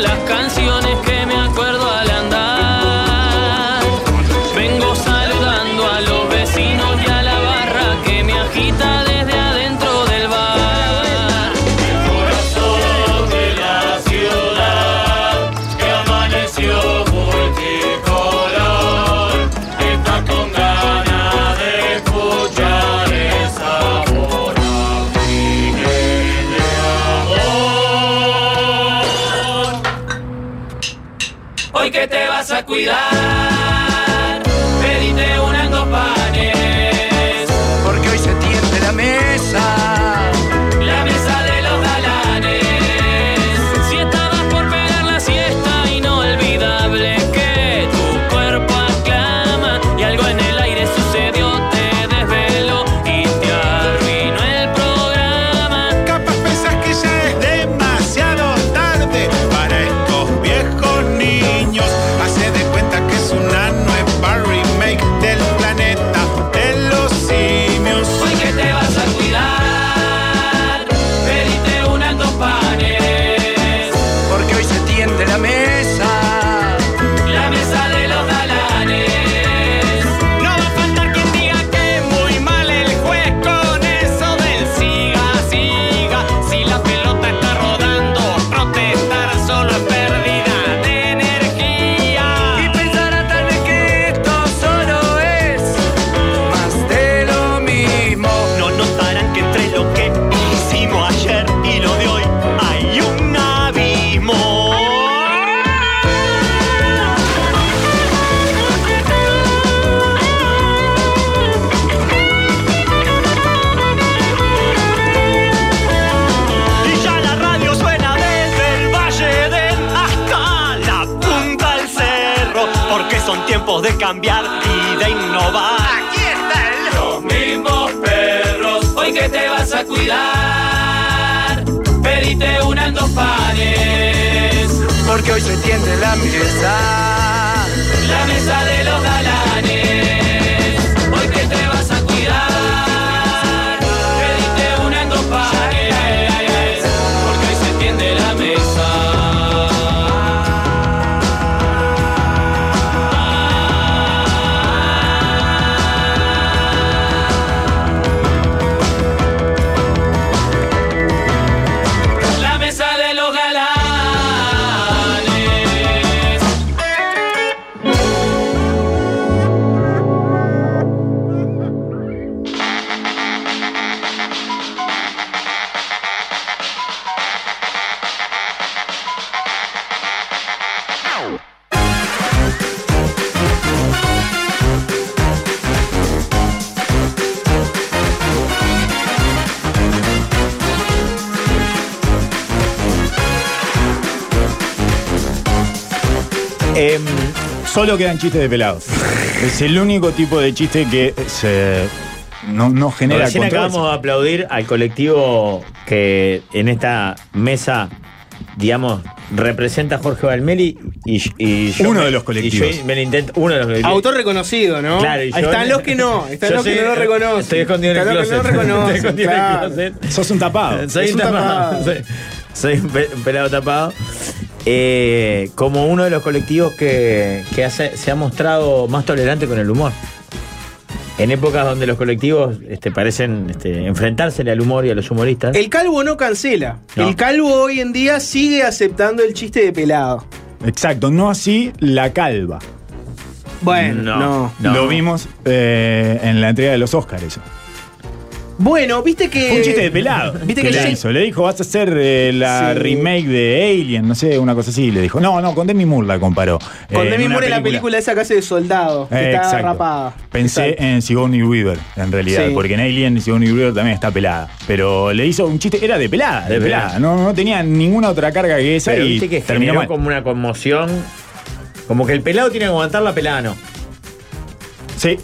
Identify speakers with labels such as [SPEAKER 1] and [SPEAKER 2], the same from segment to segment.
[SPEAKER 1] las canciones que me acuerdo al andar. Vengo saludando a los vecinos y a la barra que me agita desde adentro del bar.
[SPEAKER 2] Corazón de la ciudad que amaneció multicolor, está con ganas de escuchar esa voz de amor.
[SPEAKER 1] Hoy que te vas a cuidar, pedite unas dos panes.
[SPEAKER 3] Porque hoy se tiende la mesa.
[SPEAKER 1] La mesa de los galanes. Si estabas por pegar la siesta, inolvidable que tu cuerpo aclama. Y algo en el aire sucedió, te desveló y te arruinó el programa.
[SPEAKER 4] Capaz pensás que ya es demasiado tarde para estos viejos niños. Hace de cuenta que es una nueva remake del planeta de los simios.
[SPEAKER 1] Hoy que te vas a cuidar, pedite unas dos panes.
[SPEAKER 3] Porque hoy se tiende la mesa.
[SPEAKER 1] La mesa de los galanes. No va a faltar quien diga que muy mal el juez con eso del siga, siga. Si la pelota está rodando, protestar solo es pérdida de
[SPEAKER 3] Y
[SPEAKER 1] energía.
[SPEAKER 3] pensará tal vez que esto solo es más de lo mismo.
[SPEAKER 5] No notarán que entre lo que hicimos ayer y lo de hoy hay un abismo. Y ya la radio suena desde el Valle del hasta la punta del cerro, porque son tiempos de cambiar y de innovar.
[SPEAKER 3] Aquí está el
[SPEAKER 2] Los mismos perros
[SPEAKER 1] Hoy que te vas a cuidar, pedite unas dos panes.
[SPEAKER 3] Porque hoy se tiende la mesa.
[SPEAKER 1] La mesa de los galanes, hoy que te vas a cuidar, pediste una eh, en dos pares, porque hoy se tiende la mesa. La mesa de los galanes.
[SPEAKER 4] Em, solo quedan chistes de pelados. Es el único tipo de chiste que se no, no genera
[SPEAKER 6] Recién
[SPEAKER 4] controversia.
[SPEAKER 6] acabamos de aplaudir al colectivo que en esta mesa, digamos, representa a Jorge Valmeli y, y yo
[SPEAKER 4] Uno
[SPEAKER 6] me-
[SPEAKER 4] de los colectivos.
[SPEAKER 6] y yo me lo intento, uno de los colectivos.
[SPEAKER 7] Autor reconocido, ¿no?
[SPEAKER 6] Claro, y yo-
[SPEAKER 7] están los que no, están
[SPEAKER 6] Yo
[SPEAKER 7] los que
[SPEAKER 6] soy-
[SPEAKER 7] no lo reconocen.
[SPEAKER 6] Estoy escondido en el
[SPEAKER 7] Están los
[SPEAKER 6] closet.
[SPEAKER 7] que no lo reconocen,
[SPEAKER 6] Estoy escondido en el
[SPEAKER 7] claro.
[SPEAKER 6] closet.
[SPEAKER 4] Sos un tapado.
[SPEAKER 6] Soy
[SPEAKER 7] Es
[SPEAKER 6] un
[SPEAKER 7] un
[SPEAKER 6] tapado.
[SPEAKER 7] tapado.
[SPEAKER 6] Soy, soy un pe- un pelado tapado. Eh, como uno de los colectivos que, que hace- se ha mostrado más tolerante con el humor. En épocas donde los colectivos este, parecen este, enfrentársele al humor y a los humoristas.
[SPEAKER 7] El calvo no cancela.
[SPEAKER 6] No.
[SPEAKER 7] El calvo hoy en día sigue aceptando el chiste de pelado.
[SPEAKER 4] Exacto, no así la calva.
[SPEAKER 7] Bueno, no.
[SPEAKER 6] No.
[SPEAKER 4] Lo vimos eh, en la entrega de los Óscar eso.
[SPEAKER 7] Bueno, viste que.
[SPEAKER 4] Fue un chiste de pelado.
[SPEAKER 7] Viste
[SPEAKER 4] que
[SPEAKER 7] que
[SPEAKER 4] le
[SPEAKER 7] Jake-
[SPEAKER 4] hizo. Le dijo, vas a hacer eh, la
[SPEAKER 7] Sí.
[SPEAKER 4] remake de Alien, no sé, una cosa así. Le dijo, no, no, con Demi Moore la comparó.
[SPEAKER 7] Con
[SPEAKER 4] eh,
[SPEAKER 7] Demi
[SPEAKER 4] en una
[SPEAKER 7] Moore en la película esa que hace de soldado, que
[SPEAKER 4] Eh,
[SPEAKER 7] está
[SPEAKER 4] exacto.
[SPEAKER 7] rapada.
[SPEAKER 4] Pensé
[SPEAKER 7] Exacto.
[SPEAKER 4] en Sigourney Weaver, en realidad,
[SPEAKER 7] Sí.
[SPEAKER 4] porque en Alien Sigourney Weaver también está pelada. Pero le hizo un chiste, era de pelada, de
[SPEAKER 6] De pelada.
[SPEAKER 4] pelada. No, no tenía ninguna otra carga que esa
[SPEAKER 6] Pero
[SPEAKER 4] y
[SPEAKER 6] viste que
[SPEAKER 4] terminó
[SPEAKER 6] generó
[SPEAKER 4] mal.
[SPEAKER 6] como una conmoción. Como que el pelado tiene que aguantar la pelada, no.
[SPEAKER 4] Sí,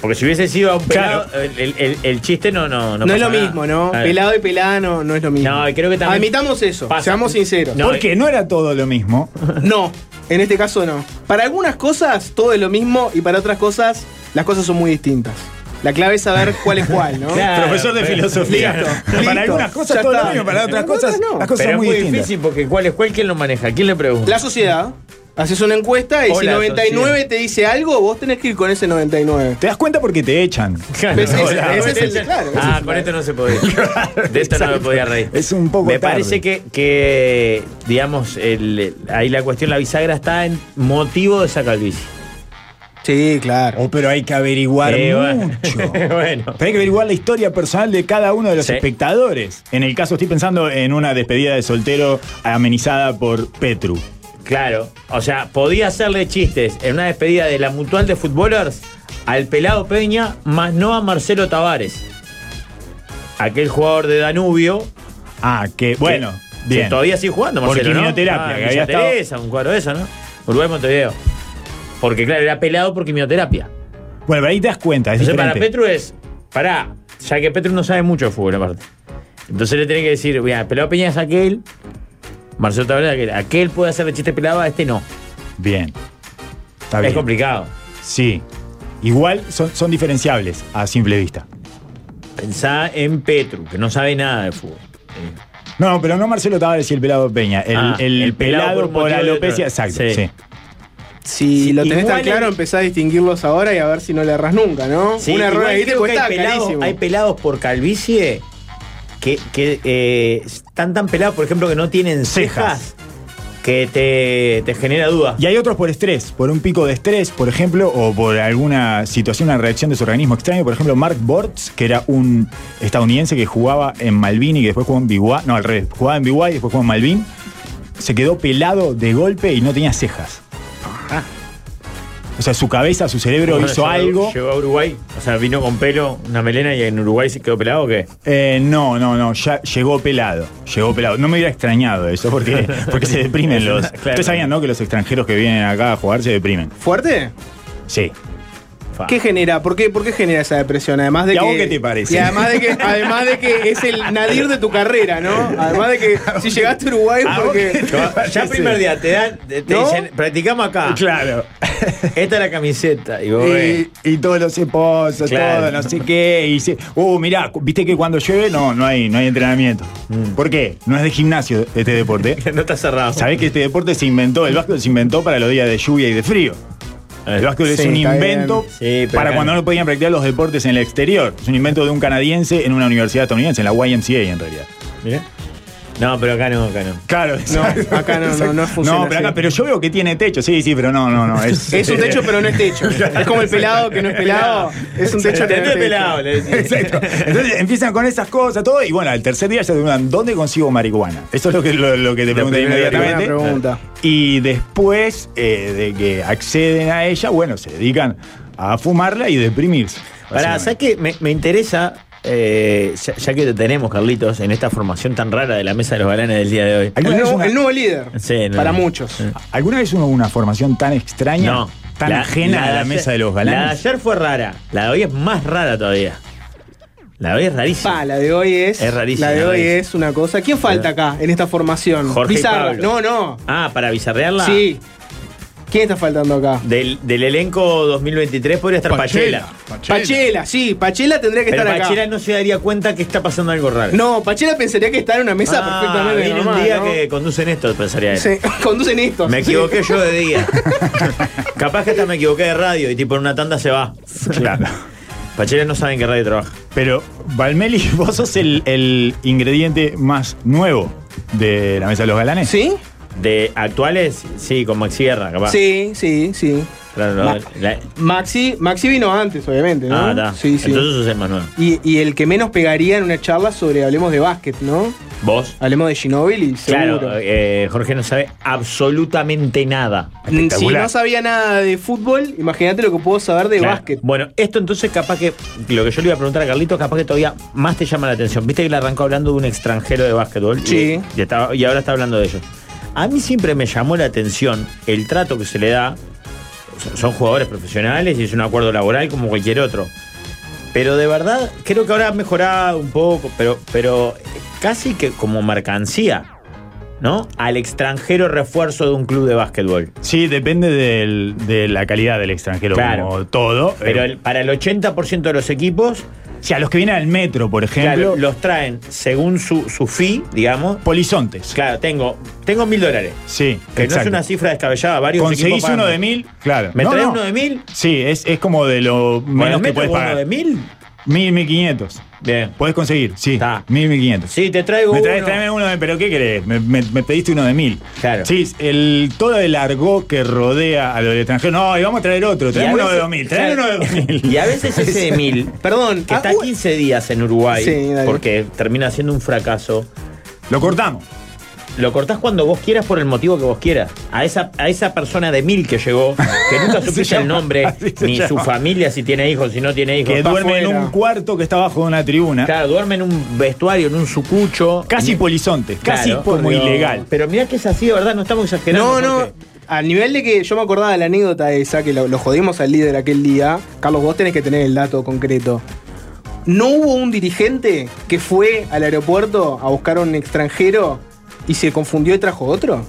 [SPEAKER 6] Porque si hubiese sido a un
[SPEAKER 4] Claro.
[SPEAKER 6] pelado, el, el- el- el chiste no no
[SPEAKER 7] No, es
[SPEAKER 6] pasa
[SPEAKER 7] lo
[SPEAKER 6] nada.
[SPEAKER 7] mismo, ¿no?
[SPEAKER 6] Claro.
[SPEAKER 7] Pelado y pelada no, no es lo mismo.
[SPEAKER 6] No, y creo que también-
[SPEAKER 7] Admitamos eso,
[SPEAKER 6] Pasa.
[SPEAKER 7] seamos sinceros.
[SPEAKER 6] No, eh.
[SPEAKER 4] porque no era todo lo mismo.
[SPEAKER 7] No, en este caso no. Para algunas cosas todo es lo mismo y para otras cosas las cosas son muy distintas. La clave es saber cuál es cuál, ¿no?
[SPEAKER 6] Claro,
[SPEAKER 4] Profesor de
[SPEAKER 6] Ah, pero-
[SPEAKER 4] filosofía.
[SPEAKER 7] Listo, listo.
[SPEAKER 4] Para algunas
[SPEAKER 7] Ya
[SPEAKER 4] cosas todo lo
[SPEAKER 7] está.
[SPEAKER 4] mismo, para otras
[SPEAKER 7] Pero
[SPEAKER 4] cosas,
[SPEAKER 7] no, no.
[SPEAKER 4] las cosas
[SPEAKER 6] Pero
[SPEAKER 4] son
[SPEAKER 6] es
[SPEAKER 4] muy
[SPEAKER 6] muy
[SPEAKER 4] distintas.
[SPEAKER 6] difícil porque cuál es cuál, quién lo maneja, quién le pregunta.
[SPEAKER 7] La sociedad. Haces una encuesta y si
[SPEAKER 6] Hola,
[SPEAKER 7] 99
[SPEAKER 6] sociedad.
[SPEAKER 7] te dice algo, vos tenés que ir con ese 99.
[SPEAKER 4] Te das cuenta porque te echan.
[SPEAKER 6] Claro.
[SPEAKER 7] Ese-
[SPEAKER 6] Hola.
[SPEAKER 7] ese es el- claro, ese es
[SPEAKER 6] ah,
[SPEAKER 7] el-
[SPEAKER 6] con esto no se podía. De esto no me
[SPEAKER 4] Exacto.
[SPEAKER 6] podía reír.
[SPEAKER 4] Es un poco
[SPEAKER 6] Me
[SPEAKER 4] tarde.
[SPEAKER 6] parece que, que, digamos, el- el- ahí la cuestión, la bisagra está en motivo de esa calvicie.
[SPEAKER 7] Sí, claro.
[SPEAKER 4] Oh, pero hay que averiguar
[SPEAKER 6] Eh, bueno.
[SPEAKER 4] mucho.
[SPEAKER 6] bueno.
[SPEAKER 4] Pero hay que averiguar la historia personal de cada uno de los
[SPEAKER 6] Sí.
[SPEAKER 4] espectadores. En el caso, estoy pensando en una despedida de soltero amenizada por Petru.
[SPEAKER 6] Claro, o sea, podía hacerle chistes en una despedida de la mutual de futbolers al pelado Peña, más no a Marcelo Tavares, aquel jugador de Danubio.
[SPEAKER 4] Ah, que bueno,
[SPEAKER 6] que
[SPEAKER 4] bien.
[SPEAKER 6] todavía sigue jugando, Marcelo.
[SPEAKER 4] Por quimioterapia,
[SPEAKER 6] ¿no? Ah,
[SPEAKER 4] que había
[SPEAKER 6] Villa Teresa, un cuadro de eso, ¿no? Uruguay Montevideo. Porque, claro, era pelado por quimioterapia.
[SPEAKER 4] Bueno, pero ahí te das cuenta, es
[SPEAKER 6] Entonces, para
[SPEAKER 4] diferente.
[SPEAKER 6] Petru es, pará, ya que Petru no sabe mucho de fútbol, aparte. Entonces le tiene que decir, mira, pelado Peña es aquel, Marcelo Tavares es aquel, aquel puede hacerle chiste pelado, a este no.
[SPEAKER 4] Bien. Está
[SPEAKER 6] Es
[SPEAKER 4] bien.
[SPEAKER 6] complicado.
[SPEAKER 4] Sí. Igual son, son diferenciables a simple vista.
[SPEAKER 6] Pensá en Petru, que no sabe nada de fútbol.
[SPEAKER 4] No, pero no Marcelo Tavares y el pelado Peña. El,
[SPEAKER 6] Ah,
[SPEAKER 4] el
[SPEAKER 6] el pelado
[SPEAKER 4] pelado,
[SPEAKER 6] por
[SPEAKER 4] por
[SPEAKER 6] motivo de-
[SPEAKER 4] alopecia. Exacto,
[SPEAKER 6] Sí.
[SPEAKER 4] sí.
[SPEAKER 7] Si
[SPEAKER 6] Sí,
[SPEAKER 7] lo tenés
[SPEAKER 6] igual
[SPEAKER 7] tan claro,
[SPEAKER 6] el-
[SPEAKER 7] empezá a distinguirlos ahora y a ver si no le erras nunca, ¿no?
[SPEAKER 6] Sí,
[SPEAKER 7] un error
[SPEAKER 6] igual
[SPEAKER 7] ahí te
[SPEAKER 6] creo que
[SPEAKER 7] cuesta
[SPEAKER 6] hay pelados,
[SPEAKER 7] carísimo.
[SPEAKER 6] hay pelados por calvicie que, que, eh, están tan pelados, por ejemplo, que no tienen cejas,
[SPEAKER 4] Cejas.
[SPEAKER 6] que te, te genera dudas.
[SPEAKER 4] Y hay otros por estrés, por un pico de estrés, por ejemplo, o por alguna situación, una reacción de su organismo extraño. Por ejemplo, Mark Bortz, que era un estadounidense que jugaba en Malvin y que después jugó en Biguá. No, al revés, jugaba en Biguá y después jugó en Malvin. Se quedó pelado de golpe y no tenía cejas.
[SPEAKER 6] Ah.
[SPEAKER 4] O sea, su cabeza, su cerebro
[SPEAKER 6] Bueno,
[SPEAKER 4] hizo
[SPEAKER 6] llegó-
[SPEAKER 4] algo.
[SPEAKER 6] Llegó a Uruguay, o sea, vino con pelo, una melena y en Uruguay se quedó pelado o qué?
[SPEAKER 4] Eh, no, no, no, ya llegó pelado. Llegó pelado. No me hubiera extrañado eso porque, porque se deprimen los.
[SPEAKER 6] Claro.
[SPEAKER 4] Ustedes sabían, ¿no? Que los extranjeros que vienen acá a jugar se deprimen.
[SPEAKER 7] ¿Fuerte?
[SPEAKER 4] Sí.
[SPEAKER 6] Fa.
[SPEAKER 7] ¿Qué genera? ¿Por qué, ¿Por qué genera esa depresión? Además de
[SPEAKER 4] ¿Y a
[SPEAKER 7] que,
[SPEAKER 4] vos qué te parece?
[SPEAKER 7] Y además de que, además de que es el nadir de tu carrera, ¿no? Además de que si llegaste a Uruguay
[SPEAKER 4] ¿A vos qué
[SPEAKER 7] porque.
[SPEAKER 4] te parece?
[SPEAKER 6] Ya el primer día te dan, te te
[SPEAKER 7] ¿No?
[SPEAKER 6] dicen, practicamos acá.
[SPEAKER 4] Claro.
[SPEAKER 6] Esta es la camiseta. Y vos, eh,
[SPEAKER 4] Ah. Y, y todos los esposos,
[SPEAKER 6] Claro.
[SPEAKER 4] todo, no sé qué. Y se- uh, mirá, viste que cuando llueve no, no hay, no hay entrenamiento. ¿Por qué? No es de gimnasio este deporte.
[SPEAKER 6] no está cerrado.
[SPEAKER 4] Sabés que este deporte se inventó, el básquet se inventó para los días de lluvia y de frío. El básquet es
[SPEAKER 7] Sí,
[SPEAKER 4] un
[SPEAKER 7] está
[SPEAKER 4] invento
[SPEAKER 6] bien. Sí, pero
[SPEAKER 4] para
[SPEAKER 6] acá
[SPEAKER 4] cuando
[SPEAKER 6] no.
[SPEAKER 4] no podían practicar los deportes en el exterior. Es un invento de un canadiense en una universidad estadounidense, en la YMCA en realidad.
[SPEAKER 6] Mirá. No, pero acá no, acá no.
[SPEAKER 4] Claro, exacto,
[SPEAKER 7] acá no, no,
[SPEAKER 4] exacto.
[SPEAKER 7] no funciona
[SPEAKER 4] pero,
[SPEAKER 7] así.
[SPEAKER 4] acá, pero yo veo que tiene techo, sí, sí, pero no, no, no. Es,
[SPEAKER 7] Es un techo, pero no es techo. Es como el pelado que no es pelado. Es un techo que no
[SPEAKER 6] Entendé
[SPEAKER 7] es
[SPEAKER 6] pelado,
[SPEAKER 7] techo.
[SPEAKER 6] le decía.
[SPEAKER 4] Exacto. Entonces empiezan con esas cosas, todo, y bueno, al tercer día ya te preguntan, ¿dónde consigo marihuana? Eso es lo que, lo, lo que te preguntan
[SPEAKER 6] primera
[SPEAKER 7] Qué buena
[SPEAKER 4] inmediatamente.
[SPEAKER 7] pregunta.
[SPEAKER 4] Y después eh, de que acceden a ella, bueno, se dedican a fumarla y deprimirse.
[SPEAKER 6] Pará, ¿sabes qué? Me, me interesa, eh, ya, ya que te tenemos, Carlitos, en esta formación tan rara de la mesa de los galanes del día de hoy.
[SPEAKER 4] ¿Alguna,
[SPEAKER 7] El
[SPEAKER 4] vez
[SPEAKER 7] nuevo,
[SPEAKER 4] una,
[SPEAKER 7] el nuevo líder.
[SPEAKER 6] Sí, no. Eh,
[SPEAKER 7] Para muchos.
[SPEAKER 4] alguna vez hubo una formación tan extraña,
[SPEAKER 6] No.
[SPEAKER 4] tan ajena a
[SPEAKER 6] de
[SPEAKER 4] la mesa de los
[SPEAKER 6] La de
[SPEAKER 4] galanes?
[SPEAKER 6] ayer fue rara. La de hoy es más rara todavía. La de hoy es rarísima.
[SPEAKER 7] Pa, la de hoy es.
[SPEAKER 6] Es rarísimo,
[SPEAKER 7] La de
[SPEAKER 6] es
[SPEAKER 7] hoy
[SPEAKER 6] rarísimo.
[SPEAKER 7] es una cosa. ¿Quién falta acá en esta formación?
[SPEAKER 6] Jorge y
[SPEAKER 7] Pizarro.
[SPEAKER 6] Pablo.
[SPEAKER 7] No, no.
[SPEAKER 6] Ah, para bizarrearla.
[SPEAKER 7] Sí. ¿Quién está faltando acá?
[SPEAKER 6] Del, del elenco 2023 podría estar Pachela.
[SPEAKER 7] Pachela, sí, Pachela tendría que
[SPEAKER 6] Pero
[SPEAKER 7] estar
[SPEAKER 6] Pachela
[SPEAKER 7] acá.
[SPEAKER 6] no se daría cuenta que está pasando algo raro.
[SPEAKER 7] No, Pachela pensaría que está en una mesa
[SPEAKER 6] Ah,
[SPEAKER 7] perfectamente
[SPEAKER 6] viene
[SPEAKER 7] normal,
[SPEAKER 6] un día
[SPEAKER 7] ¿no?
[SPEAKER 6] que conducen esto, pensaría él.
[SPEAKER 7] Sí, conducen estos.
[SPEAKER 6] Me
[SPEAKER 7] sí.
[SPEAKER 6] equivoqué yo de día. Capaz que hasta me equivoqué de radio y tipo en una tanda se va.
[SPEAKER 4] Claro.
[SPEAKER 6] Pachela no saben qué radio trabaja.
[SPEAKER 4] Pero, Valmeli, vos sos el, el ingrediente más nuevo de la mesa de los galanes.
[SPEAKER 7] ¿Sí?
[SPEAKER 6] De actuales, sí, con Max Sierra, capaz.
[SPEAKER 7] Sí, sí, sí.
[SPEAKER 6] Claro,
[SPEAKER 7] Ma-
[SPEAKER 6] la- la-
[SPEAKER 7] Maxi, Maxi vino antes, obviamente, ¿no?
[SPEAKER 6] Ah, está.
[SPEAKER 7] Sí, sí.
[SPEAKER 6] Entonces sos el más nuevo.
[SPEAKER 7] Y, y el que menos pegaría en una charla sobre hablemos de básquet, ¿no?
[SPEAKER 6] Vos.
[SPEAKER 7] Hablemos de Ginobili, seguro.
[SPEAKER 6] Claro, eh, Jorge no sabe absolutamente nada.
[SPEAKER 7] Mm, si
[SPEAKER 4] espectacular.
[SPEAKER 7] no sabía nada de fútbol, imagínate lo que puedo saber de
[SPEAKER 6] Claro.
[SPEAKER 7] básquet.
[SPEAKER 6] Bueno, esto entonces capaz que, lo que yo le iba a preguntar a Carlitos, capaz que todavía más te llama la atención. Viste que le arrancó hablando de un extranjero de básquetbol.
[SPEAKER 7] Sí.
[SPEAKER 6] Y, y estaba- y ahora está hablando de ellos. A mí siempre me llamó la atención el trato que se le da. Son- Son jugadores profesionales y es un acuerdo laboral como cualquier otro. Pero de verdad, creo que ahora ha mejorado un poco, pero, pero casi que como mercancía. ¿no? Al extranjero refuerzo de un club de básquetbol.
[SPEAKER 4] Sí, depende del- de la calidad del extranjero,
[SPEAKER 6] Claro.
[SPEAKER 4] como todo.
[SPEAKER 6] Pero
[SPEAKER 4] Eh,
[SPEAKER 6] el- para el 80% de los equipos,
[SPEAKER 4] si a los que vienen al metro, por ejemplo,
[SPEAKER 6] claro, los traen según su, su fee, digamos.
[SPEAKER 4] polizontes.
[SPEAKER 6] Claro, tengo, tengo mil dólares.
[SPEAKER 4] Sí,
[SPEAKER 6] Que no es
[SPEAKER 4] exacto.
[SPEAKER 6] una cifra descabellada, varios
[SPEAKER 4] ¿Conseguís
[SPEAKER 6] equipos pagan
[SPEAKER 4] uno de
[SPEAKER 6] mil.
[SPEAKER 4] mil? Claro.
[SPEAKER 6] ¿Me
[SPEAKER 4] No,
[SPEAKER 6] traes
[SPEAKER 4] no.
[SPEAKER 6] uno de mil?
[SPEAKER 4] Sí, es, es como de lo
[SPEAKER 6] ¿Por el
[SPEAKER 4] menos que
[SPEAKER 6] metro
[SPEAKER 4] puedes
[SPEAKER 6] uno
[SPEAKER 4] pagar.
[SPEAKER 6] de mil?
[SPEAKER 4] Mil, mil quinientos.
[SPEAKER 6] Bien.
[SPEAKER 4] Puedes conseguir, sí.
[SPEAKER 6] Está.
[SPEAKER 4] Mil, mil quinientos.
[SPEAKER 6] Sí, te traigo
[SPEAKER 4] Me traes,
[SPEAKER 6] uno.
[SPEAKER 4] tráeme uno de, pero ¿qué querés? Me, me- me pediste uno de mil.
[SPEAKER 6] Claro.
[SPEAKER 4] Sí, el, todo el argot que rodea a los extranjeros. No, y vamos a traer otro,
[SPEAKER 6] Y a
[SPEAKER 4] traeme uno de
[SPEAKER 6] veces-
[SPEAKER 4] dos mil, traeme
[SPEAKER 6] claro.
[SPEAKER 4] uno de dos mil.
[SPEAKER 6] Y a veces ese de mil,
[SPEAKER 7] Perdón,
[SPEAKER 6] que
[SPEAKER 7] ah,
[SPEAKER 6] está
[SPEAKER 7] uh,
[SPEAKER 6] 15 días en Uruguay,
[SPEAKER 7] Sí, dale.
[SPEAKER 6] porque termina siendo un fracaso,
[SPEAKER 4] Lo cortamos.
[SPEAKER 6] lo cortás cuando vos quieras por el motivo que vos quieras. A esa, a esa persona de mil que llegó, que nunca supiste
[SPEAKER 4] llama,
[SPEAKER 6] el nombre,
[SPEAKER 4] así se
[SPEAKER 6] ni su
[SPEAKER 4] llama.
[SPEAKER 6] familia, si tiene hijos, si no tiene hijos.
[SPEAKER 4] Que
[SPEAKER 6] Pa'
[SPEAKER 4] duerme en
[SPEAKER 6] afuera.
[SPEAKER 4] un cuarto que está abajo de una tribuna.
[SPEAKER 6] Claro, duerme en un vestuario, en un sucucho.
[SPEAKER 4] Casi
[SPEAKER 6] En-
[SPEAKER 4] polizonte, casi
[SPEAKER 6] Claro.
[SPEAKER 4] como
[SPEAKER 7] Pero-
[SPEAKER 4] ilegal.
[SPEAKER 6] Pero mirá que es así, de verdad, no estamos
[SPEAKER 7] No,
[SPEAKER 6] exagerando.
[SPEAKER 7] no.
[SPEAKER 6] Jorge.
[SPEAKER 7] Al nivel de que yo me acordaba de la anécdota esa, que lo, lo jodimos al líder aquel día. Carlos, vos tenés que tener el dato concreto. No hubo un dirigente que fue al aeropuerto a buscar a un extranjero y se confundió y trajo otro.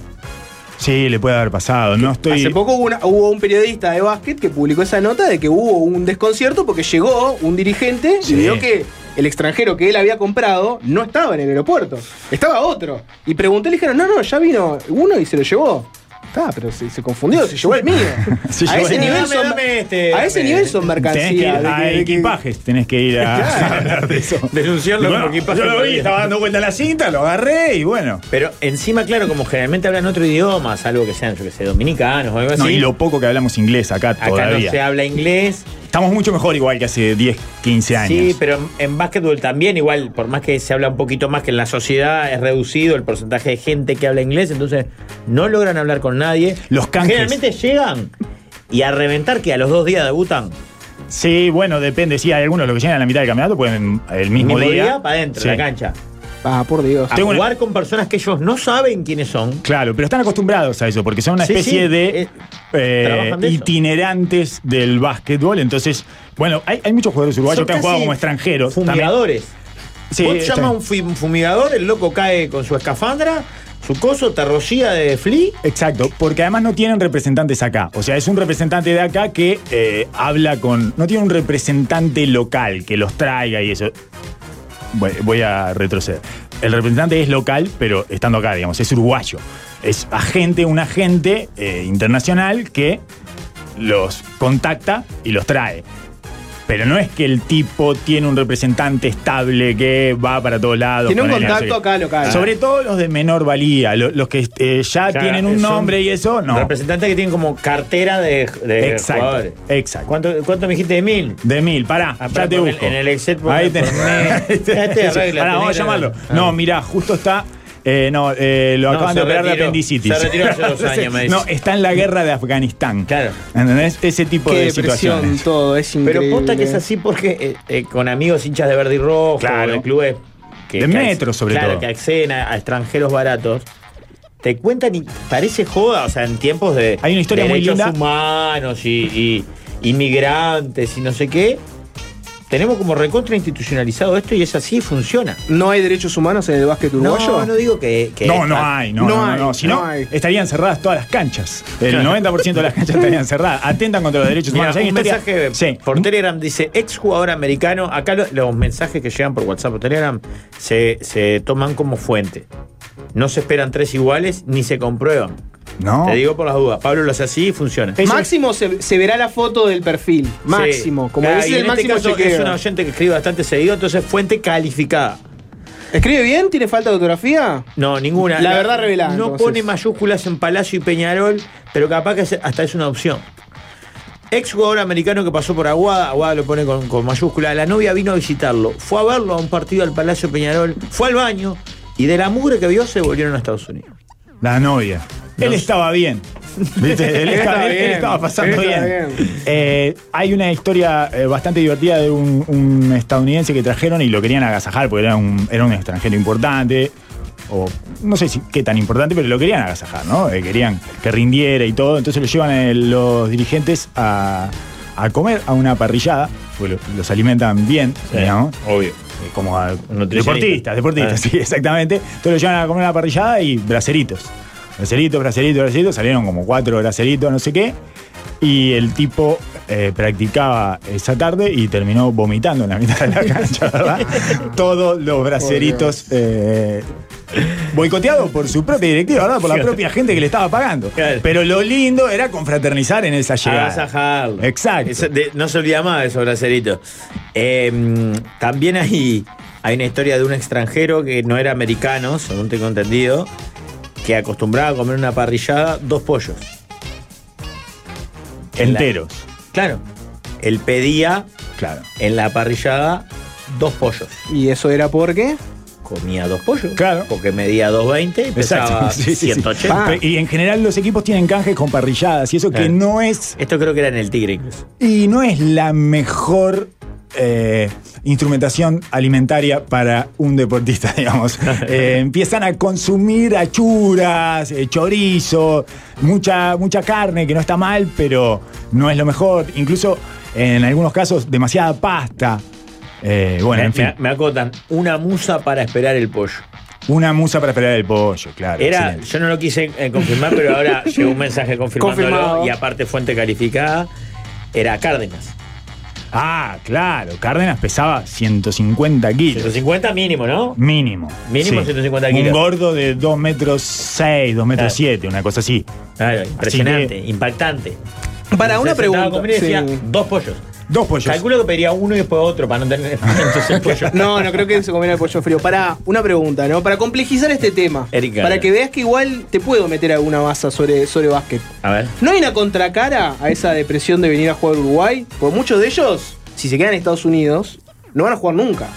[SPEAKER 4] Sí, le puede haber pasado. No estoy.
[SPEAKER 7] Hace poco hubo, una- hubo un periodista de básquet que publicó esa nota de que hubo un desconcierto porque llegó un dirigente
[SPEAKER 4] Sí.
[SPEAKER 7] y vio que el extranjero que él había comprado no estaba en el aeropuerto, estaba otro. Y preguntó, le dijeron, no, no, ya vino uno y se lo llevó. Está, pero se, se confundió, se llevó el mío.
[SPEAKER 4] Se
[SPEAKER 7] a,
[SPEAKER 4] llevó
[SPEAKER 7] ese
[SPEAKER 4] el-
[SPEAKER 7] nivel
[SPEAKER 6] Dame,
[SPEAKER 7] son,
[SPEAKER 6] dame este,
[SPEAKER 7] a ese
[SPEAKER 6] dame.
[SPEAKER 7] nivel son mercancías.
[SPEAKER 4] Tenés que ir
[SPEAKER 7] de que-
[SPEAKER 4] a
[SPEAKER 7] de que-
[SPEAKER 4] equipajes, tenés que ir a a hablar de eso.
[SPEAKER 6] Denunciarlo
[SPEAKER 4] Bueno,
[SPEAKER 6] como equipaje
[SPEAKER 4] Yo lo vi,
[SPEAKER 6] podría.
[SPEAKER 4] estaba dando vuelta la cinta, lo agarré y bueno.
[SPEAKER 6] Pero encima, claro, como generalmente hablan otro idioma, salvo que sean, yo que sé, dominicanos o algo así.
[SPEAKER 4] No, y lo poco que hablamos inglés acá,
[SPEAKER 6] Acá
[SPEAKER 4] todavía.
[SPEAKER 6] no se habla inglés.
[SPEAKER 4] Estamos mucho mejor igual que hace 10, 15 años.
[SPEAKER 6] Sí, pero en, en básquetbol también, igual, por más que se habla un poquito más que en la sociedad, es reducido el porcentaje de gente que habla inglés, entonces no logran hablar con nadie.
[SPEAKER 4] Los canjes.
[SPEAKER 6] Generalmente llegan y a reventar que a los dos días debutan.
[SPEAKER 4] Sí, bueno, depende. Sí, hay algunos los que llegan a la mitad del campeonato pueden el mismo, día.
[SPEAKER 6] para adentro,
[SPEAKER 4] Sí.
[SPEAKER 6] de la cancha.
[SPEAKER 7] Ah, por Dios.
[SPEAKER 6] A
[SPEAKER 4] Tengo una-
[SPEAKER 6] jugar con personas que ellos no saben quiénes son.
[SPEAKER 4] Claro, pero están acostumbrados a eso, porque son una
[SPEAKER 6] Sí,
[SPEAKER 4] especie
[SPEAKER 6] sí,
[SPEAKER 4] de,
[SPEAKER 6] eh,
[SPEAKER 4] eh,
[SPEAKER 6] trabajan de eso.
[SPEAKER 4] itinerantes del básquetbol. Entonces, bueno, hay, hay muchos jugadores uruguayos
[SPEAKER 6] Son
[SPEAKER 4] que han
[SPEAKER 6] casi
[SPEAKER 4] jugado como extranjeros. también.
[SPEAKER 6] Fumigadores.
[SPEAKER 4] Sí,
[SPEAKER 6] Vos
[SPEAKER 4] está
[SPEAKER 6] llamas a
[SPEAKER 4] bien.
[SPEAKER 6] un fum- fumigador, el loco cae con su escafandra, su coso, te rocía de flea.
[SPEAKER 4] Exacto, porque además no tienen representantes acá. O sea, es un representante de acá que eh, habla con. No tiene un representante local que los traiga y eso. Voy, voy a retroceder. El representante es local, pero estando acá, digamos, es uruguayo. Es agente, un agente eh, internacional que los contacta y los trae. Pero no es que el tipo tiene un representante estable que va para todos lados.
[SPEAKER 7] Tiene un
[SPEAKER 4] ponele, no sé
[SPEAKER 7] contacto
[SPEAKER 4] qué.
[SPEAKER 7] acá local. Ah.
[SPEAKER 4] Sobre todo los de menor valía, lo- los, que eh, ya
[SPEAKER 6] Claro,
[SPEAKER 4] tienen un
[SPEAKER 6] son
[SPEAKER 4] nombre y eso, no.
[SPEAKER 6] Representantes que tienen como cartera de, de
[SPEAKER 4] Exacto,
[SPEAKER 6] jugadores.
[SPEAKER 4] exacto.
[SPEAKER 6] ¿Cuánto, ¿Cuánto me dijiste de mil?
[SPEAKER 4] De mil, pará,
[SPEAKER 6] Ah,
[SPEAKER 4] ya
[SPEAKER 6] pará,
[SPEAKER 4] te
[SPEAKER 6] pon el-
[SPEAKER 4] busco.
[SPEAKER 6] en el Excel pon-
[SPEAKER 4] Ahí
[SPEAKER 6] pon-
[SPEAKER 4] tenés.
[SPEAKER 6] Ya te Este arregla,
[SPEAKER 4] Pará, vamos a
[SPEAKER 6] tenés la-
[SPEAKER 4] llamarlo.
[SPEAKER 6] Ah.
[SPEAKER 4] No, mirá, justo está. eh, no, eh, lo
[SPEAKER 6] No,
[SPEAKER 4] acaban
[SPEAKER 6] se
[SPEAKER 4] de operar de
[SPEAKER 6] retiró.
[SPEAKER 4] apendicitis.
[SPEAKER 6] Se retiró hace dos años, me dice.
[SPEAKER 4] No, está en la guerra de Afganistán.
[SPEAKER 6] Claro.
[SPEAKER 4] ¿Entendés? Ese tipo
[SPEAKER 7] Qué
[SPEAKER 4] de
[SPEAKER 7] depresión
[SPEAKER 4] situaciones.
[SPEAKER 7] todo, es
[SPEAKER 6] Pero
[SPEAKER 7] increíble.
[SPEAKER 6] posta que es así porque eh, eh, con amigos hinchas de verde y rojo,
[SPEAKER 4] Claro.
[SPEAKER 6] de clubes. Que,
[SPEAKER 4] De
[SPEAKER 6] que
[SPEAKER 4] metro, sobre
[SPEAKER 6] claro,
[SPEAKER 4] todo.
[SPEAKER 6] que acceden a, a extranjeros baratos. Te cuentan y parece joda, o sea, en tiempos de
[SPEAKER 4] Hay una historia muy
[SPEAKER 6] derechos
[SPEAKER 4] linda.
[SPEAKER 6] humanos y, y inmigrantes y no sé qué. Tenemos como recontra institucionalizado esto y es así, funciona.
[SPEAKER 7] ¿No hay derechos humanos en el básquet uruguayo?
[SPEAKER 6] No, no digo que. que-
[SPEAKER 4] No, no hay, no,
[SPEAKER 7] No
[SPEAKER 4] no, no,
[SPEAKER 7] hay,
[SPEAKER 4] no. Si no,
[SPEAKER 7] no hay.
[SPEAKER 4] estarían cerradas todas las canchas. El 90% de las canchas estarían cerradas. Atentan contra los derechos
[SPEAKER 6] Mira,
[SPEAKER 4] humanos. Hay
[SPEAKER 6] un
[SPEAKER 4] una historia-
[SPEAKER 6] mensaje
[SPEAKER 4] Sí.
[SPEAKER 6] por Telegram dice ex jugador americano. Acá lo- los mensajes que llegan por WhatsApp o Telegram se, se toman como fuente. No se esperan tres iguales ni se comprueban.
[SPEAKER 4] No.
[SPEAKER 6] Te digo por las dudas. Pablo lo hace así y funciona.
[SPEAKER 4] Eso-
[SPEAKER 7] Máximo se, se verá la foto del perfil. Máximo.
[SPEAKER 6] Sí.
[SPEAKER 7] Como
[SPEAKER 6] Ah,
[SPEAKER 7] dice
[SPEAKER 6] y
[SPEAKER 7] el
[SPEAKER 6] en este
[SPEAKER 7] máximo
[SPEAKER 6] caso
[SPEAKER 7] chequeo.
[SPEAKER 6] es una oyente que escribe bastante seguido, entonces fuente calificada.
[SPEAKER 7] ¿Escribe bien? ¿Tiene falta de autografía?
[SPEAKER 6] No, ninguna.
[SPEAKER 7] La verdad revelada,
[SPEAKER 6] No
[SPEAKER 7] entonces.
[SPEAKER 6] pone mayúsculas en Palacio y Peñarol, pero capaz que es- hasta es una opción. Ex jugador americano que pasó por Aguada, Aguada lo pone con, con mayúscula, la novia vino a visitarlo, fue a verlo a un partido al Palacio Peñarol, fue al baño y de la mugre que vio se volvieron a Estados Unidos.
[SPEAKER 4] La novia. Él estaba bien. ¿Viste? Él, estaba, él- él
[SPEAKER 7] bien.
[SPEAKER 4] estaba pasando
[SPEAKER 7] Él
[SPEAKER 4] bien.
[SPEAKER 7] estaba
[SPEAKER 4] Eh, hay una historia eh, bastante divertida de un, un estadounidense que trajeron y lo querían agasajar porque era un, era un extranjero importante. O no sé si, qué tan importante, pero lo querían agasajar, ¿no? Eh, querían que rindiera y todo. Entonces lo llevan eh, los dirigentes a, a comer a una parrillada, porque lo- los alimentan bien, digamos.
[SPEAKER 6] Obvio.
[SPEAKER 4] eh, como a-
[SPEAKER 6] Nutricionista.
[SPEAKER 4] deportistas, deportistas,
[SPEAKER 6] Ah.
[SPEAKER 4] sí, exactamente. Entonces lo llevan a comer una parrillada y braceritos. Braceritos, braceritos, braceritos, salieron como cuatro braceritos, no sé qué. Y el tipo eh, practicaba esa tarde y terminó vomitando en la mitad de la cancha, ¿verdad? Todos los braceritos eh, boicoteados por su propia directiva, ¿verdad? Por la propia gente que le estaba pagando.
[SPEAKER 6] Claro.
[SPEAKER 4] Pero lo lindo era confraternizar en Ah, esa llegada.
[SPEAKER 6] Agasajarlo.
[SPEAKER 4] Exacto.
[SPEAKER 6] Ah, Eso- de- no se olvida más de esos braceritos. Eh, mm, también hay, hay una historia de un extranjero que no era americano, según tengo entendido, que acostumbraba a comer una parrillada dos pollos.
[SPEAKER 4] Enteros,
[SPEAKER 6] Claro. Él pedía
[SPEAKER 4] claro.
[SPEAKER 6] en la parrillada dos pollos.
[SPEAKER 7] Y eso era porque.
[SPEAKER 6] Comía dos pollos.
[SPEAKER 4] Claro.
[SPEAKER 6] Porque medía 2.20 y pesaba
[SPEAKER 4] Exacto. Sí, sí, sí.
[SPEAKER 6] 180.
[SPEAKER 7] Ah.
[SPEAKER 4] Y en general los equipos tienen canjes con parrilladas y eso que
[SPEAKER 6] Claro.
[SPEAKER 4] no es
[SPEAKER 6] Esto creo que era en el Tigre incluso.
[SPEAKER 4] y no es la mejor eh, instrumentación alimentaria para un deportista, digamos. Eh, empiezan a consumir achuras, eh, chorizo, mucha mucha carne que no está mal, pero no es lo mejor. Incluso en algunos casos demasiada pasta. Eh, bueno,
[SPEAKER 6] Me-
[SPEAKER 4] en fin,
[SPEAKER 6] me, me acotan una musa para esperar el pollo.
[SPEAKER 4] una musa para esperar el pollo, claro.
[SPEAKER 6] Era,
[SPEAKER 4] excelente.
[SPEAKER 6] yo no lo quise eh, confirmar, pero ahora llegó un mensaje confirmándolo
[SPEAKER 7] Confirmado.
[SPEAKER 6] y aparte fuente calificada. Era Cárdenas.
[SPEAKER 4] Ah, claro, Cárdenas pesaba 150 kilos.
[SPEAKER 6] 150 mínimo, ¿no?
[SPEAKER 4] Mínimo.
[SPEAKER 6] Mínimo 150 kilos.
[SPEAKER 4] Un gordo de 2 metros 6, 2 metros
[SPEAKER 6] Claro.
[SPEAKER 4] 7, una cosa así.
[SPEAKER 6] Claro, impresionante, impactante.
[SPEAKER 7] Para
[SPEAKER 6] Se
[SPEAKER 7] una
[SPEAKER 6] sentaba a
[SPEAKER 7] pregunta.
[SPEAKER 6] comer y decía,
[SPEAKER 7] sí.
[SPEAKER 6] dos pollos.
[SPEAKER 4] Dos pollos.
[SPEAKER 6] Calculo que pediría uno y después otro para no tener entonces pollo.
[SPEAKER 7] No, no creo que se comiera el pollo frío. Para una pregunta, ¿no? Para complejizar este tema.
[SPEAKER 6] Erika.
[SPEAKER 7] Para que veas que igual te puedo meter alguna masa sobre, sobre básquet.
[SPEAKER 6] A ver.
[SPEAKER 7] ¿No hay una contracara a esa depresión de venir a jugar a Uruguay? Porque muchos de ellos, si se quedan en Estados Unidos, no van a jugar nunca.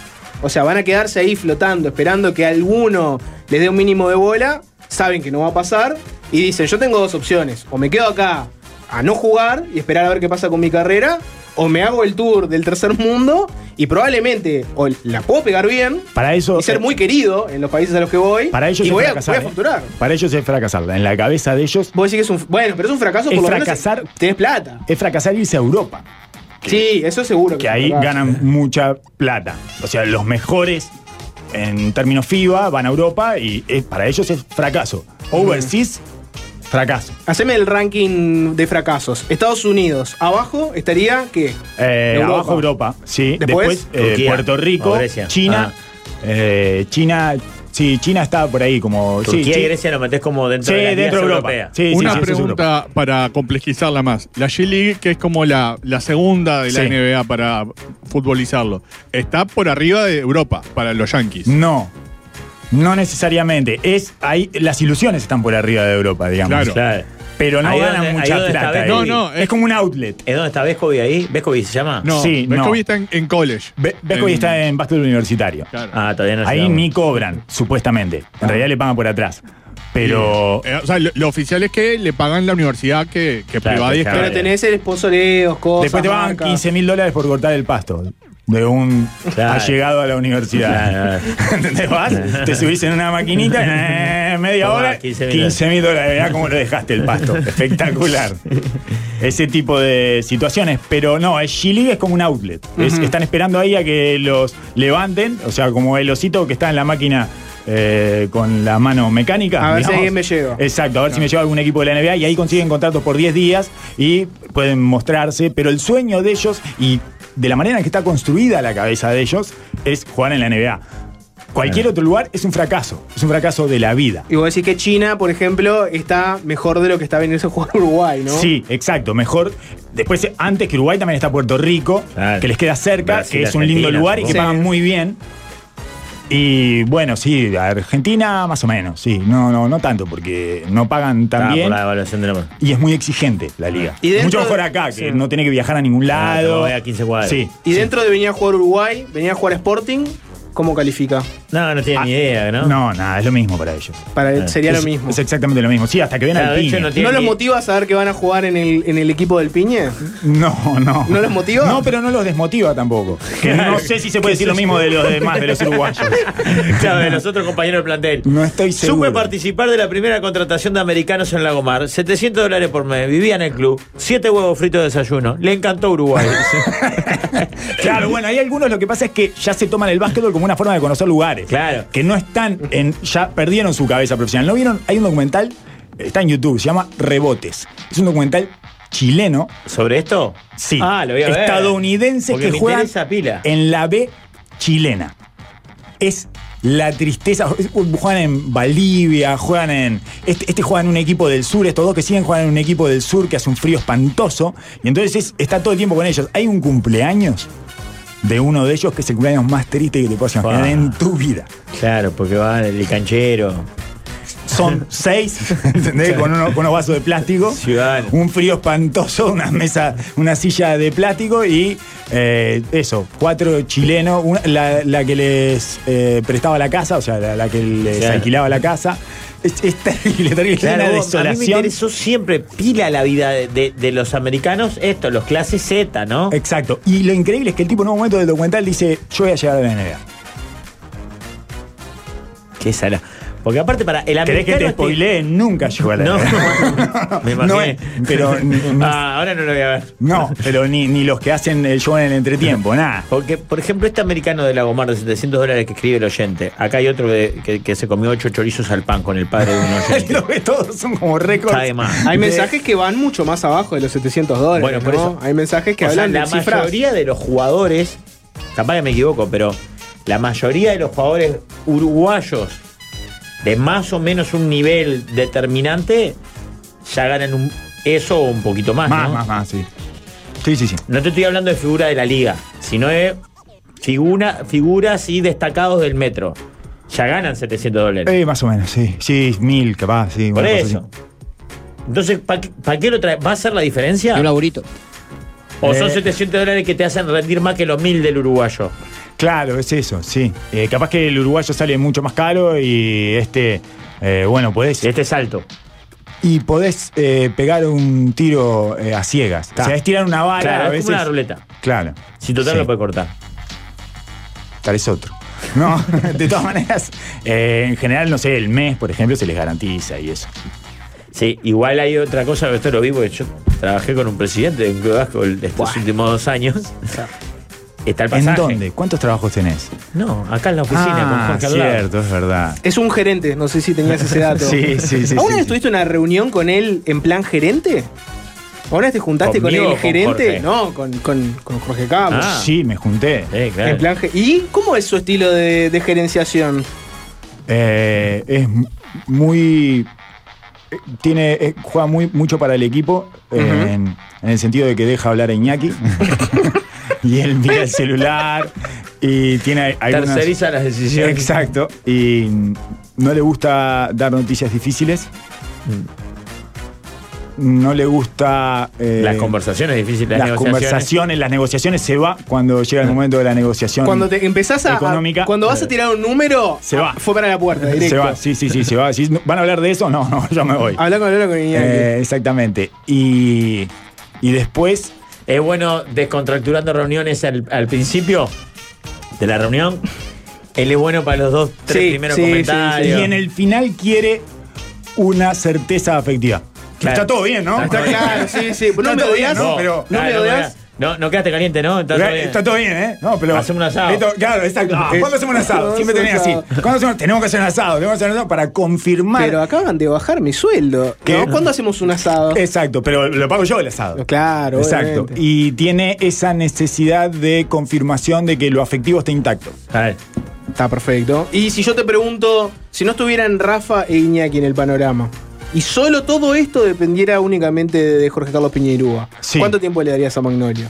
[SPEAKER 7] O sea, van a quedarse ahí flotando, esperando que alguno les dé un mínimo de bola. Saben que no va a pasar. Y dicen, yo tengo dos opciones. O me quedo acá a no jugar y esperar a ver qué pasa con mi carrera. O me hago el tour del tercer mundo y probablemente o la puedo pegar bien
[SPEAKER 4] Para eso.
[SPEAKER 7] y ser muy querido en los países a los que voy.
[SPEAKER 4] para ellos
[SPEAKER 7] y
[SPEAKER 4] es
[SPEAKER 7] voy a,
[SPEAKER 4] fracasar.
[SPEAKER 7] voy a
[SPEAKER 4] ¿eh?
[SPEAKER 7] facturar.
[SPEAKER 4] Para ellos es fracasar. En la cabeza de ellos
[SPEAKER 7] Vos decís que es un. Bueno, pero es un fracaso
[SPEAKER 4] Es
[SPEAKER 7] por lo menos
[SPEAKER 4] fracasar-
[SPEAKER 7] Tenés plata.
[SPEAKER 4] es fracasar irse a Europa.
[SPEAKER 7] Sí, eso seguro.
[SPEAKER 4] Que
[SPEAKER 7] es
[SPEAKER 4] ahí
[SPEAKER 7] verdad.
[SPEAKER 4] ganan mucha plata. O sea, los mejores en términos FIBA van a Europa y eh, para ellos es fracaso. Overseas, fracaso.
[SPEAKER 7] Haceme el ranking de fracasos. Estados Unidos, abajo estaría ¿qué?
[SPEAKER 4] Eh,
[SPEAKER 7] Europa.
[SPEAKER 4] Abajo Europa, sí.
[SPEAKER 7] Después,
[SPEAKER 4] Después, eh,
[SPEAKER 6] Turquía,
[SPEAKER 4] Puerto
[SPEAKER 6] o
[SPEAKER 4] Rico,
[SPEAKER 6] Grecia. Ah.
[SPEAKER 4] China. eh, China, sí, China está por ahí como... sí,
[SPEAKER 6] Turquía y
[SPEAKER 4] sí.
[SPEAKER 6] Grecia lo metés como dentro
[SPEAKER 4] Sí,
[SPEAKER 6] de la
[SPEAKER 4] dentro de Europa.
[SPEAKER 6] europea.
[SPEAKER 4] Sí, sí,
[SPEAKER 8] Una
[SPEAKER 4] sí, eso es Europa.
[SPEAKER 8] pregunta para complejizarla más. La G-League, que es como la, la segunda de la
[SPEAKER 4] Sí.
[SPEAKER 8] NBA para futbolizarlo, está por arriba de Europa, para los Yankees.
[SPEAKER 4] No, no necesariamente. Es ahí, las ilusiones están por arriba de Europa, digamos.
[SPEAKER 8] Claro.
[SPEAKER 6] Claro.
[SPEAKER 4] Pero no
[SPEAKER 6] Ahí
[SPEAKER 4] ganan
[SPEAKER 6] donde- ahí
[SPEAKER 4] mucha
[SPEAKER 6] donde está
[SPEAKER 4] plata.
[SPEAKER 6] Vescovi.
[SPEAKER 4] eh.
[SPEAKER 8] No, no,
[SPEAKER 4] es,
[SPEAKER 8] es-
[SPEAKER 4] como un outlet.
[SPEAKER 6] ¿Es donde está Vescovi ahí? ¿Vescovi se llama?
[SPEAKER 8] No,
[SPEAKER 4] Sí, no.
[SPEAKER 8] Vescovi está en, en college.
[SPEAKER 4] Be- Vescovi
[SPEAKER 8] En-
[SPEAKER 4] está en básquet universitario.
[SPEAKER 8] Claro.
[SPEAKER 6] Ah, todavía no
[SPEAKER 4] Ahí
[SPEAKER 6] llegamos.
[SPEAKER 4] ni cobran, supuestamente. En realidad le pagan por atrás. Pero
[SPEAKER 8] Eh, o sea, lo, lo oficial es que le pagan la universidad que, que
[SPEAKER 6] Claro,
[SPEAKER 8] privada y es
[SPEAKER 6] claro.
[SPEAKER 7] Pero
[SPEAKER 8] cara.
[SPEAKER 7] tenés el esponsoreos, cosas.
[SPEAKER 4] después te pagan
[SPEAKER 7] marcas.
[SPEAKER 4] 15 mil dólares por cortar el pasto. De un
[SPEAKER 6] Claro.
[SPEAKER 4] allegado a la universidad.
[SPEAKER 6] Claro,
[SPEAKER 4] Te vas, te subís en una maquinita, eh, media
[SPEAKER 6] Tomá,
[SPEAKER 4] hora,
[SPEAKER 6] 15.000
[SPEAKER 4] 15 mil dólares. Mirá cómo lo dejaste el pasto. Espectacular. Ese tipo de situaciones. Pero no, el Chile es como un outlet. Es- están esperando ahí a que los levanten. O sea, como el osito que está en la máquina. eh, con la mano mecánica.
[SPEAKER 7] A ver si alguien me lleva.
[SPEAKER 4] Exacto, a ver si me lleva algún equipo de la NBA y ahí consiguen contratos por 10 días y pueden mostrarse, pero el sueño de ellos y de la manera en que está construida la cabeza de ellos es jugar en la NBA. Cualquier otro lugar es un fracaso, es un fracaso de la vida.
[SPEAKER 7] Y vos decís que China, por ejemplo, está mejor de lo que está veniendo a jugar a Uruguay, ¿no?
[SPEAKER 4] Sí, exacto. Mejor. Después, eh, antes que Uruguay también está Puerto Rico,
[SPEAKER 6] Claro.
[SPEAKER 4] que les queda cerca,
[SPEAKER 6] Brasil,
[SPEAKER 4] que es un lindo
[SPEAKER 6] Argentina,
[SPEAKER 4] lugar y que
[SPEAKER 7] supongo.
[SPEAKER 4] pagan
[SPEAKER 7] Sí.
[SPEAKER 4] muy bien. Y bueno, sí, Argentina más o menos, sí. No, no, no tanto, porque no pagan tan
[SPEAKER 6] Estaba
[SPEAKER 4] bien.
[SPEAKER 6] por la evaluación de la mano.
[SPEAKER 4] Y es muy exigente la liga.
[SPEAKER 7] Y dentro
[SPEAKER 4] Mucho mejor
[SPEAKER 7] de-
[SPEAKER 4] acá, que
[SPEAKER 7] sí.
[SPEAKER 4] no tiene que viajar a ningún
[SPEAKER 6] Ah, te
[SPEAKER 4] lado.
[SPEAKER 6] voy a 15 cuadras.
[SPEAKER 4] Sí.
[SPEAKER 7] Y dentro de venir a jugar a Uruguay, venir a jugar a Sporting, ¿Cómo califica?
[SPEAKER 6] No, no tiene
[SPEAKER 4] Ah,
[SPEAKER 6] ni idea, ¿no?
[SPEAKER 4] No, nada, es lo mismo para ellos.
[SPEAKER 7] Para él
[SPEAKER 6] Ah,
[SPEAKER 7] sería
[SPEAKER 4] Es-
[SPEAKER 7] lo mismo.
[SPEAKER 4] Es exactamente lo mismo. Sí, hasta que ven
[SPEAKER 6] Claro,
[SPEAKER 4] al
[SPEAKER 6] de hecho,
[SPEAKER 4] piñe.
[SPEAKER 6] no tiene
[SPEAKER 7] ¿No los
[SPEAKER 6] ni-
[SPEAKER 7] motiva a saber que van a jugar en el, en el equipo del Piñe?
[SPEAKER 4] No, no.
[SPEAKER 7] ¿No los motiva?
[SPEAKER 4] No, pero no los desmotiva tampoco. Que no sé si se puede decir lo mismo de los demás, de los uruguayos.
[SPEAKER 6] Claro, de los otros compañeros del plantel.
[SPEAKER 4] No estoy seguro.
[SPEAKER 6] Supe participar de la primera contratación de americanos en Lagomar. 700 dólares por mes. Vivía en el club. Siete huevos fritos de desayuno. Le encantó Uruguay.
[SPEAKER 4] Claro, bueno, hay algunos lo que pasa es que ya se toman el básquetbol como una forma de conocer lugares.
[SPEAKER 6] Claro.
[SPEAKER 4] Que no están en. ya perdieron su cabeza profesional. ¿No vieron? Hay un documental, está en YouTube, se llama Rebotes. Es un documental chileno
[SPEAKER 6] ¿Sobre esto?
[SPEAKER 4] Sí.
[SPEAKER 6] Ah, lo voy a ver.
[SPEAKER 4] Estadounidenses
[SPEAKER 6] Porque
[SPEAKER 4] que
[SPEAKER 6] me
[SPEAKER 4] juegan
[SPEAKER 6] interesa pila.
[SPEAKER 4] en la B chilena. Es la tristeza. Juegan en Bolivia, juegan en. Este, este juega en un equipo del sur, estos dos que siguen juegan en un equipo del sur que hace un frío espantoso. Y entonces es- está todo el tiempo con ellos. Hay un cumpleaños de uno de ellos que es el cumpleaños más triste que te puedas imaginar
[SPEAKER 6] Ah.
[SPEAKER 4] en tu vida.
[SPEAKER 6] Claro, porque va el canchero.
[SPEAKER 4] Son seis, ¿entendés? Con, uno- con unos vasos de plástico.
[SPEAKER 6] Ciudadano.
[SPEAKER 4] Un frío espantoso, una mesa, una silla de plástico y eh, eso, cuatro chilenos, una- la, la que les eh, prestaba la casa, o sea, la, la que les
[SPEAKER 6] Claro.
[SPEAKER 4] alquilaba la casa. Es, es terrible, terrible,
[SPEAKER 6] Claro,
[SPEAKER 4] una
[SPEAKER 6] vos, a mí me
[SPEAKER 4] desolación.
[SPEAKER 6] interesó siempre pila la vida de, de- de los americanos. Esto, los clases Z, ¿no?
[SPEAKER 4] Exacto. Y lo increíble es que el tipo en un momento del documental dice, yo voy a llegar a la NBA.
[SPEAKER 6] Qué sala. Porque aparte para el
[SPEAKER 4] ¿Querés
[SPEAKER 6] americano...
[SPEAKER 4] que te
[SPEAKER 6] este-
[SPEAKER 4] spoilee? Nunca llegó a la
[SPEAKER 6] No,
[SPEAKER 4] NBA.
[SPEAKER 6] me
[SPEAKER 4] No
[SPEAKER 6] imaginé.
[SPEAKER 4] es- pero n- no-
[SPEAKER 6] Ah, ahora no lo voy a ver.
[SPEAKER 4] No, pero ni, ni los que hacen el show en el entretiempo, nada.
[SPEAKER 6] Porque, por ejemplo, este americano de Lagomar de 700 dólares que escribe el oyente. Acá hay otro de- que, que se comió ocho chorizos al pan con el padre de un oyente.
[SPEAKER 4] Lo que todos son como récords.
[SPEAKER 6] Está de más.
[SPEAKER 7] Hay
[SPEAKER 4] De-
[SPEAKER 7] mensajes que van mucho más abajo de los 700 dólares.
[SPEAKER 6] Bueno, por
[SPEAKER 7] ¿no?
[SPEAKER 6] eso.
[SPEAKER 7] Hay mensajes que
[SPEAKER 6] O sea,
[SPEAKER 7] hablan
[SPEAKER 6] la
[SPEAKER 7] de cifras.
[SPEAKER 6] mayoría de los jugadores, capaz que me equivoco, pero la mayoría de los jugadores uruguayos de más o menos un nivel determinante ya ganan un- eso o un poquito más.
[SPEAKER 4] Más,
[SPEAKER 6] ¿no?
[SPEAKER 4] más, más, sí. Sí, sí, sí.
[SPEAKER 6] No te estoy hablando de figura de la liga, sino de figura, figuras y destacados del metro. Ya ganan 700 dólares.
[SPEAKER 4] Eh, más o menos, sí. Sí, mil, capaz, sí.
[SPEAKER 6] Por
[SPEAKER 4] una cosa
[SPEAKER 6] eso. Entonces, ¿para qué, pa' qué lo trae? ¿Va a ser la diferencia?
[SPEAKER 1] un laburito.
[SPEAKER 6] ¿O son
[SPEAKER 4] Eh.
[SPEAKER 6] 700 dólares que te hacen rendir más que los 1000 del uruguayo?
[SPEAKER 4] así. Claro, es eso, sí. Eh, capaz que el uruguayo sale mucho más caro y este, eh, bueno, podés.
[SPEAKER 6] Este salto.
[SPEAKER 4] Y podés eh, pegar un tiro eh, a ciegas.
[SPEAKER 6] Ta.
[SPEAKER 4] O sea, es tirar una bala
[SPEAKER 6] Claro,
[SPEAKER 4] a
[SPEAKER 6] es
[SPEAKER 4] veces.
[SPEAKER 6] como una ruleta.
[SPEAKER 4] Claro.
[SPEAKER 6] Si total
[SPEAKER 4] Sí.
[SPEAKER 6] lo puede cortar.
[SPEAKER 4] Tal es otro. No, de todas maneras, eh, en general, no sé, el mes, por ejemplo, se les garantiza y eso.
[SPEAKER 6] Sí, igual hay otra cosa, esto lo vi porque yo trabajé con un presidente de un club de básquetbol de estos últimos dos años. Está el pasaje.
[SPEAKER 4] ¿En dónde? ¿Cuántos trabajos tenés?
[SPEAKER 6] No, acá en la oficina con
[SPEAKER 4] ah,
[SPEAKER 6] Jorge al lado.
[SPEAKER 4] cierto, es verdad.
[SPEAKER 7] Es un gerente, no sé si tenías ese dato.
[SPEAKER 4] Sí, sí, sí,
[SPEAKER 7] ¿Alguna
[SPEAKER 4] sí,
[SPEAKER 7] vez
[SPEAKER 4] sí.
[SPEAKER 7] tuviste una reunión con él en plan gerente? ¿Ahora te juntaste con
[SPEAKER 6] ¿Conmigo o
[SPEAKER 7] el
[SPEAKER 6] con Jorge?
[SPEAKER 7] gerente? No, con, con- con Jorge Campos.
[SPEAKER 6] Ah.
[SPEAKER 4] Sí, me junté.
[SPEAKER 6] Eh, claro.
[SPEAKER 7] En plan ge- ¿Y cómo es su estilo de, de gerenciación?
[SPEAKER 4] Eh, es m- muy. eh, Tiene, eh, juega muy, mucho para el equipo eh,
[SPEAKER 7] Ujú.
[SPEAKER 4] en, en el sentido de que deja hablar a Iñaki y él mira el celular y tiene algunas.
[SPEAKER 6] Terceriza las decisiones.
[SPEAKER 4] Exacto. Y mm, no le gusta dar noticias difíciles. No le gusta. eh,
[SPEAKER 6] Las conversaciones difíciles, las,
[SPEAKER 4] las
[SPEAKER 6] negociaciones.
[SPEAKER 4] conversaciones, las negociaciones se va cuando llega el momento de la negociación.
[SPEAKER 7] Cuando te empezás a,
[SPEAKER 4] Mm. económica. Eh,
[SPEAKER 7] a- Cuando vas a tirar un número,
[SPEAKER 4] Se va.
[SPEAKER 7] ah, fue para la puerta, directo. Ah,
[SPEAKER 4] Se va, sí, sí, sí, se va. Sí, ¿Van a hablar de eso? No, no, yo me voy.
[SPEAKER 7] Habla con habla con Iñaki.
[SPEAKER 4] Eh, exactamente. Y, y después,
[SPEAKER 6] Es bueno descontracturando reuniones al, al principio de la reunión. Él es bueno para los dos, tres
[SPEAKER 7] Sí,
[SPEAKER 6] primeros
[SPEAKER 7] sí, sí,
[SPEAKER 4] y
[SPEAKER 6] comentarios.
[SPEAKER 4] en el final quiere una certeza afectiva.
[SPEAKER 6] Claro.
[SPEAKER 4] Está todo bien, ¿no?
[SPEAKER 7] Ah, Está claro, sí, sí.
[SPEAKER 4] Está
[SPEAKER 7] No me
[SPEAKER 4] todo bien,
[SPEAKER 7] odias,
[SPEAKER 4] ¿no?
[SPEAKER 7] no,
[SPEAKER 4] Pero-
[SPEAKER 7] me
[SPEAKER 6] Claro,
[SPEAKER 7] odias.
[SPEAKER 6] No, no quedaste caliente, ¿no? Está todo bien.
[SPEAKER 4] Está todo bien, ¿eh? No, pero.
[SPEAKER 6] Hacemos un asado.
[SPEAKER 4] Esto- claro, exacto.
[SPEAKER 6] Ah.
[SPEAKER 4] ¿Cuándo hacemos un asado?
[SPEAKER 7] Vamos
[SPEAKER 4] Siempre
[SPEAKER 7] a un
[SPEAKER 4] tenés así.
[SPEAKER 7] asado.
[SPEAKER 4] ¿Cuándo hacemos? Tenemos que hacer un asado. Tenemos que hacer un asado para confirmar.
[SPEAKER 7] Pero acaban de bajar mi sueldo.
[SPEAKER 4] ¿Qué?
[SPEAKER 7] ¿no? ¿Cuándo hacemos un asado?
[SPEAKER 4] Exacto, pero lo pago yo el asado.
[SPEAKER 7] Claro,
[SPEAKER 4] Exacto.
[SPEAKER 7] obviamente.
[SPEAKER 4] Y tiene esa necesidad de confirmación de que lo afectivo está intacto.
[SPEAKER 6] A ver,
[SPEAKER 7] Está perfecto. Y si yo te pregunto, si no estuvieran Rafa e Iñaki en el panorama, y solo todo esto dependiera únicamente de Jorge Carlos Piñeirúa,
[SPEAKER 4] Sí.
[SPEAKER 7] ¿cuánto tiempo le darías a Magnolio?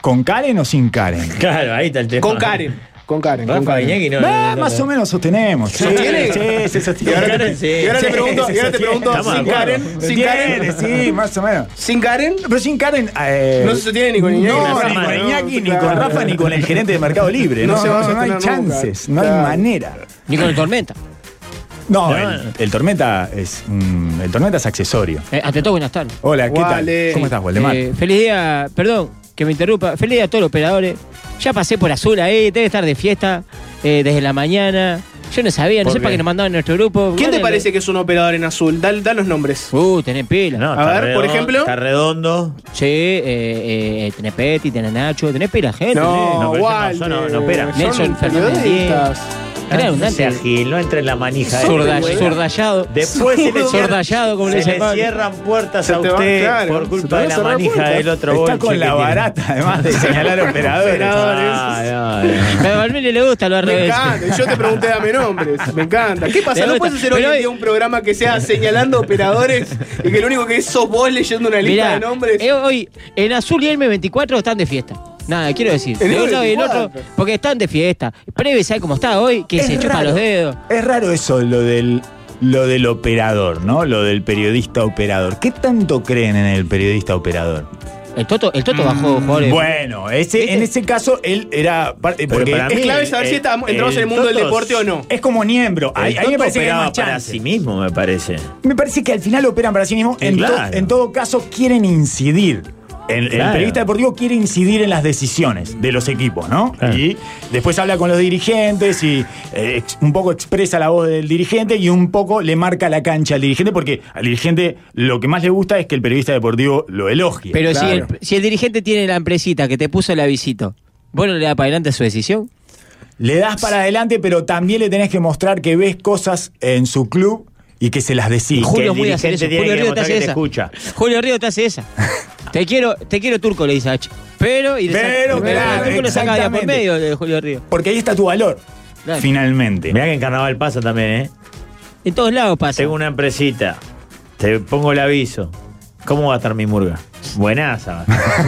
[SPEAKER 4] ¿Con Karen o sin Karen?
[SPEAKER 6] claro, ahí está el tema.
[SPEAKER 7] Con Karen. Con Karen. con
[SPEAKER 6] Rafa
[SPEAKER 7] Karen.
[SPEAKER 6] Iñaki no.
[SPEAKER 4] Ah,
[SPEAKER 6] no, no,
[SPEAKER 4] más
[SPEAKER 6] no.
[SPEAKER 4] o menos sostenemos. Sí,
[SPEAKER 7] ¿Sostiene?
[SPEAKER 4] sí, se sostiene.
[SPEAKER 6] Y ahora te- y ahora te
[SPEAKER 7] pregunto- y ahora te pregunto,
[SPEAKER 4] Estamos
[SPEAKER 6] sin
[SPEAKER 4] de acuerdo.
[SPEAKER 7] Karen, sin
[SPEAKER 4] Sostiene, Sí, más o menos.
[SPEAKER 7] Sin Karen,
[SPEAKER 4] Pero sin Karen. eh,
[SPEAKER 7] No se sostiene ni con Iñaki,
[SPEAKER 4] No,
[SPEAKER 7] ni con
[SPEAKER 4] ni
[SPEAKER 7] Rafa,
[SPEAKER 4] con
[SPEAKER 7] ¿no?
[SPEAKER 4] Iñaki, ni
[SPEAKER 7] Claro.
[SPEAKER 4] con Rafa, ni con el gerente de Mercado Libre.
[SPEAKER 7] No
[SPEAKER 4] No,
[SPEAKER 7] se va a
[SPEAKER 4] no, no hay
[SPEAKER 7] sostener nunca.
[SPEAKER 4] chances, no hay
[SPEAKER 7] Claro.
[SPEAKER 4] manera.
[SPEAKER 1] Ni con el Tormenta.
[SPEAKER 4] No, el, el Tormenta es mm, el Tormenta es accesorio.
[SPEAKER 1] Eh, ante todo, buenas tardes.
[SPEAKER 4] Hola, ¿qué
[SPEAKER 7] Wale.
[SPEAKER 4] tal? ¿Cómo estás, Waldemar?
[SPEAKER 1] Eh, feliz día, perdón que me interrumpa. Feliz día a todos los operadores. Ya pasé por azul ahí, debe estar de fiesta eh, desde la mañana. Yo no sabía, no
[SPEAKER 6] ¿Por
[SPEAKER 1] sé para
[SPEAKER 6] qué?
[SPEAKER 1] qué nos mandaban en nuestro grupo.
[SPEAKER 7] ¿quién te
[SPEAKER 1] Mándale.
[SPEAKER 7] parece que es un operador en azul? Da, da los nombres.
[SPEAKER 1] Uh, tenés pila.
[SPEAKER 6] No,
[SPEAKER 7] A
[SPEAKER 6] está
[SPEAKER 7] ver, por
[SPEAKER 6] redondo-
[SPEAKER 7] ejemplo.
[SPEAKER 6] Está redondo.
[SPEAKER 1] Sí, eh, eh, tenés Peti, tenés Nacho, tenés pila de gente.
[SPEAKER 6] no, pero
[SPEAKER 7] Walter.
[SPEAKER 6] yo no- yo no, no, espera.
[SPEAKER 7] Son
[SPEAKER 1] Nelson Fernández
[SPEAKER 7] periodistas.
[SPEAKER 1] Era
[SPEAKER 6] No sea
[SPEAKER 1] abundante.
[SPEAKER 6] Gil, no entre en la manija. eh.
[SPEAKER 1] Zurda-
[SPEAKER 6] Bueno.
[SPEAKER 1] Zurdallado.
[SPEAKER 6] Después se le, cierra-
[SPEAKER 1] Zurdallado, como le
[SPEAKER 6] se
[SPEAKER 1] dicen.
[SPEAKER 6] le
[SPEAKER 1] Pablo.
[SPEAKER 6] cierran puertas
[SPEAKER 7] Se
[SPEAKER 6] a
[SPEAKER 7] te va,
[SPEAKER 6] usted
[SPEAKER 7] claro,
[SPEAKER 6] por
[SPEAKER 7] se te
[SPEAKER 6] culpa
[SPEAKER 7] van
[SPEAKER 6] de
[SPEAKER 7] a
[SPEAKER 6] la
[SPEAKER 7] cerrar
[SPEAKER 6] manija
[SPEAKER 7] puertas.
[SPEAKER 6] del otro
[SPEAKER 4] Está
[SPEAKER 6] bolche que
[SPEAKER 4] con la
[SPEAKER 6] tiene.
[SPEAKER 4] barata, además de señalar operadores.
[SPEAKER 6] Ah, no, no.
[SPEAKER 1] Pero a Barbieri le gusta lo al
[SPEAKER 7] Me
[SPEAKER 1] revés.
[SPEAKER 7] encanta, yo te pregunté dame nombres, me encanta. ¿Qué
[SPEAKER 1] Me
[SPEAKER 7] pasa? ¿No
[SPEAKER 1] gusta,
[SPEAKER 7] puedes hacer hoy
[SPEAKER 1] Este. pero
[SPEAKER 7] en
[SPEAKER 1] hoy-
[SPEAKER 7] día un programa que sea señalando operadores y que lo único que es sos vos leyendo una lista
[SPEAKER 1] Mirá,
[SPEAKER 7] de nombres?
[SPEAKER 1] eh, hoy en Azul y el M24 están de fiesta. Nada, quiero decir.
[SPEAKER 7] ¿En
[SPEAKER 1] de un lado y el otro,
[SPEAKER 7] M24?
[SPEAKER 1] porque están de fiesta. Preve, ¿sabes cómo está hoy? Que
[SPEAKER 4] Es
[SPEAKER 1] se chupa
[SPEAKER 4] raro.
[SPEAKER 1] los dedos.
[SPEAKER 4] Es raro eso, lo del, lo del operador, ¿no? Lo del periodista operador. ¿Qué tanto creen en el periodista operador?
[SPEAKER 1] El Toto, el toto bajó
[SPEAKER 7] Mm.
[SPEAKER 1] jugadores.
[SPEAKER 4] Bueno, ese, en ese caso él era parte.
[SPEAKER 6] Pero
[SPEAKER 4] Porque
[SPEAKER 6] para
[SPEAKER 4] es,
[SPEAKER 6] mí,
[SPEAKER 7] clave saber si
[SPEAKER 4] eh,
[SPEAKER 7] estamos- entramos en el mundo del
[SPEAKER 6] Toto
[SPEAKER 7] deporte o no.
[SPEAKER 4] es como miembro. Ahí,
[SPEAKER 6] El
[SPEAKER 4] ahí me
[SPEAKER 6] Toto
[SPEAKER 4] parece que hay
[SPEAKER 6] operaba
[SPEAKER 4] más
[SPEAKER 6] para
[SPEAKER 4] chance.
[SPEAKER 6] sí mismo, me parece.
[SPEAKER 4] Me parece que al final operan para sí mismos.
[SPEAKER 6] Sí,
[SPEAKER 4] en, to-
[SPEAKER 6] claro.
[SPEAKER 4] en todo caso, quieren incidir. El, el
[SPEAKER 6] Claro.
[SPEAKER 4] periodista deportivo quiere incidir en las decisiones de los equipos, ¿no?
[SPEAKER 6] Claro.
[SPEAKER 4] Y después habla con los dirigentes y eh, ex- un poco expresa la voz del dirigente y un poco le marca la cancha al dirigente, porque al dirigente lo que más le gusta es que el periodista deportivo lo elogie.
[SPEAKER 1] Pero si, el, si el dirigente tiene la empresita que te puso la visita, ¿vos no le das para adelante su decisión?
[SPEAKER 4] Le das para adelante, pero también le tenés que mostrar que ves cosas en su club y que se las decís.
[SPEAKER 6] Ju-
[SPEAKER 1] Julio
[SPEAKER 6] el
[SPEAKER 1] Muy hace
[SPEAKER 6] dirigente
[SPEAKER 1] eso.
[SPEAKER 6] tiene
[SPEAKER 1] Julio
[SPEAKER 6] que
[SPEAKER 1] Río te
[SPEAKER 6] demostrar
[SPEAKER 1] hace
[SPEAKER 6] que te
[SPEAKER 1] esa.
[SPEAKER 6] escucha.
[SPEAKER 1] Julio Río te hace esa. Te quiero, te quiero turco, le dice H. Pero, y le saca-
[SPEAKER 4] Pero, claro,
[SPEAKER 1] turco le saca de a por
[SPEAKER 4] exactamente.
[SPEAKER 1] medio de Julio Río.
[SPEAKER 4] Porque ahí está tu valor,
[SPEAKER 1] Claro.
[SPEAKER 4] finalmente.
[SPEAKER 6] Mirá que en carnaval pasa también, ¿eh?
[SPEAKER 1] En todos lados pasa.
[SPEAKER 6] Tengo una empresita. Te pongo el aviso. ¿Cómo va a estar mi murga? Buenaza.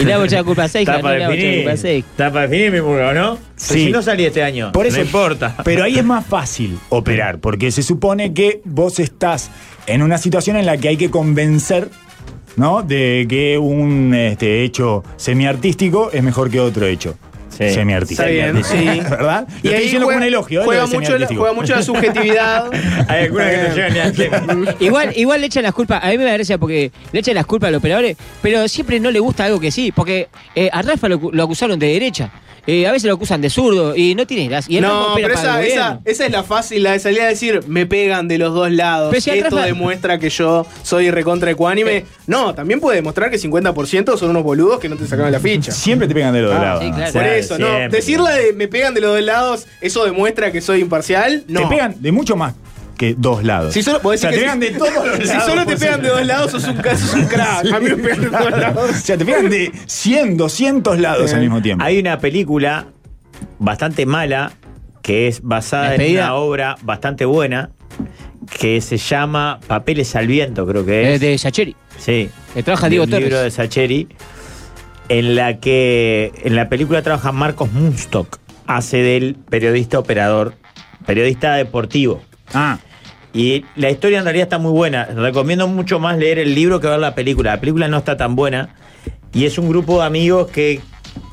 [SPEAKER 1] Y le hago ya culpa a Seija,
[SPEAKER 6] Está
[SPEAKER 1] no le
[SPEAKER 6] para
[SPEAKER 1] hago ya
[SPEAKER 6] definir.
[SPEAKER 1] culpa a Seija.
[SPEAKER 6] Está para definir mi murga, ¿o ¿no?
[SPEAKER 4] Sí.
[SPEAKER 6] Pero Si no salí este año.
[SPEAKER 4] Por eso,
[SPEAKER 6] No importa.
[SPEAKER 4] Pero ahí es más fácil operar, porque se supone que vos estás en una situación en la que hay que convencer, ¿no? De que un este, hecho semiartístico es mejor que otro hecho.
[SPEAKER 6] Sí.
[SPEAKER 4] Semiartístico.
[SPEAKER 7] Está bien, sí.
[SPEAKER 4] ¿Verdad? Lo estoy diciendo como
[SPEAKER 7] juega,
[SPEAKER 4] un elogio, ¿eh?
[SPEAKER 7] juega
[SPEAKER 4] lo de
[SPEAKER 7] mucho, la,
[SPEAKER 4] semiartístico.
[SPEAKER 7] juega mucho la subjetividad.
[SPEAKER 6] Hay algunas que no llegan ni al tema.
[SPEAKER 1] Igual, igual le echan las culpas, a mí me da gracia porque le echan las culpas a los operadores, pero siempre no le gusta algo que sí, porque eh, a Rafa lo, lo acusaron de derecha, eh, a veces lo acusan de zurdo y no tiene gracia. Y él
[SPEAKER 7] No,
[SPEAKER 1] opera
[SPEAKER 7] pero
[SPEAKER 1] para
[SPEAKER 7] esa,
[SPEAKER 1] el
[SPEAKER 7] esa,
[SPEAKER 1] gobierno.
[SPEAKER 7] esa es la fácil, la de salir a decir, me pegan de los dos lados.
[SPEAKER 1] Pero si atrás
[SPEAKER 7] Esto
[SPEAKER 1] la-
[SPEAKER 7] demuestra que yo soy recontra ecuánime. No, también puede demostrar que 50% son unos boludos que no te sacaron la ficha.
[SPEAKER 4] Siempre te pegan de los
[SPEAKER 7] Ah,
[SPEAKER 4] lados.
[SPEAKER 1] sí, claro.
[SPEAKER 7] Por
[SPEAKER 6] Claro,
[SPEAKER 7] eso, no.
[SPEAKER 6] siempre.
[SPEAKER 7] Decirla de me pegan de los dos lados, eso demuestra que soy imparcial. No.
[SPEAKER 4] Te pegan de mucho más que dos lados.
[SPEAKER 7] Si solo,
[SPEAKER 4] O
[SPEAKER 7] podés
[SPEAKER 4] sea,
[SPEAKER 7] decir
[SPEAKER 4] te
[SPEAKER 7] que
[SPEAKER 4] pegan
[SPEAKER 7] si-
[SPEAKER 4] de todos los
[SPEAKER 7] Si
[SPEAKER 4] lados.
[SPEAKER 7] solo te
[SPEAKER 4] pues,
[SPEAKER 7] pegan de dos lados, sos un, ca- sos un crack. A mí me pegan de todos lados.
[SPEAKER 4] O sea, te pegan de 100, 200 lados al mismo tiempo.
[SPEAKER 6] Hay una película bastante mala que es basada en
[SPEAKER 1] Despedida.
[SPEAKER 6] una obra bastante buena que se llama Papeles al viento, creo que
[SPEAKER 1] Eh,
[SPEAKER 6] es.
[SPEAKER 1] de Sacheri,
[SPEAKER 6] sí.
[SPEAKER 1] que trabaja
[SPEAKER 6] de
[SPEAKER 1] Diego
[SPEAKER 6] un libro de
[SPEAKER 1] Torres.
[SPEAKER 6] Sacheri en la que en la película trabaja Marcos Munstock, hace del periodista operador, periodista deportivo.
[SPEAKER 4] Ah,
[SPEAKER 6] Y la historia en realidad está muy buena. Recomiendo mucho más leer el libro que ver la película. La película no está tan buena. Y es un grupo de amigos que,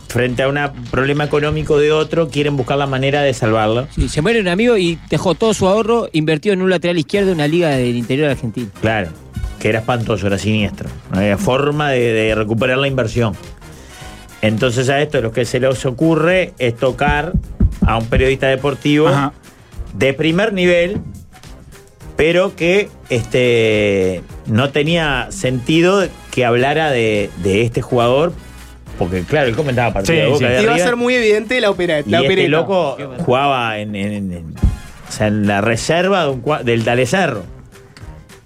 [SPEAKER 6] frente a un problema económico de otro, quieren buscar la manera de salvarlo.
[SPEAKER 1] Sí, se muere un amigo y dejó todo su ahorro invertido en un lateral izquierdo de una liga del interior argentino.
[SPEAKER 6] Claro, que era espantoso, era siniestro. No había forma de, de recuperar la inversión. Entonces a esto lo que se les ocurre es tocar a un periodista deportivo
[SPEAKER 4] Ajá.
[SPEAKER 6] de primer nivel, pero que este, no tenía sentido que hablara de, de este jugador, porque claro, él comentaba partido
[SPEAKER 4] Sí,
[SPEAKER 6] de Boca
[SPEAKER 4] sí.
[SPEAKER 6] de
[SPEAKER 7] Iba a
[SPEAKER 6] River,
[SPEAKER 7] ser muy evidente la opera.
[SPEAKER 6] y
[SPEAKER 7] La
[SPEAKER 6] este
[SPEAKER 7] opereta.
[SPEAKER 6] loco jugaba en, en- en- en- o sea, en la reserva de un cua- del Talecerro.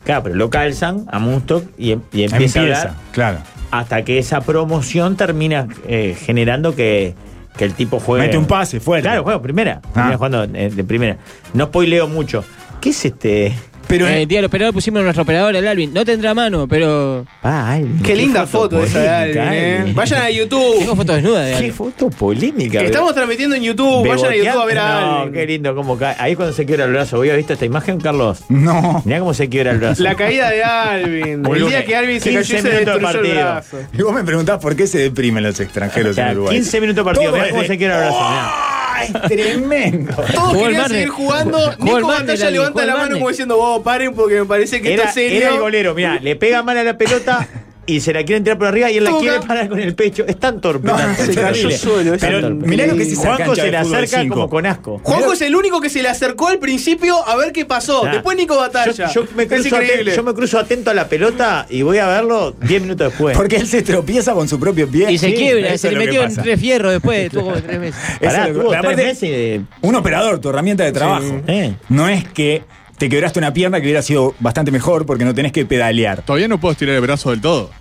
[SPEAKER 6] Claro, pero lo calzan a Mustoc y, em- y empieza,
[SPEAKER 4] empieza,
[SPEAKER 6] a hablar
[SPEAKER 4] claro.
[SPEAKER 6] hasta que esa promoción termina eh, generando que, que el tipo juegue.
[SPEAKER 4] Mete un pase fuerte.
[SPEAKER 6] Claro, juega primera.
[SPEAKER 4] Ah.
[SPEAKER 6] Termina jugando eh, de primera. No spoileo mucho. ¿Qué es este?
[SPEAKER 1] Pero el día del operador pusimos a nuestro operador, el Alvin. No tendrá mano, pero.
[SPEAKER 6] Ah, Alvin,
[SPEAKER 7] Qué linda foto, esa de Alvin,
[SPEAKER 6] polémica,
[SPEAKER 7] eh.
[SPEAKER 6] Alvin.
[SPEAKER 7] Vayan a YouTube.
[SPEAKER 1] Tengo fotos desnudas de
[SPEAKER 6] Qué
[SPEAKER 1] Alvin.
[SPEAKER 6] foto polémica.
[SPEAKER 7] Estamos transmitiendo en YouTube.
[SPEAKER 6] Beboteando.
[SPEAKER 7] Vayan a YouTube a ver a
[SPEAKER 6] No,
[SPEAKER 7] Alvin.
[SPEAKER 6] qué lindo cómo cae. Ahí es cuando se quiebra el brazo. ¿Habías visto esta imagen, Carlos?
[SPEAKER 4] No.
[SPEAKER 6] Mirá cómo se quiebra el brazo.
[SPEAKER 7] La caída de Alvin.
[SPEAKER 6] Boludo.
[SPEAKER 7] El día que Alvin se
[SPEAKER 6] 15
[SPEAKER 7] cayó y se
[SPEAKER 6] minutos de
[SPEAKER 7] destruyó el
[SPEAKER 6] partido.
[SPEAKER 7] brazo.
[SPEAKER 4] Y vos me preguntás por qué se deprimen los
[SPEAKER 6] O
[SPEAKER 4] extranjeros
[SPEAKER 6] sea,
[SPEAKER 4] en Uruguay.
[SPEAKER 6] 15 minutos de partido.
[SPEAKER 4] Todo
[SPEAKER 6] Mirá
[SPEAKER 4] es
[SPEAKER 6] cómo
[SPEAKER 4] de-
[SPEAKER 6] se quiebra el brazo. mirá.
[SPEAKER 4] ¡Ay, tremendo!
[SPEAKER 7] Todos
[SPEAKER 1] Jugó el
[SPEAKER 7] querían
[SPEAKER 1] Barney.
[SPEAKER 7] seguir jugando.
[SPEAKER 1] Jugó el
[SPEAKER 7] Nico
[SPEAKER 1] Barney, Lali,
[SPEAKER 7] Batalla
[SPEAKER 1] jugó
[SPEAKER 7] levanta
[SPEAKER 1] el
[SPEAKER 7] la mano
[SPEAKER 1] Barney.
[SPEAKER 7] como diciendo, vos paren porque me parece que
[SPEAKER 6] Era,
[SPEAKER 7] esto es
[SPEAKER 6] era el
[SPEAKER 7] serio.
[SPEAKER 6] golero, mirá, le pega mal a la pelota y se la quiere entrar por arriba y él la
[SPEAKER 7] Toca.
[SPEAKER 6] quiere parar con el pecho. Es tan torpe.
[SPEAKER 4] No,
[SPEAKER 6] tan
[SPEAKER 4] se
[SPEAKER 6] torpe,
[SPEAKER 4] cayó
[SPEAKER 6] terrible.
[SPEAKER 7] solo,
[SPEAKER 6] Tan
[SPEAKER 7] es tan
[SPEAKER 4] Pero
[SPEAKER 6] torpe.
[SPEAKER 7] torpe.
[SPEAKER 4] mirá lo que es esa
[SPEAKER 6] Juanjo
[SPEAKER 4] cancha
[SPEAKER 6] se
[SPEAKER 4] de
[SPEAKER 6] le
[SPEAKER 4] fútbol
[SPEAKER 6] acerca
[SPEAKER 4] cinco.
[SPEAKER 6] como con asco.
[SPEAKER 7] Juanjo es el único que se le acercó al principio a ver qué pasó.
[SPEAKER 6] Nah.
[SPEAKER 7] Después Nico Batalla.
[SPEAKER 6] Yo, yo me
[SPEAKER 7] es
[SPEAKER 6] cruzo
[SPEAKER 7] increíble.
[SPEAKER 6] atento, yo me cruzo atento a la pelota y voy a verlo 10 minutos después.
[SPEAKER 4] Porque él se tropieza con su propio pie.
[SPEAKER 1] Y se
[SPEAKER 4] Sí,
[SPEAKER 1] quiebra,
[SPEAKER 4] eso
[SPEAKER 1] se le
[SPEAKER 4] es lo que
[SPEAKER 1] metió en
[SPEAKER 4] pasa.
[SPEAKER 1] tres fierros después, tuvo como tres meses.
[SPEAKER 4] Eso
[SPEAKER 6] Pará,
[SPEAKER 4] es lo que-
[SPEAKER 6] tuvo tres
[SPEAKER 4] aparte,
[SPEAKER 6] meses de-
[SPEAKER 4] Un operador, tu herramienta de trabajo.
[SPEAKER 6] Eh.
[SPEAKER 4] No es que te quebraste una pierna que hubiera sido bastante mejor porque no tenés que pedalear.
[SPEAKER 8] Todavía no puedo estirar el brazo del todo.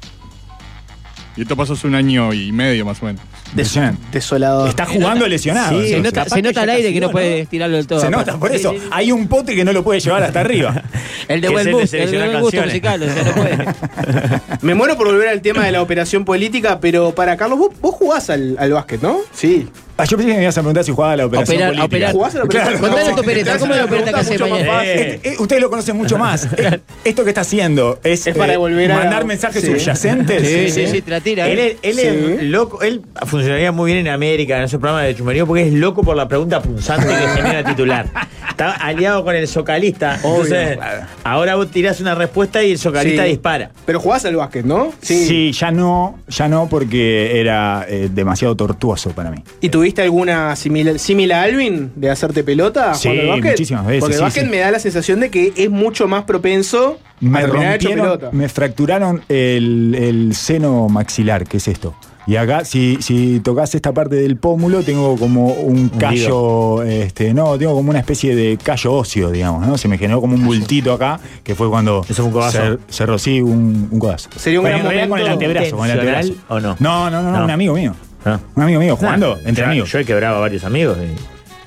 [SPEAKER 8] Y esto pasó hace un año y medio más o menos.
[SPEAKER 4] Impresionante.
[SPEAKER 7] Desolado.
[SPEAKER 4] Está jugando lesionado.
[SPEAKER 6] Sí,
[SPEAKER 4] O sea,
[SPEAKER 1] Se nota,
[SPEAKER 6] capaz
[SPEAKER 1] se
[SPEAKER 6] que
[SPEAKER 1] nota
[SPEAKER 6] ya
[SPEAKER 1] al aire
[SPEAKER 6] casi
[SPEAKER 1] que no
[SPEAKER 6] no,
[SPEAKER 1] puede
[SPEAKER 6] ¿no?
[SPEAKER 1] tirarlo del todo.
[SPEAKER 4] Se nota, por
[SPEAKER 1] Sí,
[SPEAKER 4] eso
[SPEAKER 1] sí, sí.
[SPEAKER 4] hay un potre que no lo puede llevar hasta arriba.
[SPEAKER 1] El de
[SPEAKER 6] Que es
[SPEAKER 1] buen
[SPEAKER 6] el de
[SPEAKER 1] gusto, el de
[SPEAKER 6] seleccionar
[SPEAKER 1] buen gusto
[SPEAKER 6] canciones.
[SPEAKER 1] musical, o sea, no puede.
[SPEAKER 7] Me muero por volver al tema de la operación política, pero para Carlos, vos, vos jugás al, al básquet, ¿no? Sí.
[SPEAKER 4] Ah, yo pensé que me ibas a preguntar si jugaba a la operación
[SPEAKER 1] Operar,
[SPEAKER 4] política.
[SPEAKER 1] operar.
[SPEAKER 7] ¿Jugás a la operación?
[SPEAKER 4] Claro.
[SPEAKER 1] Contanos tu
[SPEAKER 7] Te
[SPEAKER 1] opereta,
[SPEAKER 7] hace
[SPEAKER 1] ¿cómo es la
[SPEAKER 7] una
[SPEAKER 1] opereta que hace
[SPEAKER 7] pregunta mucho más
[SPEAKER 1] mañana?
[SPEAKER 6] fácil. Eh.
[SPEAKER 4] Eh, ustedes lo conocen mucho más. Eh, Esto que está haciendo es, eh,
[SPEAKER 7] Es para devolver a-
[SPEAKER 4] mandar mensajes
[SPEAKER 7] Sí.
[SPEAKER 4] subyacentes.
[SPEAKER 1] Sí, sí, sí, te la tira.
[SPEAKER 6] Él,
[SPEAKER 1] ¿eh?
[SPEAKER 6] es- él es loco, él funcionaría muy bien en América, en esos programas de chumerío, porque es loco por la pregunta punzante que genera titular. Está aliado con el socalista. entonces, ahora vos tirás una respuesta y el socalista
[SPEAKER 7] Sí.
[SPEAKER 6] dispara.
[SPEAKER 7] Pero jugás al básquet, ¿no?
[SPEAKER 4] Sí. ya no, ya no porque era eh, demasiado tortuoso para mí.
[SPEAKER 7] ¿Y tuviste alguna simila, símil a Alvin de hacerte pelota
[SPEAKER 4] Sí,
[SPEAKER 7] jugando al básquet?
[SPEAKER 4] muchísimas veces,
[SPEAKER 7] Porque el
[SPEAKER 4] sí,
[SPEAKER 7] básquet
[SPEAKER 4] sí.
[SPEAKER 7] me da la sensación de que es mucho más propenso
[SPEAKER 4] Me
[SPEAKER 7] a terminar hecho
[SPEAKER 4] rompieron,
[SPEAKER 7] pelota.
[SPEAKER 4] me fracturaron el, el seno maxilar, que es esto. Y acá, si, si tocas esta parte del pómulo, tengo como un callo, este, no, tengo como una especie de callo óseo, digamos, ¿no? Se me generó como un bultito acá, que fue cuando
[SPEAKER 6] Eso fue un codazo.
[SPEAKER 4] cer- cerró, sí, un, un codazo.
[SPEAKER 7] Sería un
[SPEAKER 4] Fue
[SPEAKER 7] gran
[SPEAKER 4] en realidad con el
[SPEAKER 7] momento
[SPEAKER 4] antebrazo, con el antebrazo.
[SPEAKER 6] ¿Intencional o no?
[SPEAKER 4] No, no, no, no,
[SPEAKER 6] No.
[SPEAKER 4] un amigo mío.
[SPEAKER 6] ¿no?
[SPEAKER 4] Un amigo mío jugando,
[SPEAKER 6] Nah,
[SPEAKER 4] entre
[SPEAKER 6] yo,
[SPEAKER 4] amigos.
[SPEAKER 6] Yo he quebrado a varios amigos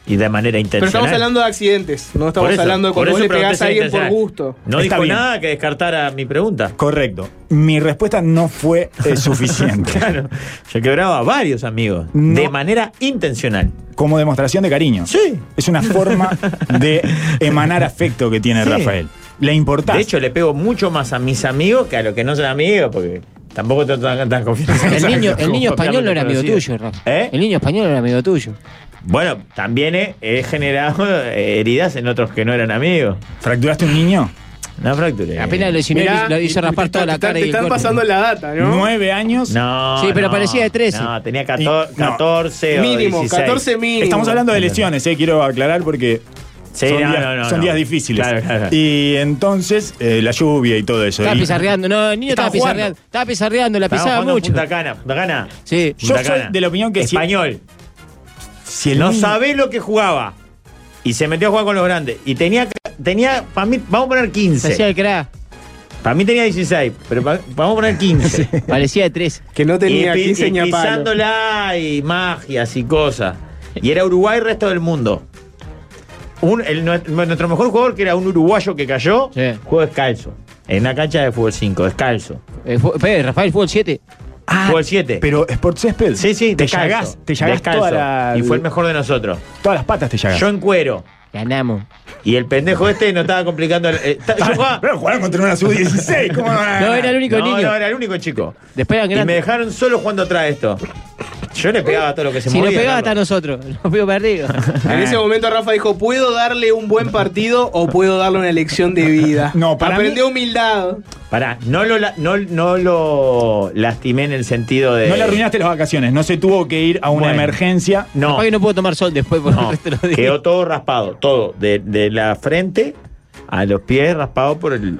[SPEAKER 6] y, y de manera
[SPEAKER 7] Pero
[SPEAKER 6] intencional.
[SPEAKER 7] estamos hablando de accidentes, no estamos
[SPEAKER 6] Por eso,
[SPEAKER 7] hablando de cuando
[SPEAKER 6] por
[SPEAKER 7] vos
[SPEAKER 6] eso
[SPEAKER 7] le pegás
[SPEAKER 6] pregunté
[SPEAKER 7] a
[SPEAKER 6] si
[SPEAKER 7] alguien por
[SPEAKER 6] intencional.
[SPEAKER 7] gusto.
[SPEAKER 6] No
[SPEAKER 4] Está
[SPEAKER 6] dijo
[SPEAKER 4] bien.
[SPEAKER 6] nada que descartara mi pregunta.
[SPEAKER 4] Correcto. Mi respuesta no fue eh, suficiente.
[SPEAKER 6] Claro, yo he quebrado a varios amigos
[SPEAKER 4] No.
[SPEAKER 6] de manera intencional.
[SPEAKER 4] Como demostración de cariño.
[SPEAKER 6] Sí.
[SPEAKER 4] Es una forma de emanar afecto que tiene
[SPEAKER 6] Sí.
[SPEAKER 4] Rafael. Le importa.
[SPEAKER 6] De hecho, le pego mucho más a mis amigos que a los que no son amigos, porque tampoco tengo tan, tan confianza.
[SPEAKER 1] El niño, el niño
[SPEAKER 6] Como
[SPEAKER 1] español no era amigo
[SPEAKER 6] conocido.
[SPEAKER 1] tuyo, Rafa.
[SPEAKER 6] ¿Eh?
[SPEAKER 1] El niño español no era amigo tuyo.
[SPEAKER 6] Bueno, también he, he generado eh, heridas en otros que no eran amigos.
[SPEAKER 4] ¿Fracturaste un niño?
[SPEAKER 6] No fracturé.
[SPEAKER 1] Apenas lo hizo,
[SPEAKER 7] Mirá,
[SPEAKER 1] lo hizo
[SPEAKER 7] te-
[SPEAKER 1] raspar
[SPEAKER 7] te-
[SPEAKER 1] toda la
[SPEAKER 7] te- te-
[SPEAKER 1] cara
[SPEAKER 7] Te
[SPEAKER 1] y el
[SPEAKER 7] están
[SPEAKER 1] corte.
[SPEAKER 7] pasando la data, ¿no?
[SPEAKER 4] ¿Nueve años?
[SPEAKER 6] No.
[SPEAKER 1] Sí, pero
[SPEAKER 6] no,
[SPEAKER 1] parecía de 13.
[SPEAKER 6] No, tenía 14,
[SPEAKER 4] Y- no.
[SPEAKER 6] 14 o
[SPEAKER 7] mínimo,
[SPEAKER 6] 16.
[SPEAKER 7] 14 mínimo.
[SPEAKER 4] Estamos hablando de lesiones, eh, quiero aclarar porque
[SPEAKER 6] Sí,
[SPEAKER 4] son,
[SPEAKER 6] no,
[SPEAKER 4] días,
[SPEAKER 6] no, no,
[SPEAKER 4] son
[SPEAKER 6] no.
[SPEAKER 4] días difíciles.
[SPEAKER 6] Claro, claro.
[SPEAKER 4] Y entonces, eh, la lluvia y todo eso.
[SPEAKER 1] Estaba
[SPEAKER 4] Y-
[SPEAKER 1] pizarreando, no, el niño
[SPEAKER 4] Estaba
[SPEAKER 1] estaba
[SPEAKER 4] jugando.
[SPEAKER 1] pizarreando, estaba pizarreando, la
[SPEAKER 6] Estábamos
[SPEAKER 1] pisaba
[SPEAKER 6] jugando en
[SPEAKER 1] mucho.
[SPEAKER 6] Punta Cana, Punta Cana.
[SPEAKER 1] Sí.
[SPEAKER 4] Yo
[SPEAKER 6] Punta
[SPEAKER 4] soy
[SPEAKER 6] Cana.
[SPEAKER 4] de la opinión que si-
[SPEAKER 6] Español.
[SPEAKER 4] si el
[SPEAKER 6] no
[SPEAKER 4] niño-
[SPEAKER 6] sabe lo que jugaba. Y se metió a jugar con los grandes. Y tenía, tenía para mí, vamos a poner 15.
[SPEAKER 1] Parecía de crack,
[SPEAKER 6] Para mí tenía 16, pero pa- vamos a poner 15.
[SPEAKER 1] parecía de 13.
[SPEAKER 7] Que no tenía
[SPEAKER 6] pi-
[SPEAKER 7] 15 ni a palo.
[SPEAKER 6] pisándola y magias y cosas. Y era Uruguay resto del mundo. Un- el- nuestro mejor jugador, que era un uruguayo que cayó,
[SPEAKER 1] Sí.
[SPEAKER 6] jugó descalzo. En una cancha de fútbol 5, descalzo.
[SPEAKER 1] Eh, fu- Fede, Rafael, fútbol 7.
[SPEAKER 4] Ah,
[SPEAKER 6] Fútbol 7.
[SPEAKER 4] Pero Sport Césped.
[SPEAKER 6] Sí, sí,
[SPEAKER 4] te
[SPEAKER 6] descalzo,
[SPEAKER 4] llagás, te llagás
[SPEAKER 6] descalzo.
[SPEAKER 4] toda la-
[SPEAKER 6] Y fue el mejor de nosotros.
[SPEAKER 4] todas las patas te llagás.
[SPEAKER 6] Yo en cuero.
[SPEAKER 1] Ganamos.
[SPEAKER 6] Y el pendejo este no estaba complicando. el- eh, ta- yo jugaba-
[SPEAKER 4] Pero jugaron contra una sub-16, ¿cómo van a ganar?
[SPEAKER 1] No, era el único
[SPEAKER 6] no, eh.
[SPEAKER 1] niño.
[SPEAKER 6] no, era el único chico.
[SPEAKER 1] Después eran
[SPEAKER 6] Y me
[SPEAKER 1] grandes.
[SPEAKER 6] dejaron solo jugando atrás esto. Yo le pegaba todo lo que se
[SPEAKER 1] Si no
[SPEAKER 6] movía.
[SPEAKER 1] pegaba
[SPEAKER 6] Carlos.
[SPEAKER 1] hasta nosotros, nos vio perdido.
[SPEAKER 7] En
[SPEAKER 4] Ah.
[SPEAKER 7] ese momento Rafa dijo, ¿puedo darle un buen partido o puedo darle una lección de vida?
[SPEAKER 4] No, para
[SPEAKER 7] Aprendió humildad.
[SPEAKER 6] Pará, no lo, la- no, no lo lastimé en el sentido de.
[SPEAKER 4] No le arruinaste las vacaciones, no se tuvo que ir a una
[SPEAKER 6] Bueno.
[SPEAKER 4] emergencia.
[SPEAKER 6] No,
[SPEAKER 1] Capaz que no puedo tomar sol después por
[SPEAKER 6] no.
[SPEAKER 1] el resto de los días.
[SPEAKER 6] Quedó todo raspado, todo. De, de la frente a los pies, raspado por el.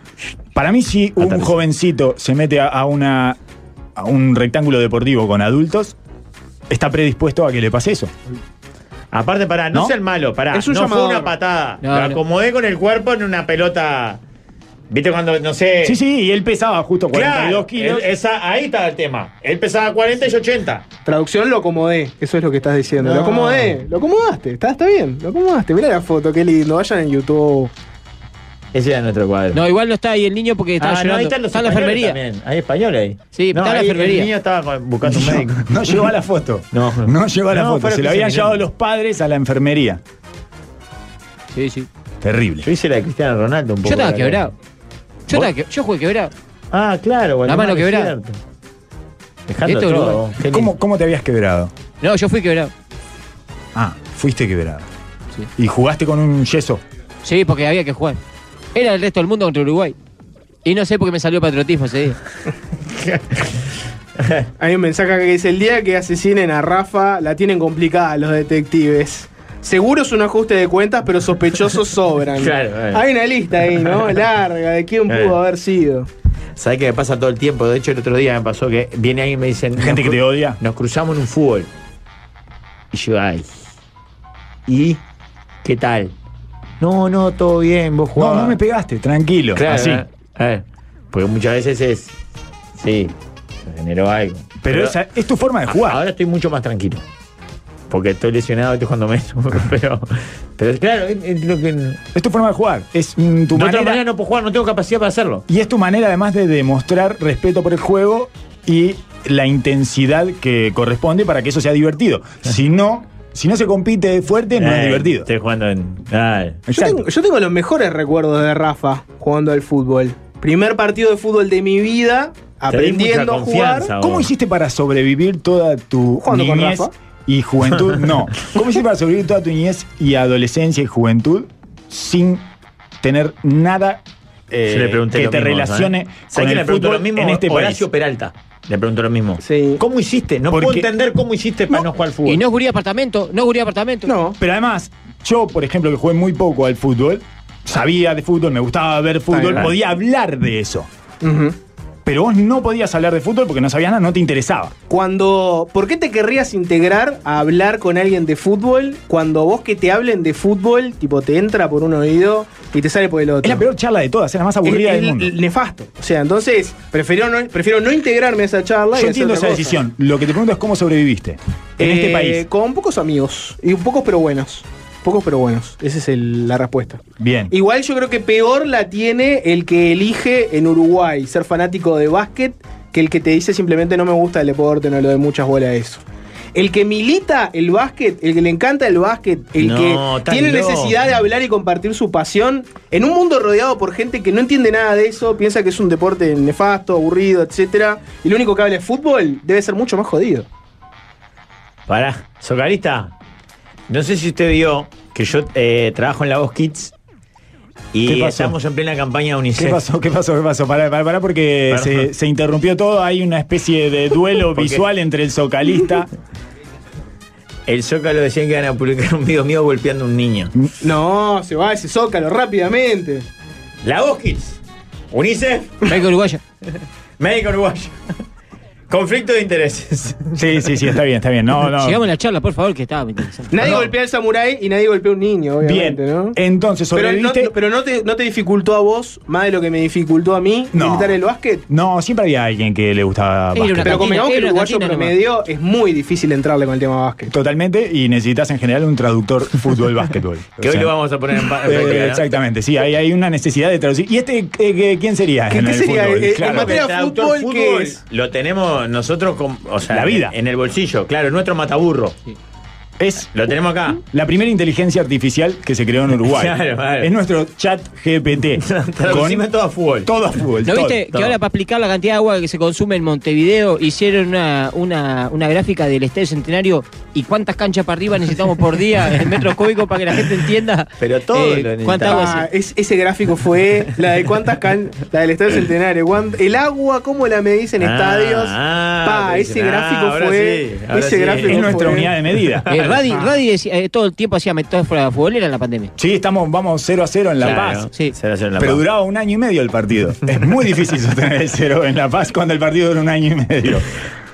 [SPEAKER 4] Para mí, si un
[SPEAKER 6] Atarse.
[SPEAKER 4] jovencito se mete a, a una, a un rectángulo deportivo con adultos, está predispuesto a que le pase eso.
[SPEAKER 6] Aparte, pará, no,
[SPEAKER 4] ¿No?
[SPEAKER 6] sea el malo, pará.
[SPEAKER 7] Es un
[SPEAKER 6] no
[SPEAKER 7] llamador.
[SPEAKER 6] fue una patada.
[SPEAKER 1] No,
[SPEAKER 6] lo
[SPEAKER 1] no.
[SPEAKER 6] acomodé con el cuerpo en una pelota. ¿Viste cuando, no sé.
[SPEAKER 4] Sí, sí, y él pesaba justo 42
[SPEAKER 6] Eh. Claro,
[SPEAKER 4] kilos.
[SPEAKER 6] el- esa- ahí estaba el tema. Él pesaba 40 y yo 80.
[SPEAKER 7] Traducción, lo acomodé. Eso es lo que estás diciendo. Lo
[SPEAKER 4] No.
[SPEAKER 7] acomodé. Lo acomodaste. Está, está bien. Lo acomodaste. Mirá la foto, qué lindo. Vayan en YouTube.
[SPEAKER 6] Ese era nuestro cuadro.
[SPEAKER 1] No, igual no está ahí el niño porque
[SPEAKER 6] Ah,
[SPEAKER 1] está
[SPEAKER 6] no,
[SPEAKER 1] llorando.
[SPEAKER 6] ahí están los
[SPEAKER 1] está en la
[SPEAKER 6] españoles
[SPEAKER 1] enfermería.
[SPEAKER 6] también. Hay español ahí.
[SPEAKER 1] Sí, está
[SPEAKER 6] No,
[SPEAKER 1] en la
[SPEAKER 6] ahí
[SPEAKER 1] enfermería.
[SPEAKER 6] El niño estaba buscando un médico.
[SPEAKER 4] No llegó a la foto.
[SPEAKER 6] No.
[SPEAKER 4] No llegó a la
[SPEAKER 6] No,
[SPEAKER 4] foto.
[SPEAKER 6] fueron
[SPEAKER 4] Se lo
[SPEAKER 6] que
[SPEAKER 4] habían
[SPEAKER 6] se
[SPEAKER 4] llevado
[SPEAKER 6] miraron.
[SPEAKER 4] los padres a la enfermería.
[SPEAKER 1] Sí, sí.
[SPEAKER 4] Terrible.
[SPEAKER 6] Yo hice la de Cristiano Ronaldo un poco.
[SPEAKER 1] Yo estaba
[SPEAKER 6] la-
[SPEAKER 1] quebrado. Yo, estaba que- yo jugué quebrado.
[SPEAKER 6] Ah, claro.
[SPEAKER 1] La
[SPEAKER 6] Guatemala,
[SPEAKER 1] mano
[SPEAKER 6] es
[SPEAKER 1] quebrada.
[SPEAKER 6] cierto. Dejando
[SPEAKER 1] Esto es
[SPEAKER 6] todo.
[SPEAKER 1] Uruguay.
[SPEAKER 6] Qué
[SPEAKER 4] ¿Cómo,
[SPEAKER 6] lindo.
[SPEAKER 4] ¿Cómo te habías quebrado?
[SPEAKER 1] No, yo fui quebrado.
[SPEAKER 4] Ah, fuiste quebrado.
[SPEAKER 1] Sí.
[SPEAKER 4] Y jugaste con un yeso.
[SPEAKER 1] Sí, porque había que jugar. Era el resto del mundo contra Uruguay. Y no sé por qué me salió patriotismo ese día.
[SPEAKER 7] Hay un mensaje acá que dice: El día que asesinen a Rafa, la tienen complicada los detectives. Seguro es un ajuste de cuentas, pero sospechosos sobran.
[SPEAKER 6] Claro, bueno.
[SPEAKER 7] Hay una lista ahí, ¿no? Larga, de quién
[SPEAKER 6] Eh.
[SPEAKER 7] pudo haber sido.
[SPEAKER 6] ¿Sabés que me pasa todo el tiempo? De hecho, el otro día me pasó que viene alguien y me dicen.
[SPEAKER 4] Gente que te odia.
[SPEAKER 6] Nos cruzamos en un fútbol. Y yo, ay. ¿Y qué tal? No, no, todo bien, vos
[SPEAKER 4] No,
[SPEAKER 6] jugabas.
[SPEAKER 4] no me pegaste, tranquilo.
[SPEAKER 6] Claro, eh.
[SPEAKER 4] así.
[SPEAKER 6] ¿verdad? A ver, porque muchas veces es. Sí, se generó algo.
[SPEAKER 4] Pero, esa es tu forma de jugar.
[SPEAKER 6] Ahora estoy mucho más tranquilo. Porque estoy lesionado, estoy jugando menos. pero, pero claro, es, es lo que.
[SPEAKER 4] Es tu forma de jugar. Es mm, tu
[SPEAKER 6] ah. de
[SPEAKER 4] manera.
[SPEAKER 6] otra manera no puedo jugar, no tengo capacidad para hacerlo.
[SPEAKER 4] Y es tu manera además de demostrar respeto por el juego y la intensidad que corresponde para que eso sea divertido. Si no, si no se compite fuerte, no es
[SPEAKER 6] Eh,
[SPEAKER 4] divertido.
[SPEAKER 6] Estoy jugando en. ah,
[SPEAKER 7] Yo
[SPEAKER 4] Exacto.
[SPEAKER 7] tengo, yo tengo los mejores recuerdos de Rafa jugando al fútbol. Primer partido de fútbol de mi vida, aprendiendo a
[SPEAKER 6] mucha
[SPEAKER 7] jugar.
[SPEAKER 6] confianza.
[SPEAKER 4] ¿Cómo hiciste para sobrevivir toda tu
[SPEAKER 7] Jugando con
[SPEAKER 4] niñez
[SPEAKER 7] Rafa.
[SPEAKER 4] y juventud? No. ¿Cómo hiciste para sobrevivir toda tu niñez y adolescencia y juventud sin tener nada eh,
[SPEAKER 6] Yo le pregunté
[SPEAKER 4] que
[SPEAKER 6] lo
[SPEAKER 4] te
[SPEAKER 6] mismo,
[SPEAKER 4] relacione
[SPEAKER 6] ¿sabes?
[SPEAKER 4] con
[SPEAKER 6] ¿Sabés quién
[SPEAKER 4] el
[SPEAKER 6] le preguntó
[SPEAKER 4] fútbol
[SPEAKER 6] lo mismo?
[SPEAKER 4] en este
[SPEAKER 6] Horacio
[SPEAKER 4] país?
[SPEAKER 6] Peralta. Le preguntó lo mismo.
[SPEAKER 7] Sí.
[SPEAKER 6] ¿Cómo hiciste? No
[SPEAKER 4] Porque-
[SPEAKER 6] puedo entender cómo hiciste para no, jugar al fútbol.
[SPEAKER 1] Y no jugué apartamento, no jugué apartamento.
[SPEAKER 7] No.
[SPEAKER 4] Pero además, yo, por ejemplo, que jugué muy poco al fútbol, sabía de fútbol, me gustaba ver
[SPEAKER 7] bien,
[SPEAKER 4] fútbol,
[SPEAKER 7] claro.
[SPEAKER 4] podía hablar de eso.
[SPEAKER 7] Ujú.
[SPEAKER 4] Pero vos no podías hablar de fútbol porque no sabías nada, no te interesaba.
[SPEAKER 7] Cuando. ¿Por qué te querrías integrar a hablar con alguien de fútbol cuando vos que te hablen de fútbol, tipo, te entra por un oído y te sale por el otro?
[SPEAKER 4] Es la peor charla de todas, es la más aburrida
[SPEAKER 7] Es- es
[SPEAKER 4] del mundo.
[SPEAKER 7] nefasto. O sea, entonces, prefiero no, prefiero no integrarme a esa charla. y
[SPEAKER 4] Yo
[SPEAKER 7] hacer
[SPEAKER 4] entiendo esa
[SPEAKER 7] otra cosa.
[SPEAKER 4] decisión. Lo que te pregunto es cómo sobreviviste en
[SPEAKER 7] Eh,
[SPEAKER 4] este país.
[SPEAKER 7] Con pocos amigos. Y pocos pero buenos. Pocos pero buenos. Esa es el- la respuesta.
[SPEAKER 4] Bien.
[SPEAKER 7] Igual yo creo que peor la tiene el que elige en Uruguay ser fanático de básquet que el que te dice simplemente no me gusta el deporte, no le doy muchas bolas a eso. El que milita el básquet, el que le encanta el básquet, el
[SPEAKER 6] No,
[SPEAKER 7] que
[SPEAKER 6] estás
[SPEAKER 7] tiene
[SPEAKER 6] loco.
[SPEAKER 7] necesidad de hablar y compartir su pasión, en un mundo rodeado por gente que no entiende nada de eso, piensa que es un deporte nefasto, aburrido, etcétera, y lo único que habla es fútbol, debe ser mucho más jodido.
[SPEAKER 6] Pará, Socarista, no sé si usted vio que yo eh, trabajo en la Voz Kids
[SPEAKER 4] ¿Qué
[SPEAKER 6] y
[SPEAKER 4] pasó?
[SPEAKER 6] estamos en plena campaña de UNICEF.
[SPEAKER 4] ¿Qué pasó? ¿Qué pasó? ¿Qué pasó? Pará, pará, pará, porque
[SPEAKER 6] Perdón.
[SPEAKER 4] se, se interrumpió todo. Hay una especie de duelo
[SPEAKER 6] Porque-
[SPEAKER 4] visual entre el socalista.
[SPEAKER 6] El Zócalo decían que iban a publicar un video mío golpeando a un niño.
[SPEAKER 7] No, se va ese zócalo rápidamente.
[SPEAKER 6] La Voz Kids, UNICEF,
[SPEAKER 1] Venga, uruguaya.
[SPEAKER 6] médico uruguayo. Conflicto de intereses.
[SPEAKER 4] Sí, sí, sí, está bien, está bien. No, no.
[SPEAKER 1] Llegamos a la charla, por favor, que estaba muy interesante.
[SPEAKER 7] Nadie
[SPEAKER 6] No. eh,
[SPEAKER 7] golpea al samurái y nadie golpea a un niño,
[SPEAKER 4] Bien.
[SPEAKER 7] obviamente, ¿no?
[SPEAKER 4] Entonces,
[SPEAKER 7] Pero, no,
[SPEAKER 4] sobreviviste.
[SPEAKER 7] no- pero no, te, no te dificultó a vos más de lo que me dificultó a mí
[SPEAKER 4] No.
[SPEAKER 7] militar el básquet.
[SPEAKER 4] No, siempre había alguien que le gustaba
[SPEAKER 1] Era
[SPEAKER 4] básquet.
[SPEAKER 1] una cantina,
[SPEAKER 7] Pero convengamos que el
[SPEAKER 1] era una
[SPEAKER 7] uruguayo
[SPEAKER 1] cantina nomás.
[SPEAKER 7] promedio es muy difícil entrarle con el tema básquet.
[SPEAKER 4] Totalmente, y necesitas en general un traductor fútbol-básquetbol.
[SPEAKER 6] Que
[SPEAKER 4] O
[SPEAKER 6] hoy
[SPEAKER 4] sea,
[SPEAKER 6] lo vamos a poner en pa- en
[SPEAKER 4] eh,
[SPEAKER 6] práctica, ¿no?
[SPEAKER 4] Exactamente, sí, hay, hay una necesidad de traducir. ¿Y este eh, eh, quién sería?
[SPEAKER 7] ¿Qué-
[SPEAKER 4] en
[SPEAKER 7] qué
[SPEAKER 4] el
[SPEAKER 7] sería?
[SPEAKER 4] fútbol?
[SPEAKER 7] Eh, eh,
[SPEAKER 4] Claro.
[SPEAKER 7] en materia-
[SPEAKER 6] Porque
[SPEAKER 7] fútbol,
[SPEAKER 6] traductor
[SPEAKER 7] ¿qué
[SPEAKER 6] fútbol
[SPEAKER 7] es?
[SPEAKER 6] Lo tenemos nosotros, con, o sea,
[SPEAKER 4] La vida.
[SPEAKER 6] En, en el bolsillo, claro, nuestro mataburro.
[SPEAKER 4] Es
[SPEAKER 6] Lo tenemos acá.
[SPEAKER 4] la primera inteligencia artificial que se creó en Uruguay.
[SPEAKER 6] Claro, claro.
[SPEAKER 4] Es nuestro chat GPT.
[SPEAKER 6] Traducime todo a fútbol.
[SPEAKER 4] todo a fútbol.
[SPEAKER 1] ¿No
[SPEAKER 4] todo.
[SPEAKER 1] viste
[SPEAKER 6] todo.
[SPEAKER 1] que ahora para explicar la cantidad de agua que se consume en Montevideo hicieron una, una, una gráfica del Estadio Centenario y cuántas canchas para arriba necesitamos por día en metros cúbicos para que la gente entienda
[SPEAKER 6] Pero
[SPEAKER 1] eh,
[SPEAKER 6] todo lo
[SPEAKER 1] cuánta
[SPEAKER 6] necesitamos.
[SPEAKER 1] agua
[SPEAKER 7] Ah, es- ese gráfico fue la de cuántas can la del Estadio Centenario. cuán- El agua, cómo la medís en
[SPEAKER 6] Ah,
[SPEAKER 7] estadios.
[SPEAKER 6] ah,
[SPEAKER 7] Pa,
[SPEAKER 6] pero
[SPEAKER 7] ese
[SPEAKER 6] dicen, ah,
[SPEAKER 7] gráfico
[SPEAKER 6] ahora
[SPEAKER 7] fue.
[SPEAKER 6] sí, ahora
[SPEAKER 7] ese
[SPEAKER 6] sí.
[SPEAKER 7] gráfico
[SPEAKER 4] Es nuestra
[SPEAKER 7] fue-
[SPEAKER 4] unidad de medida.
[SPEAKER 1] se- Eh,
[SPEAKER 6] Ah.
[SPEAKER 1] Radi, Radi decía- eh, todo el tiempo hacía metáfora futbolera en la pandemia.
[SPEAKER 4] Sí, estamos, vamos 0 a 0 en La
[SPEAKER 6] Claro.
[SPEAKER 4] Paz.
[SPEAKER 1] sí.
[SPEAKER 6] Se lo hacen en La
[SPEAKER 4] Pero
[SPEAKER 6] Paz.
[SPEAKER 4] duraba un año y medio el partido. Es muy difícil sostener el cero en La Paz cuando el partido dura un año y medio.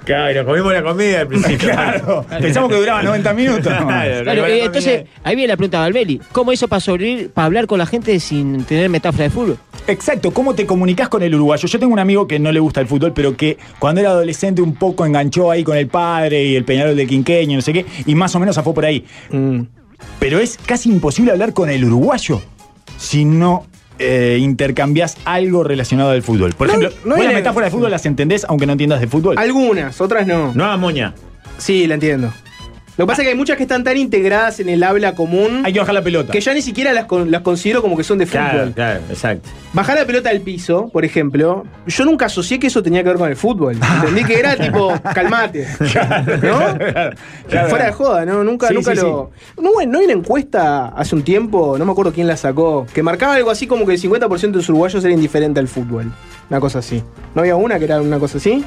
[SPEAKER 6] Claro, y nos comimos la comida al principio.
[SPEAKER 4] Claro. Pensamos que duraba 90 minutos. nomás.
[SPEAKER 6] Claro.
[SPEAKER 1] Claro,
[SPEAKER 6] Pero
[SPEAKER 1] eh,
[SPEAKER 6] no
[SPEAKER 1] entonces,
[SPEAKER 6] viene-
[SPEAKER 1] ahí viene la pregunta de Valbeli. ¿Cómo hizo para sobrevivir, para hablar con la gente sin tener metáfora de fútbol?
[SPEAKER 4] Exacto, ¿cómo te comunicas con el uruguayo? Yo tengo un amigo que no le gusta el fútbol, pero que cuando era adolescente un poco enganchó ahí con el padre y el Peñarol de Quinqueño, no sé qué, y más o menos zafó
[SPEAKER 7] Mm.
[SPEAKER 4] por ahí. Pero es casi imposible hablar con el uruguayo si no eh, intercambiás algo relacionado al fútbol. Por
[SPEAKER 7] No,
[SPEAKER 4] ejemplo,
[SPEAKER 7] no
[SPEAKER 4] vos
[SPEAKER 7] hay
[SPEAKER 4] las
[SPEAKER 7] la-
[SPEAKER 4] metáforas de fútbol las entendés aunque no entiendas de fútbol.
[SPEAKER 7] Algunas, otras no.
[SPEAKER 6] No a moña.
[SPEAKER 7] Sí, la entiendo. Lo que pasa es que hay muchas que están tan integradas en el habla común
[SPEAKER 4] Hay que bajar la pelota.
[SPEAKER 7] que ya ni siquiera las, con- las considero como que son de fútbol.
[SPEAKER 6] Claro, claro, exacto.
[SPEAKER 7] Bajar la pelota al piso, por ejemplo, yo nunca asocié que eso tenía que ver con el fútbol. Entendí que era tipo, calmate. ¿No?
[SPEAKER 4] claro.
[SPEAKER 7] Fuera de joda, ¿no? Nunca,
[SPEAKER 4] Sí,
[SPEAKER 7] nunca
[SPEAKER 4] sí,
[SPEAKER 7] lo. No, bueno, no hay una encuesta hace un tiempo, no me acuerdo quién la sacó, que marcaba algo así como que el 50% de los uruguayos era indiferente al fútbol. Una cosa así. ¿No había una que era una cosa así?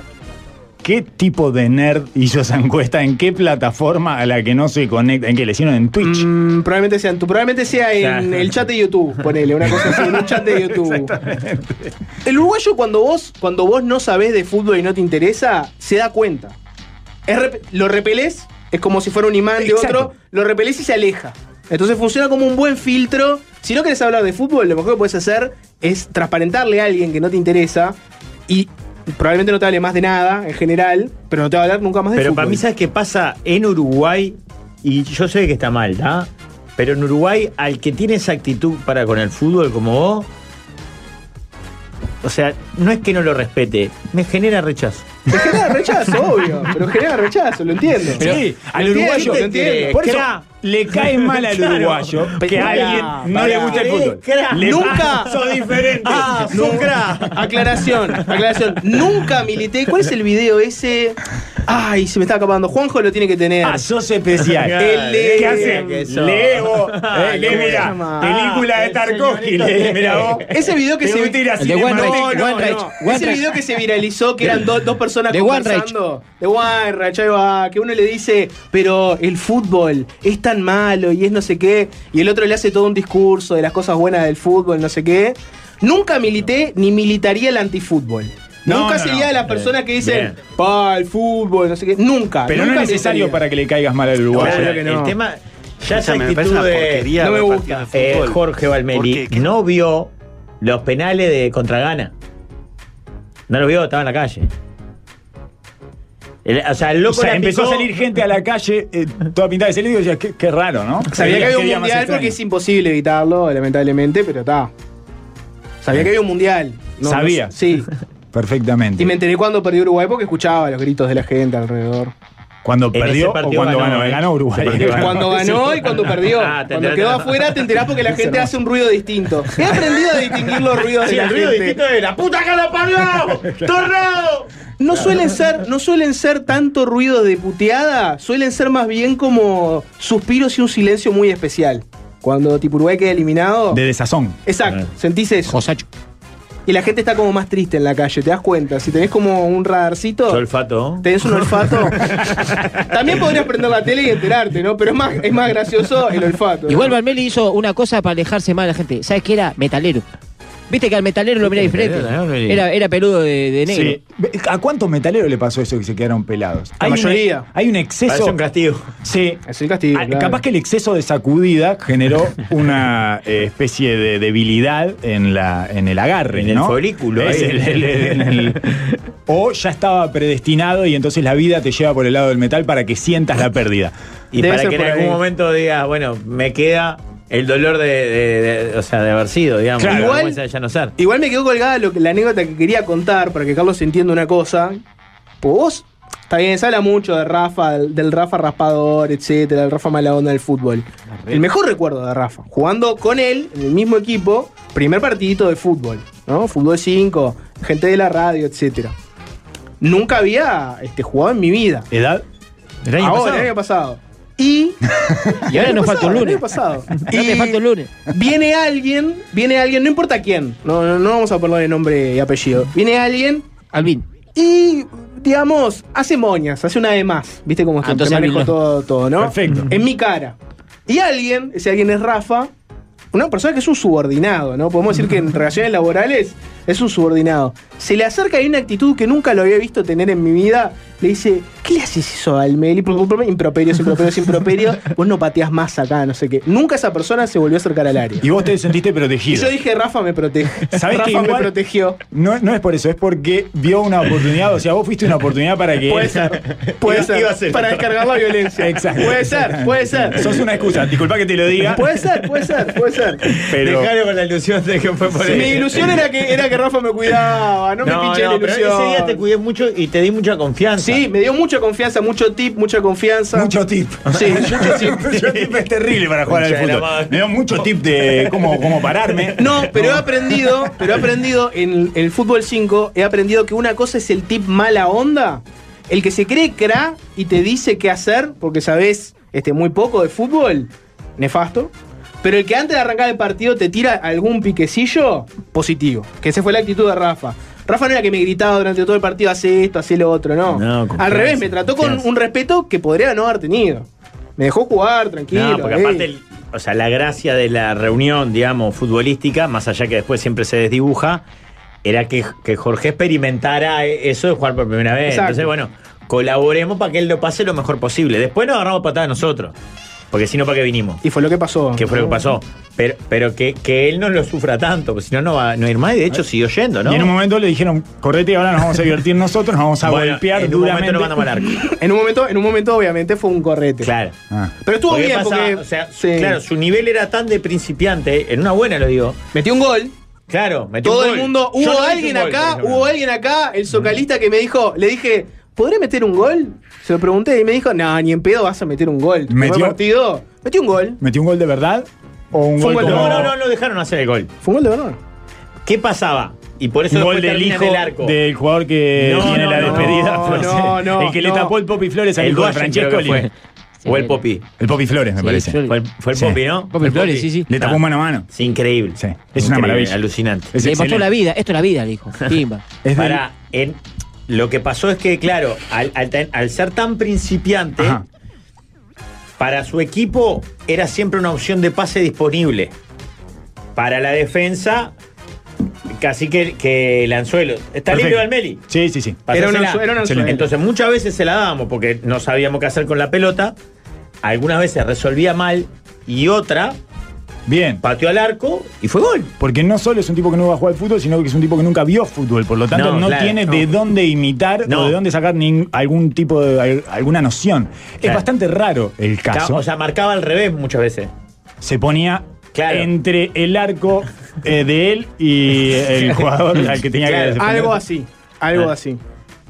[SPEAKER 4] ¿Qué tipo de nerd hizo esa encuesta? ¿En qué plataforma a la que no se conecta? ¿En qué le hicieron en Twitch?
[SPEAKER 7] Mm, probablemente sea en tu, probablemente sea en
[SPEAKER 6] Claro.
[SPEAKER 7] el chat de YouTube, ponele, una cosa así, en un chat de YouTube. El uruguayo cuando vos, cuando vos no sabés de fútbol y no te interesa, se da cuenta. Es rep- lo repelés, es como si fuera un imán
[SPEAKER 4] Exacto.
[SPEAKER 7] de otro, lo repelés y se aleja. Entonces funciona como un buen filtro. Si no querés hablar de fútbol, lo mejor que puedes hacer es transparentarle a alguien que no te interesa y probablemente no te hable más de nada en general, pero no te va a hablar nunca más de
[SPEAKER 6] Pero
[SPEAKER 7] fútbol.
[SPEAKER 6] para mí, ¿sabes qué pasa en Uruguay? Y yo sé que está mal, ¿ah? Pero en Uruguay, al que tiene esa actitud para con el fútbol como vos, o sea, no es que no lo respete, me genera rechazo.
[SPEAKER 7] Te genera rechazo, obvio. Pero genera rechazo, lo entiendo.
[SPEAKER 4] sí, al
[SPEAKER 7] Lo
[SPEAKER 4] uruguayo.
[SPEAKER 7] entiendo, lo
[SPEAKER 6] entiendo.
[SPEAKER 4] Por eso,
[SPEAKER 6] Cra.
[SPEAKER 4] le cae mal al
[SPEAKER 6] Claro.
[SPEAKER 4] uruguayo que
[SPEAKER 7] Pará,
[SPEAKER 4] a alguien no
[SPEAKER 7] pará.
[SPEAKER 4] le gusta el fútbol.
[SPEAKER 6] Cra.
[SPEAKER 4] Le-
[SPEAKER 7] Nunca-
[SPEAKER 4] ¡Sos diferente!
[SPEAKER 6] Ah,
[SPEAKER 7] No.
[SPEAKER 6] Sucra.
[SPEAKER 7] Aclaración, aclaración. Nunca milité. ¿Cuál es el video ese? Ay, se me está acabando. Juanjo lo tiene que tener.
[SPEAKER 4] Ah, sos especial.
[SPEAKER 7] El-
[SPEAKER 4] ¿Qué
[SPEAKER 7] eh,
[SPEAKER 4] hace?
[SPEAKER 6] que sos.
[SPEAKER 4] Leo.
[SPEAKER 6] Ah,
[SPEAKER 4] Eh, lee,
[SPEAKER 6] ¿cómo se
[SPEAKER 4] mira.
[SPEAKER 7] llama?
[SPEAKER 4] Película de
[SPEAKER 6] el
[SPEAKER 4] Tarkovsky.
[SPEAKER 6] señorito
[SPEAKER 4] Lee,
[SPEAKER 6] que-
[SPEAKER 4] mira vos.
[SPEAKER 7] Ese video que
[SPEAKER 4] Te
[SPEAKER 7] se
[SPEAKER 4] gusta ir a
[SPEAKER 1] El de One
[SPEAKER 4] Cinemateca.
[SPEAKER 1] Rage,
[SPEAKER 7] No,
[SPEAKER 1] One
[SPEAKER 7] no,
[SPEAKER 1] Rage,
[SPEAKER 7] no.
[SPEAKER 1] One
[SPEAKER 7] Ese
[SPEAKER 1] Rage.
[SPEAKER 7] video que se viralizó, que eran dos- dos personas
[SPEAKER 1] De One Rage.
[SPEAKER 7] conversando. De One Rage, ahí va, Que uno le dice, pero el fútbol es tan malo y es no sé qué. Y el otro le hace todo un discurso de las cosas buenas del fútbol, no sé qué. Nunca milité ni militaría el antifútbol.
[SPEAKER 4] No,
[SPEAKER 7] Nunca
[SPEAKER 4] no,
[SPEAKER 7] sería
[SPEAKER 4] no.
[SPEAKER 7] de las personas que dicen,
[SPEAKER 6] Bien.
[SPEAKER 7] pa, el fútbol, no sé qué. Nunca.
[SPEAKER 4] Pero no
[SPEAKER 7] nunca
[SPEAKER 4] es necesario
[SPEAKER 7] militaría.
[SPEAKER 4] para que le caigas mal al uruguayo.
[SPEAKER 6] Claro,
[SPEAKER 7] Obvio que no.
[SPEAKER 6] El tema, ya esa
[SPEAKER 9] Escúchame, me parece
[SPEAKER 6] actitud
[SPEAKER 9] una
[SPEAKER 6] de
[SPEAKER 9] porquería
[SPEAKER 7] no me
[SPEAKER 9] ver
[SPEAKER 7] gusta.
[SPEAKER 9] partidos de
[SPEAKER 6] eh,
[SPEAKER 9] fútbol.
[SPEAKER 6] Jorge Valmeri
[SPEAKER 9] ¿Por qué?
[SPEAKER 6] no vio los penales de contra Gana. No lo vio, estaba en la calle. El- o sea, el
[SPEAKER 4] O
[SPEAKER 6] loco
[SPEAKER 4] sea,
[SPEAKER 6] la
[SPEAKER 4] empezó
[SPEAKER 6] picó-
[SPEAKER 4] a salir gente a la calle, eh, toda pintada de celio, y decía, qué, qué raro, ¿no?
[SPEAKER 7] Sabía que había un
[SPEAKER 4] Qué día más
[SPEAKER 7] mundial
[SPEAKER 4] extraño.
[SPEAKER 7] porque es imposible evitarlo, lamentablemente, pero está. Sabía que había un mundial.
[SPEAKER 4] Sabía.
[SPEAKER 7] sí.
[SPEAKER 4] Perfectamente.
[SPEAKER 7] Y me enteré cuando perdió Uruguay porque escuchaba los gritos de la gente alrededor.
[SPEAKER 4] Cuando
[SPEAKER 6] ese
[SPEAKER 4] perdió o
[SPEAKER 6] partido
[SPEAKER 4] cuando
[SPEAKER 6] ganó,
[SPEAKER 4] ganó.
[SPEAKER 6] eh.
[SPEAKER 4] Ganó Uruguay.
[SPEAKER 6] Ese partido
[SPEAKER 7] Cuando ganó y cuando perdió.
[SPEAKER 6] Ah, te
[SPEAKER 7] cuando
[SPEAKER 6] enteraste.
[SPEAKER 7] quedó afuera te enterás porque la gente hace un ruido distinto. He aprendido a distinguir los ruidos
[SPEAKER 6] Sí,
[SPEAKER 7] de la
[SPEAKER 6] el ruido
[SPEAKER 7] gente.
[SPEAKER 6] distinto de la puta que lo parió. ¡Tornado!
[SPEAKER 7] No suelen ser, no suelen ser tanto ruidos de puteada, suelen ser más bien como suspiros y un silencio muy especial. Cuando tipo Uruguay queda eliminado.
[SPEAKER 4] De desazón.
[SPEAKER 7] Exacto, sentís eso.
[SPEAKER 1] Josacho.
[SPEAKER 7] Y la gente está como más triste en la calle, te das cuenta. Si tenés como un radarcito.
[SPEAKER 6] Solfato.
[SPEAKER 7] ¿Tenés un olfato? También podrías prender la tele y enterarte, ¿no? Pero es más, es más gracioso el olfato.
[SPEAKER 1] Igual Valmeli hizo una cosa para alejarse más de la gente. ¿Sabes qué era? Metalero. Viste que al metalero lo mira diferente.
[SPEAKER 6] metalero, ¿no?
[SPEAKER 1] Era, era peludo de, de negro.
[SPEAKER 4] Sí. ¿A cuántos metaleros le pasó eso que se quedaron pelados?
[SPEAKER 7] La
[SPEAKER 4] un-
[SPEAKER 7] mayoría.
[SPEAKER 4] hay un
[SPEAKER 6] Parece
[SPEAKER 4] exceso.
[SPEAKER 6] un castigo.
[SPEAKER 4] Sí.
[SPEAKER 7] Es el castigo.
[SPEAKER 4] Ah,
[SPEAKER 7] claro.
[SPEAKER 4] Capaz que el exceso de sacudida generó una eh, especie de debilidad en, la, en el agarre.
[SPEAKER 6] En el
[SPEAKER 4] ¿no?
[SPEAKER 6] folículo,
[SPEAKER 4] Es
[SPEAKER 6] ahí.
[SPEAKER 4] el- el- el- el- o ya estaba predestinado y entonces la vida te lleva por el lado del metal para que sientas la pérdida.
[SPEAKER 6] Y
[SPEAKER 7] Debe
[SPEAKER 6] para
[SPEAKER 7] ser
[SPEAKER 6] que en
[SPEAKER 7] por
[SPEAKER 6] algún
[SPEAKER 7] ahí.
[SPEAKER 6] momento digas, bueno, me queda el dolor de, de- de- o sea, de haber sido, digamos.
[SPEAKER 4] Claro.
[SPEAKER 6] la
[SPEAKER 7] Igual-
[SPEAKER 6] vergüenza de ya no ser.
[SPEAKER 7] Igual me quedó colgada lo que- la anécdota que quería contar para que Carlos entienda una cosa. Pues vos, está bien, se habla mucho de Rafa, del, del Rafa raspador, etcétera, del Rafa mala onda del fútbol. El mejor recuerdo de Rafa, jugando con él, en el mismo equipo, primer partidito de fútbol, ¿no? Fútbol 5, gente de la radio, etcétera. Nunca había este, jugado en mi vida.
[SPEAKER 4] ¿Edad?
[SPEAKER 6] El año
[SPEAKER 7] Ahora,
[SPEAKER 6] pasado.
[SPEAKER 7] el año pasado. Y.
[SPEAKER 1] Y ahora nos falta un lunes.
[SPEAKER 7] pasado.
[SPEAKER 1] No te falta un lunes.
[SPEAKER 7] Viene alguien, viene alguien, no importa quién. No, no, no vamos a ponerle nombre y apellido. Viene alguien
[SPEAKER 1] Alvin.
[SPEAKER 7] y, digamos, hace moñas, hace una de más. ¿Viste cómo
[SPEAKER 1] Ah,
[SPEAKER 7] está? Te
[SPEAKER 1] entonces
[SPEAKER 7] manejo
[SPEAKER 1] Alvin no.
[SPEAKER 7] todo, todo, ¿no?
[SPEAKER 4] Perfecto.
[SPEAKER 7] En mi cara. Y alguien, ese alguien es Rafa, una persona que es un subordinado, ¿no? Podemos decir que en relaciones laborales es un subordinado. Se le acerca y una actitud que nunca lo había visto tener en mi vida. Le dice, ¿qué le haces eso al Meli? Improperios, improperios, improperios. Vos no pateás más acá, no sé qué. Nunca esa persona se volvió a acercar al área.
[SPEAKER 4] Y vos te sentiste
[SPEAKER 7] Y
[SPEAKER 4] protegido.
[SPEAKER 7] yo dije, Rafa me protege.
[SPEAKER 4] ¿Sabés
[SPEAKER 7] Rafa
[SPEAKER 4] que
[SPEAKER 7] me
[SPEAKER 4] igual-
[SPEAKER 7] protegió.
[SPEAKER 4] No, no es por eso, es porque vio una oportunidad. O sea, vos fuiste una oportunidad para que.
[SPEAKER 7] Puede ser, puede
[SPEAKER 4] Iba-
[SPEAKER 7] ser.
[SPEAKER 4] iba a ser.
[SPEAKER 7] Para descargar la violencia.
[SPEAKER 4] Exacto.
[SPEAKER 7] Puede ser, puede ser.
[SPEAKER 4] Sos una excusa, disculpa que te lo diga.
[SPEAKER 7] Puede ser, puede ser, puede ser.
[SPEAKER 4] Pero.
[SPEAKER 6] Dejalo con la ilusión de que fue por
[SPEAKER 7] Mi
[SPEAKER 6] eso.
[SPEAKER 7] ilusión era que, era que Rafa me cuidaba, no, me pinché la
[SPEAKER 6] pero
[SPEAKER 7] ilusión.
[SPEAKER 6] ese día te cuidé mucho y te di mucha confianza.
[SPEAKER 7] Sí, me dio mucha confianza, mucho tip, mucha confianza.
[SPEAKER 4] Mucho tip.
[SPEAKER 7] Sí, mucho tip.
[SPEAKER 4] Mucho tip es terrible para jugar al
[SPEAKER 6] Concha de la
[SPEAKER 4] fútbol.
[SPEAKER 6] madre.
[SPEAKER 4] Me dio mucho tip de cómo, cómo pararme.
[SPEAKER 7] No, pero he aprendido, pero he aprendido en el fútbol 5, he aprendido que una cosa es el tip mala onda, el que se cree cra y te dice qué hacer, porque sabes este, muy poco de fútbol, nefasto. Pero el que antes de arrancar el partido te tira algún piquecillo, positivo. Que esa fue la actitud de Rafa. Rafa no era que me gritaba durante todo el partido, hace esto, hace lo otro, no.
[SPEAKER 6] No, confianza,
[SPEAKER 7] Al revés, me trató con
[SPEAKER 6] confianza.
[SPEAKER 7] un respeto que podría no haber tenido. Me dejó jugar, tranquilo. eh.
[SPEAKER 6] No, porque
[SPEAKER 7] ey.
[SPEAKER 6] aparte, el- o sea, la gracia de la reunión, digamos, futbolística, más allá que después siempre se desdibuja, era que, que Jorge experimentara e- eso de jugar por primera vez.
[SPEAKER 7] Exacto.
[SPEAKER 6] Entonces, bueno, colaboremos para que él lo pase lo mejor posible. Después nos agarramos patadas nosotros, porque si no, ¿para qué vinimos?
[SPEAKER 7] Y fue lo que pasó.
[SPEAKER 6] ¿Qué fue lo que pasó? Pero, pero que, que él no lo sufra tanto, porque si no, no va no va a ir más. Y de hecho, siguió yendo, ¿no?
[SPEAKER 4] Ah. Y en un momento le dijeron, correte, ahora nos vamos a divertir nosotros, nos vamos a
[SPEAKER 6] Bueno,
[SPEAKER 4] golpear
[SPEAKER 6] en un
[SPEAKER 4] duramente.
[SPEAKER 6] momento no mandamos al arco.
[SPEAKER 7] En un momento, en un momento obviamente fue un correte.
[SPEAKER 6] Claro.
[SPEAKER 4] Ah.
[SPEAKER 7] Pero estuvo
[SPEAKER 6] Porque
[SPEAKER 7] bien
[SPEAKER 6] pasaba-
[SPEAKER 7] porque
[SPEAKER 6] o sea,
[SPEAKER 7] sí.
[SPEAKER 6] claro, su nivel era tan de principiante, en una buena lo digo.
[SPEAKER 7] metió un gol.
[SPEAKER 6] Claro, metió
[SPEAKER 7] Todo
[SPEAKER 6] un
[SPEAKER 7] el
[SPEAKER 6] gol.
[SPEAKER 7] mundo
[SPEAKER 6] Yo no
[SPEAKER 7] hubo
[SPEAKER 6] hice un
[SPEAKER 7] alguien
[SPEAKER 6] gol,
[SPEAKER 7] acá,
[SPEAKER 6] por ejemplo.
[SPEAKER 7] hubo alguien acá, el socalista que me dijo, le dije, ¿podré meter un gol? Se lo pregunté y me dijo, "No, ni en pedo vas a meter un gol." Tu
[SPEAKER 4] Metió-
[SPEAKER 7] primer partido, metió un gol.
[SPEAKER 4] ¿Metió un gol de verdad? ¿O un
[SPEAKER 7] Fue
[SPEAKER 4] gol
[SPEAKER 7] un gol de-
[SPEAKER 4] como-
[SPEAKER 6] No, no, no, lo dejaron hacer el gol.
[SPEAKER 7] Fue un gol de verdad.
[SPEAKER 6] ¿Qué pasaba? Y por eso
[SPEAKER 4] Un gol
[SPEAKER 6] después
[SPEAKER 4] del
[SPEAKER 6] termina
[SPEAKER 4] hijo
[SPEAKER 6] en el arco.
[SPEAKER 4] del jugador que
[SPEAKER 6] No,
[SPEAKER 4] tiene
[SPEAKER 6] no,
[SPEAKER 4] la
[SPEAKER 6] no,
[SPEAKER 4] despedida.
[SPEAKER 7] no,
[SPEAKER 4] Fue ese.
[SPEAKER 7] no, no,
[SPEAKER 4] el que le
[SPEAKER 7] no.
[SPEAKER 4] tapó el Popi Flores al
[SPEAKER 6] el
[SPEAKER 4] hijo de
[SPEAKER 6] gol
[SPEAKER 4] Francesco.
[SPEAKER 6] fue. O el Popi.
[SPEAKER 4] El Popi Flores, me
[SPEAKER 1] Sí,
[SPEAKER 4] parece.
[SPEAKER 1] yo-
[SPEAKER 6] Fue el, fue el
[SPEAKER 4] Sí.
[SPEAKER 6] Popi, ¿no?
[SPEAKER 1] Popi
[SPEAKER 6] El
[SPEAKER 1] Flores, sí, sí.
[SPEAKER 4] Le tapó
[SPEAKER 6] Ah,
[SPEAKER 4] mano a mano.
[SPEAKER 6] Es increíble.
[SPEAKER 4] Sí, es una
[SPEAKER 6] Increíble,
[SPEAKER 4] maravilla.
[SPEAKER 6] Alucinante.
[SPEAKER 4] Es
[SPEAKER 1] Le mostró
[SPEAKER 4] excelente.
[SPEAKER 1] la vida, esto es la vida, le dijo. Pimba.
[SPEAKER 4] Es del-
[SPEAKER 6] Para, en, lo que pasó es que, claro, al, al ten- al ser tan principiante,
[SPEAKER 4] Ajá.
[SPEAKER 6] para su equipo era siempre una opción de pase disponible. Para la defensa, casi que, que el anzuelo. Está libre
[SPEAKER 4] Perfecto.
[SPEAKER 6] Valmeli.
[SPEAKER 4] Sí, sí, sí.
[SPEAKER 7] Era un
[SPEAKER 6] Pasásela.
[SPEAKER 7] anzuelo, era un anzuelo.
[SPEAKER 6] Entonces muchas veces se la dábamos porque no sabíamos qué hacer con la pelota. Algunas veces resolvía mal y otra
[SPEAKER 4] Bien.
[SPEAKER 6] pateó al arco y fue gol.
[SPEAKER 4] Porque no solo es un tipo que no va a jugar al fútbol, sino que es un tipo que nunca vio fútbol. Por lo tanto, no,
[SPEAKER 6] No, claro,
[SPEAKER 4] tiene
[SPEAKER 6] no.
[SPEAKER 4] de dónde imitar o
[SPEAKER 6] No.
[SPEAKER 4] de dónde sacar nin- algún tipo de al- alguna noción. Es
[SPEAKER 6] Claro.
[SPEAKER 4] bastante raro el caso.
[SPEAKER 6] O sea, marcaba al revés muchas veces.
[SPEAKER 4] Se ponía
[SPEAKER 6] Claro.
[SPEAKER 4] entre el arco eh, de él y el jugador al que tenía
[SPEAKER 6] Claro.
[SPEAKER 4] que defender.
[SPEAKER 7] Algo así, algo
[SPEAKER 6] Ah.
[SPEAKER 7] así.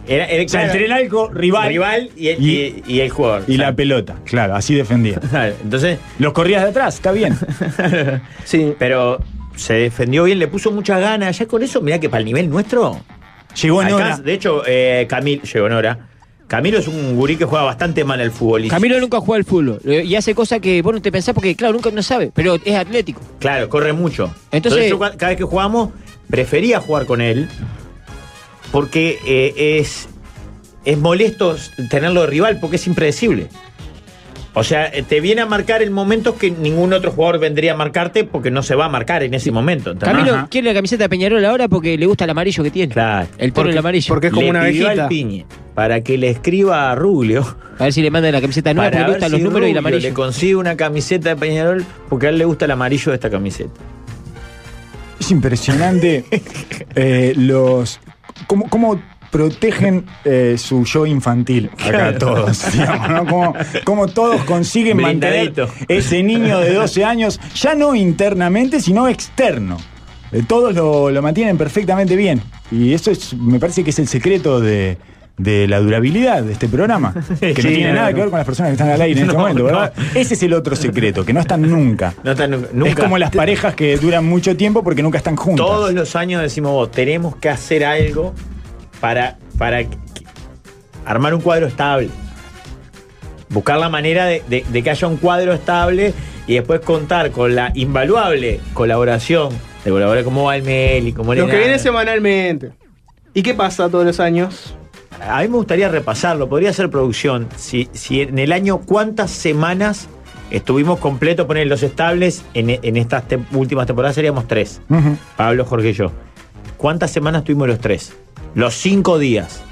[SPEAKER 6] Era, era-
[SPEAKER 4] O sea,
[SPEAKER 6] claro,
[SPEAKER 4] entre el arco rival,
[SPEAKER 6] rival, y, el,
[SPEAKER 4] y-
[SPEAKER 6] y, y el jugador.
[SPEAKER 4] y la
[SPEAKER 6] Claro.
[SPEAKER 4] pelota. Claro, así defendía.
[SPEAKER 6] Claro, Entonces,
[SPEAKER 4] Los corrías de atrás, está bien.
[SPEAKER 7] Sí.
[SPEAKER 6] pero se defendió bien, le puso muchas ganas. Ya con eso, mirá que para el nivel nuestro.
[SPEAKER 4] Llegó en hora.
[SPEAKER 6] alcanza- De hecho, eh, Camil, llegó en hora. Camilo es un gurí que juega bastante mal al fútbol. y-
[SPEAKER 1] Camilo nunca juega al fútbol eh, y hace cosas que vos no te pensás porque, claro, nunca no sabe, pero es atlético.
[SPEAKER 6] Claro, corre mucho.
[SPEAKER 1] Entonces-
[SPEAKER 6] Entonces, yo cua- cada vez que jugamos, prefería jugar con él porque eh, es, es molesto tenerlo de rival porque es impredecible. O sea, eh, te viene a marcar en momentos que ningún otro jugador vendría a marcarte porque no se va a marcar en ese momento. ¿entendés?
[SPEAKER 1] Camilo
[SPEAKER 4] Ajá.
[SPEAKER 1] quiere la camiseta de Peñarol ahora porque le gusta el amarillo que tiene.
[SPEAKER 6] Claro.
[SPEAKER 1] El toro
[SPEAKER 7] Porque-
[SPEAKER 1] el amarillo.
[SPEAKER 7] porque- es como
[SPEAKER 6] Le
[SPEAKER 7] una
[SPEAKER 6] pidió
[SPEAKER 7] abejita.
[SPEAKER 6] al Piñe para que le escriba a Rubio
[SPEAKER 1] A ver si le manda la camiseta nueva
[SPEAKER 6] para
[SPEAKER 1] porque le
[SPEAKER 6] ver
[SPEAKER 1] gustan los
[SPEAKER 6] si
[SPEAKER 1] números y el
[SPEAKER 6] Rubio
[SPEAKER 1] amarillo.
[SPEAKER 6] le consigue una camiseta de Peñarol porque a él le gusta el amarillo de esta camiseta.
[SPEAKER 4] Es impresionante eh, los. Cómo, cómo protegen eh, su yo infantil acá todos, digamos, ¿no? Cómo, cómo todos consiguen
[SPEAKER 6] Blindadito.
[SPEAKER 4] mantener ese niño de 12 años, ya no internamente, sino externo. Eh, todos lo, lo mantienen perfectamente bien. Y eso es, me parece que es el secreto de, de la durabilidad de este programa. Que no
[SPEAKER 6] Sí,
[SPEAKER 4] tiene
[SPEAKER 6] no,
[SPEAKER 4] nada
[SPEAKER 6] no.
[SPEAKER 4] que ver con las personas que están al aire en este
[SPEAKER 6] No,
[SPEAKER 4] momento,
[SPEAKER 6] no.
[SPEAKER 4] ¿verdad? Ese es el otro secreto, que no están nunca.
[SPEAKER 6] No está nu- nunca.
[SPEAKER 4] Es como las parejas que duran mucho tiempo porque nunca están juntas.
[SPEAKER 6] Todos los años decimos vos, tenemos que hacer algo para, para que- armar un cuadro estable. Buscar la manera de, de- de que haya un cuadro estable y después contar con la invaluable colaboración de colaboradores como Valmel y como
[SPEAKER 7] Los que
[SPEAKER 6] Elena.
[SPEAKER 7] vienen semanalmente. ¿Y qué pasa todos los años?
[SPEAKER 6] A mí me gustaría repasarlo, podría ser producción. Si, si en el año, ¿cuántas semanas estuvimos completos poner los estables? En, en estas te- últimas temporadas seríamos tres.
[SPEAKER 4] Ujú.
[SPEAKER 6] Pablo, Jorge y yo. ¿Cuántas semanas tuvimos los tres? Los cinco días.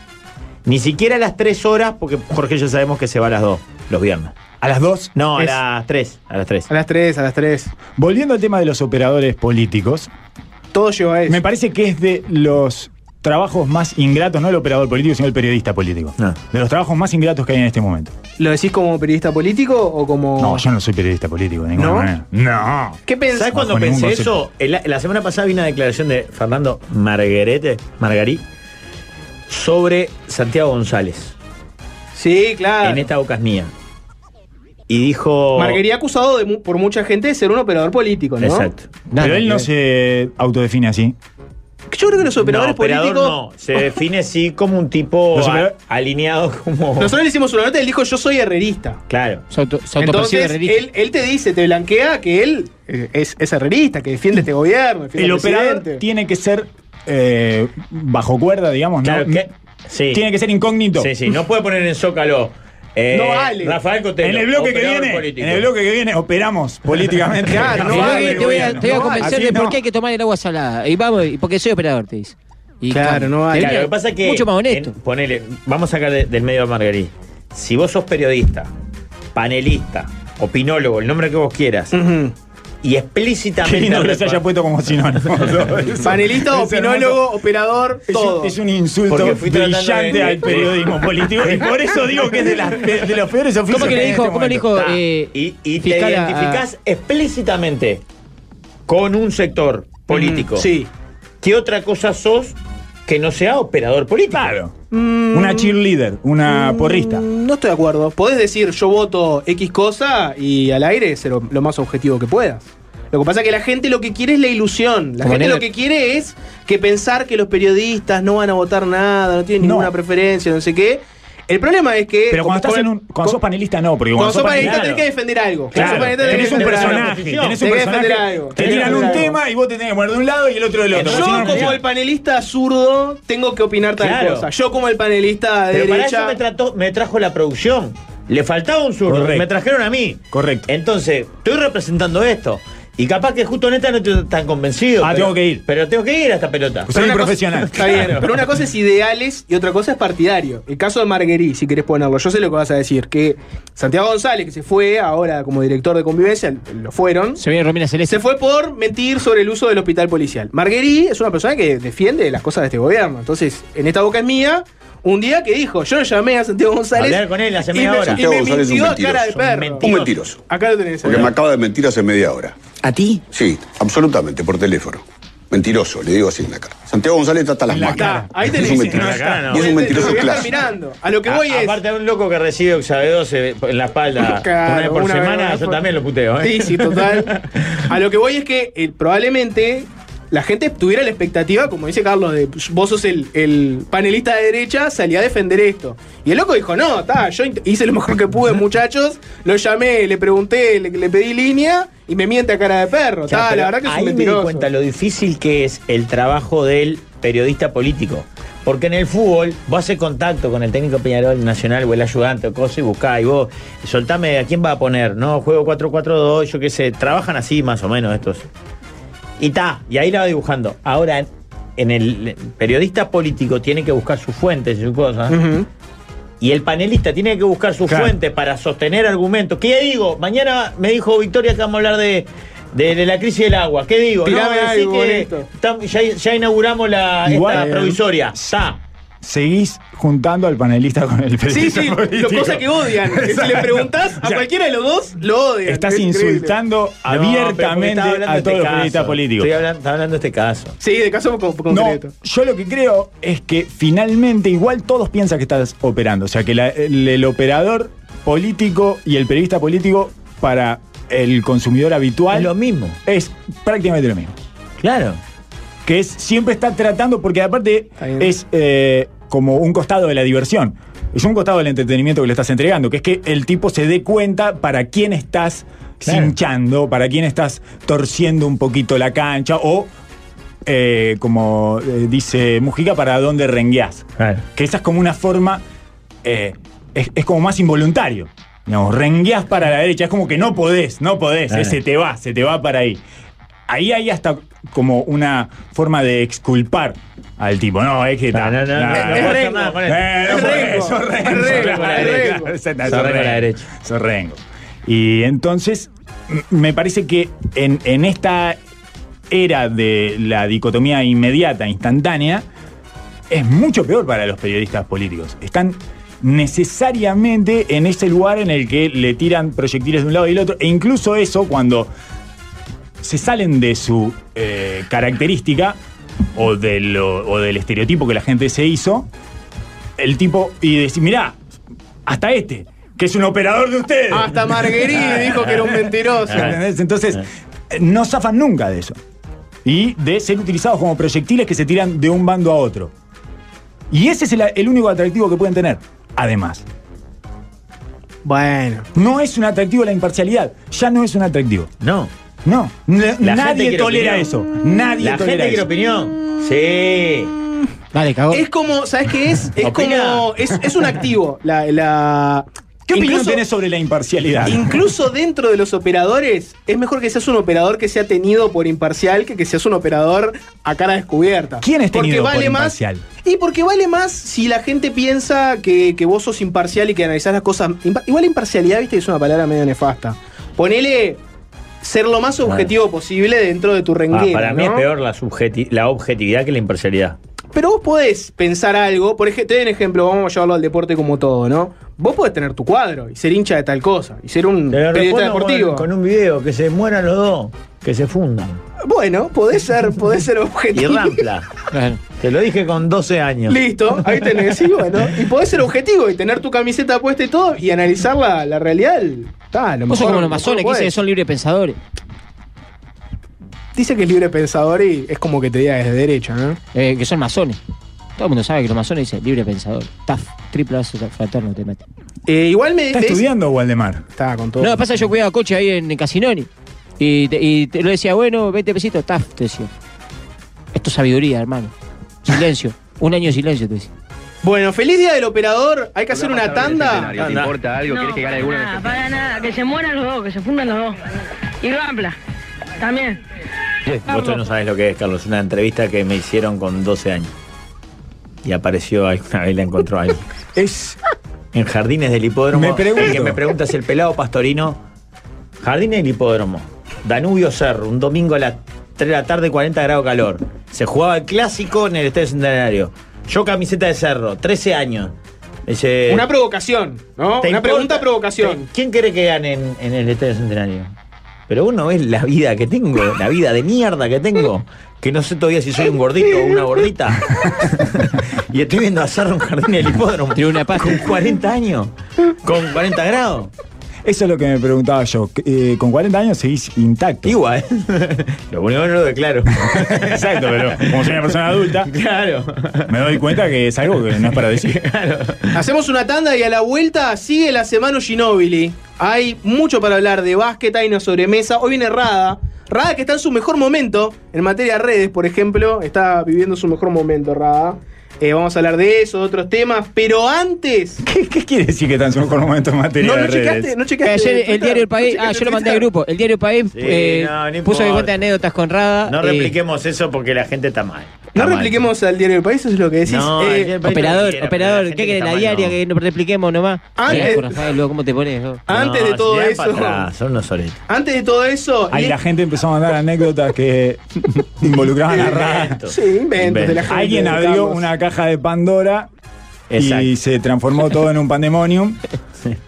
[SPEAKER 6] Ni siquiera las tres horas, porque Jorge ya sabemos que se va a las dos, los viernes.
[SPEAKER 4] ¿A las dos?
[SPEAKER 6] No,
[SPEAKER 7] Es-
[SPEAKER 6] a las tres, a las tres.
[SPEAKER 7] A las 3, a las 3.
[SPEAKER 4] Volviendo al tema de los operadores políticos,
[SPEAKER 7] Todo lleva a eso.
[SPEAKER 4] me parece que es de los trabajos más ingratos, no el operador político, sino el periodista político.
[SPEAKER 6] No.
[SPEAKER 4] De los trabajos más ingratos que hay en este momento.
[SPEAKER 7] ¿Lo decís como periodista político o como.?
[SPEAKER 4] No, yo no soy periodista político, de ninguna
[SPEAKER 7] ¿No?
[SPEAKER 4] manera. No.
[SPEAKER 7] ¿Qué pensás?
[SPEAKER 6] ¿Sabes cuando
[SPEAKER 4] con ningún
[SPEAKER 6] pensé eso?
[SPEAKER 4] concepto.
[SPEAKER 6] El- la semana pasada vi una declaración de Fernando Margarete, Margarí, sobre Santiago González,
[SPEAKER 7] Sí, claro.
[SPEAKER 6] en esta boca es mía. Y dijo.
[SPEAKER 7] Marguería acusado de mu- por mucha gente de ser un operador político, ¿no?
[SPEAKER 6] Exacto.
[SPEAKER 4] Pero él no se autodefine así.
[SPEAKER 7] Yo creo que los
[SPEAKER 6] No,
[SPEAKER 7] operadores
[SPEAKER 6] operador
[SPEAKER 7] políticos.
[SPEAKER 6] no. Se define sí como un tipo
[SPEAKER 4] Los
[SPEAKER 6] a-
[SPEAKER 4] operador-
[SPEAKER 6] alineado como.
[SPEAKER 7] Nosotros le hicimos una nota y él dijo: Yo soy herrerista.
[SPEAKER 6] Claro.
[SPEAKER 1] Se auto- se autopercibe
[SPEAKER 7] Entonces, eh,
[SPEAKER 1] herrerista.
[SPEAKER 7] él, él te dice, te blanquea que él eh, es, es herrerista, que defiende este gobierno, defiende
[SPEAKER 4] El
[SPEAKER 7] al
[SPEAKER 4] operador
[SPEAKER 7] presidente.
[SPEAKER 4] tiene que ser eh, bajo cuerda, digamos,
[SPEAKER 6] Claro
[SPEAKER 4] ¿no?
[SPEAKER 6] que. Sí.
[SPEAKER 4] Tiene que ser incógnito.
[SPEAKER 6] Sí, sí. No puede poner en Zócalo. eh,
[SPEAKER 7] No vale.
[SPEAKER 6] Rafael Cotelo.
[SPEAKER 4] En el bloque que
[SPEAKER 6] operador
[SPEAKER 4] viene,
[SPEAKER 6] político.
[SPEAKER 4] en el bloque que viene operamos políticamente.
[SPEAKER 7] Claro, no
[SPEAKER 1] Mirá
[SPEAKER 7] vale,
[SPEAKER 1] que te, voy a, te voy a
[SPEAKER 4] No vale.
[SPEAKER 1] convencer
[SPEAKER 4] Así
[SPEAKER 1] de por
[SPEAKER 4] no.
[SPEAKER 1] qué hay que tomar el agua salada. Y vamos, y porque soy operador, te dice. Y
[SPEAKER 7] Claro,
[SPEAKER 1] cambia.
[SPEAKER 7] no vale.
[SPEAKER 1] Te
[SPEAKER 6] Claro,
[SPEAKER 1] mira
[SPEAKER 6] lo que pasa es que.
[SPEAKER 1] Mucho más honesto.
[SPEAKER 6] en- ponele, vamos a sacar de- del medio a Margarí. Si vos sos periodista, panelista, opinólogo, el nombre que vos quieras,
[SPEAKER 7] Ujú.
[SPEAKER 6] y
[SPEAKER 4] Qué
[SPEAKER 6] explícitamente.
[SPEAKER 4] lindo que se haya
[SPEAKER 6] repa-
[SPEAKER 4] puesto como sinónimo.
[SPEAKER 7] Panelista,
[SPEAKER 4] Es
[SPEAKER 7] opinólogo, operador,
[SPEAKER 4] Es
[SPEAKER 7] todo.
[SPEAKER 4] un, es un insulto
[SPEAKER 6] Porque fui tratando
[SPEAKER 4] brillante
[SPEAKER 6] de-
[SPEAKER 4] al periodismo político y por eso digo que es de, las, pe- de los peores oficios.
[SPEAKER 1] ¿Cómo que
[SPEAKER 4] hay
[SPEAKER 1] le
[SPEAKER 4] en
[SPEAKER 1] dijo?
[SPEAKER 4] este
[SPEAKER 1] ¿Cómo le
[SPEAKER 4] momento.
[SPEAKER 1] dijo?
[SPEAKER 6] Ta,
[SPEAKER 1] eh,
[SPEAKER 6] y, y te
[SPEAKER 1] fiscal a-
[SPEAKER 6] identificás explícitamente con un sector político.
[SPEAKER 7] Sí.
[SPEAKER 6] ¿Qué otra cosa sos que no sea operador político?
[SPEAKER 4] Claro. Una cheerleader, una porrista.
[SPEAKER 7] Mm, No estoy de acuerdo. Podés decir yo voto X cosa y al aire ser lo, lo más objetivo que puedas. Lo que pasa es que la gente lo que quiere es la ilusión. La
[SPEAKER 1] Como
[SPEAKER 7] gente
[SPEAKER 1] Ned.
[SPEAKER 7] lo que quiere es que pensar que los periodistas no van a votar nada, no tienen
[SPEAKER 4] No.
[SPEAKER 7] ninguna preferencia, no sé qué. El problema es que.
[SPEAKER 4] Pero
[SPEAKER 7] como-
[SPEAKER 4] cuando estás
[SPEAKER 7] como-
[SPEAKER 4] en un. Cuando sos panelista, no, porque
[SPEAKER 7] Cuando sos panelista
[SPEAKER 6] panelista,
[SPEAKER 7] tenés que defender algo. Cuando sos
[SPEAKER 4] Claro,
[SPEAKER 7] panelista tenés
[SPEAKER 4] tenés
[SPEAKER 7] que
[SPEAKER 4] un
[SPEAKER 7] defender algo.
[SPEAKER 4] personaje, tenés un
[SPEAKER 7] Tenés que defender
[SPEAKER 4] personaje.
[SPEAKER 7] algo.
[SPEAKER 4] Te
[SPEAKER 7] Tenés que
[SPEAKER 4] tiran
[SPEAKER 7] defender
[SPEAKER 4] un
[SPEAKER 7] algo.
[SPEAKER 4] tema y vos te tenés que mover de un lado y el otro del otro.
[SPEAKER 6] Yo
[SPEAKER 4] Si no, no
[SPEAKER 7] Yo como
[SPEAKER 4] funciona.
[SPEAKER 7] el panelista zurdo tengo que opinar tal
[SPEAKER 6] Claro.
[SPEAKER 7] cosa. Yo como el panelista de
[SPEAKER 6] Pero para
[SPEAKER 7] derecha.
[SPEAKER 6] eso me, trató- me trajo la producción. Le faltaba un zurdo.
[SPEAKER 4] Correcto.
[SPEAKER 6] Me trajeron a mí.
[SPEAKER 4] Correcto.
[SPEAKER 6] Entonces, estoy representando esto. Y capaz que justo neta no estoy tan convencido.
[SPEAKER 4] Ah,
[SPEAKER 6] pero-
[SPEAKER 4] tengo que ir.
[SPEAKER 6] Pero tengo que ir a esta pelota.
[SPEAKER 4] Soy
[SPEAKER 7] una cosa-
[SPEAKER 4] profesional.
[SPEAKER 7] Está bien, pero una cosa es ideales y otra cosa es partidario. El caso de Marguerite, si querés ponerlo, yo sé lo que vas a decir, que Santiago González, que se fue ahora como director de convivencia, lo fueron,
[SPEAKER 1] Se viene Romina Celeste.
[SPEAKER 7] se fue por mentir sobre el uso del hospital policial. Marguerite es una persona que defiende las cosas de este gobierno. Entonces, en esta boca es mía, un día que dijo, yo llamé a Santiago González
[SPEAKER 6] Hablar con él hace
[SPEAKER 7] y
[SPEAKER 6] media
[SPEAKER 7] me-
[SPEAKER 6] hora.
[SPEAKER 7] y
[SPEAKER 9] Santiago
[SPEAKER 7] me
[SPEAKER 9] González es un
[SPEAKER 7] mintió a cara de
[SPEAKER 6] mentiroso, un
[SPEAKER 7] perro.
[SPEAKER 6] mentiroso.
[SPEAKER 9] Un mentiroso.
[SPEAKER 7] Acá lo tenés.
[SPEAKER 9] Porque
[SPEAKER 7] ahora.
[SPEAKER 9] me acaba de mentir hace media hora.
[SPEAKER 10] ¿A ti?
[SPEAKER 9] Sí, absolutamente, por teléfono. Mentiroso, le digo así en la cara. Santiago González trata las manos.
[SPEAKER 7] Está, ahí
[SPEAKER 9] es
[SPEAKER 7] tenés.
[SPEAKER 9] un
[SPEAKER 7] No,
[SPEAKER 9] mentiroso.
[SPEAKER 7] está.
[SPEAKER 6] Y es
[SPEAKER 9] un mentiroso
[SPEAKER 7] Lo voy a estar
[SPEAKER 9] clásico.
[SPEAKER 7] mirando. A lo que voy
[SPEAKER 6] A-
[SPEAKER 7] es.
[SPEAKER 6] Aparte de un loco que recibe Oxavedos en la espalda
[SPEAKER 7] Claro,
[SPEAKER 6] una vez por
[SPEAKER 7] una vez,
[SPEAKER 6] semana,
[SPEAKER 7] una vez
[SPEAKER 6] yo
[SPEAKER 7] por-
[SPEAKER 6] también lo puteo, ¿eh?
[SPEAKER 7] Sí, sí, total. A lo que voy es que eh, probablemente la gente tuviera la expectativa, como dice Carlos, de "Psh, vos sos el, el panelista de derecha, salí a defender esto. Y el loco dijo, no, está, yo int- hice lo mejor que pude, muchachos, lo llamé, le pregunté, le, le pedí línea y me miente a cara de perro.
[SPEAKER 6] O sea,
[SPEAKER 7] Ta,
[SPEAKER 6] pero
[SPEAKER 7] la verdad que es
[SPEAKER 6] ahí
[SPEAKER 7] un
[SPEAKER 6] me di
[SPEAKER 7] mentiroso.
[SPEAKER 6] cuenta lo difícil que es el trabajo del periodista político. Porque en el fútbol vos haces contacto con el técnico Peñarol Nacional o el ayudante o cosa y buscá y vos, soltame a quién va a poner, ¿no? Juego 4-4-2, yo qué sé, trabajan así más o menos estos. Y ta, y ahí la va dibujando. Ahora, en- en el periodista político tiene que buscar sus fuentes y sus cosas.
[SPEAKER 7] Ujú.
[SPEAKER 6] Y el panelista tiene que buscar sus
[SPEAKER 4] Claro.
[SPEAKER 6] fuentes para sostener argumentos. ¿Qué digo? Mañana me dijo Victoria que vamos a hablar de, de- de la crisis del agua. ¿Qué digo?
[SPEAKER 7] Tirame
[SPEAKER 6] decí
[SPEAKER 7] algo,
[SPEAKER 6] que
[SPEAKER 7] bonito.
[SPEAKER 6] tam- ya, ya inauguramos la
[SPEAKER 4] Igual,
[SPEAKER 6] esta
[SPEAKER 4] eh,
[SPEAKER 6] provisoria. Está.
[SPEAKER 4] Seguís juntando al panelista con el
[SPEAKER 7] Sí,
[SPEAKER 4] periodista
[SPEAKER 7] sí,
[SPEAKER 4] político.
[SPEAKER 7] lo, cosa que odian. Si le preguntás a
[SPEAKER 4] O sea,
[SPEAKER 7] cualquiera de los dos, lo odian.
[SPEAKER 4] Estás
[SPEAKER 7] Es increíble.
[SPEAKER 4] insultando
[SPEAKER 6] No, pero porque
[SPEAKER 4] abiertamente
[SPEAKER 6] estaba hablando de
[SPEAKER 4] a
[SPEAKER 6] este
[SPEAKER 4] todos los
[SPEAKER 6] caso.
[SPEAKER 4] periodistas políticos.
[SPEAKER 6] Estoy hablando, estaba hablando de este caso.
[SPEAKER 7] Sí, de caso con-
[SPEAKER 4] No,
[SPEAKER 7] concreto.
[SPEAKER 4] yo lo que creo es que finalmente igual todos piensan que estás operando. O sea, que la- el, el operador político y el periodista político para el consumidor habitual
[SPEAKER 6] Es lo mismo.
[SPEAKER 4] es prácticamente lo mismo.
[SPEAKER 6] Claro.
[SPEAKER 4] Que es siempre está tratando, porque aparte
[SPEAKER 7] Está bien.
[SPEAKER 4] es eh, como un costado de la diversión. Es un costado del entretenimiento que le estás entregando, que es que el tipo se dé cuenta para quién estás
[SPEAKER 6] Claro.
[SPEAKER 4] cinchando, para quién estás torciendo un poquito la cancha o, eh, como eh, dice Mujica, para dónde rengueás.
[SPEAKER 6] Claro.
[SPEAKER 4] Que esa es como una forma, eh, es, es como más involuntario. Digamos, rengueás para la derecha, es como que no podés, no podés,
[SPEAKER 6] Claro.
[SPEAKER 4] eh, se te va, se te va para ahí. Ahí hay hasta como una forma de exculpar al tipo. No, es que tal.
[SPEAKER 6] no, no, no puedo hacer nada con esto.
[SPEAKER 4] Eh, no
[SPEAKER 6] Es
[SPEAKER 4] podés,
[SPEAKER 6] rengo,
[SPEAKER 4] sos rengo,
[SPEAKER 6] es rengo,
[SPEAKER 4] sos
[SPEAKER 6] es rengo.
[SPEAKER 4] Sos
[SPEAKER 6] Sos rengo a la derecha.
[SPEAKER 4] Sos rengo. Y entonces, m- me parece que en, en esta era de la dicotomía inmediata, instantánea, es mucho peor para los periodistas políticos. Están necesariamente en ese lugar en el que le tiran proyectiles de un lado y del otro, e incluso eso cuando se salen de su eh, característica o, de lo- o del estereotipo que la gente se hizo, el tipo y decir, mirá, hasta este, que es un operador de ustedes.
[SPEAKER 7] Hasta Marguerite dijo que era un mentiroso.
[SPEAKER 4] ¿Entendés? Entonces, eh, no zafan nunca de eso. Y de ser utilizados como proyectiles que se tiran de un bando a otro. Y ese es el, el único atractivo que pueden tener. Además.
[SPEAKER 7] Bueno.
[SPEAKER 4] No es un atractivo la imparcialidad. Ya no es un atractivo.
[SPEAKER 6] No.
[SPEAKER 4] No. N-
[SPEAKER 6] La gente
[SPEAKER 4] nadie
[SPEAKER 6] quiere
[SPEAKER 4] tolera
[SPEAKER 6] opinión.
[SPEAKER 4] eso. Nadie
[SPEAKER 6] La
[SPEAKER 4] tolera
[SPEAKER 6] gente quiere
[SPEAKER 4] eso.
[SPEAKER 6] opinión. Sí.
[SPEAKER 1] Dale, cagó.
[SPEAKER 7] Es como, ¿sabes qué es? Es
[SPEAKER 6] Opina.
[SPEAKER 7] como. Es, es un activo. La, la-
[SPEAKER 4] ¿Qué opinión
[SPEAKER 7] Incluso-
[SPEAKER 4] tenés sobre la imparcialidad?
[SPEAKER 7] Incluso dentro de los operadores, es mejor que seas un operador que sea tenido por imparcial que que seas un operador a cara descubierta.
[SPEAKER 4] ¿Quién es
[SPEAKER 7] Porque
[SPEAKER 4] tenido por
[SPEAKER 7] vale más-
[SPEAKER 4] imparcial?
[SPEAKER 7] Y porque vale más si la gente piensa que, que vos sos imparcial y que analizás las cosas. Impa- Igual imparcialidad, viste, es una palabra medio nefasta. Ponele ser lo más objetivo posible dentro de tu
[SPEAKER 6] Ah,
[SPEAKER 7] renguera.
[SPEAKER 6] para mí
[SPEAKER 7] ¿no?
[SPEAKER 6] es peor la, subjeti- la objetividad que la imparcialidad.
[SPEAKER 7] Pero vos podés pensar algo, por ejemplo, te doy un ejemplo, vamos a llevarlo al deporte como todo, ¿no? Vos podés tener tu cuadro y ser hincha de tal cosa, y ser un
[SPEAKER 6] Te lo
[SPEAKER 7] periodista
[SPEAKER 6] respondo
[SPEAKER 7] deportivo.
[SPEAKER 6] Con, con un video, que se mueran los dos, que se fundan.
[SPEAKER 7] Bueno, podés ser, podés ser
[SPEAKER 6] Y
[SPEAKER 7] objetivo.
[SPEAKER 6] rampla.
[SPEAKER 1] Claro.
[SPEAKER 6] Te lo dije con 12 años.
[SPEAKER 7] Listo, ahí tenés, y bueno. Y podés ser objetivo y tener tu camiseta puesta y todo, y analizar la, la realidad. Está, a lo
[SPEAKER 1] Vos sos
[SPEAKER 7] mejor-
[SPEAKER 1] como
[SPEAKER 7] a
[SPEAKER 1] los
[SPEAKER 7] lo mejor
[SPEAKER 1] masones que
[SPEAKER 7] podés.
[SPEAKER 1] dicen que son libres pensadores.
[SPEAKER 7] Dice que es libre pensador y es como que te diga desde derecha, ¿no?
[SPEAKER 1] Eh, que son masones. Todo el mundo sabe que los masones dicen libre pensador. TAF, triple A fraterno te mete.
[SPEAKER 7] Eh, igual me
[SPEAKER 4] ¿Está
[SPEAKER 7] de-
[SPEAKER 4] estudiando Waldemar?
[SPEAKER 7] Está con todo.
[SPEAKER 1] No, pasa yo cuidaba coche ahí en Casinoni. Y te, y te lo decía, bueno, 20 pesitos, TAF, te decía. Esto es sabiduría, hermano. Silencio. Un año de silencio, te decía.
[SPEAKER 7] Bueno, feliz día del operador. Hay que hacer una tanda.
[SPEAKER 6] ¿Te importa
[SPEAKER 11] algo? ¿Quieres que gane alguno? este Nada, para nada, que se mueran los dos, que se fundan los dos. Y Rampla, también.
[SPEAKER 6] Vos no sabés lo que es, Carlos. Una entrevista que me hicieron con 12 años. Y apareció alguna vez, la encontró alguien.
[SPEAKER 4] Es.
[SPEAKER 6] En Jardines del Hipódromo.
[SPEAKER 4] Me pregunto.
[SPEAKER 6] El que me pregunta es el pelado pastorino. Jardines del Hipódromo. Danubio Cerro. Un domingo a las 3 de la tarde, 40 grados calor. Se jugaba el clásico en el Estadio Centenario. Yo camiseta de Cerro, 13 años. Me dice,
[SPEAKER 7] Una provocación, ¿no?
[SPEAKER 6] Eh, ¿Te
[SPEAKER 7] Oh, Una
[SPEAKER 6] importa?
[SPEAKER 7] pregunta provocación.
[SPEAKER 6] ¿Quién quiere que gane en, en el Estadio Centenario? Pero uno ves la vida que tengo, la vida de mierda que tengo, que no sé todavía si soy un gordito o una gordita. y estoy viendo a Sarro en jardín del hipódromo.
[SPEAKER 1] Tiró una pasta.
[SPEAKER 6] Con 40 años, con 40 grados.
[SPEAKER 4] Eso es lo que me preguntaba yo. Eh, con 40 años seguís intacto.
[SPEAKER 6] Igual. lo único que no lo declaro.
[SPEAKER 4] Exacto, pero como soy una persona adulta,
[SPEAKER 6] Claro.
[SPEAKER 4] me doy cuenta que es algo que no es para decir.
[SPEAKER 7] Hacemos una tanda y a la vuelta sigue la semana Ginobili. Hay mucho para hablar de básquet, hay una sobremesa. Hoy viene Rada. Rada que está en su mejor momento en materia de redes, por ejemplo. Está viviendo su mejor momento, Rada. Eh, vamos a hablar de eso, de otros temas. Pero antes.
[SPEAKER 4] ¿Qué, qué quiere decir que tan solo con un momento en materia
[SPEAKER 7] ¿No
[SPEAKER 4] de
[SPEAKER 7] lo
[SPEAKER 4] redes?
[SPEAKER 7] checaste? ¿No checaste?
[SPEAKER 1] Eh, Ayer
[SPEAKER 7] Twitter?
[SPEAKER 1] el diario El País,
[SPEAKER 7] ¿No
[SPEAKER 1] ah,
[SPEAKER 7] checaste
[SPEAKER 1] yo lo mandé al
[SPEAKER 7] Twitter?
[SPEAKER 1] grupo. El diario El País
[SPEAKER 6] Sí,
[SPEAKER 1] eh,
[SPEAKER 6] no, no
[SPEAKER 1] puso que
[SPEAKER 6] importa.
[SPEAKER 1] cuenta anécdotas con Rada.
[SPEAKER 6] No
[SPEAKER 1] eh,
[SPEAKER 6] repliquemos eso porque la gente está mal.
[SPEAKER 7] No
[SPEAKER 6] Está mal.
[SPEAKER 7] repliquemos al diario El País, eso es lo que decís.
[SPEAKER 6] No,
[SPEAKER 7] Eh,
[SPEAKER 6] el Diario del País lo que
[SPEAKER 1] Operador,
[SPEAKER 6] quiera, pero
[SPEAKER 1] operador,
[SPEAKER 6] gente
[SPEAKER 1] ¿qué querés?
[SPEAKER 6] está
[SPEAKER 1] La
[SPEAKER 6] mal,
[SPEAKER 1] diaria
[SPEAKER 6] no.
[SPEAKER 1] que no repliquemos nomás.
[SPEAKER 7] Antes-
[SPEAKER 1] Mirá, Rafael, luego, ¿cómo te pones? vos?
[SPEAKER 7] Antes
[SPEAKER 6] No,
[SPEAKER 7] de todo
[SPEAKER 6] se dan pa'
[SPEAKER 7] eso.
[SPEAKER 6] atrás, son unos soletes.
[SPEAKER 7] Antes de todo eso.
[SPEAKER 4] Ahí
[SPEAKER 7] y-
[SPEAKER 4] la gente empezó a mandar anécdotas que involucraban a Rada.
[SPEAKER 6] Inventos.
[SPEAKER 7] Sí, inventos de la gente.
[SPEAKER 4] Alguien abrió
[SPEAKER 7] Carlos.
[SPEAKER 4] una caja de Pandora y
[SPEAKER 6] Exacto.
[SPEAKER 4] se transformó todo en un pandemonium.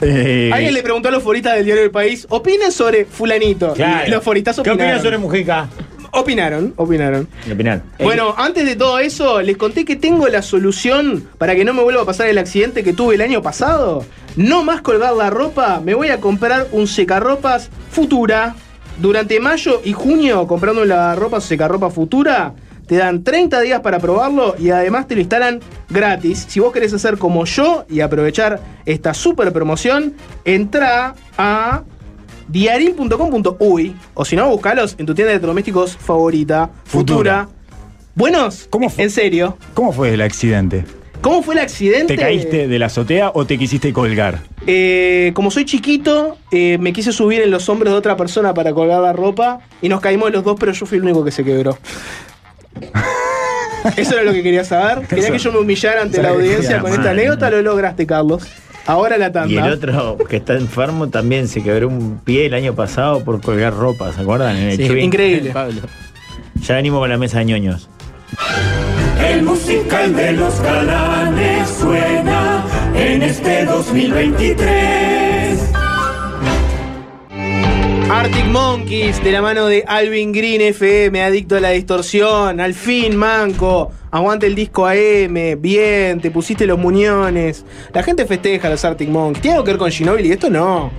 [SPEAKER 4] Eh,
[SPEAKER 7] Alguien le preguntó a los foristas del diario El País, ¿opinan sobre fulanito?
[SPEAKER 6] Claro.
[SPEAKER 7] Y los foristas
[SPEAKER 6] ¿Qué
[SPEAKER 7] opinaron.
[SPEAKER 6] opinas sobre Mujica?
[SPEAKER 7] Opinaron, opinaron.
[SPEAKER 6] Mi opinión.
[SPEAKER 7] Bueno, antes de todo eso, les conté que tengo la solución para que no me vuelva a pasar el accidente que tuve el año pasado. No más colgar la ropa, me voy a comprar un secarropas Futura. Durante mayo y junio, comprando la ropa secarropa Futura, te dan 30 días para probarlo y además te lo instalan gratis. Si vos querés hacer como yo y aprovechar esta super promoción, entra a diarin.com.uy o si no, buscalos en tu tienda de electrodomésticos favorita, Futura.
[SPEAKER 4] Futura.
[SPEAKER 7] Buenos,
[SPEAKER 4] ¿Cómo fue?
[SPEAKER 7] en serio.
[SPEAKER 4] ¿Cómo fue el accidente?
[SPEAKER 7] ¿Cómo fue el accidente?
[SPEAKER 4] ¿Te caíste de la azotea o te quisiste colgar?
[SPEAKER 7] Eh, como soy chiquito, eh, me quise subir en los hombros de otra persona para colgar la ropa y nos caímos los dos, pero yo fui el único que se quebró. Eso era lo que quería saber. Quería que yo me humillara ante la
[SPEAKER 6] Esa
[SPEAKER 7] audiencia con esta
[SPEAKER 6] madre.
[SPEAKER 7] anécdota, lo lograste, Carlos. Ahora la tanda.
[SPEAKER 6] Y el otro que está enfermo también se quebró un pie el año pasado por colgar ropa, ¿se acuerdan? En el
[SPEAKER 7] Sí,
[SPEAKER 6] Chubin.
[SPEAKER 7] increíble.
[SPEAKER 6] Ya venimos con la mesa de ñoños.
[SPEAKER 2] El musical de los galanes suena en este 2023.
[SPEAKER 7] Arctic Monkeys, de la mano de Alvin Green FM, adicto a la distorsión, al fin, manco, aguante el disco AM, bien, te pusiste los muñones. La gente festeja a los Arctic Monkeys. ¿Tiene algo que ver con Ginobili? Esto no.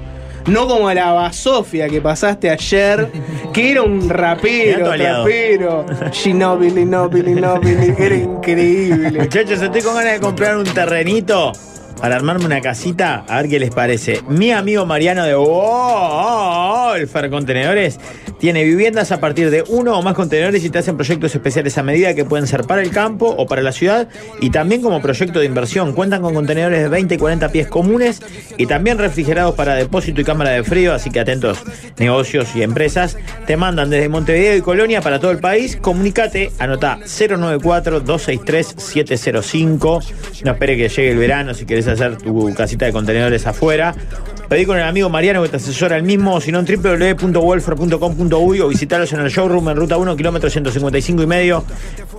[SPEAKER 7] No como la basofia que pasaste ayer, que era un rapero,
[SPEAKER 6] Mirá tu aliado.
[SPEAKER 7] trapero. Ginobili, Nobili, Nobili, era increíble.
[SPEAKER 6] Muchachos, estoy con ganas de comprar un terrenito para armarme una casita, a ver qué les parece. Mi amigo Mariano de oh, oh, oh, el Fercontenedores tiene viviendas a partir de uno o más contenedores y te hacen proyectos especiales a medida que pueden ser para el campo o para la ciudad y también como proyecto de inversión. Cuentan con contenedores de 20 y 40 pies comunes y también refrigerados para depósito y cámara de frío, así que atentos negocios y empresas. Te mandan desde Montevideo y Colonia para todo el país. Comunicate, anota 094-263-705. No espere que llegue el verano si querés hacer tu casita de contenedores afuera. Pedí con el amigo Mariano que te asesora el mismo, o si no en www.welfer.com.uy o visitarlos en el showroom en ruta 1, kilómetro 155 y medio.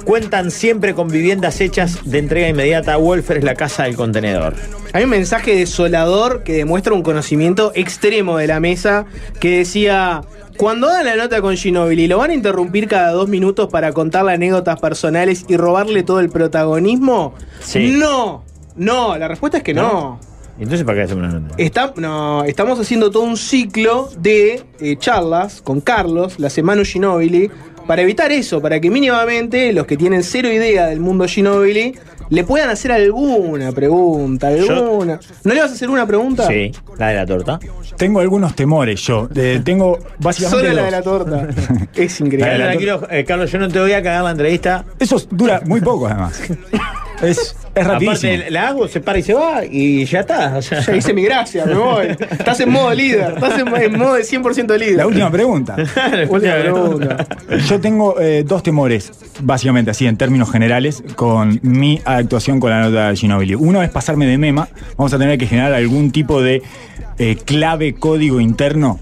[SPEAKER 6] Cuentan siempre con viviendas hechas de entrega inmediata. Welfer es la casa del contenedor.
[SPEAKER 7] Hay un mensaje desolador que demuestra un conocimiento extremo de la mesa que decía, cuando hagan la nota con Ginobili, ¿lo van a interrumpir cada dos minutos para contarle anécdotas personales y robarle todo el protagonismo?
[SPEAKER 6] Sí.
[SPEAKER 7] No, no, la respuesta es que no.
[SPEAKER 6] Entonces, ¿para qué hacemos una nota?
[SPEAKER 7] Está- no, estamos haciendo todo un ciclo de eh, charlas con Carlos, la semana Ginobili, para evitar eso, para que mínimamente los que tienen cero idea del mundo Ginobili le puedan hacer alguna pregunta, alguna. ¿No le vas a hacer una pregunta?
[SPEAKER 6] Sí, la de la torta.
[SPEAKER 4] Tengo algunos temores yo. De- tengo básicamente.
[SPEAKER 7] Solo la de
[SPEAKER 4] dos.
[SPEAKER 7] la torta. es increíble.
[SPEAKER 6] Dale, tranquilo, eh, Carlos, yo no te voy a cagar la entrevista.
[SPEAKER 4] Eso dura muy poco, además. Es, es rapidísimo.
[SPEAKER 6] Aparte, la hago, se para y se va y ya está. O sea,
[SPEAKER 7] Ya hice mi gracia, me voy. Estás en modo líder, estás en, en modo de 100% líder.
[SPEAKER 4] La última pregunta.
[SPEAKER 7] Última pregunta.
[SPEAKER 4] Yo tengo eh, dos temores, básicamente así, en términos generales, con mi actuación con la nota de Ginobili. Uno es pasarme de mema. Vamos a tener que generar algún tipo de eh, clave código interno.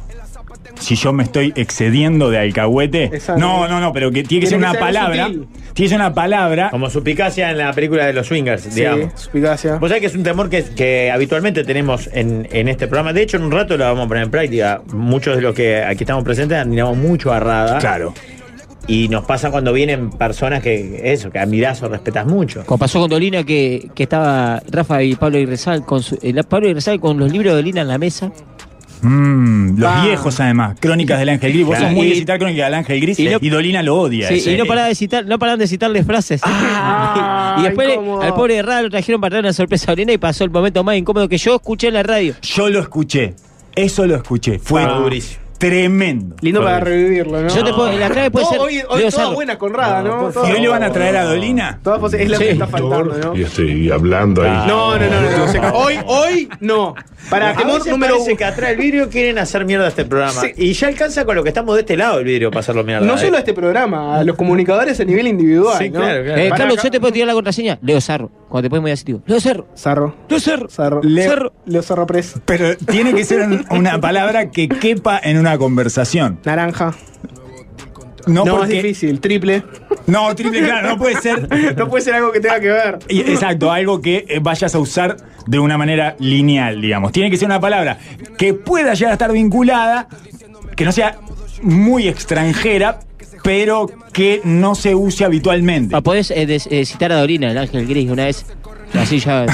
[SPEAKER 4] Si yo me estoy excediendo de alcahuete.
[SPEAKER 6] Exacto.
[SPEAKER 4] No, no, no, pero que tiene que ser
[SPEAKER 6] Tiene
[SPEAKER 4] una
[SPEAKER 6] que ser algo
[SPEAKER 4] palabra.
[SPEAKER 6] sutil.
[SPEAKER 4] Tiene que ser una palabra.
[SPEAKER 6] Como suspicacia en la película de los swingers, digamos.
[SPEAKER 7] Suspicacia.
[SPEAKER 6] Vos sabés que es un temor que, que habitualmente tenemos en, en este programa. De hecho, en un rato lo vamos a poner en práctica. Muchos de los que aquí estamos presentes admiramos mucho a Rada.
[SPEAKER 4] Claro.
[SPEAKER 6] Y nos pasa cuando vienen personas que, eso, que admirás o respetas
[SPEAKER 7] Este
[SPEAKER 6] mucho.
[SPEAKER 1] Como pasó con Dolina, que, que estaba Rafa y Pablo Irresal con su, eh, Pablo Irresal con los libros de Dolina en la mesa.
[SPEAKER 4] Mm, los
[SPEAKER 1] Ah.
[SPEAKER 4] viejos, además. Crónicas del Ángel Gris. Vos
[SPEAKER 1] Claro.
[SPEAKER 4] sos muy
[SPEAKER 1] Y-
[SPEAKER 4] de citar Crónicas del Ángel Gris.
[SPEAKER 1] y
[SPEAKER 4] Y,
[SPEAKER 1] no-
[SPEAKER 4] Dolina lo odia.
[SPEAKER 1] Sí,
[SPEAKER 4] ese.
[SPEAKER 1] y no paraban de, citar, no paraban de citarles frases. y después le-
[SPEAKER 7] Ah, cómo.
[SPEAKER 1] al pobre Rada lo trajeron para dar una sorpresa a Dolina y pasó el momento más incómodo que yo escuché en la radio.
[SPEAKER 4] Yo lo escuché. Eso lo escuché. Fue
[SPEAKER 1] Ah.
[SPEAKER 4] tremendo.
[SPEAKER 7] Lindo para revivirlo, ¿no?
[SPEAKER 1] Yo te puedo- la clave puede
[SPEAKER 7] No,
[SPEAKER 1] ser-
[SPEAKER 7] Hoy, hoy
[SPEAKER 1] debe
[SPEAKER 7] todas
[SPEAKER 1] serlo.
[SPEAKER 7] buenas con Rada, ¿no?
[SPEAKER 4] ¿Y hoy le van a traer a Dolina?
[SPEAKER 7] Todas pos- es lo que está faltando, ¿no?
[SPEAKER 12] Y estoy hablando ahí.
[SPEAKER 7] No, no, no, no, no, se- hoy, hoy no. Para
[SPEAKER 6] A
[SPEAKER 7] temor
[SPEAKER 6] veces
[SPEAKER 7] número
[SPEAKER 6] Ah, parece
[SPEAKER 7] uno.
[SPEAKER 6] que atrás del vidrio quieren hacer mierda a este programa.
[SPEAKER 7] Sí.
[SPEAKER 6] Y ya alcanza con lo que estamos de este lado del vidrio para hacerlo mierda.
[SPEAKER 7] No
[SPEAKER 6] eh.
[SPEAKER 7] solo a este programa, a los comunicadores a nivel individual.
[SPEAKER 6] Sí,
[SPEAKER 7] ¿no?
[SPEAKER 6] claro, claro.
[SPEAKER 1] Eh,
[SPEAKER 7] Pará,
[SPEAKER 1] Carlos,
[SPEAKER 7] acá-
[SPEAKER 1] yo te puedo tirar la contraseña. Leo Sarro. Cuando te pones muy asitivo. Leo Sarro.
[SPEAKER 7] Sarro.
[SPEAKER 1] Leo Sarro.
[SPEAKER 7] Sarro.
[SPEAKER 4] Leo-
[SPEAKER 7] Sarro. Leo Sarro Press.
[SPEAKER 4] Pero tiene que ser un- una palabra que quepa en una conversación.
[SPEAKER 7] Naranja.
[SPEAKER 4] No,
[SPEAKER 7] No, es
[SPEAKER 4] porque.
[SPEAKER 7] difícil. Triple.
[SPEAKER 4] No, triple, claro, no puede ser.
[SPEAKER 7] no puede ser algo que tenga que ver.
[SPEAKER 4] Y- Exacto, algo que eh, vayas a usar de una manera lineal, digamos. Tiene que ser una palabra que pueda llegar a estar vinculada, que no sea muy extranjera, pero que no se use habitualmente.
[SPEAKER 1] Ah, podés eh, des- eh, citar a Dorina, el ángel gris, una vez. Así ya. eh,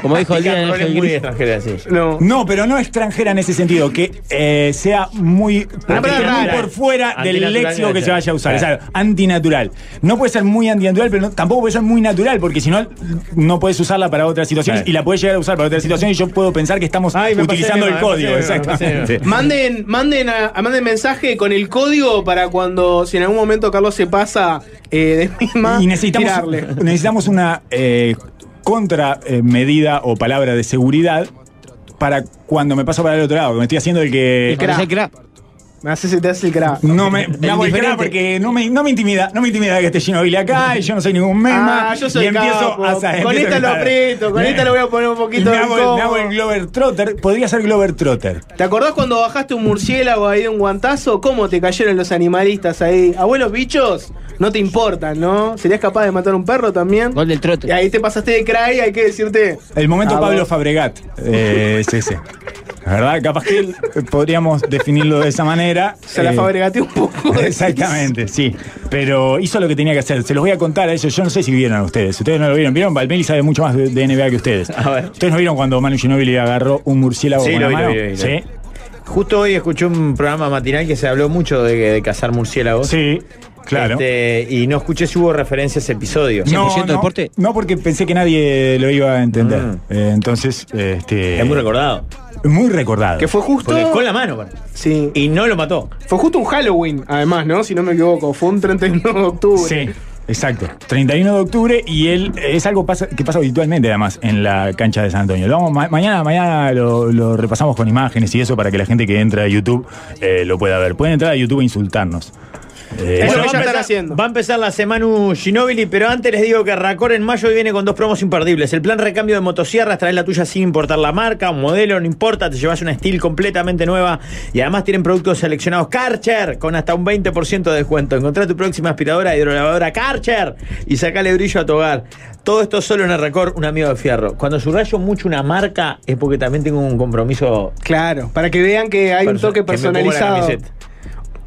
[SPEAKER 1] como dijo
[SPEAKER 6] Pica,
[SPEAKER 1] Dorina, el
[SPEAKER 6] no es
[SPEAKER 1] ángel
[SPEAKER 6] muy
[SPEAKER 1] gris.
[SPEAKER 6] extranjera, sí.
[SPEAKER 7] No.
[SPEAKER 4] No, pero no extranjera en ese sentido, que eh, sea muy,
[SPEAKER 6] palabra
[SPEAKER 4] que esté muy
[SPEAKER 6] rara.
[SPEAKER 4] por fuera del
[SPEAKER 6] Antinatural
[SPEAKER 4] léxico que
[SPEAKER 6] debe
[SPEAKER 4] se
[SPEAKER 6] ser.
[SPEAKER 4] vaya a usar.
[SPEAKER 6] Claro.
[SPEAKER 4] Exacto, antinatural. No puede ser muy antinatural, pero no- tampoco puede ser muy natural, porque si no, no puedes usarla para otras situaciones
[SPEAKER 6] Claro.
[SPEAKER 4] y la puedes llegar a usar para otras situaciones y yo puedo pensar que estamos
[SPEAKER 6] Ay, me pasé
[SPEAKER 4] utilizando
[SPEAKER 6] de
[SPEAKER 4] el
[SPEAKER 6] nuevo, me
[SPEAKER 4] código.
[SPEAKER 6] pasé de nuevo, me pasé de nuevo.
[SPEAKER 4] Exactamente.
[SPEAKER 7] Manden, manden, a- a- manden mensaje con el código para cuando, si en algún momento Carlos se pasa eh, de misma,
[SPEAKER 4] Y necesitamos,
[SPEAKER 7] tirarle.
[SPEAKER 4] eh, necesitamos una eh, contramedida o palabra de seguridad para cuando me paso para el otro lado, que me estoy haciendo el que.
[SPEAKER 7] El cra. Me haces te hace el cra.
[SPEAKER 4] No me, me hago el cra porque no me, no me intimida, no me intimida que esté Gino Vile acá y yo no soy ningún mema.
[SPEAKER 7] Ah, yo soy
[SPEAKER 4] y empiezo
[SPEAKER 7] capo.
[SPEAKER 4] a sa-
[SPEAKER 7] Con
[SPEAKER 4] empiezo
[SPEAKER 7] esta lo
[SPEAKER 4] gritar.
[SPEAKER 7] aprieto, con
[SPEAKER 4] Me-
[SPEAKER 7] esta lo voy a poner un poquito
[SPEAKER 4] me
[SPEAKER 7] de
[SPEAKER 4] hago el- me hago el Glover Trotter, podría ser Glover Trotter.
[SPEAKER 7] ¿Te acordás cuando bajaste un murciélago ahí de un guantazo? ¿Cómo te cayeron los animalistas ahí? Abuelos bichos, no te importan, ¿no? ¿Serías capaz de matar un perro también? Gol
[SPEAKER 1] del trote.
[SPEAKER 7] Y ahí te pasaste de cray, hay que decirte.
[SPEAKER 4] El momento
[SPEAKER 7] Ah,
[SPEAKER 4] Pablo
[SPEAKER 7] vos.
[SPEAKER 4] Fabregat. Eh, sí, sí. La verdad, capaz que podríamos definirlo de esa manera.
[SPEAKER 7] Se la
[SPEAKER 4] Eh,
[SPEAKER 7] fabregaste un poco.
[SPEAKER 4] Exactamente, sí. Pero hizo lo que tenía que hacer. Se los voy a contar a ellos. Yo no sé si vieron a ustedes. Si Ustedes no lo vieron. ¿Vieron? Valmeli sabe mucho más de, de NBA que ustedes. ¿Ustedes no vieron cuando Manu Ginóbili agarró un murciélago
[SPEAKER 6] Sí,
[SPEAKER 4] con la
[SPEAKER 6] lo vi, lo
[SPEAKER 4] mano?
[SPEAKER 6] vi, lo vi.
[SPEAKER 4] Sí.
[SPEAKER 6] Justo hoy escuché un programa matinal que se habló mucho de, de cazar murciélagos.
[SPEAKER 4] Sí, claro.
[SPEAKER 6] Este, y no escuché si hubo referencia a ese episodio.
[SPEAKER 4] no, porque pensé que nadie lo iba a entender. Eh, entonces, este.
[SPEAKER 6] Ah. Es muy recordado.
[SPEAKER 4] Muy recordado.
[SPEAKER 7] Que fue justo.
[SPEAKER 6] Porque con la mano, para.
[SPEAKER 7] Sí.
[SPEAKER 6] Y no lo mató.
[SPEAKER 7] Fue justo un Halloween, además, ¿no? Si no me equivoco. Fue un 31 de octubre.
[SPEAKER 4] Sí, exacto. 31 de octubre y él es algo pasa- que pasa habitualmente además en la cancha de San Antonio. Lo vamos, ma- mañana mañana lo, lo repasamos con imágenes y eso para que la gente que entra a YouTube eh, lo pueda ver. Pueden entrar a YouTube e insultarnos. Eh,
[SPEAKER 6] Bueno,
[SPEAKER 4] eso-
[SPEAKER 6] va, a empezar, va a empezar la semana Ginóbili, pero antes les digo que Racor en mayo viene con dos promos imperdibles. El plan recambio de motosierras, traes la tuya sin importar la marca, un modelo, no importa, te llevas una steel completamente nueva y además tienen productos seleccionados Karcher con hasta un 20% de descuento. Encontrá tu próxima aspiradora hidrolavadora Karcher y sacale brillo a tu hogar. Todo esto solo en el Racor, un amigo de fierro. Cuando subrayo mucho una marca es porque también tengo un compromiso.
[SPEAKER 7] Claro, para que vean que hay un
[SPEAKER 6] Perso-
[SPEAKER 7] toque
[SPEAKER 6] que me pongo la
[SPEAKER 7] personalizado.
[SPEAKER 6] camiseta.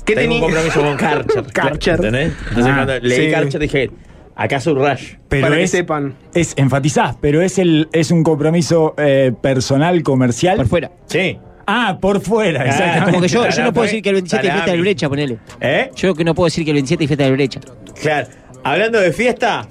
[SPEAKER 7] ¿Qué
[SPEAKER 6] Tengo un
[SPEAKER 7] tení-
[SPEAKER 6] compromiso con Karcher.
[SPEAKER 7] Karcher.
[SPEAKER 6] ¿Entendés? Entonces
[SPEAKER 4] Ah,
[SPEAKER 6] cuando leí
[SPEAKER 4] sí.
[SPEAKER 6] Karcher dije, acá subrayo.
[SPEAKER 4] pero es, Es, enfatizás, pero es, el, es un compromiso eh, personal, comercial. Por
[SPEAKER 1] fuera.
[SPEAKER 6] Sí.
[SPEAKER 4] Ah, por fuera,
[SPEAKER 1] Exacto.
[SPEAKER 4] exactamente.
[SPEAKER 1] Como que yo, yo no
[SPEAKER 4] Tará,
[SPEAKER 1] puedo
[SPEAKER 4] pues,
[SPEAKER 1] decir que el 27 es
[SPEAKER 4] tará,
[SPEAKER 1] fiesta del
[SPEAKER 4] mi-
[SPEAKER 1] brecha, ponele.
[SPEAKER 6] ¿Eh?
[SPEAKER 1] Yo que no puedo decir que el 27 es fiesta del brecha.
[SPEAKER 6] Claro. Hablando de fiesta,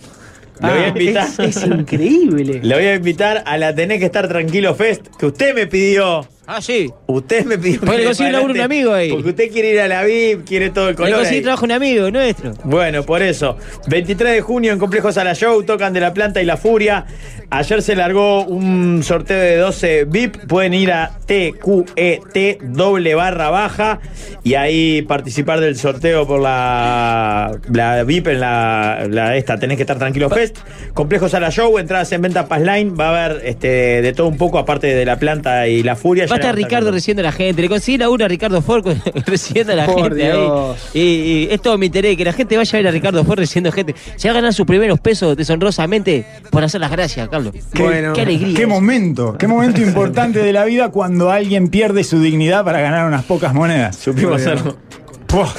[SPEAKER 6] lo
[SPEAKER 1] Ah,
[SPEAKER 6] voy a invitar.
[SPEAKER 1] es- es
[SPEAKER 7] increíble.
[SPEAKER 6] Lo voy a invitar a la Tenés que estar tranquilo Fest, que usted me pidió.
[SPEAKER 1] Ah, sí.
[SPEAKER 6] Usted me pidió. que
[SPEAKER 1] Porque le
[SPEAKER 6] le
[SPEAKER 1] conseguí un laburo a un
[SPEAKER 6] adelante,
[SPEAKER 1] amigo ahí.
[SPEAKER 6] Porque usted quiere ir a la VIP, quiere todo el
[SPEAKER 1] Le
[SPEAKER 6] color.
[SPEAKER 1] conseguí
[SPEAKER 6] ahí.
[SPEAKER 1] trabajo a un amigo nuestro.
[SPEAKER 6] Bueno, por eso. 23 de junio en Complejo Sala Show, tocan de la planta y la furia. Ayer se largó un sorteo de 12 VIP. Pueden ir a TQET doble barra baja y ahí participar del sorteo por la, la VIP en la, la esta. Tenés que estar tranquilo Fest. Complejo Sala Show, entradas en venta Passline. Va a haber este, de todo un poco, aparte de la planta y la furia.
[SPEAKER 1] Va a
[SPEAKER 6] Ya
[SPEAKER 1] estar
[SPEAKER 6] la-
[SPEAKER 1] Ricardo recibiendo a la gente. Le conseguí laburo a Ricardo Ford con- recibiendo a la
[SPEAKER 6] Por
[SPEAKER 1] gente
[SPEAKER 6] Dios.
[SPEAKER 1] ahí. Y, y es todo mi interés, que la gente vaya a ver a Ricardo Ford recibiendo gente. Se va a ganar sus primeros pesos deshonrosamente por hacer las gracias, Carlos. Qué, qué alegría.
[SPEAKER 4] Qué momento, qué momento importante de la vida cuando alguien pierde su dignidad para ganar unas pocas monedas.
[SPEAKER 6] Supimos hacerlo.
[SPEAKER 4] Puah,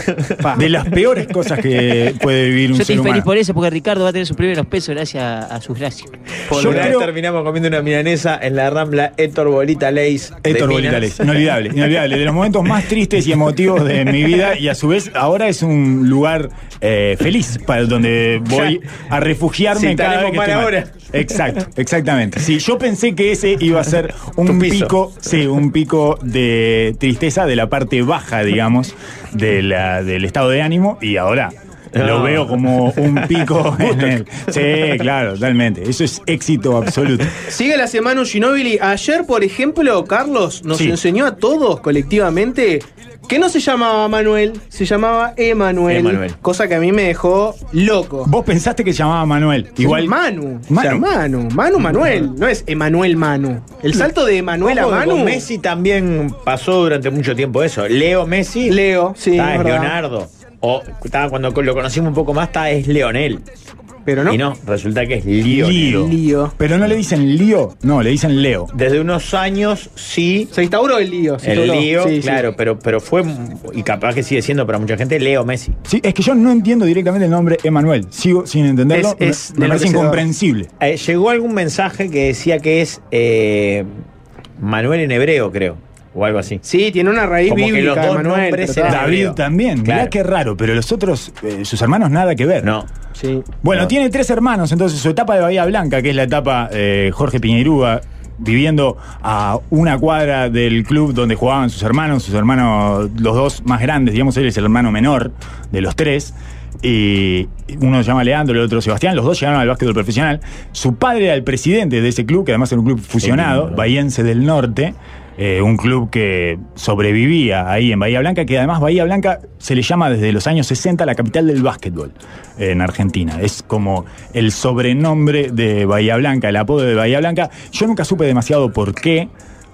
[SPEAKER 4] De las peores cosas que puede vivir un
[SPEAKER 1] Yo estoy
[SPEAKER 4] ser
[SPEAKER 1] feliz
[SPEAKER 4] humano.
[SPEAKER 1] por eso, porque Ricardo va a tener sus primeros pesos gracias a, a sus gracias.
[SPEAKER 6] Por una vez terminamos comiendo una milanesa en la Rambla Héctor Bolita Leis. de
[SPEAKER 4] Héctor
[SPEAKER 6] Minas.
[SPEAKER 4] Bolitales, inolvidable, inolvidable, de los momentos más tristes y emotivos de mi vida y a su vez ahora es un lugar eh, feliz para donde voy a refugiarme
[SPEAKER 6] Si
[SPEAKER 4] cada vez que estoy
[SPEAKER 6] estaremos mal
[SPEAKER 4] mal.
[SPEAKER 6] ahora.
[SPEAKER 4] Exacto, exactamente. Sí, yo pensé que ese iba a ser un pico, sí, un pico de tristeza de la parte baja, digamos, de la- del estado de ánimo y ahora lo
[SPEAKER 6] No.
[SPEAKER 4] veo como un pico en el- Sí, claro, totalmente. Eso es éxito absoluto.
[SPEAKER 7] Sigue la semana Ginóbili. Ayer, por ejemplo, Carlos nos
[SPEAKER 4] Sí.
[SPEAKER 7] enseñó a todos colectivamente que no se llamaba Manuel, se llamaba Emanuel.
[SPEAKER 4] Emanuel.
[SPEAKER 7] Cosa que a mí me dejó loco.
[SPEAKER 4] Vos pensaste que se llamaba Manuel. Igual.
[SPEAKER 7] Manu.
[SPEAKER 4] Manu.
[SPEAKER 7] O sea, Manu. Manu Manuel. No es Emanuel Manu. El salto de Emanuel a
[SPEAKER 6] Ojo que
[SPEAKER 7] Manu.
[SPEAKER 6] con Messi también pasó durante mucho tiempo eso. Leo Messi.
[SPEAKER 7] Leo, sí,
[SPEAKER 6] Está,
[SPEAKER 7] es
[SPEAKER 6] es
[SPEAKER 7] verdad.
[SPEAKER 6] Leonardo. O está, cuando lo conocimos un poco más, está, es Leonel.
[SPEAKER 7] Pero no.
[SPEAKER 6] Y no, resulta que es
[SPEAKER 4] Lío.
[SPEAKER 6] Lionel.
[SPEAKER 4] Pero no le dicen lío, no, le dicen Leo.
[SPEAKER 6] Desde unos años sí.
[SPEAKER 7] Se instauró el lío. se
[SPEAKER 6] El
[SPEAKER 7] instauró.
[SPEAKER 6] lío,
[SPEAKER 7] Sí, sí.
[SPEAKER 6] claro, Pero, pero fue, y capaz que sigue siendo para mucha gente, Leo Messi.
[SPEAKER 4] Sí, es que yo no entiendo directamente el nombre Emanuel. Sigo sin entenderlo.
[SPEAKER 6] Es- es
[SPEAKER 4] me me parece
[SPEAKER 6] enloquecedor.
[SPEAKER 4] incomprensible.
[SPEAKER 6] Eh, llegó algún mensaje que decía que es eh, Manuel en hebreo, creo, o algo así.
[SPEAKER 7] Sí, tiene una raíz
[SPEAKER 6] Como que
[SPEAKER 7] bíblica
[SPEAKER 6] los
[SPEAKER 7] de
[SPEAKER 6] dos
[SPEAKER 7] Manuel,
[SPEAKER 6] nombres
[SPEAKER 7] pero
[SPEAKER 6] eran
[SPEAKER 7] está.
[SPEAKER 4] David
[SPEAKER 6] hebreo.
[SPEAKER 4] también, mirá qué raro, pero los otros, eh, sus hermanos nada que ver.
[SPEAKER 6] No.
[SPEAKER 7] Sí.
[SPEAKER 4] Bueno,
[SPEAKER 6] No.
[SPEAKER 4] tiene tres hermanos, entonces su etapa de Bahía Blanca, que es la etapa eh, Jorge Piñerúa, viviendo a una cuadra del club donde jugaban sus hermanos, sus hermanos, los dos más grandes, digamos, él es el hermano menor de los tres. Y uno se llama Leandro, el otro Sebastián. Los dos llegaron al básquetbol profesional. Su padre era el presidente de ese club, que además era un club fusionado, Bahiense del Norte. eh, un club que sobrevivía ahí en Bahía Blanca, que además Bahía Blanca se le llama desde los años 60 la capital del básquetbol eh, en Argentina. Es como el sobrenombre de Bahía Blanca, el apodo de Bahía Blanca. Yo nunca supe demasiado por qué,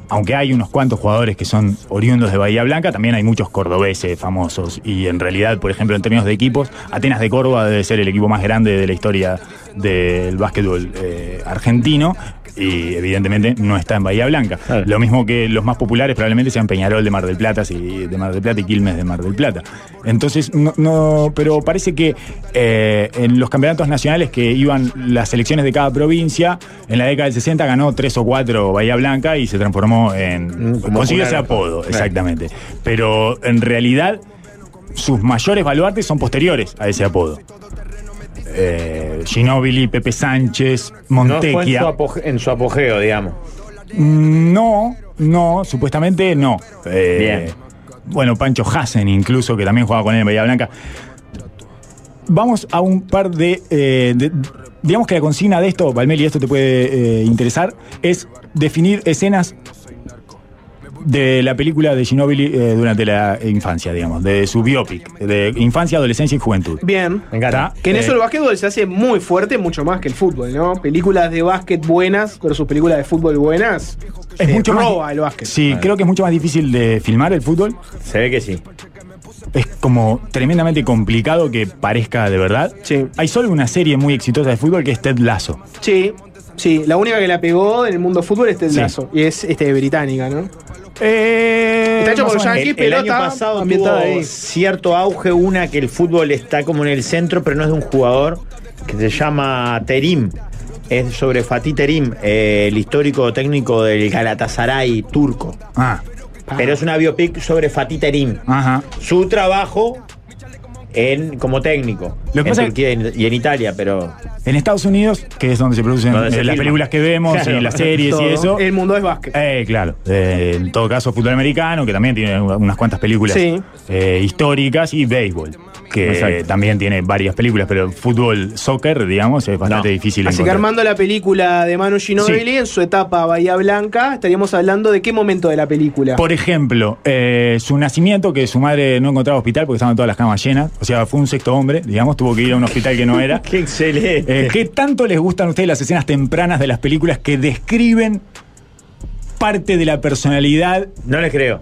[SPEAKER 4] aunque hay unos cuantos jugadores que son oriundos de Bahía Blanca, también hay muchos cordobeses famosos. Y en realidad, por ejemplo, en términos de equipos, Atenas de Córdoba debe ser el equipo más grande de la historia del básquetbol eh, argentino. Y evidentemente no está en Bahía Blanca. Lo mismo que los más populares probablemente sean Peñarol de Mar del Plata, sí, de Mar del Plata y Quilmes de Mar del Plata. Entonces, no, no- pero parece que eh, en los campeonatos nacionales que iban las selecciones de cada provincia, en la década del 60 ganó tres o cuatro Bahía Blanca y se transformó
[SPEAKER 6] Mm,
[SPEAKER 4] en.
[SPEAKER 12] como
[SPEAKER 4] consiguió ese
[SPEAKER 12] Julián.
[SPEAKER 4] apodo,
[SPEAKER 12] Claro.
[SPEAKER 4] exactamente. Pero en realidad, sus mayores baluartes son posteriores a ese apodo. Eh, Ginóbili, Pepe Sánchez, Montequia.
[SPEAKER 6] No fue en su, apoge- en su apogeo, digamos.
[SPEAKER 4] Mm, No, no, supuestamente no. Eh, Bueno, Pancho Hassen incluso, que también jugaba con él en Bahía Blanca. Vamos a un par de, eh, de- Digamos que la consigna de esto, Valmeli, esto te puede eh, interesar, es definir escenas de la película de Ginobili durante la infancia, digamos, de su biopic, de infancia, adolescencia y juventud.
[SPEAKER 7] Bien.
[SPEAKER 4] Me encanta.
[SPEAKER 7] Que en eso el básquetbol se hace muy fuerte, mucho más que el fútbol, ¿no? Películas de básquet buenas versus películas de fútbol buenas.
[SPEAKER 4] Es
[SPEAKER 7] eh,
[SPEAKER 4] mucho más-
[SPEAKER 7] roba el básquet.
[SPEAKER 4] Sí, creo que es mucho más difícil de filmar el fútbol.
[SPEAKER 6] Se ve que sí.
[SPEAKER 4] Es como tremendamente complicado que parezca de verdad.
[SPEAKER 7] Sí.
[SPEAKER 4] Hay solo una serie muy exitosa de fútbol que es Ted Lasso.
[SPEAKER 7] Sí, sí. La única que la pegó en el mundo fútbol es el
[SPEAKER 4] Sí.
[SPEAKER 7] Lazo. Y es este, británica, ¿no? Está hecho
[SPEAKER 6] Eh, más
[SPEAKER 7] por
[SPEAKER 6] o menos.
[SPEAKER 7] Yankees,
[SPEAKER 6] El-
[SPEAKER 7] pero
[SPEAKER 6] El año
[SPEAKER 7] está
[SPEAKER 6] pasado
[SPEAKER 7] ambientada
[SPEAKER 6] tuvo
[SPEAKER 7] ahí.
[SPEAKER 6] cierto auge una que el fútbol está como en el centro, pero no es de un jugador que se llama Terim. Es sobre Fatih Terim, eh, el histórico técnico del Galatasaray turco.
[SPEAKER 4] Ah.
[SPEAKER 6] Pero es una biopic sobre Fatih Terim.
[SPEAKER 4] Ajá.
[SPEAKER 6] Su trabajo en, como técnico.
[SPEAKER 4] Lo que
[SPEAKER 6] en
[SPEAKER 4] pasa es-
[SPEAKER 6] Turquía y en- y en Italia, pero.
[SPEAKER 4] En Estados Unidos, que es donde se producen
[SPEAKER 6] Donde se
[SPEAKER 4] eh, las
[SPEAKER 6] filma.
[SPEAKER 4] películas que vemos
[SPEAKER 6] Claro.
[SPEAKER 4] y las series
[SPEAKER 6] Todo.
[SPEAKER 4] y eso.
[SPEAKER 7] El mundo es básquet.
[SPEAKER 4] Eh, claro. Eh, en todo caso, fútbol americano, que también tiene una- unas cuantas películas
[SPEAKER 7] Sí.
[SPEAKER 4] eh, históricas, y béisbol, que
[SPEAKER 7] Exacto.
[SPEAKER 4] también tiene varias películas, pero fútbol, soccer, digamos, es bastante difícil
[SPEAKER 7] Así que
[SPEAKER 4] encontrar.
[SPEAKER 7] armando la película de Manu Ginobili en su etapa Bahía Blanca, estaríamos hablando de qué momento de la película.
[SPEAKER 4] Por ejemplo, eh, su nacimiento, que su madre no encontraba hospital porque estaban todas las camas llenas. O sea, fue un sexto hombre, digamos, tuvo que ir a un hospital que no era.
[SPEAKER 6] ¡Qué excelente!
[SPEAKER 4] Eh, ¿Qué tanto les gustan a ustedes las escenas tempranas de las películas que describen parte de la personalidad?
[SPEAKER 6] No les creo.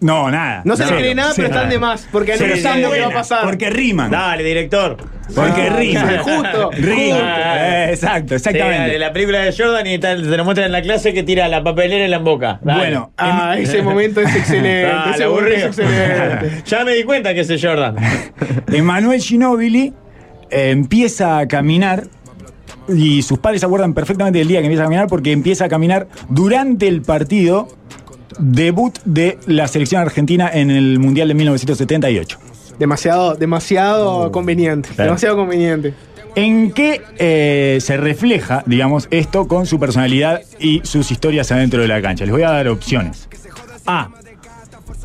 [SPEAKER 4] No, nada.
[SPEAKER 7] no se le
[SPEAKER 4] Cero,
[SPEAKER 7] cree nada,
[SPEAKER 4] cero.
[SPEAKER 7] pero están de más, porque
[SPEAKER 4] Pero
[SPEAKER 7] anuncian
[SPEAKER 4] están
[SPEAKER 7] lo que va a
[SPEAKER 4] buenas,
[SPEAKER 7] pasar.
[SPEAKER 4] Porque riman.
[SPEAKER 6] Dale, director.
[SPEAKER 4] Porque
[SPEAKER 6] Ah,
[SPEAKER 4] riman.
[SPEAKER 6] justo,
[SPEAKER 4] Riman.
[SPEAKER 6] justo.
[SPEAKER 4] Eh, exacto,
[SPEAKER 6] Sí,
[SPEAKER 4] exactamente.
[SPEAKER 6] dale, la película de Jordan y tal, se lo muestran en la clase que tira la papelera en la boca. Dale.
[SPEAKER 4] Bueno, em- eh,
[SPEAKER 7] Ah, ese momento es excelente.
[SPEAKER 6] Dale,
[SPEAKER 7] ese momento
[SPEAKER 6] aburrido.
[SPEAKER 7] es excelente.
[SPEAKER 6] ya me di cuenta que es el Jordan.
[SPEAKER 4] Eh, Emanuel Ginóbili eh, empieza a caminar y sus padres se acuerdan perfectamente del día que empieza a caminar porque empieza a caminar durante el partido debut de la selección argentina en el Mundial de 1978.
[SPEAKER 7] Demasiado, demasiado conveniente.
[SPEAKER 4] Claro.
[SPEAKER 7] Demasiado conveniente.
[SPEAKER 4] ¿En qué eh, se refleja, digamos, esto con su personalidad y sus historias adentro de la cancha? Les voy a dar opciones. A.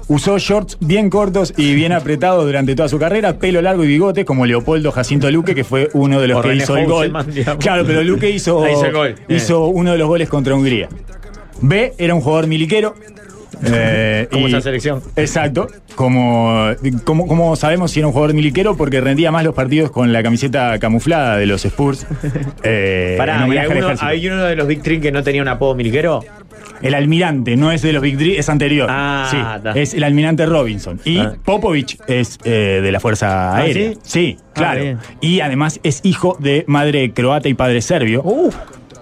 [SPEAKER 4] Usó shorts bien cortos y bien apretados durante toda su carrera, pelo largo y bigote, como Leopoldo Jacinto Luque, que fue uno de los
[SPEAKER 6] O
[SPEAKER 4] que
[SPEAKER 6] René
[SPEAKER 4] hizo el gol.
[SPEAKER 6] Houseman, digamos.
[SPEAKER 4] Claro, pero Luque hizo,
[SPEAKER 6] Ah, hizo el gol.
[SPEAKER 4] hizo uno de los goles contra Hungría. B. Era un jugador miliquero. eh,
[SPEAKER 6] Como
[SPEAKER 4] y-
[SPEAKER 6] esa selección.
[SPEAKER 4] Exacto. Como, como, como sabemos si era un jugador miliquero, porque rendía más los partidos con la camiseta camuflada de los Spurs. eh, en
[SPEAKER 6] Pará, ¿y
[SPEAKER 4] homenaje al
[SPEAKER 6] alguno-
[SPEAKER 4] ejército.
[SPEAKER 6] ¿hay uno de los Big Three que no tenía un apodo miliquero?
[SPEAKER 4] El almirante no es de los Big Three, es anterior.
[SPEAKER 6] Ah,
[SPEAKER 4] sí,
[SPEAKER 6] está.
[SPEAKER 4] es el almirante Robinson. Y
[SPEAKER 6] Ah.
[SPEAKER 4] Popovich es eh, de la Fuerza
[SPEAKER 6] Ah,
[SPEAKER 4] Aérea.
[SPEAKER 6] ¿sí? Ah,
[SPEAKER 4] claro.
[SPEAKER 6] bien.
[SPEAKER 4] y además es hijo de madre croata y padre serbio.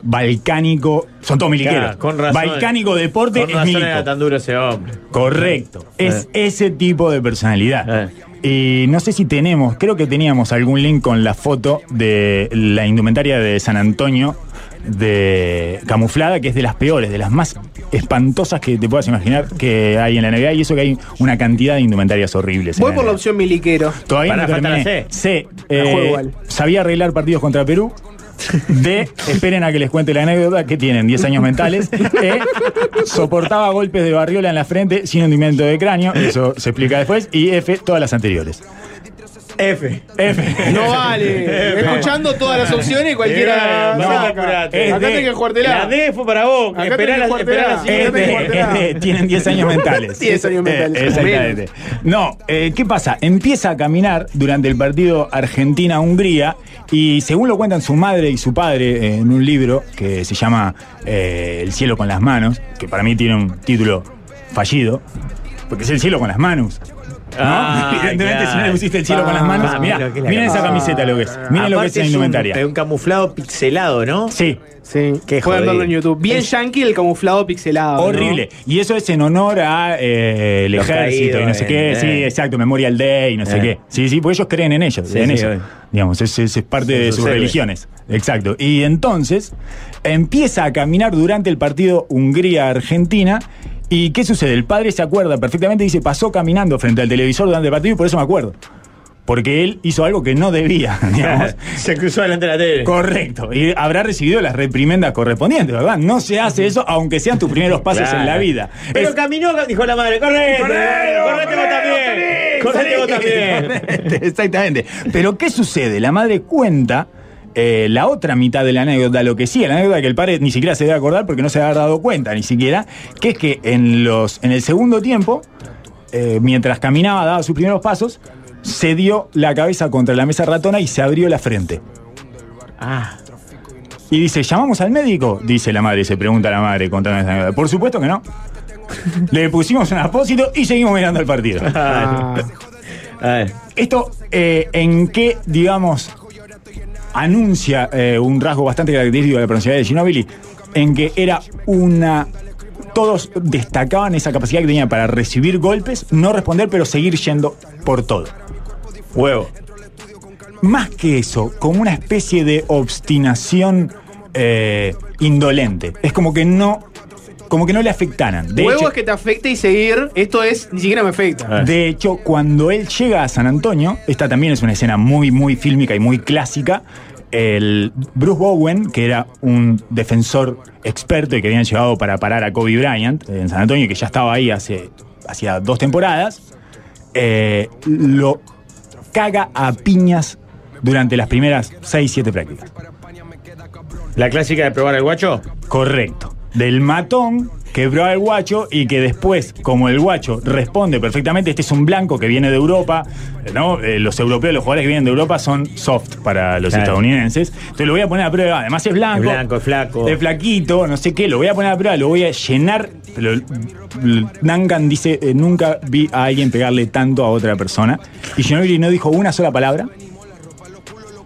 [SPEAKER 4] Balcánico, son todos miliqueros.
[SPEAKER 6] Uh. Claro, con razón.
[SPEAKER 4] Balcánico deporte
[SPEAKER 6] Con
[SPEAKER 4] es
[SPEAKER 6] razón
[SPEAKER 4] milico.
[SPEAKER 6] era tan duro ese hombre.
[SPEAKER 4] Correcto.
[SPEAKER 6] Eh.
[SPEAKER 4] Es ese tipo de personalidad. Y no sé si tenemos, creo que teníamos algún link con la foto de la indumentaria de San Antonio de camuflada, que es de las peores, de las más espantosas que te puedas imaginar que hay en la NBA. Y eso que hay una cantidad de indumentarias horribles. en
[SPEAKER 7] Voy
[SPEAKER 4] la
[SPEAKER 7] por la
[SPEAKER 4] NBA.
[SPEAKER 7] opción miliquero.
[SPEAKER 4] Todavía no
[SPEAKER 7] Pará, falta la
[SPEAKER 4] terminé. C.
[SPEAKER 7] La
[SPEAKER 4] eh,
[SPEAKER 7] juego igual.
[SPEAKER 4] sabía arreglar partidos contra Perú. D. Esperen a que les cuente la anécdota que tienen 10 años mentales. E. Soportaba golpes de barriola en la frente sin hundimiento de cráneo. Eso se explica después. Y F. Todas las anteriores.
[SPEAKER 6] Eh. F. F.
[SPEAKER 7] No vale. Escuchando todas las opciones y cualquiera.
[SPEAKER 6] No,
[SPEAKER 7] saca.
[SPEAKER 6] acá
[SPEAKER 7] acá
[SPEAKER 6] tenés
[SPEAKER 7] tenés que jugártela.
[SPEAKER 6] La D fue para vos.
[SPEAKER 7] Acá
[SPEAKER 6] Esperá
[SPEAKER 7] tenés
[SPEAKER 6] la
[SPEAKER 7] que jugártela.
[SPEAKER 6] esperá la
[SPEAKER 7] Acá tenés que
[SPEAKER 6] siguiente.
[SPEAKER 4] Eh, eh, tienen 10 años mentales.
[SPEAKER 7] 10 años
[SPEAKER 4] Eh,
[SPEAKER 7] mentales.
[SPEAKER 4] exactamente. No, eh, ¿qué pasa? Empieza a caminar durante el partido Argentina-Hungría y según lo cuentan su madre y su padre eh, en un libro que se llama eh, El cielo con las manos, que para mí tiene un título fallido, porque es el cielo con las manos. ¿no?
[SPEAKER 6] Ah,
[SPEAKER 4] Evidentemente,
[SPEAKER 6] claro.
[SPEAKER 4] si no le pusiste el cielo con las manos,
[SPEAKER 6] Ah,
[SPEAKER 4] mira,
[SPEAKER 6] pero qué la
[SPEAKER 4] miren esa
[SPEAKER 6] camiseta.
[SPEAKER 4] camiseta lo que es. Miren lo que
[SPEAKER 6] Aparte
[SPEAKER 4] es la
[SPEAKER 6] un-
[SPEAKER 4] indumentaria.
[SPEAKER 6] Es un camuflado pixelado, ¿no?
[SPEAKER 4] Sí.
[SPEAKER 7] Sí.
[SPEAKER 6] Qué
[SPEAKER 7] Pueden
[SPEAKER 6] jodido.
[SPEAKER 7] verlo en YouTube. Bien yankee el camuflado pixelado. ¿no?
[SPEAKER 4] Horrible. Y eso es en honor a eh, el
[SPEAKER 6] Los
[SPEAKER 4] ejército y no
[SPEAKER 6] caídos
[SPEAKER 4] sé
[SPEAKER 6] en-
[SPEAKER 4] qué.
[SPEAKER 6] eh.
[SPEAKER 4] Sí, exacto, Memorial Day y no sé
[SPEAKER 6] Eh.
[SPEAKER 4] qué. Sí, sí, porque ellos creen en ellos,
[SPEAKER 6] Sí,
[SPEAKER 4] en
[SPEAKER 6] sí,
[SPEAKER 4] eso.
[SPEAKER 6] obvio.
[SPEAKER 4] Digamos, es, es- es parte
[SPEAKER 6] Son
[SPEAKER 4] de
[SPEAKER 6] sus
[SPEAKER 4] sus
[SPEAKER 6] héroes.
[SPEAKER 4] religiones. Exacto. Y entonces empieza a caminar durante el partido Hungría-Argentina. ¿Y qué sucede? El padre se acuerda perfectamente y dice, pasó caminando frente al televisor durante el partido y por eso me acuerdo. Porque él hizo algo que no debía, digamos.
[SPEAKER 6] Se cruzó delante de la tele.
[SPEAKER 4] Correcto. Y habrá recibido las reprimendas correspondientes, ¿verdad? No se hace eso, aunque sean tus primeros pasos en la
[SPEAKER 6] Claro.
[SPEAKER 4] vida.
[SPEAKER 6] Pero
[SPEAKER 4] Es-
[SPEAKER 6] caminó, dijo la madre. Correte. Correte vos también. Correte vos también.
[SPEAKER 4] Exactamente. Pero ¿qué sucede? La madre cuenta eh, la otra mitad de la anécdota, lo que sí, la anécdota que el padre ni siquiera se debe acordar porque no se ha dado cuenta ni siquiera, que es que en, los, en el segundo tiempo, eh, mientras caminaba, daba sus primeros pasos, se dio la cabeza contra la mesa ratona y se abrió la frente.
[SPEAKER 6] Ah.
[SPEAKER 4] Y dice, ¿llamamos al médico? Dice la madre, se pregunta a la madre contando esta anécdota. Por supuesto que no. Le pusimos un apósito y seguimos mirando el partido.
[SPEAKER 6] Ah.
[SPEAKER 4] Esto, eh, ¿en qué, digamos, anuncia eh, un rasgo bastante característico de la personalidad de Ginobili? En que era una. Todos destacaban esa capacidad que tenía para recibir golpes, no responder, pero seguir yendo por todo.
[SPEAKER 6] Huevo.
[SPEAKER 4] Más que eso, como una especie de obstinación eh, indolente. Es como que no. Como que no le afectaran. De
[SPEAKER 7] Huevo
[SPEAKER 4] hecho,
[SPEAKER 7] es que te afecte y seguir. Esto es, ni siquiera me afecta.
[SPEAKER 4] de hecho, cuando él llega a San Antonio, esta también es una escena muy, muy fílmica y muy clásica. El Bruce Bowen, que era un defensor experto y que habían llegado para parar a Kobe Bryant en San Antonio, y que ya estaba ahí hace hacía dos temporadas, eh, lo caga a piñas durante las primeras 6, 7 prácticas.
[SPEAKER 6] La clásica de probar el guacho.
[SPEAKER 4] Correcto. Del matón quebró al guacho y que después, como el guacho responde perfectamente, este es un blanco que viene de Europa, ¿no? Eh, los europeos, los jugadores que vienen de Europa son soft para los
[SPEAKER 6] Claro.
[SPEAKER 4] estadounidenses. Entonces lo voy a poner a prueba. Además es blanco.
[SPEAKER 6] Es blanco, es flaco.
[SPEAKER 4] Es flaquito, no sé qué, lo voy a poner a prueba, lo voy a llenar. Pero, l- Duncan dice, eh, nunca vi a alguien pegarle tanto a otra persona. Y Ginobili no dijo una sola palabra,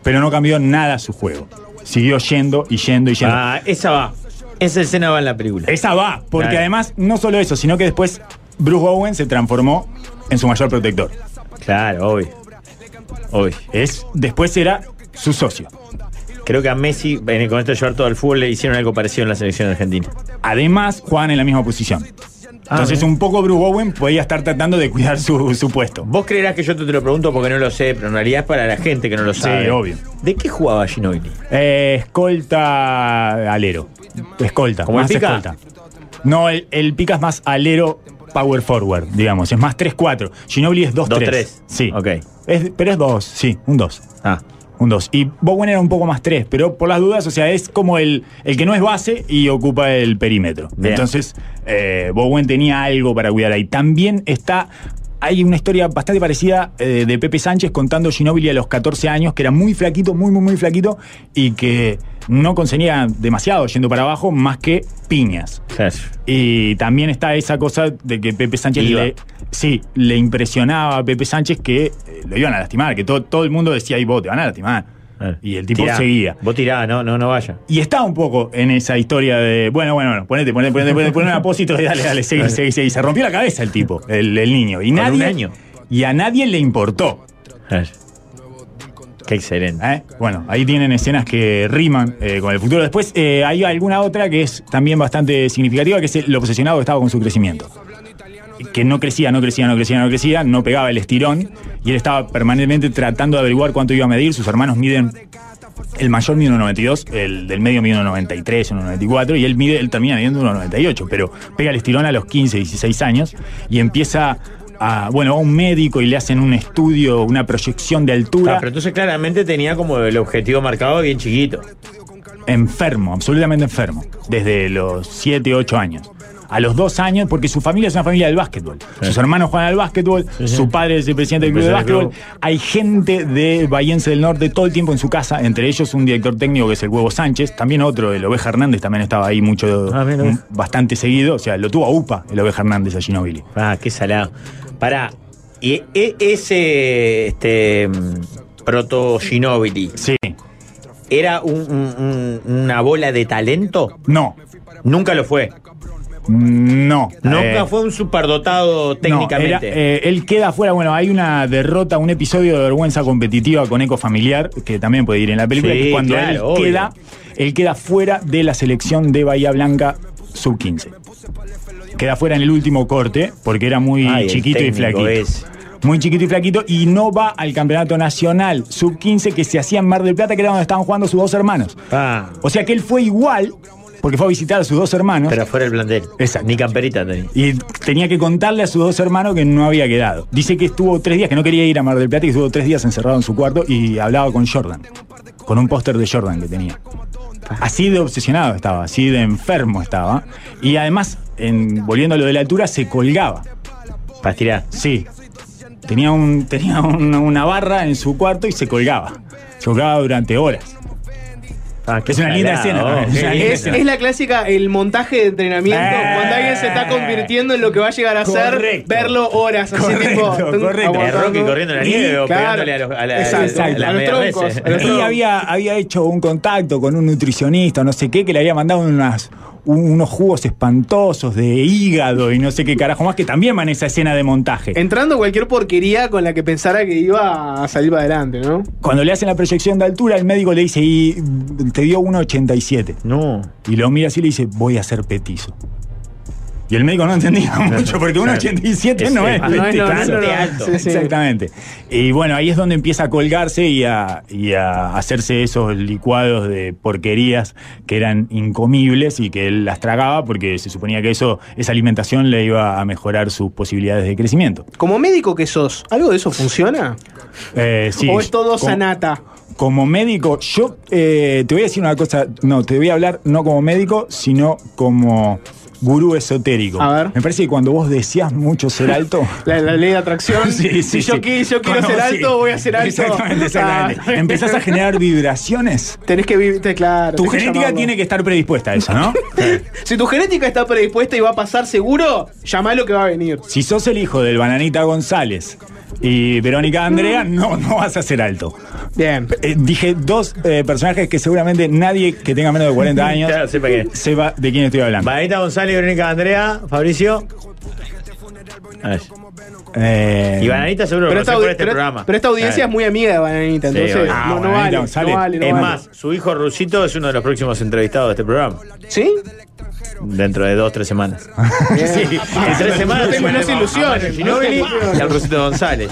[SPEAKER 4] pero no cambió nada su juego. Siguió yendo y yendo y yendo.
[SPEAKER 6] Ah, esa va. Esa escena va en la película.
[SPEAKER 4] Esa va, porque
[SPEAKER 6] Claro.
[SPEAKER 4] además no solo eso, sino que después Bruce Bowen se transformó en su mayor protector.
[SPEAKER 6] Claro, obvio. Obvio.
[SPEAKER 4] Es, después era su socio.
[SPEAKER 6] Creo que a Messi, en el concepto de llevar todo al fútbol, le hicieron algo parecido en la selección argentina.
[SPEAKER 4] Además, juegan en la misma posición.
[SPEAKER 6] Ah,
[SPEAKER 4] Entonces, un poco Bruce Bowen podía estar tratando de cuidar su, su puesto.
[SPEAKER 6] Vos creerás que yo te lo pregunto porque no lo sé, pero en realidad es para la gente que no lo sabe.
[SPEAKER 4] obvio.
[SPEAKER 6] ¿De qué jugaba Ginobili?
[SPEAKER 4] Eh, escolta alero. Escolta.
[SPEAKER 6] ¿Como el
[SPEAKER 4] más
[SPEAKER 6] Pica?
[SPEAKER 4] escolta. No, el, el pica es más alero power forward, digamos. Es más 3-4. Ginobili es 2-3.
[SPEAKER 6] 2-3.
[SPEAKER 4] Sí.
[SPEAKER 6] Ok.
[SPEAKER 4] Es- pero es 2, sí, un 2.
[SPEAKER 6] Ah.
[SPEAKER 4] Un 2. Y Bowen era un poco más 3, pero por las dudas, o sea, es como el, el que no es base y ocupa el perímetro.
[SPEAKER 6] Bien.
[SPEAKER 4] Entonces, eh, Bowen tenía algo para cuidar ahí. También está. Hay una historia bastante parecida eh, de Pepe Sánchez contando Ginóbili a los 14 años, que era muy flaquito, muy, muy, muy flaquito, y que no conseguía demasiado yendo para abajo, más que piñas.
[SPEAKER 6] Claro.
[SPEAKER 4] Y también está esa cosa de que Pepe Sánchez
[SPEAKER 6] Iba.
[SPEAKER 4] le, sí, le impresionaba a Pepe Sánchez que eh, lo iban a lastimar, que todo, todo el mundo decía, y vos te van a lastimar. Y el tipo
[SPEAKER 6] Tirá.
[SPEAKER 4] seguía.
[SPEAKER 6] Vos tirá, no, no, no vaya.
[SPEAKER 4] Y está un poco en esa historia de, bueno, bueno, bueno, ponete, ponete, ponete, ponete, ponete un apósito y dale, dale, seguí, seguí, seguí. Se rompió la cabeza el tipo, el, el niño. Y
[SPEAKER 6] Con
[SPEAKER 4] nadie,
[SPEAKER 6] un año.
[SPEAKER 4] Y a nadie le importó.
[SPEAKER 6] Claro. Qué excelente.
[SPEAKER 4] ¿eh? Bueno, ahí tienen escenas que riman eh, con el futuro. Después eh, hay alguna otra que es también bastante significativa, que es el- lo obsesionado que estaba con su crecimiento. Que no crecía, no crecía, no crecía, no crecía, no pegaba el estirón y él estaba permanentemente tratando de averiguar cuánto iba a medir. Sus hermanos miden, el mayor mide 1,92, el del medio mide 1,93, 1,94 y él mide, él termina midiendo 1,98, pero pega el estirón a los 15, 16 años y empieza a, bueno, a un médico y le hacen un estudio, una proyección de altura.
[SPEAKER 6] Ah, pero entonces claramente tenía como el objetivo marcado bien chiquito.
[SPEAKER 4] enfermo, absolutamente enfermo, desde los 7, 8 años. A los dos años, porque su familia es una familia del básquetbol. Sus hermanos juegan al básquetbol, su padre es el presidente del club de
[SPEAKER 6] Empresario
[SPEAKER 4] básquetbol. Hay gente de Bahiense del Norte todo el tiempo en su casa, entre ellos un director técnico que es el Huevo Sánchez, también otro, el Oveja Hernández, también estaba ahí mucho, mm, bastante seguido. O sea, lo tuvo a UPA, el Oveja Hernández, a Ginobili.
[SPEAKER 6] Ah, qué salado. Pará, y e- ese este, mm, proto Ginobili.
[SPEAKER 4] Sí.
[SPEAKER 6] ¿Era un- un- un- una bola de talento?
[SPEAKER 4] No.
[SPEAKER 6] Nunca lo fue.
[SPEAKER 4] No.
[SPEAKER 6] Nunca
[SPEAKER 4] Eh,
[SPEAKER 6] fue un superdotado técnicamente.
[SPEAKER 4] No, era, eh, él queda fuera, bueno, hay una derrota, un episodio de vergüenza competitiva con Eco Familiar, que también puede ir en la película,
[SPEAKER 6] Sí,
[SPEAKER 4] que es cuando
[SPEAKER 6] claro,
[SPEAKER 4] él
[SPEAKER 6] obvio.
[SPEAKER 4] queda, él queda fuera de la selección de Bahía Blanca sub-15. Queda fuera en el último corte, porque era muy
[SPEAKER 6] Ay, el
[SPEAKER 4] chiquito y
[SPEAKER 6] técnico
[SPEAKER 4] flaquito.
[SPEAKER 6] ese.
[SPEAKER 4] Muy chiquito y flaquito, y no va al campeonato nacional sub-15 que se hacía en Mar del Plata, que era donde estaban jugando sus dos hermanos.
[SPEAKER 6] Ah,
[SPEAKER 4] O sea que él fue igual, porque fue a visitar a sus dos hermanos.
[SPEAKER 6] Pero fuera el plantel. Ni camperita tenía.
[SPEAKER 4] Y tenía que contarle a sus dos hermanos que no había quedado. Dice que estuvo tres días, que no quería ir a Mar del Plata, y estuvo tres días encerrado en su cuarto y hablaba con Jordan, con un póster de Jordan que tenía. Así de obsesionado estaba, así de enfermo estaba. Y además, en, volviendo a lo de la altura, se colgaba.
[SPEAKER 6] ¿Para tirar?
[SPEAKER 4] Sí. Tenía, un, tenía un- una barra en su cuarto y se colgaba. Se colgaba durante horas. es una linda
[SPEAKER 6] salado,
[SPEAKER 4] escena. también, es una linda
[SPEAKER 7] Es,
[SPEAKER 4] escena.
[SPEAKER 7] es la clásica, el montaje de entrenamiento,
[SPEAKER 4] Eh.
[SPEAKER 7] cuando alguien se está convirtiendo en lo que va a llegar a ser,
[SPEAKER 6] Correcto.
[SPEAKER 7] verlo horas, así tipo... tengo-
[SPEAKER 6] El
[SPEAKER 7] aguantando.
[SPEAKER 6] Rocky corriendo en la
[SPEAKER 7] Y,
[SPEAKER 6] nieve o
[SPEAKER 7] claro,
[SPEAKER 6] pegándole a los, a la-
[SPEAKER 4] Exacto.
[SPEAKER 6] a las
[SPEAKER 4] A los
[SPEAKER 6] medias
[SPEAKER 4] troncos,
[SPEAKER 6] veces.
[SPEAKER 4] a los troncos. Y había, había hecho un contacto con un nutricionista, no sé qué, que le había mandado unas, un- unos jugos espantosos de hígado y no sé qué carajo más, que también van en esa escena de montaje.
[SPEAKER 7] Entrando cualquier porquería con la que pensara que iba a salir para adelante, ¿no?
[SPEAKER 4] Cuando le hacen la proyección de altura, el médico le dice, y te dio 1,87.
[SPEAKER 6] No.
[SPEAKER 4] Y lo mira así y le dice, voy a ser petizo. Y el médico no entendía mucho, porque
[SPEAKER 6] Claro.
[SPEAKER 4] 1,87 no
[SPEAKER 6] Es- Ah,
[SPEAKER 4] es.
[SPEAKER 6] no es- no, no,
[SPEAKER 4] petizo.
[SPEAKER 6] no, no. Alto. Sí, sí.
[SPEAKER 4] Exactamente. Y bueno, ahí es donde empieza a colgarse y a, y a hacerse esos licuados de porquerías que eran incomibles y que él las tragaba porque se suponía que eso, esa alimentación le iba a mejorar sus posibilidades de crecimiento.
[SPEAKER 7] Como médico que sos, ¿algo de eso funciona?
[SPEAKER 4] Eh, sí.
[SPEAKER 7] ¿O es
[SPEAKER 4] Como-
[SPEAKER 7] todo sanata?
[SPEAKER 4] Como médico, yo eh, te voy a decir una cosa, no, te voy a hablar no como médico, sino como gurú esotérico.
[SPEAKER 7] A ver.
[SPEAKER 4] Me parece que cuando vos decías mucho ser alto...
[SPEAKER 7] La, la ley de atracción.
[SPEAKER 4] Sí, sí,
[SPEAKER 7] si yo,
[SPEAKER 4] sí.
[SPEAKER 7] qui- yo quiero
[SPEAKER 4] Cuando
[SPEAKER 7] ser
[SPEAKER 4] vos-
[SPEAKER 7] alto,
[SPEAKER 4] sí.
[SPEAKER 7] voy a ser alto.
[SPEAKER 4] Exactamente, exactamente.
[SPEAKER 7] Ah.
[SPEAKER 4] Empezás a generar vibraciones.
[SPEAKER 7] Tenés que vivirte, claro.
[SPEAKER 4] Tu
[SPEAKER 7] tenés que
[SPEAKER 4] genética
[SPEAKER 7] llamarlo.
[SPEAKER 4] tiene que estar predispuesta a eso, ¿no?
[SPEAKER 7] Si tu genética está predispuesta y va a pasar seguro, llamá lo que va a venir.
[SPEAKER 4] Si sos el hijo del Bananita González y Verónica Andrea, no, no vas a ser alto.
[SPEAKER 7] Bien.
[SPEAKER 4] dije dos eh, personajes que seguramente nadie que tenga menos de 40 años
[SPEAKER 6] Claro, sepa quién.
[SPEAKER 4] sepa de quién estoy hablando.
[SPEAKER 6] Vanita González, Verónica Andrea, Fabricio.
[SPEAKER 4] Eh,
[SPEAKER 6] Y Bananita seguro lo
[SPEAKER 7] Pero
[SPEAKER 6] conoce
[SPEAKER 7] esta,
[SPEAKER 6] por
[SPEAKER 7] audi-
[SPEAKER 6] este
[SPEAKER 7] pero-
[SPEAKER 6] programa.
[SPEAKER 7] pero esta audiencia
[SPEAKER 6] Claro.
[SPEAKER 7] es muy amiga de Bananita,
[SPEAKER 6] Sí,
[SPEAKER 7] entonces
[SPEAKER 6] obvio.
[SPEAKER 7] no, no vale, no vale, no
[SPEAKER 6] es
[SPEAKER 7] vale.
[SPEAKER 6] más, su hijo Rusito es uno de los próximos entrevistados de este programa.
[SPEAKER 7] ¿Sí?
[SPEAKER 6] Dentro de dos, tres semanas.
[SPEAKER 7] Sí.
[SPEAKER 6] en tres semanas. Ah,
[SPEAKER 7] No Ah, tengo
[SPEAKER 6] tenemos
[SPEAKER 7] más ilusiones.
[SPEAKER 6] a Ginóbili
[SPEAKER 7] No tengo ilusiones.
[SPEAKER 6] y al Rusito González.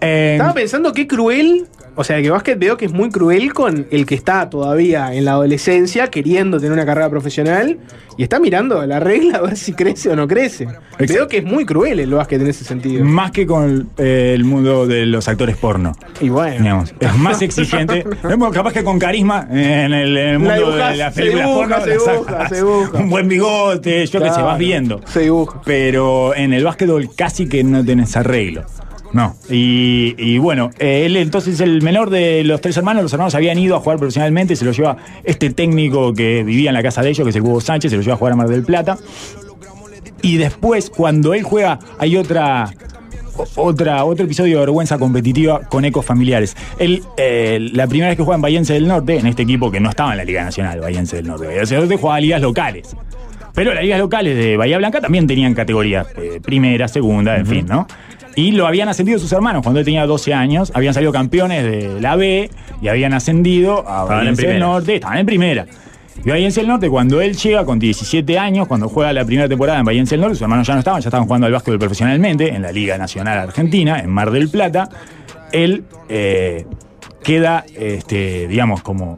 [SPEAKER 4] eh,
[SPEAKER 7] Estaba pensando qué cruel. O sea, que básquet veo que es muy cruel con el que está todavía en la adolescencia queriendo tener una carrera profesional y está mirando la regla a ver si crece o no crece. Veo que es muy cruel el básquet en ese sentido.
[SPEAKER 6] Mm.
[SPEAKER 4] Más que con eh, el mundo de los actores porno.
[SPEAKER 7] Y bueno.
[SPEAKER 4] Digamos, es más exigente. Es más, capaz que con carisma eh, en el, en el mundo
[SPEAKER 7] La dibujás,
[SPEAKER 4] de las
[SPEAKER 7] se
[SPEAKER 4] películas
[SPEAKER 7] dibuja,
[SPEAKER 4] porno.
[SPEAKER 7] se
[SPEAKER 4] la
[SPEAKER 7] dibuja,
[SPEAKER 4] sacás.
[SPEAKER 7] se dibuja.
[SPEAKER 4] Un buen bigote, yo qué sé,
[SPEAKER 7] Claro,
[SPEAKER 4] vas viendo.
[SPEAKER 7] Se dibuja.
[SPEAKER 4] Pero en el básquetbol casi que no tenés arreglo. No. Y, y bueno, eh, él entonces el menor de los tres hermanos, los hermanos habían ido a jugar profesionalmente, se lo lleva este técnico que vivía en la casa de ellos, que es el Hugo Sánchez, se lo lleva a jugar a Mar del Plata. Y después, cuando él juega, hay otra. o- Otra, otro episodio de vergüenza competitiva con ecos familiares. Él, eh, la primera vez que juega en Bahiense del Norte, en este equipo que no estaba en la Liga Nacional, Bahiense del Norte. Bahiense del Norte jugaba ligas locales. Pero las ligas locales de Bahía Blanca también tenían categorías, eh, primera, segunda, en fin, ¿no? Y lo habían ascendido sus hermanos cuando él tenía 12 años, habían salido campeones de la B y habían ascendido a
[SPEAKER 6] Estaban en
[SPEAKER 4] Bahiense del
[SPEAKER 6] primera.
[SPEAKER 4] Norte, estaban en primera. Y Bahiense del Norte, cuando él llega con 17 años, cuando juega la primera temporada en Bahiense del Norte, sus hermanos ya no estaban, ya estaban jugando al básquetbol profesionalmente en la Liga Nacional Argentina, en Mar del Plata. Él eh, queda, este, digamos, como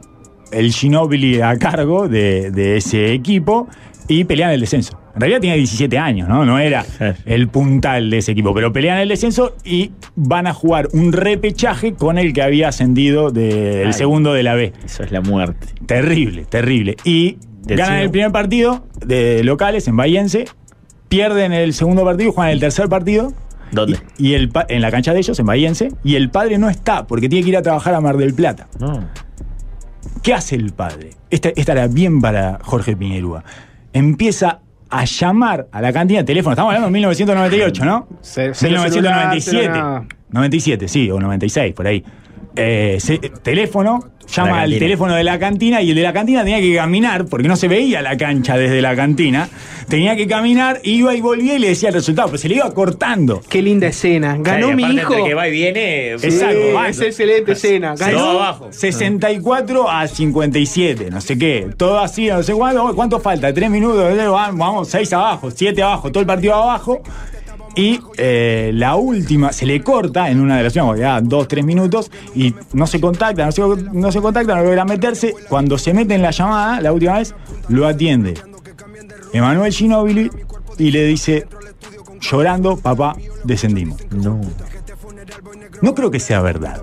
[SPEAKER 4] el Ginobili a cargo de, de ese equipo y pelean el descenso. En realidad tenía 17 años, ¿no? No era el puntal de ese equipo. Pero pelean el descenso y van a jugar un repechaje con el que había ascendido del
[SPEAKER 6] Ay.
[SPEAKER 4] segundo de la B.
[SPEAKER 6] Eso es la muerte.
[SPEAKER 4] Terrible, terrible. Y
[SPEAKER 6] Del
[SPEAKER 4] ganan
[SPEAKER 6] Chino.
[SPEAKER 4] el primer partido de locales en Bahiense, pierden el segundo partido, juegan el tercer partido.
[SPEAKER 6] ¿Dónde?
[SPEAKER 4] Y, y el pa- en la cancha de ellos, en Bahiense, y el padre no está porque tiene que ir a trabajar a Mar del Plata. ¿Qué hace el padre? Esta, esta era bien para Jorge Piñerúa. Empieza a llamar a la cantina de teléfono. Estamos hablando de 1998, ¿no?
[SPEAKER 7] Se- se-
[SPEAKER 4] 1997.
[SPEAKER 7] celular, celular.
[SPEAKER 4] 97, sí, o 96, por ahí. Eh, se- teléfono, llama al
[SPEAKER 6] cantina.
[SPEAKER 4] teléfono de la cantina y el de la cantina tenía que caminar, porque no se veía la cancha desde la cantina. Tenía que caminar, iba y volvía y le decía el resultado, pues se le iba cortando.
[SPEAKER 7] Qué linda escena. Ganó
[SPEAKER 4] Y
[SPEAKER 7] mi
[SPEAKER 4] aparte,
[SPEAKER 7] hijo.
[SPEAKER 4] entre
[SPEAKER 6] que va y viene. pues,
[SPEAKER 7] Sí,
[SPEAKER 4] Exacto, va.
[SPEAKER 7] es excelente escena.
[SPEAKER 4] Se-
[SPEAKER 7] Ganó.
[SPEAKER 4] abajo. 64 a 57, no sé qué. Todo así, no sé cuánto. ¿Cuánto falta? ¿Tres minutos? Vamos, Vamos, seis abajo, siete abajo, todo el partido abajo. Y eh, la última se le corta en una de las últimas, ya dos, tres minutos, y no se contacta, no se, no se contacta, no logra meterse. Cuando se mete en la llamada, la última vez, lo atiende Emanuel Ginóbili y le dice, llorando, papá, descendimos. No. No creo que sea verdad.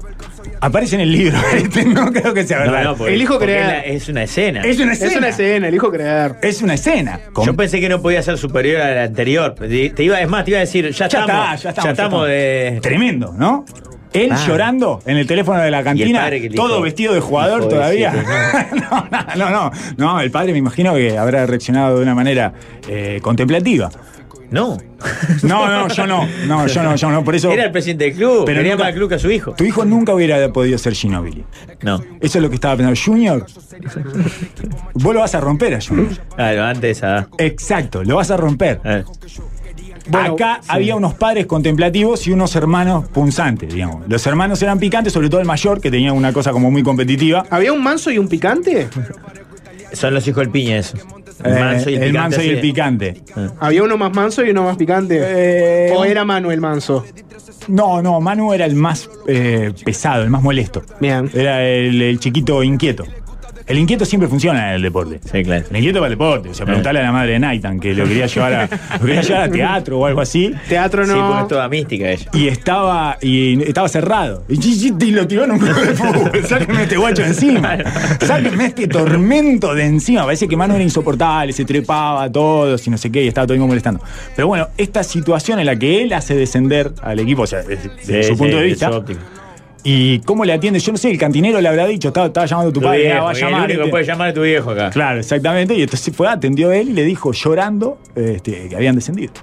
[SPEAKER 4] Aparece en el libro, este, no creo que sea
[SPEAKER 6] No,
[SPEAKER 4] verdad.
[SPEAKER 6] no, porque- porque es la- Es una escena.
[SPEAKER 7] Eh,
[SPEAKER 4] Es una escena.
[SPEAKER 7] Es una escena, elijo creer.
[SPEAKER 4] Es una escena.
[SPEAKER 6] Yo pensé que no podía ser superior a la anterior. Te te iba, es más, te iba a decir, ya,
[SPEAKER 4] Ya
[SPEAKER 6] estamos,
[SPEAKER 4] está, ya estamos, ya estamos.
[SPEAKER 6] de.
[SPEAKER 4] Tremendo, ¿no? Él
[SPEAKER 6] Ah.
[SPEAKER 4] llorando en el teléfono de la cantina,
[SPEAKER 6] padre que le
[SPEAKER 4] todo
[SPEAKER 6] dijo,
[SPEAKER 4] vestido de jugador
[SPEAKER 6] hijo de
[SPEAKER 4] todavía. no, no, no, no, el padre me imagino que habrá reaccionado de una manera eh, contemplativa.
[SPEAKER 6] No.
[SPEAKER 4] No, no, yo no. No, yo no, yo no. Por eso.
[SPEAKER 6] Era el presidente del club.
[SPEAKER 4] Pero
[SPEAKER 6] quería
[SPEAKER 4] nunca-
[SPEAKER 6] más club que a su hijo.
[SPEAKER 4] Tu hijo nunca hubiera podido ser Ginobili.
[SPEAKER 6] No.
[SPEAKER 4] Eso es lo que estaba pensando. Junior. Vos lo vas a romper a Junior.
[SPEAKER 6] Claro, Ah, antes ah. esa.
[SPEAKER 4] Exacto, lo vas a romper.
[SPEAKER 7] Bueno,
[SPEAKER 4] Acá
[SPEAKER 7] sí.
[SPEAKER 4] había unos padres contemplativos y unos hermanos punzantes, digamos. Los hermanos eran picantes, sobre todo el mayor, que tenía una cosa como muy competitiva.
[SPEAKER 7] ¿Había un manso y un picante?
[SPEAKER 6] Son los hijos del piña eso. El
[SPEAKER 4] Eh,
[SPEAKER 6] manso y el,
[SPEAKER 4] el
[SPEAKER 6] picante,
[SPEAKER 4] manso y
[SPEAKER 6] así
[SPEAKER 4] el
[SPEAKER 6] de-
[SPEAKER 4] picante.
[SPEAKER 7] ¿Había uno más manso y uno más picante?
[SPEAKER 4] Eh,
[SPEAKER 7] ¿O era Manuel Manso?
[SPEAKER 4] No, no, Manu era el más eh, pesado, el más molesto.
[SPEAKER 7] Bien.
[SPEAKER 4] Era el, el chiquito inquieto. El inquieto siempre funciona en el deporte.
[SPEAKER 6] Sí, claro.
[SPEAKER 4] El inquieto para el deporte. O sea, preguntarle a la madre de Nathan que lo quería llevar a, lo quería llevar a teatro o algo así.
[SPEAKER 7] Teatro
[SPEAKER 6] Sí,
[SPEAKER 4] pues,
[SPEAKER 6] porque
[SPEAKER 7] no.
[SPEAKER 6] es toda mística ella.
[SPEAKER 4] Y estaba, y estaba cerrado. Y, y- y- y lo tiró en un club de fútbol. Sáquenme este guacho de encima. Sáquenme este tormento de encima. Parece que Manu era insoportable, se trepaba a todos y no sé qué, y estaba todo el mundo molestando. Pero bueno, esta situación en la que él hace descender al equipo, o sea, desde desde
[SPEAKER 6] Sí,
[SPEAKER 4] su
[SPEAKER 6] sí,
[SPEAKER 4] punto de
[SPEAKER 6] es
[SPEAKER 4] vista.
[SPEAKER 6] óptimo.
[SPEAKER 4] ¿Y cómo le atiende? Yo no sé, el cantinero le habrá dicho, estaba, estaba llamando a tu,
[SPEAKER 6] Tu
[SPEAKER 4] padre,
[SPEAKER 6] viejo,
[SPEAKER 4] ah, va a
[SPEAKER 6] que el
[SPEAKER 4] llamar.
[SPEAKER 6] único que
[SPEAKER 4] este.
[SPEAKER 6] puede llamar es tu viejo acá.
[SPEAKER 4] Claro, exactamente. Y entonces fue, atendió él y le dijo, llorando, este, que habían descendido.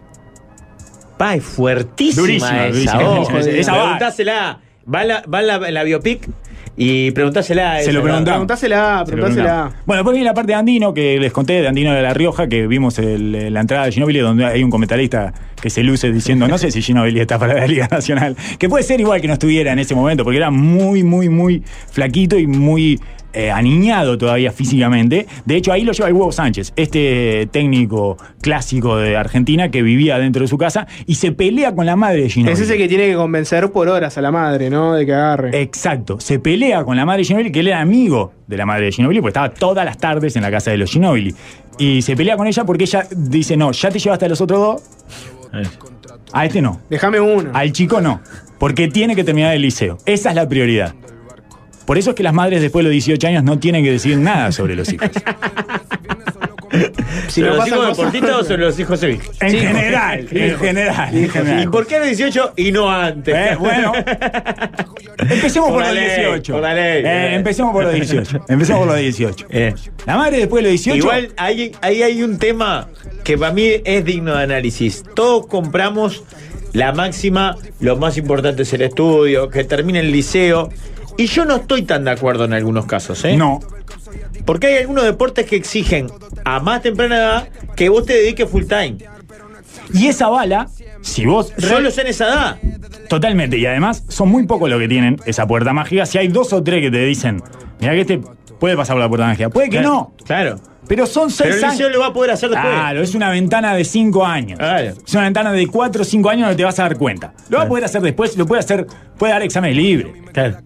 [SPEAKER 6] Pa, es fuertísima
[SPEAKER 4] Durísima,
[SPEAKER 6] esa.
[SPEAKER 4] durísima,
[SPEAKER 6] ojo.
[SPEAKER 4] durísima. Esa- esa va.
[SPEAKER 6] Preguntásela. Va en la, va en la, en la biopic y preguntásela. a
[SPEAKER 4] Se
[SPEAKER 6] esa,
[SPEAKER 4] lo
[SPEAKER 6] ¿no?
[SPEAKER 4] preguntamos.
[SPEAKER 7] Preguntásela,
[SPEAKER 4] Se lo preguntamos.
[SPEAKER 7] preguntásela.
[SPEAKER 4] Bueno, por ahí la parte de Andino, que les conté de Andino de La Rioja, que vimos el- la entrada de Ginóbili, donde hay un comentarista que se luce diciendo, no sé si Ginóbili está para la Liga Nacional, que puede ser igual que no estuviera en ese momento, porque era muy, muy, muy flaquito y muy eh, aniñado todavía físicamente. De hecho, ahí lo lleva el Hugo Sánchez, este técnico clásico de Argentina que vivía dentro de su casa y se pelea con la madre de Ginóbili.
[SPEAKER 7] Es ese que tiene que convencer por horas a la madre, ¿no? De que
[SPEAKER 4] Eh,
[SPEAKER 7] agarre.
[SPEAKER 4] Exacto, se pelea con la madre de Ginobili, que él era amigo de la madre de Ginobili, porque estaba todas las tardes en la casa de los Ginobili. Y se pelea con ella porque ella dice, no, ya te llevaste a los otros dos, a este no,
[SPEAKER 7] Déjame uno.
[SPEAKER 4] al chico no, porque tiene que terminar el liceo. Esa es la prioridad. Por eso es que las madres después de los 18 años no tienen que decir nada sobre los hijos.
[SPEAKER 7] Si
[SPEAKER 6] ¿Sobre
[SPEAKER 7] no
[SPEAKER 6] los
[SPEAKER 7] pasa
[SPEAKER 6] hijos
[SPEAKER 7] cosas-
[SPEAKER 6] deportistas o sobre los hijos civiles?
[SPEAKER 4] En general, en general, en
[SPEAKER 6] ¿Y
[SPEAKER 4] general.
[SPEAKER 6] por qué a los 18 y no antes?
[SPEAKER 4] Eh, bueno. Empecemos por,
[SPEAKER 6] Por la
[SPEAKER 4] los
[SPEAKER 6] ley,
[SPEAKER 4] 18.
[SPEAKER 6] por la ley.
[SPEAKER 4] Eh, empecemos por los 18. Empecemos por los 18.
[SPEAKER 6] Eh.
[SPEAKER 4] La madre después de los 18.
[SPEAKER 6] Igual ahí, ahí hay un tema que para mí es digno de análisis. Todos compramos la máxima, lo más importante es el estudio, que termine el liceo. Y yo no estoy tan de acuerdo en algunos casos, ¿eh?
[SPEAKER 4] No,
[SPEAKER 6] Porque hay algunos deportes que exigen a más temprana edad que vos te dediques full time.
[SPEAKER 4] Y esa bala, si vos.
[SPEAKER 6] Solo es en esa edad.
[SPEAKER 4] Totalmente. Y además, son muy pocos los que tienen esa puerta mágica. Si hay dos o tres que te dicen, mira que este puede pasar por la puerta mágica. Puede que no.
[SPEAKER 6] Claro.
[SPEAKER 4] Pero son seis
[SPEAKER 6] Pero el liceo
[SPEAKER 4] años.
[SPEAKER 6] lo va a poder hacer después.
[SPEAKER 4] Claro, es una ventana de cinco años.
[SPEAKER 6] Claro.
[SPEAKER 4] Es una ventana de cuatro o cinco años donde te vas a dar cuenta. Lo va a poder hacer después, lo puede hacer, puede dar examen libre.
[SPEAKER 6] Claro.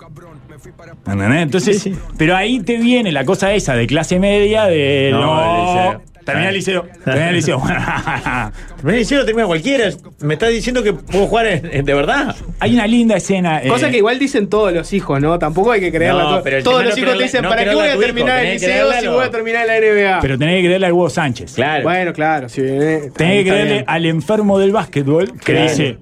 [SPEAKER 4] ¿Entendés? Entonces, pero ahí te viene la cosa esa de clase media, de
[SPEAKER 6] No,
[SPEAKER 4] no,
[SPEAKER 6] del liceo.
[SPEAKER 4] Terminá el liceo. Terminá el liceo.
[SPEAKER 6] terminá el liceo, termina cualquiera. ¿Me estás diciendo que puedo jugar en- en- de verdad?
[SPEAKER 4] Hay una linda escena. eh,
[SPEAKER 7] Cosa que igual dicen todos los hijos, ¿no? Tampoco hay que creerla.
[SPEAKER 4] No,
[SPEAKER 7] todo-
[SPEAKER 4] pero el
[SPEAKER 7] todos
[SPEAKER 4] tema
[SPEAKER 7] los
[SPEAKER 4] no
[SPEAKER 7] hijos te
[SPEAKER 4] creerla-
[SPEAKER 7] dicen,
[SPEAKER 4] no
[SPEAKER 7] ¿para qué voy
[SPEAKER 4] creerla
[SPEAKER 7] a
[SPEAKER 4] a tu
[SPEAKER 7] terminar
[SPEAKER 4] hijo?
[SPEAKER 7] el
[SPEAKER 4] Tenés que
[SPEAKER 7] liceo si
[SPEAKER 4] creerla,
[SPEAKER 7] voy a
[SPEAKER 4] ¿no?
[SPEAKER 7] terminar la NBA?
[SPEAKER 4] Pero tenés que creerle al huevo Sánchez.
[SPEAKER 6] Claro.
[SPEAKER 7] Bueno, claro. Si viene,
[SPEAKER 4] Tenés que
[SPEAKER 7] está
[SPEAKER 4] creerle
[SPEAKER 7] bien.
[SPEAKER 4] al enfermo del básquetbol que
[SPEAKER 7] Claro.
[SPEAKER 4] dice.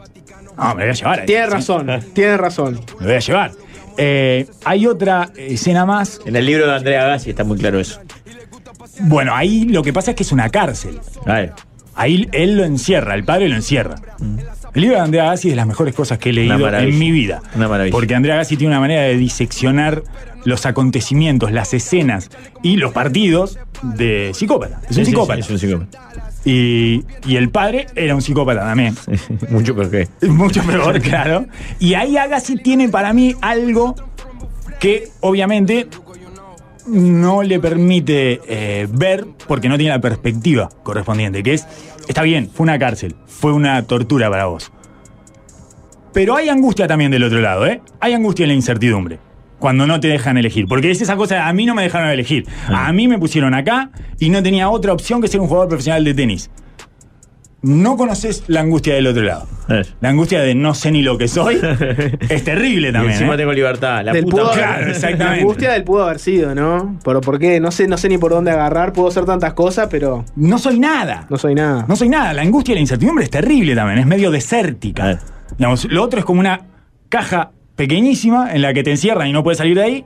[SPEAKER 4] No, me voy a llevar. ahí".
[SPEAKER 7] Tiene razón, tiene razón.
[SPEAKER 4] Me voy a llevar. Eh, hay otra escena más.
[SPEAKER 6] En el libro de Andrea Gassi está muy claro eso.
[SPEAKER 4] Bueno, ahí lo que pasa es que es una cárcel. Ahí él lo encierra, el padre lo encierra. El libro de Andrea Gassi es de las mejores cosas que he leído
[SPEAKER 6] maravilla.
[SPEAKER 4] en mi vida.
[SPEAKER 6] Mm. Una maravilla.
[SPEAKER 4] Porque Andrea Gassi tiene una manera de diseccionar los acontecimientos, las escenas y los partidos de psicópata. Es
[SPEAKER 6] Sí,
[SPEAKER 4] un
[SPEAKER 6] sí,
[SPEAKER 4] psicópata.
[SPEAKER 6] sí, es un psicópata.
[SPEAKER 4] Y, y el padre era un psicópata también.
[SPEAKER 6] Mucho peor que.
[SPEAKER 4] Mucho peor, claro. Y ahí Agassi tiene para mí algo que obviamente no le permite eh, ver porque no tiene la perspectiva correspondiente, que es, está bien, fue una cárcel, fue una tortura para vos. Pero hay angustia también del otro lado, ¿eh? Hay angustia en la incertidumbre. Cuando no te dejan elegir. Porque es esa cosa, a mí no me dejaron elegir. A mí me pusieron acá y no tenía otra opción que ser un jugador profesional de tenis. No conoces la angustia del otro lado. La angustia de no sé ni lo que soy es terrible también.
[SPEAKER 6] Y encima
[SPEAKER 4] ¿eh?
[SPEAKER 6] tengo libertad. La
[SPEAKER 7] Del
[SPEAKER 6] puta
[SPEAKER 7] pudo-
[SPEAKER 6] madre.
[SPEAKER 4] Claro,
[SPEAKER 7] La
[SPEAKER 4] exactamente.
[SPEAKER 7] angustia del pudo haber sido, ¿no? Pero por qué, no sé, no sé ni por dónde agarrar, puedo hacer tantas cosas, pero.
[SPEAKER 4] No soy nada.
[SPEAKER 7] No soy nada.
[SPEAKER 4] No soy nada. La angustia y la incertidumbre es terrible también. Es medio desértica. Digamos, lo otro es como una caja pequeñísima en la que te encierran y no puedes salir de ahí.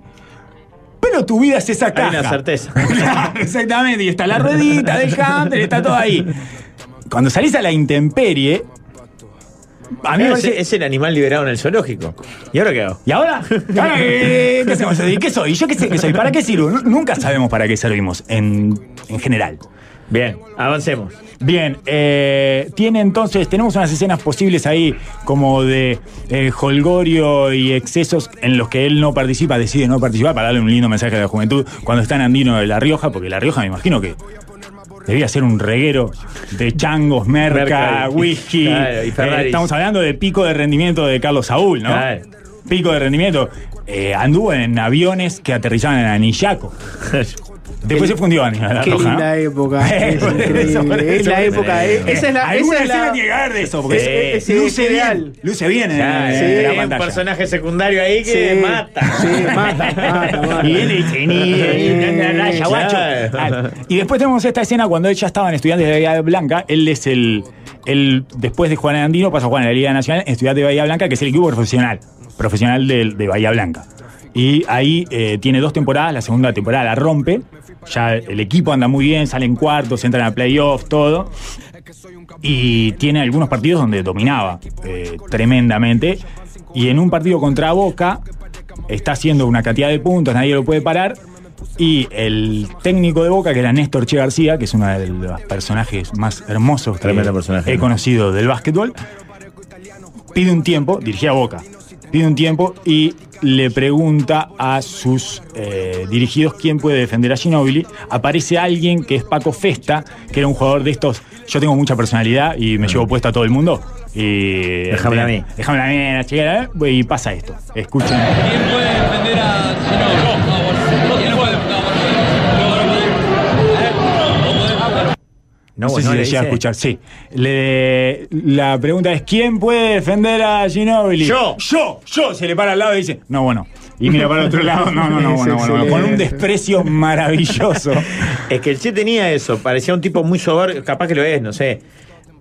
[SPEAKER 4] Pero tu vida es esa caja.
[SPEAKER 6] Hay una certeza.
[SPEAKER 4] Claro, exactamente. Y está la ruedita del hamster, está todo ahí. Cuando salís a la intemperie. A mí me
[SPEAKER 6] Claro, es,
[SPEAKER 4] parece-
[SPEAKER 6] es el animal liberado en el zoológico. ¿Y ahora qué hago?
[SPEAKER 4] ¿Y ahora? Ahora, ¿Qué, qué hacemos? ¿Y ¿Qué soy? ¿Yo qué sé qué soy? ¿Para qué sirvo? Nu- Nunca sabemos para qué servimos en, en general.
[SPEAKER 6] Bien, avancemos.
[SPEAKER 4] Bien, eh, tiene entonces, tenemos unas escenas posibles ahí como de eh, holgorio y excesos en los que él no participa, decide no participar para darle un lindo mensaje a la juventud cuando está en Andino de La Rioja, porque La Rioja me imagino que debía ser un reguero de changos, merca,
[SPEAKER 6] Merca y-
[SPEAKER 4] whisky. Eh,
[SPEAKER 6] claro, y Ferraris.
[SPEAKER 4] estamos hablando de pico de rendimiento de Carlos Saúl, ¿no?
[SPEAKER 6] Claro.
[SPEAKER 4] Pico de rendimiento. Eh, anduvo en aviones que aterrizaban en Anillaco. Después se fundió a La
[SPEAKER 7] Qué
[SPEAKER 4] Rioja, ¿no?
[SPEAKER 7] linda época.
[SPEAKER 4] Eh,
[SPEAKER 7] Es
[SPEAKER 4] por eso, por
[SPEAKER 7] increíble. Es
[SPEAKER 4] eso.
[SPEAKER 7] la época. eh.
[SPEAKER 4] Eh,
[SPEAKER 7] Esa es la.
[SPEAKER 4] alguna
[SPEAKER 7] Esa es
[SPEAKER 4] escena
[SPEAKER 7] la.
[SPEAKER 4] tiene que haber de eso, porque
[SPEAKER 6] Sí.
[SPEAKER 4] es- es- luce bien. Luce eh, bien en,
[SPEAKER 6] Claro,
[SPEAKER 4] en
[SPEAKER 6] sí,
[SPEAKER 4] la
[SPEAKER 6] un
[SPEAKER 4] pantalla.
[SPEAKER 6] personaje secundario ahí que
[SPEAKER 4] Sí.
[SPEAKER 6] mata.
[SPEAKER 4] Ah, Y él dice, "Ni- ni- na- na- na, guacho".
[SPEAKER 6] Claro.
[SPEAKER 4] Ah, Y después tenemos esta escena cuando ellos estaban estudiantes de Bahía Blanca. Él es el. Él, después de Juan Andino, pasa a jugar en la Liga Nacional, estudiante de Bahía Blanca, que es el equipo profesional. Profesional del- de, Bahía Blanca. Y ahí eh, tiene dos temporadas. La segunda temporada la rompe. Ya el equipo anda muy bien, salen cuartos, entran a playoffs, todo. Y tiene algunos partidos donde dominaba eh, tremendamente. Y en un partido contra Boca, está haciendo una cantidad de puntos, nadie lo puede parar. Y el técnico de Boca, que era Néstor Che García, que es uno de los personajes más hermosos que
[SPEAKER 6] Tremendo personaje,
[SPEAKER 4] he
[SPEAKER 6] ¿no?
[SPEAKER 4] conocido del básquetbol, pide un tiempo, dirigía a Boca, pide un tiempo y le pregunta a sus eh, dirigidos quién puede defender a Ginobili. Aparece alguien que es Paco Festa, que era un jugador de estos. Yo tengo mucha personalidad y me llevo puesto a todo el mundo. Y,
[SPEAKER 6] Mm.
[SPEAKER 4] eh,
[SPEAKER 6] Déjamela a mí.
[SPEAKER 4] Déjamela a mí, la chica, ¿eh? y pasa esto. Escuchen. No,
[SPEAKER 6] No,
[SPEAKER 4] sé
[SPEAKER 6] no
[SPEAKER 4] si
[SPEAKER 6] le
[SPEAKER 4] le llega a
[SPEAKER 6] dice.
[SPEAKER 4] escuchar, sí. Le- la pregunta es: ¿quién puede defender a Ginobili?
[SPEAKER 6] Yo.
[SPEAKER 4] Yo, yo. Se le para al lado y dice: No, bueno. Y mira para el otro lado: No, no, no,
[SPEAKER 7] Es
[SPEAKER 4] bueno, bueno, bueno. Con un
[SPEAKER 7] excelente.
[SPEAKER 4] desprecio maravilloso.
[SPEAKER 6] Es que el Che tenía eso, parecía un tipo muy soberbio, capaz que lo es, no sé.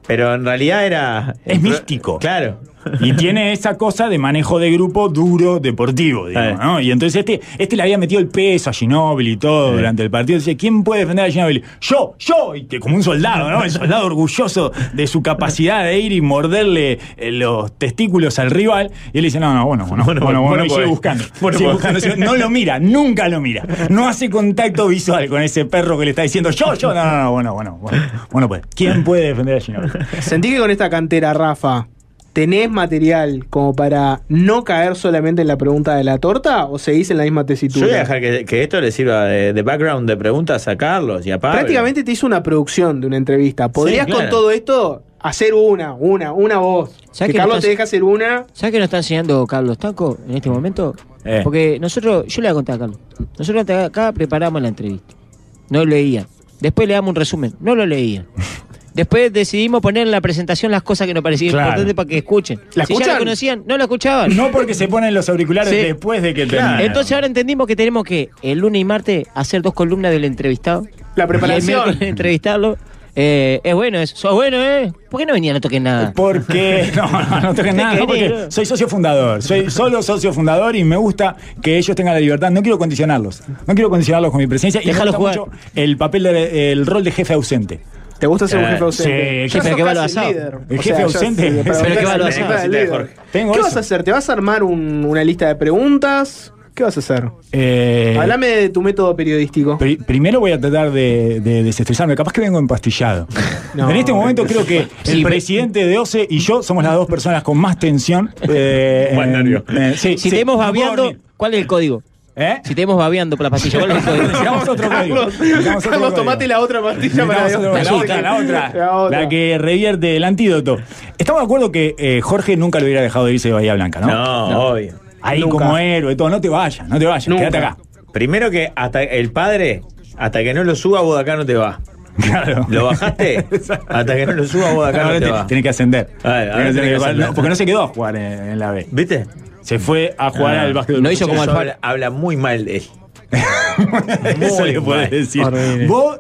[SPEAKER 6] Pero en realidad era.
[SPEAKER 4] Es místico.
[SPEAKER 6] Claro.
[SPEAKER 4] Y tiene esa cosa de manejo de grupo duro, deportivo, digamos,
[SPEAKER 6] Eh.
[SPEAKER 4] ¿no? Y entonces este, este le había metido el peso a Ginobili y todo
[SPEAKER 6] Eh.
[SPEAKER 4] durante el partido. Dice, ¿quién puede defender a Ginobili? Yo, yo, y que como un soldado, ¿no? El soldado orgulloso de su capacidad de ir y morderle eh, los testículos al rival. Y él dice, no, no, bueno, bueno, bueno,
[SPEAKER 6] Bueno,
[SPEAKER 4] bueno,
[SPEAKER 6] bueno,
[SPEAKER 4] y
[SPEAKER 6] podés.
[SPEAKER 4] sigue buscando.
[SPEAKER 6] Bueno,
[SPEAKER 4] sigue
[SPEAKER 6] podés.
[SPEAKER 4] buscando, sigue- no lo mira, nunca lo mira. No hace contacto visual con ese perro que le está diciendo, yo, yo, no, no, no, bueno, bueno, bueno, bueno, pues, ¿quién puede defender a Ginobili?
[SPEAKER 7] Sentí que con esta cantera, Rafa, ¿tenés material como para no caer solamente en la pregunta de la torta o seguís en la misma
[SPEAKER 6] Yo voy a
[SPEAKER 7] tesitura?
[SPEAKER 6] dejar que, que esto le sirva de, de background de preguntas a Carlos y a Pablo.
[SPEAKER 7] Prácticamente te hizo una producción de una entrevista. ¿Podrías
[SPEAKER 6] Sí, claro.
[SPEAKER 7] con todo esto hacer una, una, una voz?
[SPEAKER 1] Ya
[SPEAKER 7] Que,
[SPEAKER 1] que
[SPEAKER 7] Carlos
[SPEAKER 1] estás-
[SPEAKER 7] te deja hacer una.
[SPEAKER 1] ¿Sabes qué nos está enseñando Carlos Taco en este momento?
[SPEAKER 6] Eh.
[SPEAKER 1] Porque nosotros, yo le voy a contar a Carlos. Nosotros acá preparamos la entrevista. No leía. Después le damos un resumen. No lo leían. Después decidimos poner en la presentación las cosas que nos parecían
[SPEAKER 4] Claro.
[SPEAKER 1] importantes para que escuchen.
[SPEAKER 4] ¿La
[SPEAKER 1] si ya
[SPEAKER 4] escuchan?
[SPEAKER 1] la conocían, no la escuchaban.
[SPEAKER 4] No porque se ponen los auriculares
[SPEAKER 1] Sí.
[SPEAKER 4] después de que termina.
[SPEAKER 1] Entonces ahora entendimos que tenemos que el lunes y martes hacer dos columnas del entrevistado.
[SPEAKER 7] La
[SPEAKER 4] preparación.
[SPEAKER 1] entrevistarlo. Eh, es bueno eso. Sos bueno, ¿eh? ¿Por qué no venía? No toqué nada.
[SPEAKER 4] Porque no, no, no toquen
[SPEAKER 1] Te
[SPEAKER 4] nada, no,
[SPEAKER 1] querés,
[SPEAKER 4] porque
[SPEAKER 1] ¿no?
[SPEAKER 4] soy socio fundador, soy solo socio fundador y me gusta que ellos tengan la libertad. No quiero condicionarlos, no quiero condicionarlos con mi presencia. Y me
[SPEAKER 1] Déjalos
[SPEAKER 4] gusta
[SPEAKER 1] jugar.
[SPEAKER 4] mucho el papel, de- el rol de jefe ausente.
[SPEAKER 7] ¿Te gusta ser un jefe ausente?
[SPEAKER 4] Eh, Sí,
[SPEAKER 7] Ya
[SPEAKER 4] jefe
[SPEAKER 7] sos
[SPEAKER 4] que va al
[SPEAKER 7] casi
[SPEAKER 4] asado.
[SPEAKER 7] líder.
[SPEAKER 4] El jefe
[SPEAKER 7] O sea, ya
[SPEAKER 4] ausente.
[SPEAKER 7] sí,
[SPEAKER 4] es-
[SPEAKER 7] pero
[SPEAKER 4] que va al
[SPEAKER 7] ya
[SPEAKER 4] asado.
[SPEAKER 7] está líder.
[SPEAKER 4] Tengo
[SPEAKER 7] ¿Qué
[SPEAKER 4] eso.
[SPEAKER 7] vas a hacer? ¿Te vas a armar un- una lista de preguntas? ¿Qué vas a hacer?
[SPEAKER 4] Eh,
[SPEAKER 7] Hablame de tu método periodístico.
[SPEAKER 4] pri- primero voy a tratar de, de desestresarme. Capaz que vengo empastillado.
[SPEAKER 7] No.
[SPEAKER 4] en este momento creo que
[SPEAKER 1] Sí,
[SPEAKER 4] el
[SPEAKER 1] me-
[SPEAKER 4] presidente de OCE y yo somos las dos personas con más tensión. eh, en- eh, sí,
[SPEAKER 1] Si
[SPEAKER 4] sí.
[SPEAKER 1] te hemos
[SPEAKER 4] No puedo
[SPEAKER 1] babeando,
[SPEAKER 4] dormir.
[SPEAKER 1] ¿cuál es el código?
[SPEAKER 4] ¿Eh?
[SPEAKER 1] Si te hemos babeando por la pastilla, ¿cuál es el código?
[SPEAKER 4] Necesitamos otro código.
[SPEAKER 7] Carlos,
[SPEAKER 4] Necesitamos otro
[SPEAKER 7] Carlos,
[SPEAKER 4] código.
[SPEAKER 7] tomate la otra pastilla
[SPEAKER 4] Necesitamos
[SPEAKER 7] para
[SPEAKER 4] otro- la otra, la otra.
[SPEAKER 7] La otra.
[SPEAKER 4] La que revierte el antídoto. Estamos de acuerdo que eh, Jorge nunca lo hubiera dejado de irse de Bahía Blanca, ¿no?
[SPEAKER 6] No, obvio.
[SPEAKER 4] Ahí
[SPEAKER 7] Nunca.
[SPEAKER 4] como héroe, todo. No te vayas, no te vayas.
[SPEAKER 7] Nunca.
[SPEAKER 4] Quédate acá.
[SPEAKER 6] Primero que hasta el padre, hasta que no lo suba, vos de acá no te vas.
[SPEAKER 4] Claro.
[SPEAKER 6] ¿Lo bajaste? hasta que no lo suba, vos de acá no te vas.
[SPEAKER 4] Tiene que ascender.
[SPEAKER 6] A ver, ahora
[SPEAKER 4] Tiene
[SPEAKER 6] tiene que
[SPEAKER 4] que-
[SPEAKER 6] ascender.
[SPEAKER 4] no, porque no se quedó a jugar en, en la B.
[SPEAKER 6] ¿Viste?
[SPEAKER 4] Se fue a jugar
[SPEAKER 6] Ah.
[SPEAKER 4] al básquetbol.
[SPEAKER 1] No hizo como
[SPEAKER 6] Eso
[SPEAKER 1] Alfaro.
[SPEAKER 6] habla, habla muy mal de él.
[SPEAKER 4] Eso
[SPEAKER 6] Muy
[SPEAKER 4] le podés
[SPEAKER 6] mal.
[SPEAKER 4] decir.
[SPEAKER 7] Horrible.
[SPEAKER 4] Vos,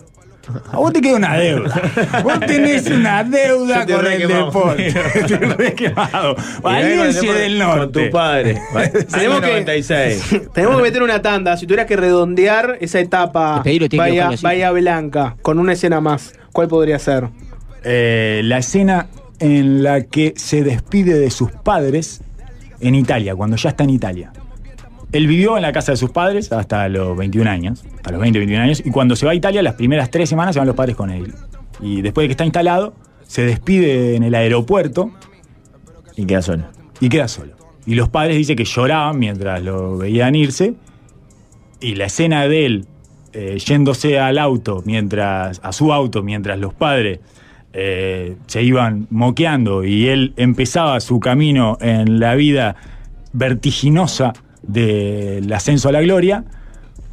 [SPEAKER 4] a vos te queda una deuda. Vos tenés una deuda
[SPEAKER 6] Yo te
[SPEAKER 4] con
[SPEAKER 6] re
[SPEAKER 4] el
[SPEAKER 6] quemado.
[SPEAKER 4] deporte. te re quemado. Valencia del
[SPEAKER 6] Con
[SPEAKER 4] norte.
[SPEAKER 6] tu padre. Año
[SPEAKER 7] que-
[SPEAKER 6] 96.
[SPEAKER 7] Tenemos que meter una tanda. Si tuvieras que redondear esa etapa
[SPEAKER 1] Despedilo, tiene que
[SPEAKER 7] Bahía,
[SPEAKER 1] buscarlo así.
[SPEAKER 7] Bahía Blanca con una escena más, ¿cuál podría ser?
[SPEAKER 4] Eh, la escena en la que se despide de sus padres en Italia, cuando ya está en Italia. Él vivió en la casa de sus padres hasta los 21 años, a los 20, 21 años, y cuando se va a Italia, las primeras tres semanas se van los padres con él. Y después de que está instalado, se despide en el aeropuerto
[SPEAKER 6] Y queda solo.
[SPEAKER 4] y queda solo. Y los padres dicen que lloraban mientras lo veían irse. Y la escena de él eh, yéndose al auto, mientras, a su auto, mientras los padres eh, se iban moqueando y él empezaba su camino en la vida vertiginosa del ascenso a la gloria,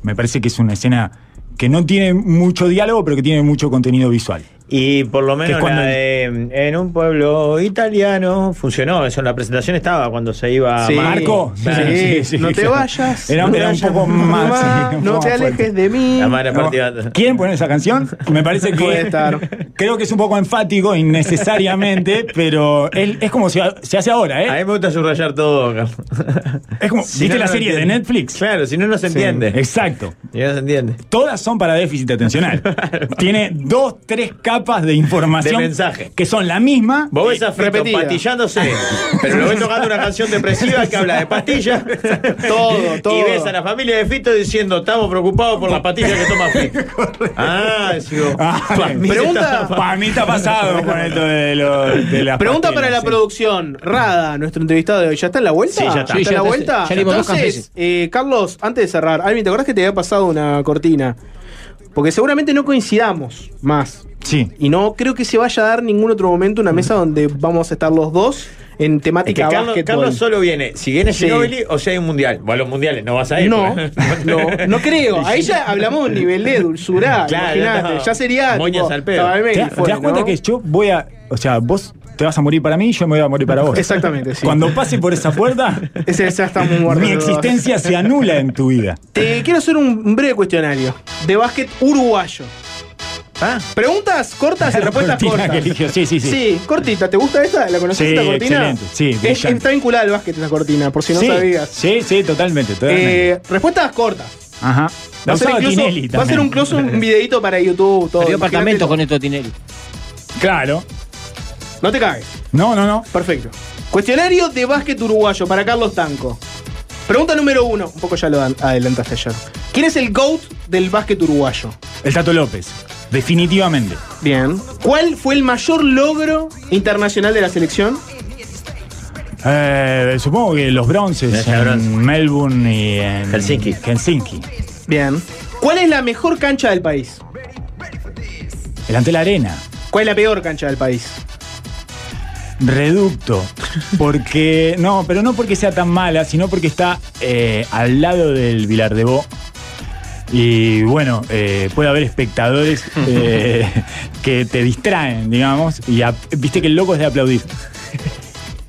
[SPEAKER 4] me parece que es una escena que no tiene mucho diálogo, pero que tiene mucho contenido visual.
[SPEAKER 6] Y por lo
[SPEAKER 4] Que es
[SPEAKER 6] menos
[SPEAKER 4] cuando-
[SPEAKER 6] la de, mm, en un pueblo italiano funcionó. Eso en la presentación estaba cuando se iba
[SPEAKER 7] Sí.
[SPEAKER 4] Ah, Marco.
[SPEAKER 7] Sí, no te vayas.
[SPEAKER 4] Era,
[SPEAKER 7] no te
[SPEAKER 4] era un
[SPEAKER 7] vayas,
[SPEAKER 4] poco más.
[SPEAKER 7] mamá,
[SPEAKER 4] sí, un
[SPEAKER 7] no
[SPEAKER 4] poco
[SPEAKER 7] te
[SPEAKER 4] más
[SPEAKER 7] alejes
[SPEAKER 4] fuerte.
[SPEAKER 7] de mí.
[SPEAKER 6] La madre
[SPEAKER 4] No,
[SPEAKER 6] partida.
[SPEAKER 4] ¿Quieren poner esa canción? Me parece que
[SPEAKER 7] Puede estar.
[SPEAKER 4] Creo que es un poco enfático, innecesariamente, pero él- es como se, se hace ahora,
[SPEAKER 6] A
[SPEAKER 4] ¿eh?
[SPEAKER 6] mí me gusta subrayar todo. Carlos.
[SPEAKER 4] Es como,
[SPEAKER 6] Si
[SPEAKER 4] ¿Viste
[SPEAKER 6] no,
[SPEAKER 4] la
[SPEAKER 6] no
[SPEAKER 4] serie de
[SPEAKER 6] entiende.
[SPEAKER 4] Netflix?
[SPEAKER 6] Claro, si no, no se entiende.
[SPEAKER 4] Exacto.
[SPEAKER 6] Si no se entiende.
[SPEAKER 4] Todas son para déficit atencional. Tiene dos, tres capas de información.
[SPEAKER 6] De mensaje.
[SPEAKER 4] Que son la misma.
[SPEAKER 6] Vos ves a Freto
[SPEAKER 7] repetida.
[SPEAKER 6] patillándose, pero lo ves tocando una canción depresiva que habla de pastillas.
[SPEAKER 7] Todo, todo.
[SPEAKER 6] Y ves a la familia de Fito diciendo, estamos preocupados por la pastilla que toma Fito. ah, digo,
[SPEAKER 4] Ah,
[SPEAKER 6] pa' mí
[SPEAKER 7] pregunta-
[SPEAKER 6] está-
[SPEAKER 4] Para mí está pasado con esto de, lo, de las
[SPEAKER 7] Pregunta para la
[SPEAKER 4] pastillas, sí.
[SPEAKER 7] producción. Rada, nuestro entrevistado de hoy, ¿ya está en la vuelta?
[SPEAKER 6] Sí, ya está.
[SPEAKER 7] en
[SPEAKER 1] Sí, ya
[SPEAKER 7] la
[SPEAKER 1] está,
[SPEAKER 7] vuelta?
[SPEAKER 1] ya le dimos dos
[SPEAKER 7] Entonces,
[SPEAKER 1] cafés.
[SPEAKER 7] eh, Carlos, antes de cerrar, Alvin, ¿te acordás que te había pasado una cortina? Porque seguramente no coincidamos más.
[SPEAKER 4] Sí.
[SPEAKER 7] Y no creo que se vaya a dar ningún otro momento una mesa donde vamos a estar los dos en
[SPEAKER 6] Es que
[SPEAKER 7] temática
[SPEAKER 6] Carlos,
[SPEAKER 7] básquetbol.
[SPEAKER 6] Carlos solo viene, si viene
[SPEAKER 7] Sí.
[SPEAKER 6] Ginobili o si hay un mundial. Vos a los mundiales no vas a ir. ¿eh?
[SPEAKER 7] No,
[SPEAKER 6] porque-
[SPEAKER 7] no, no creo. Ahí ya hablamos de un nivel de dulzura.
[SPEAKER 6] Claro,
[SPEAKER 7] imagínate,
[SPEAKER 6] no.
[SPEAKER 7] ya sería.
[SPEAKER 6] Moñas
[SPEAKER 7] tipo,
[SPEAKER 6] al pedo.
[SPEAKER 7] Tabaré
[SPEAKER 4] ¿Te,
[SPEAKER 7] Milford,
[SPEAKER 4] te das cuenta
[SPEAKER 7] ¿no?
[SPEAKER 4] que yo voy a. O sea, vos te vas a morir para mí y yo me voy a morir para vos.
[SPEAKER 7] Exactamente, sí.
[SPEAKER 4] Cuando pase por esa puerta,
[SPEAKER 7] Ese ya está muy muerto.
[SPEAKER 4] mi existencia se anula en tu vida.
[SPEAKER 7] Te quiero hacer un breve cuestionario de básquet uruguayo.
[SPEAKER 6] Ah,
[SPEAKER 7] Preguntas cortas y respuestas
[SPEAKER 4] Cortina
[SPEAKER 7] cortas.
[SPEAKER 4] que eligió. Sí, sí, sí.
[SPEAKER 7] Sí, cortita. ¿Te gusta esta? ¿La conoces
[SPEAKER 4] Sí,
[SPEAKER 7] esta cortina?
[SPEAKER 4] excelente. Sí,
[SPEAKER 7] Es-
[SPEAKER 4] brillante.
[SPEAKER 7] está vinculada al básquet esa cortina, por si no
[SPEAKER 4] sí,
[SPEAKER 7] sabías.
[SPEAKER 4] sí, sí, totalmente. totalmente.
[SPEAKER 7] Eh, respuestas cortas.
[SPEAKER 4] Ajá. La
[SPEAKER 7] Va a, ser
[SPEAKER 4] usaba
[SPEAKER 7] incluso-
[SPEAKER 4] Tinelli
[SPEAKER 7] va a ser
[SPEAKER 4] también.
[SPEAKER 7] un close, un videito para YouTube. Todo.
[SPEAKER 1] Perdió
[SPEAKER 7] Imagínate-
[SPEAKER 1] apartamento con esto Tinelli.
[SPEAKER 4] Claro.
[SPEAKER 7] No te cagues.
[SPEAKER 4] No, no, no.
[SPEAKER 7] Perfecto. Cuestionario de básquet uruguayo para Carlos Tanco. Pregunta número uno. Un poco ya lo ad- adelantaste ayer. ¿Quién es el GOAT del básquet uruguayo?
[SPEAKER 4] El Tato López. Definitivamente.
[SPEAKER 7] Bien. ¿Cuál fue el mayor logro internacional de la selección?
[SPEAKER 4] Eh, supongo que los bronces
[SPEAKER 6] Ese
[SPEAKER 4] en
[SPEAKER 6] bronce.
[SPEAKER 4] Melbourne y en
[SPEAKER 6] Helsinki.
[SPEAKER 4] Helsinki.
[SPEAKER 7] Bien. ¿Cuál es la mejor cancha del país?
[SPEAKER 4] El Antel Arena.
[SPEAKER 7] ¿Cuál es la peor cancha del país?
[SPEAKER 4] Reducto. Porque. No, pero no porque sea tan mala, sino porque está eh, al lado del Vilardebó. Y bueno, eh, puede haber espectadores eh, que te distraen, digamos, y ap- viste que el loco es de aplaudir.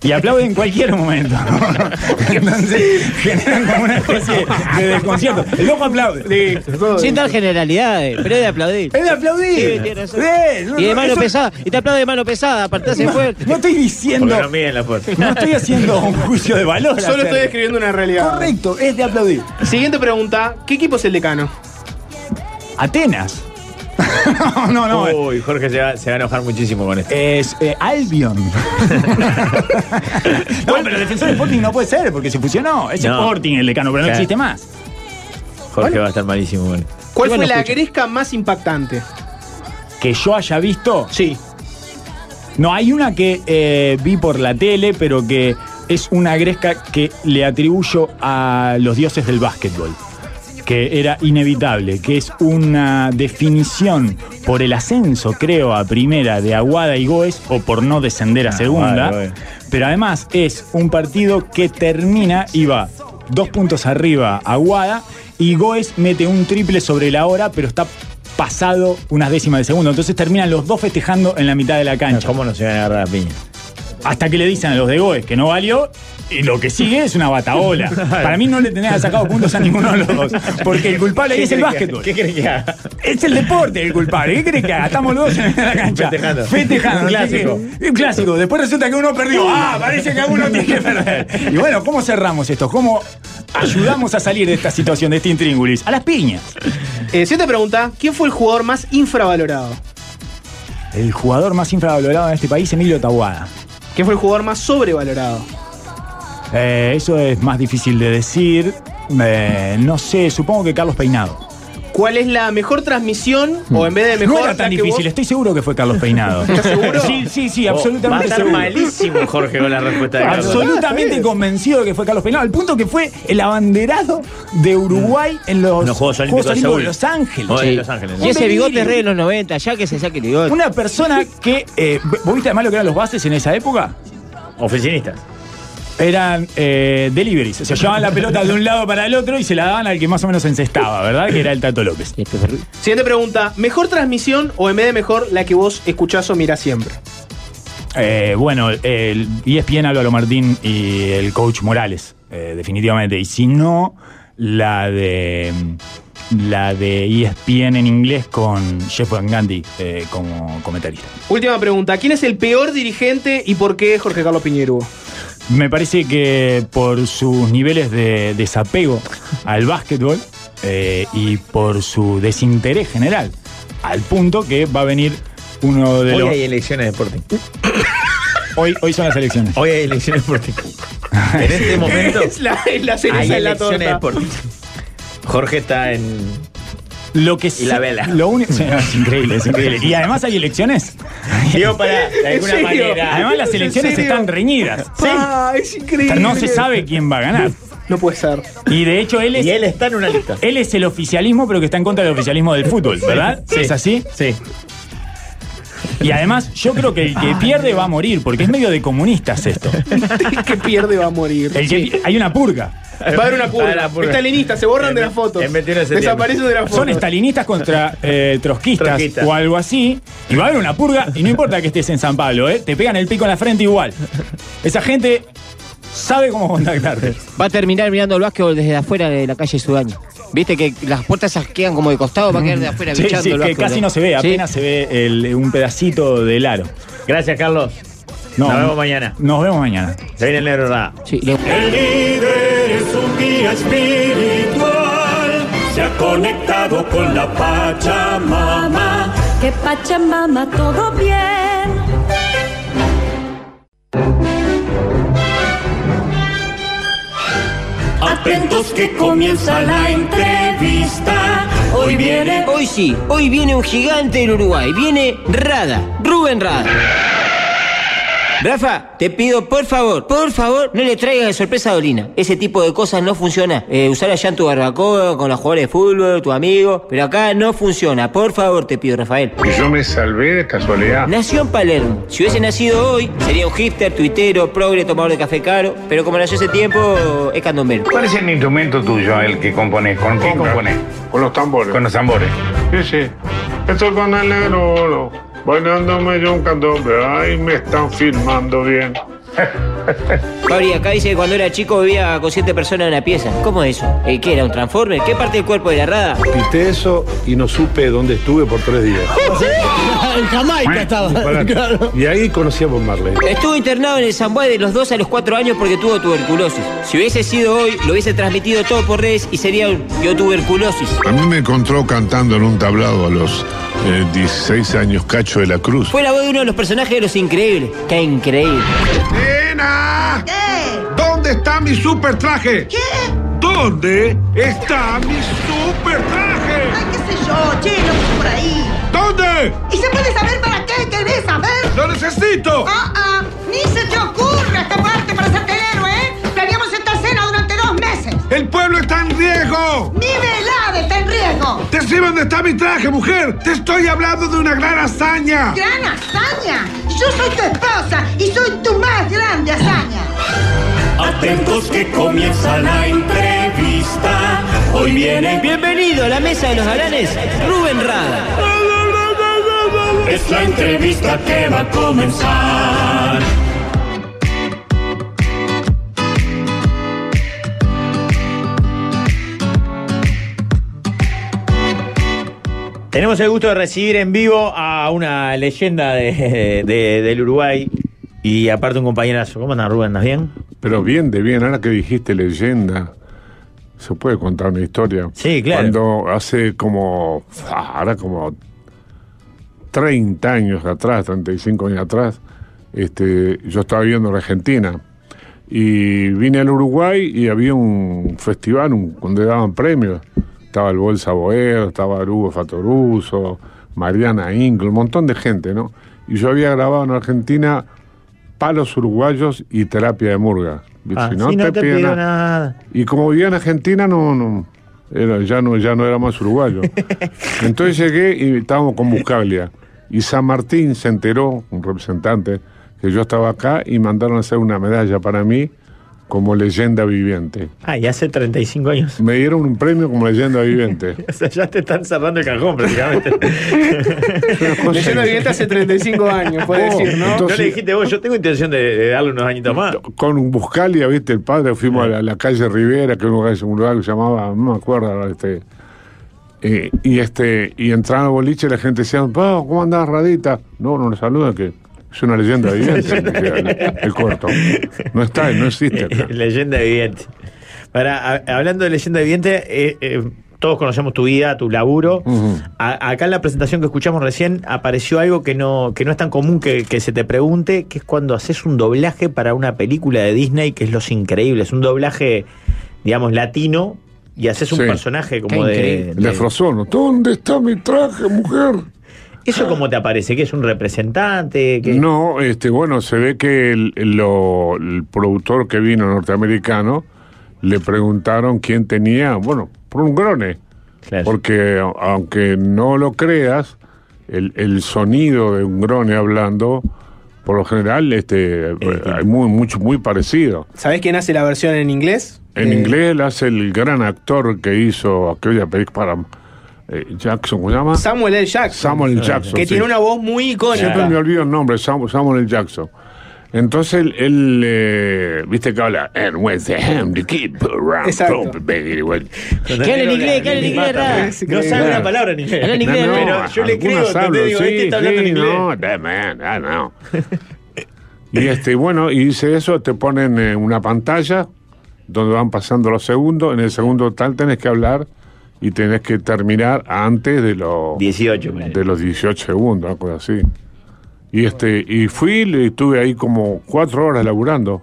[SPEAKER 4] Y aplauden en cualquier momento. Entonces generan como una especie de desconcierto. El loco aplaude.
[SPEAKER 1] Sin dar generalidades, pero es de aplaudir.
[SPEAKER 4] Es de aplaudir.
[SPEAKER 1] Sí, tiene razón.
[SPEAKER 4] Eh, no,
[SPEAKER 1] y de
[SPEAKER 4] no,
[SPEAKER 1] mano
[SPEAKER 4] eso-
[SPEAKER 1] pesada. Y te aplaude de mano pesada, apartase
[SPEAKER 4] No,
[SPEAKER 1] fuerte.
[SPEAKER 4] No estoy diciendo.
[SPEAKER 6] Porque no miden la fuerza.
[SPEAKER 4] No estoy haciendo un juicio de valor.
[SPEAKER 7] Solo estoy
[SPEAKER 4] acerca.
[SPEAKER 7] describiendo una realidad.
[SPEAKER 4] Correcto, es de aplaudir.
[SPEAKER 7] Siguiente pregunta: ¿Qué equipo es el decano?
[SPEAKER 4] Atenas. no, no, no.
[SPEAKER 6] Uy, Jorge se va, se va a enojar muchísimo con esto.
[SPEAKER 4] Es eh, Albion. no, pero defensor Sporting no puede ser, porque se fusionó. Es
[SPEAKER 6] No.
[SPEAKER 4] Sporting el decano, pero no
[SPEAKER 6] Claro.
[SPEAKER 4] existe más.
[SPEAKER 6] Jorge va a estar malísimo con esto.
[SPEAKER 4] Igual
[SPEAKER 7] ¿Cuál fue
[SPEAKER 4] no
[SPEAKER 7] la
[SPEAKER 4] escucho.
[SPEAKER 7] gresca más impactante?
[SPEAKER 4] Que yo haya visto.
[SPEAKER 7] Sí.
[SPEAKER 4] No, hay una que eh, vi por la tele, pero que es una gresca que le atribuyo a los dioses del básquetbol. Que era inevitable, que es una definición por el ascenso, creo, a primera de Aguada y Goes, o por no descender a segunda.
[SPEAKER 6] Ah, vale, vale.
[SPEAKER 4] Pero además es un partido que termina y va dos puntos arriba Aguada y Goes mete un triple sobre la hora, pero está pasado unas décimas de segundo. Entonces terminan los dos festejando en la mitad de la cancha.
[SPEAKER 6] ¿Cómo no se van a agarrar a piña?
[SPEAKER 4] Hasta que le dicen a los de Goes que no valió. Y lo que sigue es una bataola. Para mí no le tenés que haber sacado puntos a ninguno de los dos. Porque el culpable ahí es el
[SPEAKER 6] ¿Qué cree que-
[SPEAKER 4] básquetbol.
[SPEAKER 6] ¿Qué crees que haga?
[SPEAKER 4] Es el deporte el culpable. ¿Qué crees que haga? Estamos los dos en la cancha.
[SPEAKER 6] Festejando.
[SPEAKER 4] Festejando.
[SPEAKER 6] Un
[SPEAKER 4] Así
[SPEAKER 6] clásico.
[SPEAKER 4] que, un clásico. Después resulta que uno perdió. Ah, parece que uno tiene que perder. Y bueno, ¿cómo cerramos esto? ¿Cómo ayudamos a salir de esta situación, de este intríngulis? A las piñas.
[SPEAKER 7] Eh, siguiente pregunta: ¿Quién fue el jugador más infravalorado?
[SPEAKER 4] El jugador más infravalorado en este país, Emilio Tahuada.
[SPEAKER 7] ¿Quién fue el jugador más sobrevalorado?
[SPEAKER 4] Eh, eso es más difícil de decir. Eh, no sé, supongo que Carlos Peinado.
[SPEAKER 7] ¿Cuál es la mejor transmisión? O en vez de mejor.
[SPEAKER 4] Mm. No era tan
[SPEAKER 7] la que
[SPEAKER 4] difícil,
[SPEAKER 7] vos-
[SPEAKER 4] estoy seguro que fue Carlos Peinado.
[SPEAKER 7] ¿Estás seguro?
[SPEAKER 4] Sí, sí, sí,
[SPEAKER 6] Oh, Va a
[SPEAKER 4] absolutamente
[SPEAKER 6] estar
[SPEAKER 4] seguro.
[SPEAKER 6] malísimo Jorge con la respuesta de Carlos.
[SPEAKER 4] Absolutamente convencido de que fue Carlos Peinado, al punto que fue el abanderado de Uruguay en los,
[SPEAKER 6] En los Juegos Olímpicos
[SPEAKER 4] Olímpicos
[SPEAKER 6] de
[SPEAKER 4] de,
[SPEAKER 6] Seúl.
[SPEAKER 4] Los Ángeles.
[SPEAKER 6] No,
[SPEAKER 1] Sí.
[SPEAKER 6] en Los Ángeles.
[SPEAKER 1] Y ese
[SPEAKER 4] Un
[SPEAKER 1] bigote
[SPEAKER 4] delirio.
[SPEAKER 1] es re de los 90, ya que se saque el bigote.
[SPEAKER 4] Una persona que. eh, ¿Vos viste además lo que eran los bases en esa época?
[SPEAKER 6] Oficinistas.
[SPEAKER 4] Eran eh, deliveries. Se llevaban la pelota de un lado para el otro y se la daban al que más o menos encestaba, ¿verdad? Que era el Tato López.
[SPEAKER 1] Este ferru-
[SPEAKER 7] Siguiente pregunta: ¿mejor transmisión o en vez de mejor la que vos escuchás o mirás siempre?
[SPEAKER 4] Eh, bueno, el E ESPN Álvaro Martín y el coach Morales, eh, definitivamente. Y si no, la de la de E ESPN en inglés con Jeff Van Gandhi eh, como comentarista.
[SPEAKER 7] Última pregunta: ¿quién es el peor dirigente y por qué Jorge Carlos Piñeiro?
[SPEAKER 4] Me parece que por sus niveles de desapego al básquetbol eh, y por su desinterés general, al punto que va a venir uno de
[SPEAKER 6] Hoy
[SPEAKER 4] los...
[SPEAKER 6] hay elecciones de Sporting.
[SPEAKER 4] Hoy, hoy son las elecciones.
[SPEAKER 6] Hoy hay elecciones de Sporting. En este momento
[SPEAKER 7] Es la, es la
[SPEAKER 6] hay
[SPEAKER 7] cereza de la
[SPEAKER 6] elecciones de
[SPEAKER 7] torta.
[SPEAKER 6] Sporting. Jorge está en.
[SPEAKER 4] Lo que
[SPEAKER 6] Y la
[SPEAKER 4] sí-
[SPEAKER 6] vela.
[SPEAKER 4] Lo único. Sí, no, es increíble, es increíble. Y además hay elecciones.
[SPEAKER 6] Digo, para, de
[SPEAKER 7] ¿En
[SPEAKER 6] alguna
[SPEAKER 7] serio?
[SPEAKER 6] manera.
[SPEAKER 4] Además las
[SPEAKER 7] ¿En
[SPEAKER 4] elecciones
[SPEAKER 7] serio?
[SPEAKER 4] están reñidas. Sí.
[SPEAKER 7] Ah, es
[SPEAKER 4] O sea,
[SPEAKER 7] increíble.
[SPEAKER 4] No se sabe quién va a ganar.
[SPEAKER 7] No puede ser.
[SPEAKER 4] Y de hecho él es,
[SPEAKER 6] Y
[SPEAKER 4] él?
[SPEAKER 6] él está en una lista.
[SPEAKER 4] es el oficialismo, pero que está en contra del oficialismo del fútbol, ¿verdad?
[SPEAKER 6] Sí.
[SPEAKER 4] ¿Es así?
[SPEAKER 6] Sí.
[SPEAKER 4] Y además yo creo que el que pierde va a morir, porque es medio de comunistas esto.
[SPEAKER 7] El que pierde va a morir.
[SPEAKER 4] El que pi- hay una purga.
[SPEAKER 7] Va a haber
[SPEAKER 6] Va a
[SPEAKER 7] una
[SPEAKER 6] haber
[SPEAKER 7] purga.
[SPEAKER 6] una Ah, purga.
[SPEAKER 7] Estalinistas, se borran
[SPEAKER 6] En
[SPEAKER 7] de
[SPEAKER 6] ve-
[SPEAKER 7] las fotos.
[SPEAKER 6] en 21 de septiembre.
[SPEAKER 7] Desaparecen de las fotos.
[SPEAKER 4] Son estalinistas contra eh, trotskistas
[SPEAKER 6] Trotskistas.
[SPEAKER 4] o algo así. Y va a haber una purga. Y no importa que estés en San Pablo, ¿eh? te pegan el pico en la frente igual. Esa gente sabe cómo contactarte.
[SPEAKER 1] Va a terminar mirando el básquetbol desde afuera de la calle Sudaña. Viste que las puertas esas quedan como de costado, va a quedar de afuera
[SPEAKER 4] Sí,
[SPEAKER 1] bichando
[SPEAKER 4] sí,
[SPEAKER 1] el
[SPEAKER 4] que
[SPEAKER 1] básquetbol.
[SPEAKER 4] casi no se ve,
[SPEAKER 1] Sí.
[SPEAKER 4] apenas se ve el- un pedacito del aro.
[SPEAKER 6] Gracias, Carlos.
[SPEAKER 4] No,
[SPEAKER 6] Nos vemos
[SPEAKER 4] no-
[SPEAKER 6] mañana.
[SPEAKER 4] Nos vemos mañana.
[SPEAKER 6] Se viene el negro Rada.
[SPEAKER 1] Sí, le-
[SPEAKER 2] El líder es un guía espiritual, se ha conectado con la Pachamama.
[SPEAKER 12] que Pachamama todo bien.
[SPEAKER 2] Atentos que comienza la entrevista. Hoy viene
[SPEAKER 1] Hoy sí, hoy viene un gigante del Uruguay, viene Rada, Rubén Rada. Rafa, te pido por favor, por favor, no le traigas de sorpresa a Dolina. Ese tipo de cosas no funciona. Eh, usar allá en tu barbacoa, con los jugadores de fútbol, tu amigo, pero acá no funciona. Por favor, te pido, Rafael.
[SPEAKER 13] Y yo me salvé de casualidad.
[SPEAKER 1] Nació en Palermo. Si hubiese nacido hoy, sería un hipster, tuitero, progre, tomador de café caro, pero como nació ese tiempo, es candombero.
[SPEAKER 13] ¿Cuál es el instrumento tuyo, el que componés? ¿Con qué componés? Con los tambores. Con los tambores.
[SPEAKER 14] Sí, sí. Estoy con el negro oro, bailándome yo un candombe. Ay, me están filmando bien.
[SPEAKER 1] Fabri, acá dice que cuando era chico vivía con siete personas en una pieza. ¿Cómo es eso? ¿Eh, ¿Qué era? ¿Un transformer? ¿Qué parte del cuerpo era rada?
[SPEAKER 15] Pité eso y no supe dónde estuve por tres días.
[SPEAKER 1] en Jamaica estaba.
[SPEAKER 15] Y ahí conocí a Bob Marley.
[SPEAKER 1] Estuvo internado en el Zambuá de los 2 a los 4 años porque tuvo tuberculosis. Si hubiese sido hoy, lo hubiese transmitido todo por redes y sería un- yo tuberculosis.
[SPEAKER 3] A mí me encontró cantando en un tablado a los eh, 16 años Cacho de la Cruz.
[SPEAKER 1] Fue la voz de uno de los personajes de Los Increíbles. ¡Qué increíble!
[SPEAKER 13] ¡Nena! ¿Qué? ¿Dónde está mi super traje? ¿Qué? ¿Dónde está mi super traje? Ay, qué sé yo, che, no por ahí. ¿Dónde?
[SPEAKER 16] ¿Y se puede saber para qué querés saber?
[SPEAKER 13] ¡Lo necesito!
[SPEAKER 16] ¡Ah, ah! ¡Ni se te ocurra esta parte para hacerte el héroe, eh! Planeamos esta cena durante dos meses.
[SPEAKER 13] ¡El pueblo está en riesgo!
[SPEAKER 16] ¡Mi velada está en riesgo!
[SPEAKER 13] Decime dónde está mi traje, mujer. Te estoy hablando de una gran hazaña.
[SPEAKER 16] ¡Gran hazaña! Yo soy tu esposa y soy tu más grande hazaña.
[SPEAKER 2] Atentos que comienza la entrevista. Hoy viene.
[SPEAKER 1] Bienvenido a la mesa de los galanes, Rubén Rada.
[SPEAKER 2] Es la entrevista que va a comenzar.
[SPEAKER 6] Tenemos el gusto de recibir en vivo a una leyenda de- de- del Uruguay y aparte un compañerazo. ¿Cómo andas, Rubén? ¿Estás bien?
[SPEAKER 3] Pero bien, de bien, ahora que dijiste leyenda, se puede contar una historia.
[SPEAKER 6] Sí, claro.
[SPEAKER 3] Cuando hace como, ah, ahora como 30 años atrás, 35 años atrás, este, yo estaba viviendo en Argentina. Y vine al Uruguay y había un festival un- donde daban premios. Estaba el Bolsa Boer, estaba el Hugo Fatoruso, Mariana Ingl, un montón de gente, ¿no? Y yo había grabado en Argentina Palos Uruguayos y Terapia de Murga.
[SPEAKER 6] Ah,
[SPEAKER 3] Si
[SPEAKER 6] sí, no te
[SPEAKER 3] piden
[SPEAKER 6] pido
[SPEAKER 3] a-
[SPEAKER 6] nada.
[SPEAKER 3] y como vivía en Argentina, no, no, era- ya no, ya no era más uruguayo. Entonces llegué y estábamos con Buscaglia. Y San Martín se enteró, un representante, que yo estaba acá y mandaron a hacer una medalla para mí como leyenda viviente.
[SPEAKER 6] Ah, y hace 35 años.
[SPEAKER 3] Me dieron un premio como leyenda viviente.
[SPEAKER 6] O sea, ya te están cerrando el cajón prácticamente.
[SPEAKER 7] Leyenda viviente hace 35 años, puede
[SPEAKER 3] Oh,
[SPEAKER 7] decir, ¿no?
[SPEAKER 3] entonces-
[SPEAKER 6] No le dijiste vos, yo tengo intención de, de darle unos añitos más.
[SPEAKER 3] Con Buscalia, viste, el padre, fuimos a la, la calle Rivera, que es un lugar, un lugar que se llamaba, no me acuerdo, ahora, este, eh, y este, y entraron al boliche y la gente decía, "Pa, ¿cómo andás, Radita? No, no le saluda que es una leyenda viviente, me decía el, el corto. No está, no existe acá.
[SPEAKER 6] Eh, leyenda viviente. Para, a- hablando de leyenda viviente, eh, eh, todos conocemos tu vida, tu laburo. A- acá en la presentación que escuchamos recién apareció algo que no, que no es tan común que, que se te pregunte, que es cuando haces un doblaje para una película de Disney, que es Los Increíbles, un doblaje, digamos, latino, y haces un
[SPEAKER 3] Sí.
[SPEAKER 6] personaje como de,
[SPEAKER 3] El de
[SPEAKER 6] de-
[SPEAKER 3] Frozono. ¿Dónde está mi traje, mujer?
[SPEAKER 6] ¿Eso cómo te aparece? ¿Que es un representante? ¿Qué-
[SPEAKER 3] No, este, bueno, se ve que el, lo- el productor que vino norteamericano le preguntaron quién tenía, bueno, por un grone. Porque a- aunque no lo creas, el, el sonido de un grone hablando, por lo general, este, hay muy, mucho, muy parecido.
[SPEAKER 7] ¿Sabés quién hace la versión en inglés?
[SPEAKER 3] En
[SPEAKER 7] Eh,
[SPEAKER 3] inglés la hace el gran actor que hizo aquella película para eh, Jackson, ¿cómo se llama?
[SPEAKER 7] Samuel L. Jackson.
[SPEAKER 3] Samuel Jackson,
[SPEAKER 7] Que
[SPEAKER 3] sí.
[SPEAKER 7] tiene una voz muy
[SPEAKER 3] Siempre me
[SPEAKER 7] icónica.
[SPEAKER 3] olvido el nombre, Sam- Samuel L. Jackson. Entonces él, él, eh, viste que habla, and when the ham, the kid, put around,
[SPEAKER 6] Exacto.
[SPEAKER 3] thump, baby, well".
[SPEAKER 6] Que hable en inglés, que hable en inglés, Ra. No sabe una palabra en inglés. Habla en inglés, pero yo le creo,
[SPEAKER 3] algunas
[SPEAKER 6] ¿entendés?
[SPEAKER 3] hablan,
[SPEAKER 6] Digo, este está hablando en inglés.
[SPEAKER 3] No, that man, I know. y este, bueno, y dice eso, te ponen eh, una pantalla donde van pasando los segundos. En el segundo tal tenés que hablar y tenés que terminar antes de los
[SPEAKER 6] 18,
[SPEAKER 3] de los 18 segundos, una cosa así. Y este, y fui y estuve ahí como cuatro horas laburando.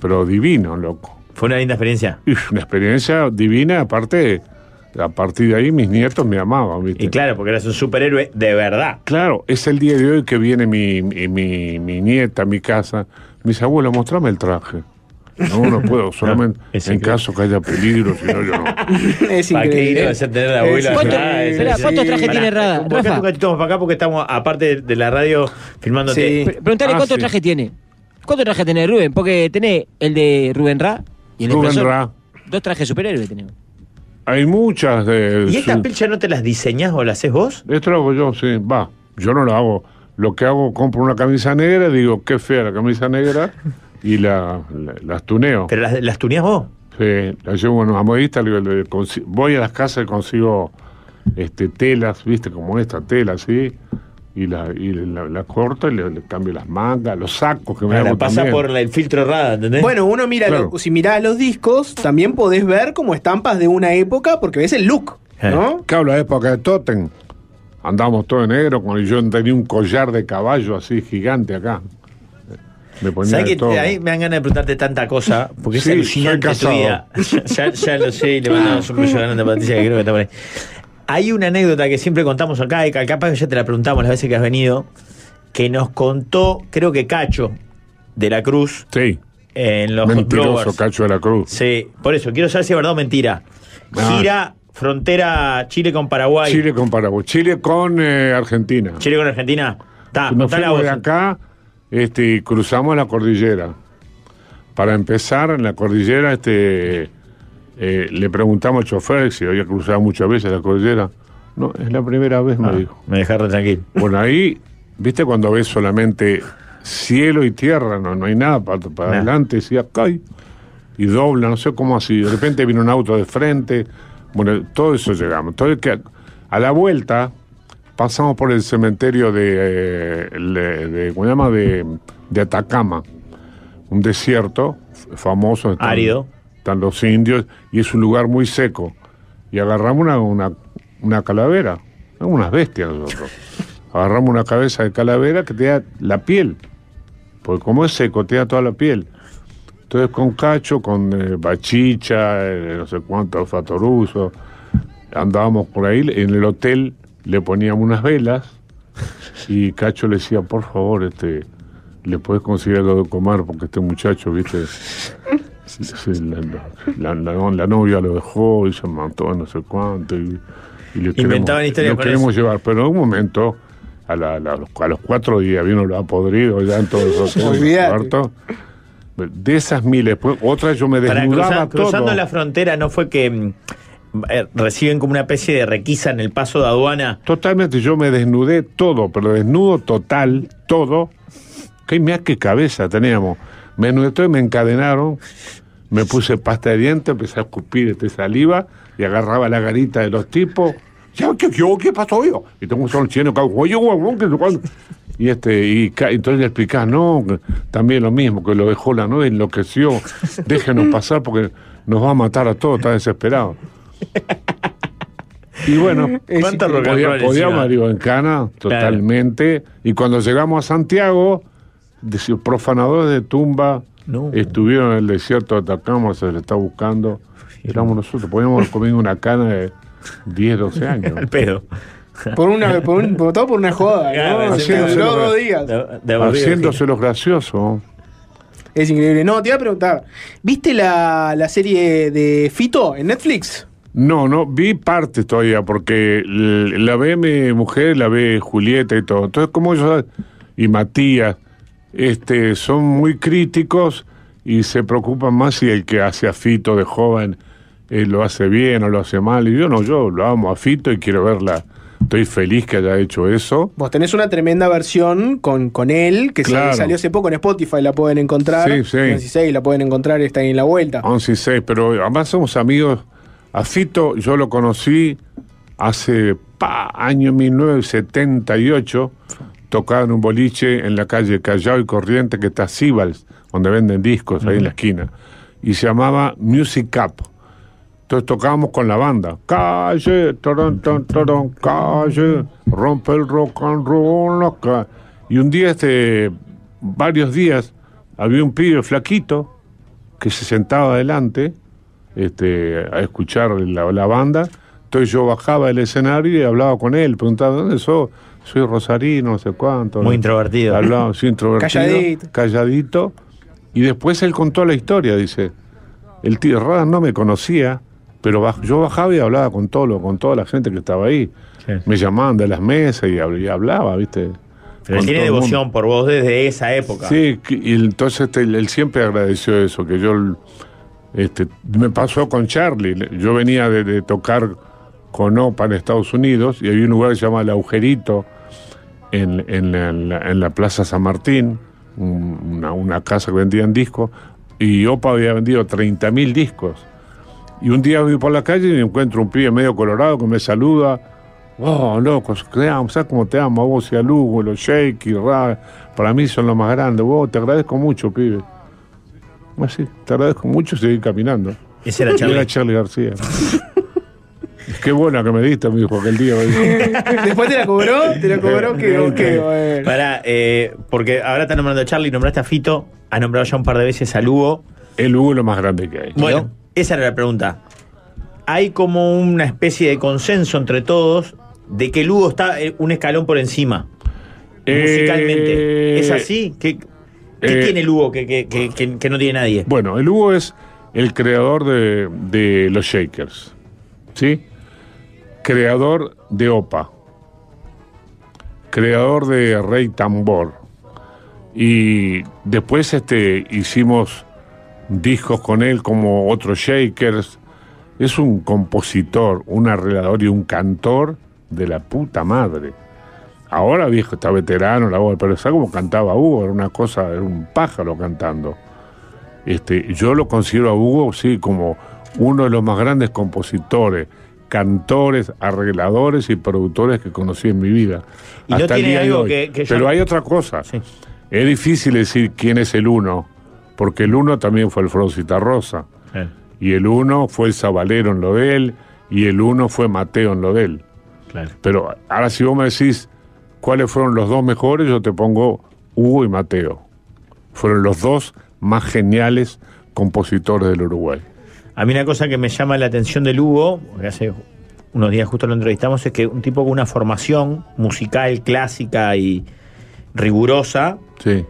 [SPEAKER 3] Pero divino, loco.
[SPEAKER 6] Fue una linda experiencia.
[SPEAKER 3] Una experiencia divina, aparte a partir de ahí mis nietos me amaban. ¿viste?
[SPEAKER 6] Y claro, porque eras un superhéroe de verdad.
[SPEAKER 3] Claro, es el día de hoy que viene mi, mi, mi- mi nieta a mi casa. Me dice, abuelo, mostrame el traje. No, no puedo, solamente en caso que haya peligro, si no, yo no.
[SPEAKER 7] es Eh,
[SPEAKER 6] ¿Para qué ir
[SPEAKER 3] increíble.
[SPEAKER 6] a hacer tener la
[SPEAKER 3] Es
[SPEAKER 6] abuela?
[SPEAKER 3] increíble.
[SPEAKER 6] Ah, es-
[SPEAKER 3] Espera,
[SPEAKER 6] sí.
[SPEAKER 3] ¿cuántos trajes
[SPEAKER 6] Pará,
[SPEAKER 3] tiene Rada,
[SPEAKER 6] Volcá
[SPEAKER 3] Rafa?
[SPEAKER 6] tu cachito más para acá porque estamos, aparte de- de la radio, filmándote.
[SPEAKER 1] Pre-
[SPEAKER 3] Ah,
[SPEAKER 1] Preguntale cuántos trajes tiene. ¿Cuántos trajes tiene Rubén? Porque tenés el de Rubén Ra y el de
[SPEAKER 3] Rubén
[SPEAKER 1] profesor.
[SPEAKER 3] Ra.
[SPEAKER 1] Dos trajes superhéroes tenemos.
[SPEAKER 3] Hay muchas de.
[SPEAKER 1] ¿Y estas
[SPEAKER 3] pilchas no te las diseñás o las haces vos? Esto lo hago yo, sí. Va, yo no lo hago. Lo que hago, compro una camisa negra, digo, qué fea la camisa negra, y la, la- las tuneo. ¿Pero las, tuneas vos? Sí, las llevo a una modista, le- le consi- voy a las casas y consigo este, telas, viste, como esta tela, así. Y la, y la, la corto y le, le cambio las mangas, los sacos que me
[SPEAKER 6] Ahora
[SPEAKER 3] hago
[SPEAKER 6] pasa
[SPEAKER 3] también.
[SPEAKER 6] por la- el filtro Rada, ¿entendés?
[SPEAKER 7] Bueno, uno mira,
[SPEAKER 3] Claro.
[SPEAKER 7] lo- si mirás los discos, también podés ver como estampas de una época porque ves el look.
[SPEAKER 3] Eh.
[SPEAKER 7] ¿No?
[SPEAKER 3] Que habla de época de Totem. Andábamos todo en negro, con yo tenía un collar de caballo así gigante acá. Me ponía
[SPEAKER 6] ¿Sabes
[SPEAKER 3] de
[SPEAKER 6] que
[SPEAKER 3] todo.
[SPEAKER 6] ahí me dan ganas de preguntarte tanta cosa? Porque
[SPEAKER 3] Sí,
[SPEAKER 6] es alucinante tu
[SPEAKER 3] soy
[SPEAKER 6] vida. ya, ya lo sé y le mandamos un beso grande a Patricia que creo que está por ahí. Hay una anécdota que siempre contamos acá, y que capaz que ya te la preguntamos las veces que has venido, que nos contó, creo que Cacho, de la Cruz.
[SPEAKER 3] Sí.
[SPEAKER 6] En los
[SPEAKER 3] Mentiroso
[SPEAKER 6] Blowers.
[SPEAKER 3] Cacho de la Cruz.
[SPEAKER 6] Sí, por eso, quiero saber si es verdad o mentira.
[SPEAKER 3] Ah.
[SPEAKER 6] Gira frontera Chile con Paraguay.
[SPEAKER 3] Chile con Paraguay. Chile con eh, Argentina.
[SPEAKER 6] Chile con Argentina. Está,
[SPEAKER 3] Nos
[SPEAKER 6] contala
[SPEAKER 3] fuimos
[SPEAKER 6] Ah, vos.
[SPEAKER 3] de acá este, y cruzamos la cordillera. Para empezar, en la cordillera este, eh, le preguntamos al chofer si había cruzado muchas veces la cordillera. No, es la primera vez, me
[SPEAKER 6] Ah.
[SPEAKER 3] dijo.
[SPEAKER 6] Me dejaron tranquilo.
[SPEAKER 3] Bueno, ahí, viste cuando ves solamente cielo y tierra, no, no hay nada para, para adelante, y acá hay, y dobla, no sé cómo así. De repente viene un auto de frente, bueno, todo eso llegamos. Todo el que, a la vuelta pasamos por el cementerio de, eh, le- de ¿cómo se llama? De, de Atacama, un desierto f- famoso. están-
[SPEAKER 6] Árido.
[SPEAKER 3] Están los indios y es un lugar muy seco. Y agarramos una, una, una calavera, unas bestias nosotros. Agarramos una cabeza de calavera que te da la piel, porque como es seco, te da toda la piel. Entonces con Cacho, con eh, Bachicha, eh, no sé cuánto, Fatoruso, andábamos por ahí, en el hotel le poníamos unas velas y Cacho le decía, por favor, este, le podés conseguir algo de comer, porque este muchacho, viste, Sí, la, la- la- la- la novia lo dejó y se mató, no sé cuánto. Y, y lo
[SPEAKER 6] Inventaban
[SPEAKER 3] queremos-
[SPEAKER 6] historias
[SPEAKER 3] lo
[SPEAKER 6] con
[SPEAKER 3] queremos
[SPEAKER 6] eso.
[SPEAKER 3] llevar, pero en un momento, a, la- la- a los cuatro días, vino lo ha podrido ya en todos los hoteles,
[SPEAKER 6] Olvídate.
[SPEAKER 3] ¿cuarto? De esas miles, pues, otras yo me
[SPEAKER 6] Para
[SPEAKER 3] desnudaba
[SPEAKER 6] cruzar-
[SPEAKER 3] todo.
[SPEAKER 6] cruzando la frontera, ¿no fue que mm, eh, reciben como una especie de requisa en el paso de aduana?
[SPEAKER 3] Totalmente, yo me desnudé todo, pero desnudo total, todo. ¿Qué, mirá qué cabeza teníamos. Me desnudé y me encadenaron. Me puse pasta de dientes, empecé a escupir este saliva y agarraba la garita de los tipos. Ya, ¿Qué, qué, qué pasó yo? Y tengo un solo chino que hago, "Oye, guau, que- guau". y este y ca- entonces le explicás, no, que también lo mismo, que lo dejó la novia, enloqueció, déjenos pasar porque nos va a matar a todos, está desesperado. Y bueno,
[SPEAKER 6] Es ¿Cuánto rock and
[SPEAKER 3] podía,
[SPEAKER 6] roll
[SPEAKER 3] podía
[SPEAKER 6] encima?
[SPEAKER 3] Mario en Cana, totalmente. Y cuando llegamos a Santiago, dice, profanadores de tumba
[SPEAKER 6] No.
[SPEAKER 3] estuvieron en el desierto de Atacama, se les está buscando. Éramos nosotros, podíamos haber comido una cana de 10, 12 años.
[SPEAKER 6] Al pedo.
[SPEAKER 7] Por una, por un- por- todo por una joda. ¿no?
[SPEAKER 3] Haciéndose
[SPEAKER 7] Que duró
[SPEAKER 3] los-
[SPEAKER 7] dos días.
[SPEAKER 3] Haciéndose los graciosos.
[SPEAKER 7] Es increíble. No, te iba a preguntar. ¿Viste la, la serie de Fito en Netflix?
[SPEAKER 3] No, no, vi parte todavía, porque l- la ve mi mujer, la ve Julieta y todo. Entonces, como ellos y Matías este, son muy críticos y se preocupan más si el que hace a Fito de joven eh, lo hace bien o lo hace mal. Y yo no, yo lo amo a Fito y quiero verla. Estoy feliz que haya hecho eso.
[SPEAKER 7] Vos tenés una tremenda versión con, con él, que
[SPEAKER 3] Claro.
[SPEAKER 7] sal- salió hace poco en Spotify, la pueden encontrar.
[SPEAKER 3] Sí, Ah. sí.
[SPEAKER 7] 16, la pueden encontrar, está ahí en la vuelta.
[SPEAKER 3] 11 y 6, pero además somos amigos. A Fito yo lo conocí hace pa, año 1978. Tocaba en un boliche en la calle Callao y Corriente, que está Sibals, donde venden discos, ahí en la esquina. Y se llamaba Music Cup. Entonces tocábamos con la banda. Calle, torón, torón, torón, calle, rompe el rock and roll. la ca-". Y un día, este, varios días, había un pibe flaquito que se sentaba adelante este, a escuchar la, la banda, Entonces yo bajaba del escenario y hablaba con él, preguntaba, ¿dónde sos? Soy rosarino, no sé cuánto.
[SPEAKER 6] Muy introvertido.
[SPEAKER 3] Hablaba, sí, introvertido.
[SPEAKER 6] Calladito.
[SPEAKER 3] Calladito. Y después él contó la historia, dice. El tío Radas no me conocía, pero baj- yo bajaba y hablaba con todo, lo- con toda la gente que estaba ahí. Me llamaban de las mesas y, hab- y hablaba, ¿viste?
[SPEAKER 6] Pero
[SPEAKER 3] Con
[SPEAKER 6] él tiene
[SPEAKER 3] todo el mundo.
[SPEAKER 6] devoción por vos desde esa época.
[SPEAKER 3] Sí, que- y entonces te- él siempre agradeció eso, que yo este, me pasó con Charlie. Le- Yo venía de, de tocar con OPA en Estados Unidos y había un lugar que se llama El Agujerito en, en la, en la- en la Plaza San Martín, un- una, una casa que vendían discos, y OPA había vendido 30.000 discos. Y un día voy por la calle y encuentro un pibe medio colorado que me saluda. Oh, loco, te amo, ¿sabes cómo te amo? A vos y a Lugo, los Shakey, Ra, para mí son los más grandes. Vos, te agradezco mucho, pibe. Bueno, sí, te agradezco mucho y seguí caminando.
[SPEAKER 6] Ese era
[SPEAKER 3] Y
[SPEAKER 6] Charlie.
[SPEAKER 3] Era Charlie García. Qué buena que me diste, me dijo aquel día. me dijo.
[SPEAKER 7] Después te la cobró, te la cobró eh. que que bueno.
[SPEAKER 6] Para, eh, porque ahora está nombrando a Charlie, nombraste a Fito, has nombrado ya un par de veces a Lugo.
[SPEAKER 3] El Lugo es lo más grande que hay.
[SPEAKER 6] Bueno, esa era la pregunta. Hay como una especie de consenso entre todos de que Lugo está eh, un escalón por encima.
[SPEAKER 3] Eh,
[SPEAKER 6] musicalmente. ¿Es así? ¿Qué, qué
[SPEAKER 3] eh,
[SPEAKER 6] tiene Lugo que, que- que- que- que no tiene nadie?
[SPEAKER 3] Bueno, el Hugo es el creador de, de los Shakers. ¿Sí? Creador de Opa. Creador de Rey Tambor. Y después este, hicimos discos con él como otros Shakers. Es un compositor, un arreglador y un cantor de la puta madre. Ahora viejo, está veterano, la voz, pero ¿sabes cómo cantaba Hugo? Era una cosa, era un pájaro cantando. Este, yo lo considero a Hugo, sí, como uno de los más grandes compositores, cantores, arregladores y productores que conocí en mi vida.
[SPEAKER 6] Y no tiene algo que- que yo-
[SPEAKER 3] Pero hay otra cosa. Es difícil decir quién es el uno, porque el uno también fue Alfredo Citarrosa, y el uno fue el Sabalero en lo de él, y el uno fue Mateo en lo de él. Pero ahora si vos me decís cuáles fueron los dos mejores, yo te pongo Hugo y Mateo. Fueron los dos más geniales compositores del Uruguay.
[SPEAKER 6] A mí una cosa que me llama la atención de Lugo, porque hace unos días justo lo entrevistamos, es que un tipo con una formación musical clásica y rigurosa,
[SPEAKER 3] Sí.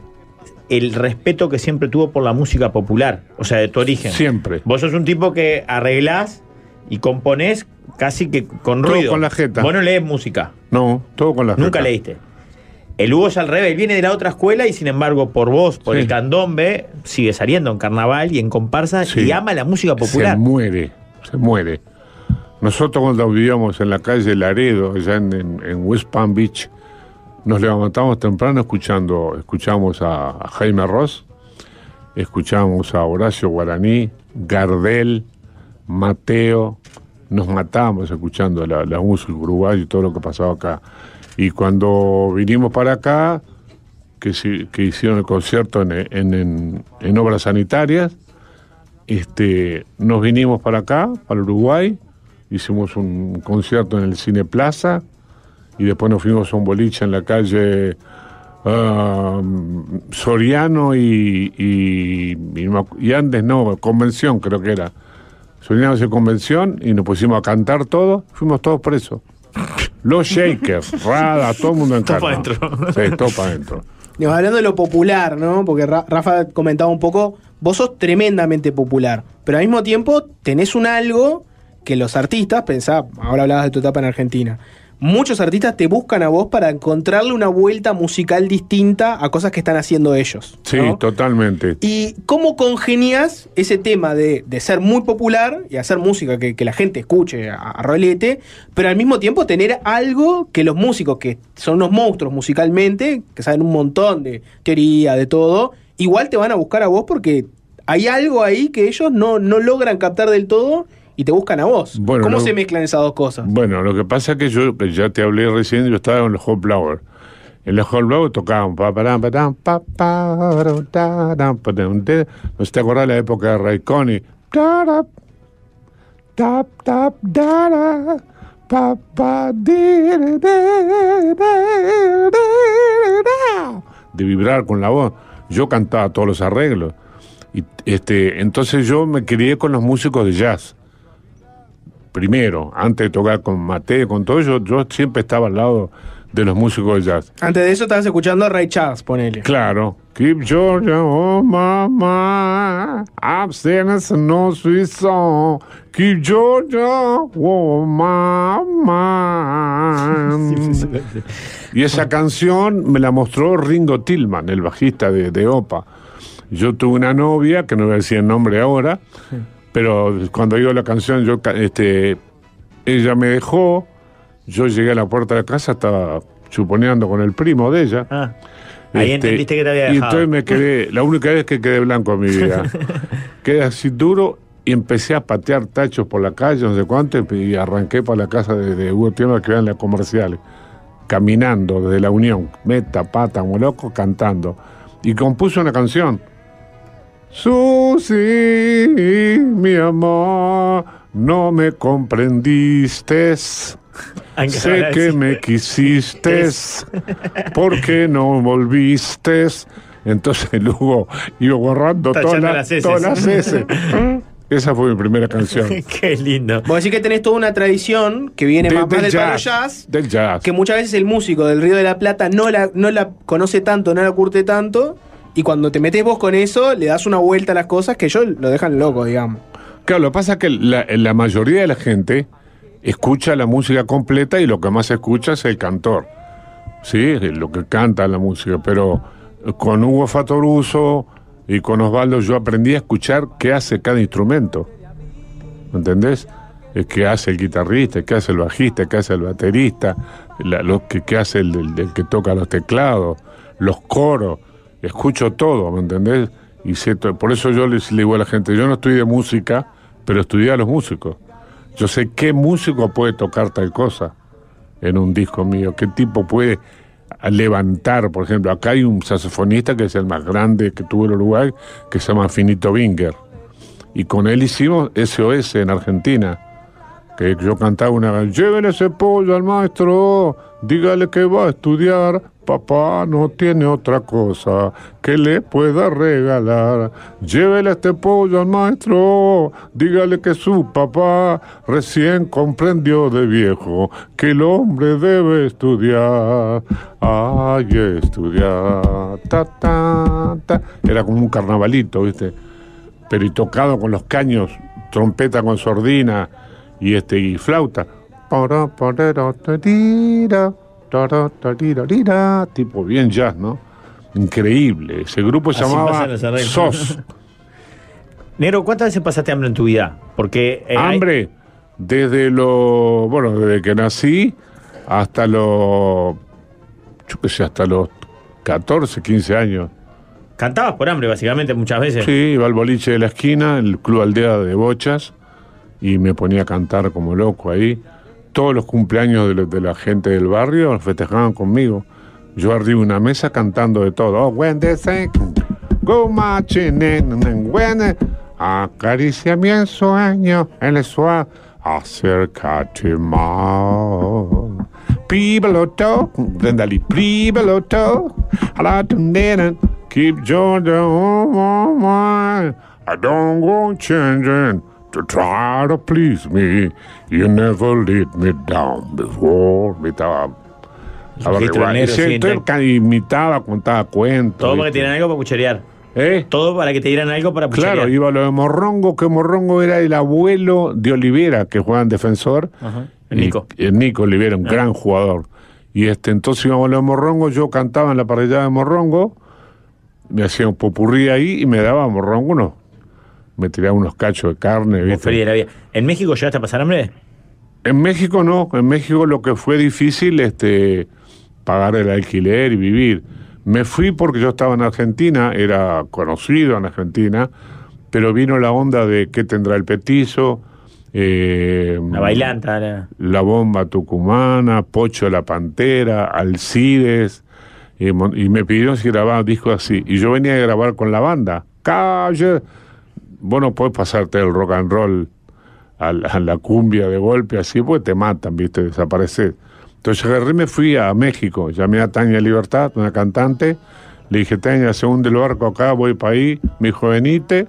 [SPEAKER 6] el respeto que siempre tuvo por la música popular, o sea, de tu origen.
[SPEAKER 3] Siempre.
[SPEAKER 6] Vos sos un tipo que arreglás y componés casi que con
[SPEAKER 3] Todo
[SPEAKER 6] ruido.
[SPEAKER 3] con la jeta.
[SPEAKER 6] Vos no lees música.
[SPEAKER 3] No, todo con la
[SPEAKER 6] Nunca
[SPEAKER 3] jeta.
[SPEAKER 6] leíste. El Hugo es al revés, él viene de la otra escuela y sin embargo por vos, por
[SPEAKER 3] Sí.
[SPEAKER 6] el candombe, sigue saliendo en carnaval y en comparsa
[SPEAKER 3] Sí.
[SPEAKER 6] y ama la música popular.
[SPEAKER 3] Se muere, se muere. Nosotros cuando vivíamos en la calle Laredo, allá en, en- en West Palm Beach, nos levantamos temprano escuchando, escuchamos a, a Jaime Ross, escuchamos a Horacio Guaraní, Gardel, Mateo, nos matábamos escuchando la, la música uruguaya y todo lo que pasaba acá. Y cuando vinimos para acá, que, si- que hicieron el concierto en- en- en- en obras sanitarias, este, nos vinimos para acá, para Uruguay, hicimos un concierto en el Cine Plaza y después nos fuimos a un boliche en la calle ah, Soriano y, y- y no me acu- y Andes, no, Convención creo que era. Soriano y Convención y nos pusimos a cantar todos, fuimos todos presos. Los Shakers, Rada, todo el mundo en
[SPEAKER 7] Todo pa'
[SPEAKER 3] carne.
[SPEAKER 7] dentro.
[SPEAKER 3] Sí, todo pa' dentro.
[SPEAKER 7] Digo, hablando de lo popular, ¿no? Porque Ra- Rafa comentaba un poco, vos sos tremendamente popular, pero al mismo tiempo tenés un algo que los artistas, pensá, ahora hablabas de tu etapa en Argentina, muchos artistas te buscan a vos para encontrarle una vuelta musical distinta a cosas que están haciendo ellos.
[SPEAKER 3] Sí, totalmente.
[SPEAKER 7] ¿Y cómo congenias ese tema de, de ser muy popular y hacer música que, que la gente escuche a, a rolete, pero al mismo tiempo tener algo que los músicos, que son unos monstruos musicalmente, que saben un montón de teoría, de todo, igual te van a buscar a vos porque hay algo ahí que ellos no, no logran captar del todo y te buscan a vos?
[SPEAKER 3] Bueno,
[SPEAKER 7] ¿Cómo
[SPEAKER 3] lo-
[SPEAKER 7] se mezclan esas dos cosas?
[SPEAKER 3] Bueno, lo que pasa es que yo, que ya te hablé recién, yo estaba en los Hot Flower. En los Hot Flower tocaban pa parán, parán, pa pa parán, tarán, parán, te- No sé, te acordás de la época de Raikkonen. Tara, tap, tap, dara, pa, pa, di, di, di, di, di, da. De vibrar con la voz. Yo cantaba todos los arreglos. Y, este, entonces yo me crié con los músicos de jazz primero, antes de tocar con Mateo, con todo eso, yo siempre estaba al lado de los músicos de jazz.
[SPEAKER 7] Antes de eso estabas escuchando a Ray Charles, ponele.
[SPEAKER 3] Claro. Keep Georgia on my mind. Abstinence no sweet song. Keep Georgia oh, on my mind. y esa canción me la mostró Ringo Tillman, el bajista de, de Opa. Yo tuve una novia, que no voy a decir el nombre ahora, pero cuando digo la canción, yo ca- este, ella me dejó, yo llegué a la puerta de la casa, estaba chuponeando con el primo de ella.
[SPEAKER 6] Ah, Ahí entendiste que te había
[SPEAKER 3] Este, Y
[SPEAKER 6] dejado.
[SPEAKER 3] entonces me quedé, la única vez que quedé blanco en mi vida. quedé así duro y empecé a patear tachos por la calle, no sé cuánto, y arranqué para la casa de, de Hugo Tierra, que eran las comerciales, caminando desde la Unión, meta, pata, como loco, cantando. Y compuso una canción. Susi, mi amor, no me comprendiste. Sé
[SPEAKER 10] Ahora
[SPEAKER 3] que
[SPEAKER 10] sí.
[SPEAKER 3] me quisiste, ¿por qué no volviste? Entonces luego iba borrando todas
[SPEAKER 6] Tachando
[SPEAKER 3] las,
[SPEAKER 6] las heces.
[SPEAKER 3] todas las heces. Esa fue mi primera canción.
[SPEAKER 6] Qué lindo.
[SPEAKER 7] Vos decís que tenés toda una tradición que viene
[SPEAKER 3] De-
[SPEAKER 7] más, más
[SPEAKER 3] del
[SPEAKER 7] del palo
[SPEAKER 3] jazz.
[SPEAKER 7] jazz,
[SPEAKER 3] Del jazz.
[SPEAKER 7] que muchas veces el músico del Río de la Plata no la, no la conoce tanto, no la curte tanto, y cuando te metes vos con eso, le das una vuelta a las cosas que yo lo dejan loco, digamos.
[SPEAKER 3] Claro, lo que pasa es que la, la mayoría de la gente escucha la música completa y lo que más escucha es el cantor. Sí, lo que canta la música. Pero con Hugo Fatoruso y con Osvaldo yo aprendí a escuchar qué hace cada instrumento. ¿Entendés? Eh, ¿Qué hace el guitarrista? ¿Qué hace el bajista? ¿Qué hace el baterista? La- lo que, ¿Qué hace el, el- el que toca los teclados? Los coros. Escucho todo, ¿me entendés? Y sé to- por eso yo les- le digo a la gente, yo no estudié música, pero estudié a los músicos. Yo sé qué músico puede tocar tal cosa en un disco mío, qué tipo puede levantar, por ejemplo, acá hay un saxofonista que es el más grande que tuvo el Uruguay, que se llama Finito Binger y con él hicimos SOS en Argentina. Que yo cantaba una llévele ese pollo al maestro, dígale que va a estudiar, papá no tiene otra cosa que le pueda regalar. Llévele este pollo al maestro, dígale que su papá recién comprendió de viejo que el hombre debe estudiar, ay, estudiar, ta, ta, ta. Era como un carnavalito, ¿viste? pero y tocado con los caños, trompeta con sordina y este y flauta. Pará, pará, ra, ta, tira, ta, ra, ta, tira, tira. Tipo bien jazz, ¿no? Increíble. Ese grupo se
[SPEAKER 6] Así
[SPEAKER 3] llamaba
[SPEAKER 6] pasan los arreglos.
[SPEAKER 3] SOS.
[SPEAKER 6] Negro, ¿cuántas veces pasaste hambre en tu vida? Porque eh, hay-
[SPEAKER 3] Hambre, desde lo. Bueno, desde que nací hasta los. Yo qué sé, hasta los 14, 15 años.
[SPEAKER 6] cantabas por hambre básicamente muchas veces.
[SPEAKER 3] Sí, iba al boliche de la esquina, el Club Aldea de Bochas, y me ponía a cantar como loco ahí. Todos los cumpleaños de, la- de la gente del barrio los festejaban conmigo. Yo arriba de una mesa cantando de todo. Oh, when they say, go marching in, and when they- acaricia mi sueño, el suave, acércate más. Pribeloto, Vendali, Pribeloto, Alatundenan, keep Georgia on my mind. I don't go changing to try to please me. You never let me down before. Me estaba. estaba re
[SPEAKER 6] registro
[SPEAKER 3] guay.
[SPEAKER 6] negro,
[SPEAKER 3] Y se-
[SPEAKER 6] sí,
[SPEAKER 3] entonces
[SPEAKER 6] entra-
[SPEAKER 3] ca- imitaba, contaba cuentos.
[SPEAKER 6] Todo para que
[SPEAKER 3] ¿viste?
[SPEAKER 6] te dieran algo para cucharear.
[SPEAKER 3] ¿Eh?
[SPEAKER 6] Todo para que te dieran algo para pucherear.
[SPEAKER 3] Claro, iba lo de Morrongo, que Morrongo era el abuelo de Olivera, que jugaba en defensor.
[SPEAKER 6] Ajá.
[SPEAKER 3] Y-
[SPEAKER 6] Nico. Ah.
[SPEAKER 3] eh, Nico Olivera, un gran jugador. Y este, entonces íbamos a los Morrongo, yo cantaba en la parrillada de Morrongo, me hacía un popurrí ahí y me daba Morrongo uno. Me tiraba unos cachos de carne, ¿viste?
[SPEAKER 6] Feliz de la vida. ¿En México llegaste a pasar hambre?
[SPEAKER 3] En México no, en México lo que fue difícil este pagar el alquiler y vivir. Me fui porque yo estaba en Argentina, era conocido en Argentina, pero vino la onda de qué tendrá el petizo, eh,
[SPEAKER 6] La bailanta. la-
[SPEAKER 3] la Bomba Tucumana, Pocho la Pantera, Alcides, y, mon- y me pidieron si grababa discos así. Y yo venía a grabar con la banda. Calle. Vos no podés pasarte del rock and roll a la, a la cumbia de golpe así, porque te matan, ¿viste? Desapareces. Entonces agarré y me fui a México. Llamé a Tania Libertad, una cantante. Le dije, Tania, se hunde el barco acá, voy para ahí. Me dijo, venite.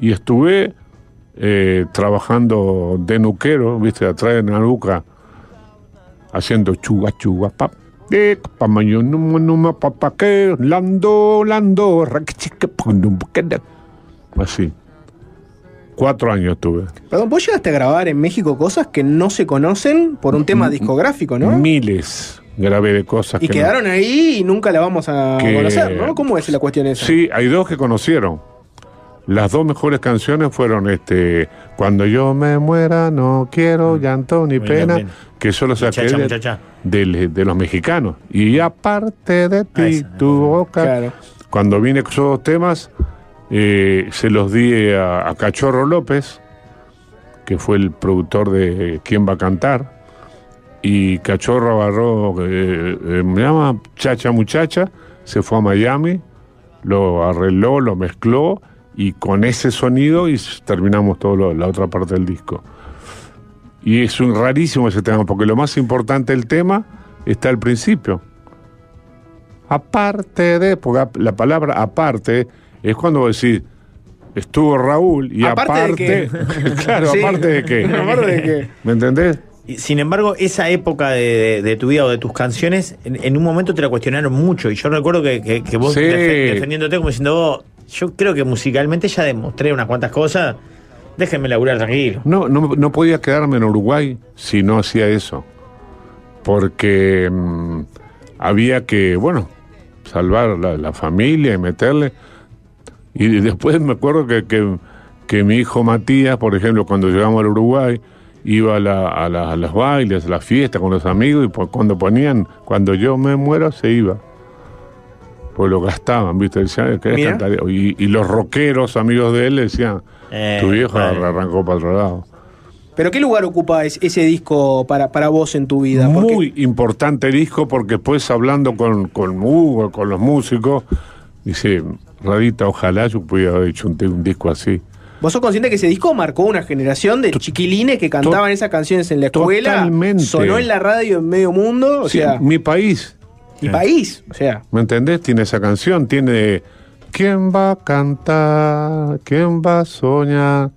[SPEAKER 3] Y estuve eh, trabajando de nuquero, viste, atrás de la nuca, haciendo chuga, chuga, pap. eh, Pamaño, numa, numa, papaque, lando, lando, raquichique, pundum, queda. Así. Cuatro años tuve.
[SPEAKER 7] Perdón, vos llegaste a grabar en México cosas que no se conocen por un tema discográfico, ¿no?
[SPEAKER 3] Miles grabé de cosas
[SPEAKER 7] Y
[SPEAKER 3] que no-
[SPEAKER 7] quedaron ahí y nunca la vamos a
[SPEAKER 3] Que-
[SPEAKER 7] conocer, ¿no? ¿Cómo es la cuestión esa?
[SPEAKER 3] Sí, hay dos que conocieron. Las dos mejores canciones fueron este Cuando yo me muera no quiero llanto ni
[SPEAKER 6] Muy
[SPEAKER 3] pena,
[SPEAKER 6] bien, bien.
[SPEAKER 3] que solo saqué
[SPEAKER 6] Muchacha,
[SPEAKER 3] de,
[SPEAKER 6] muchacha.
[SPEAKER 3] del- eh, de los mexicanos. Y aparte de ti, tu boca. Cuando vine con esos dos temas, eh, se los di a, a Cachorro López, que fue el productor de eh, ¿Quién va a cantar? y Cachorro agarró, eh, eh, me llama Chacha Muchacha, se fue a Miami, lo arregló, lo mezcló y con ese sonido y s- terminamos todo lo- la otra parte del disco. Y es un rarísimo ese tema, porque lo más importante del tema está al principio. Aparte de, porque ap- la palabra aparte es cuando vos decís, estuvo Raúl y aparte...
[SPEAKER 6] Aparte de qué.
[SPEAKER 3] claro,
[SPEAKER 6] Sí.
[SPEAKER 3] aparte de qué.
[SPEAKER 6] Aparte de qué.
[SPEAKER 3] ¿Me entendés?
[SPEAKER 6] Y, Sin embargo, esa época de, de- de tu vida o de tus canciones, en, en un momento te la cuestionaron mucho. Y yo recuerdo que, que- que vos
[SPEAKER 3] Sí.
[SPEAKER 6] defe- defendiéndote como diciendo, "Oh, yo creo que musicalmente ya demostré unas cuantas cosas, déjenme laburar tranquilo.
[SPEAKER 3] No, no, no podía quedarme en Uruguay si no hacía eso. Porque mm, había que, bueno, salvar la, la familia y meterle. Y después me acuerdo que, que- que mi hijo Matías, por ejemplo, cuando llegamos al Uruguay, iba a, la- a la- a los bailes, a las fiestas con los amigos y po- cuando ponían, cuando yo me muero, se iba. Pues lo gastaban, ¿viste? Decían, "¿Querés
[SPEAKER 6] Mira.
[SPEAKER 3] cantar?". Y, y los rockeros, amigos de él, le decían,
[SPEAKER 6] Eh,
[SPEAKER 3] tu viejo
[SPEAKER 6] bueno.
[SPEAKER 3] arrancó para otro lado.
[SPEAKER 7] ¿Pero qué lugar ocupa es- ese disco para, para vos en tu vida? Porque
[SPEAKER 3] Muy importante disco porque después hablando con, con Hugo, con los músicos, dice, Radita, ojalá yo pudiera haber hecho un, un disco así.
[SPEAKER 7] vos sos consciente que ese disco marcó una generación de chiquilines que cantaban esas canciones en la escuela.
[SPEAKER 3] totalmente.
[SPEAKER 7] Sonó en la radio en medio mundo. O
[SPEAKER 3] Sí,
[SPEAKER 7] sea,
[SPEAKER 3] mi país.
[SPEAKER 7] mi país. O sea.
[SPEAKER 3] ¿Me entendés? Tiene esa canción, tiene... ¿Quién va a cantar? ¿Quién va a soñar?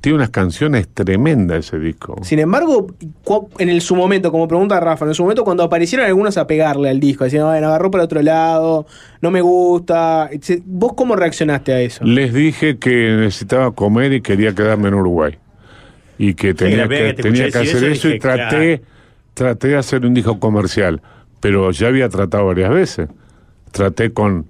[SPEAKER 3] Tiene unas canciones tremendas ese disco.
[SPEAKER 7] Sin embargo, cu- en el, su momento, como pregunta Rafa, en su momento cuando aparecieron algunos a pegarle al disco, diciendo, bueno, agarró para otro lado, no me gusta. etc. ¿Vos cómo reaccionaste a eso?
[SPEAKER 3] Les dije que necesitaba comer y quería quedarme en Uruguay. Y que tenía
[SPEAKER 6] la primera
[SPEAKER 3] que,
[SPEAKER 6] que te
[SPEAKER 3] tenía
[SPEAKER 6] escuché
[SPEAKER 3] que
[SPEAKER 6] decir
[SPEAKER 3] hacer
[SPEAKER 6] eso,
[SPEAKER 3] eso y
[SPEAKER 6] dije,
[SPEAKER 3] traté, traté de hacer un disco comercial. Pero ya había tratado varias veces. Traté con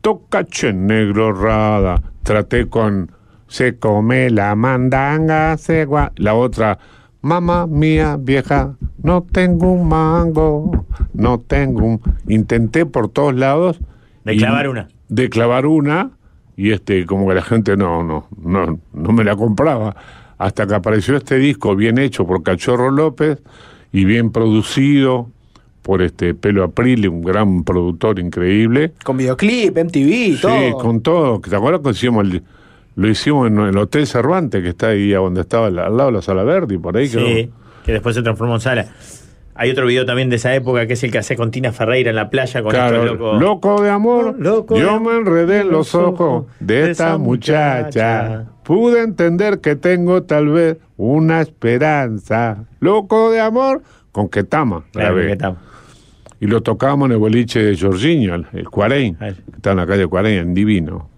[SPEAKER 3] Tocache Negro Rada. Traté con Se come la mandanga, se gua- La otra, Mamá mía vieja, no tengo un mango, no tengo un. Intenté por todos lados.
[SPEAKER 6] De
[SPEAKER 3] y-
[SPEAKER 6] clavar una.
[SPEAKER 3] De clavar una, y este, como que la gente no, no, no, no me la compraba. Hasta que apareció este disco bien hecho por Cachorro López y bien producido por este Pelo Aprile, un gran productor increíble.
[SPEAKER 7] Con videoclip, MTV,
[SPEAKER 3] Sí,
[SPEAKER 7] todo.
[SPEAKER 3] con todo. ¿Te acuerdas que hicimos el- lo hicimos en el Hotel Cervantes, que está ahí a donde estaba, al al lado de la Sala Verdi, por ahí?
[SPEAKER 6] Sí,
[SPEAKER 3] creo.
[SPEAKER 6] que después se transformó en sala. Hay otro video también de esa época que es el que hace con Tina Ferreira en la playa con
[SPEAKER 3] Claro,
[SPEAKER 6] estos locos.
[SPEAKER 3] loco de amor,
[SPEAKER 6] Loco
[SPEAKER 3] yo
[SPEAKER 6] de-
[SPEAKER 3] me enredé en los ojos de esta muchacha. Pude entender que tengo tal vez una esperanza. Loco de amor, con Ketama.
[SPEAKER 6] Claro,
[SPEAKER 3] grabé.
[SPEAKER 6] que estamos.
[SPEAKER 3] Y lo tocábamos en el boliche de Jorginho, el, el Cuarén, que está en la calle Cuarén, en Divino.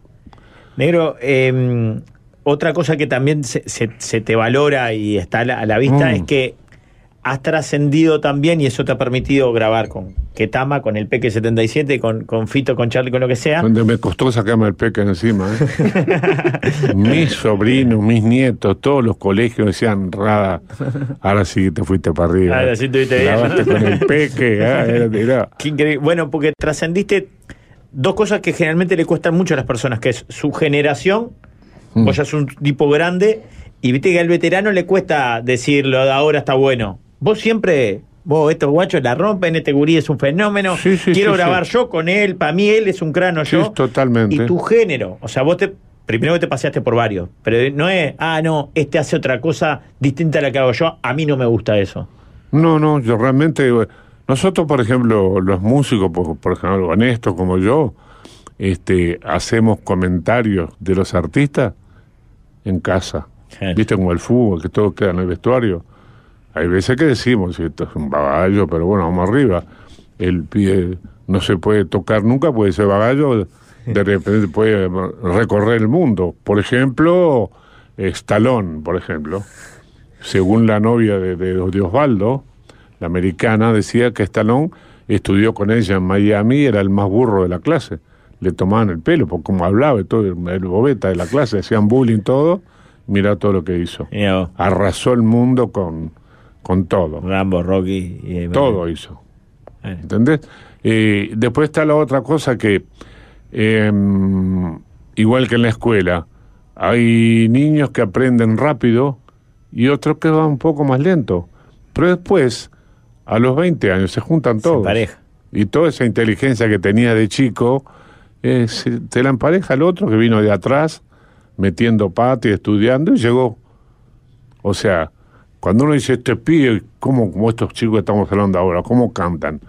[SPEAKER 6] Negro, eh, otra cosa que también se, se- se te valora y está a la, a la vista
[SPEAKER 3] Mm.
[SPEAKER 6] es que has trascendido también y eso te ha permitido grabar con Ketama, con el Peque 77, con, con Fito, con Charlie, con lo que sea.
[SPEAKER 3] Donde me costó sacarme el peque encima. ¿eh? mis sobrinos, mis nietos, todos los colegios decían, Rada, ahora sí te fuiste para arriba.
[SPEAKER 6] Ahora sí tuviste bien.
[SPEAKER 3] Grabaste con el peque. ah, era- era-
[SPEAKER 6] Qué increíble. Bueno, porque trascendiste dos cosas que generalmente le cuestan mucho a las personas, que es su generación,
[SPEAKER 3] Mm.
[SPEAKER 6] vos ya sos un tipo grande, y viste que al veterano le cuesta decirlo, de ahora está bueno. Vos siempre, vos, estos guachos la rompen, este gurí es un fenómeno, quiero
[SPEAKER 3] sí,
[SPEAKER 6] grabar
[SPEAKER 3] sí.
[SPEAKER 6] yo con él, para mí él es un crano
[SPEAKER 3] Sí,
[SPEAKER 6] yo.
[SPEAKER 3] totalmente.
[SPEAKER 6] Y tu género, o sea, vos te... Primero que te paseaste por varios, pero no es, ah, no, este hace otra cosa distinta a la que hago yo, a mí no me gusta eso.
[SPEAKER 3] No, no, yo realmente. eh, Nosotros, por ejemplo, los músicos, por, por ejemplo, honestos como yo, este, hacemos comentarios de los artistas en casa. ¿Viste como el fútbol, que todo queda en el vestuario? Hay veces que decimos, esto es un bagallo, pero bueno, vamos arriba. El pie no se puede tocar nunca, porque ese bagallo de repente puede recorrer el mundo. Por ejemplo, Stallone, por ejemplo. Según la novia de, de- de Osvaldo, la americana, decía que Stallone estudió con ella en Miami, era el más burro de la clase. Le tomaban el pelo, por como hablaba, y todo, el bobeta de la clase, hacían bullying, todo. Mirá todo lo que hizo. Arrasó el mundo con, con todo.
[SPEAKER 6] Rambo, Rocky. eh,
[SPEAKER 3] todo hizo. ¿Entendés? Eh, después está la otra cosa que, eh, igual que en la escuela, hay niños que aprenden rápido y otros que van un poco más lento. Pero después, a los 20 años, se juntan todos. Y toda esa inteligencia que tenía de chico, eh, se, se la empareja al otro que vino de atrás, metiendo pata y estudiando, y llegó. O sea, cuando uno dice, este pibe, ¿cómo, como estos chicos que estamos hablando ahora, cómo cantan?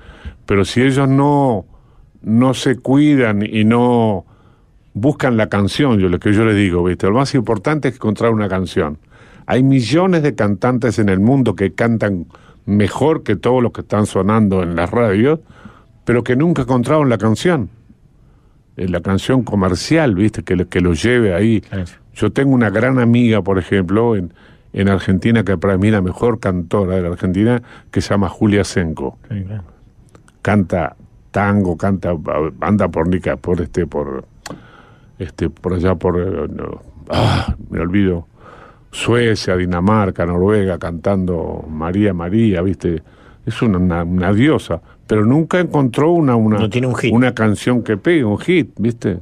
[SPEAKER 3] Pero si ellos no, no se cuidan y no buscan la canción, yo lo que yo les digo, ¿viste? Lo más importante es encontrar una canción. Hay millones de cantantes en el mundo que cantan mejor que todos los que están sonando en las radios, pero que nunca encontraron la canción. Eh, La canción comercial, ¿viste? Que, lo- que lo lleve ahí. Yo tengo una gran amiga, por ejemplo, en, en Argentina, que para mí la mejor cantora de la Argentina, que se llama Julia Senko. Canta tango, canta ba- banda pornica por este, por este, por allá por eh, no, ah, me olvido. Suecia, Dinamarca, Noruega, cantando María María, viste, es una, una- una diosa, pero nunca encontró una, una, una canción que pegue, un hit, viste.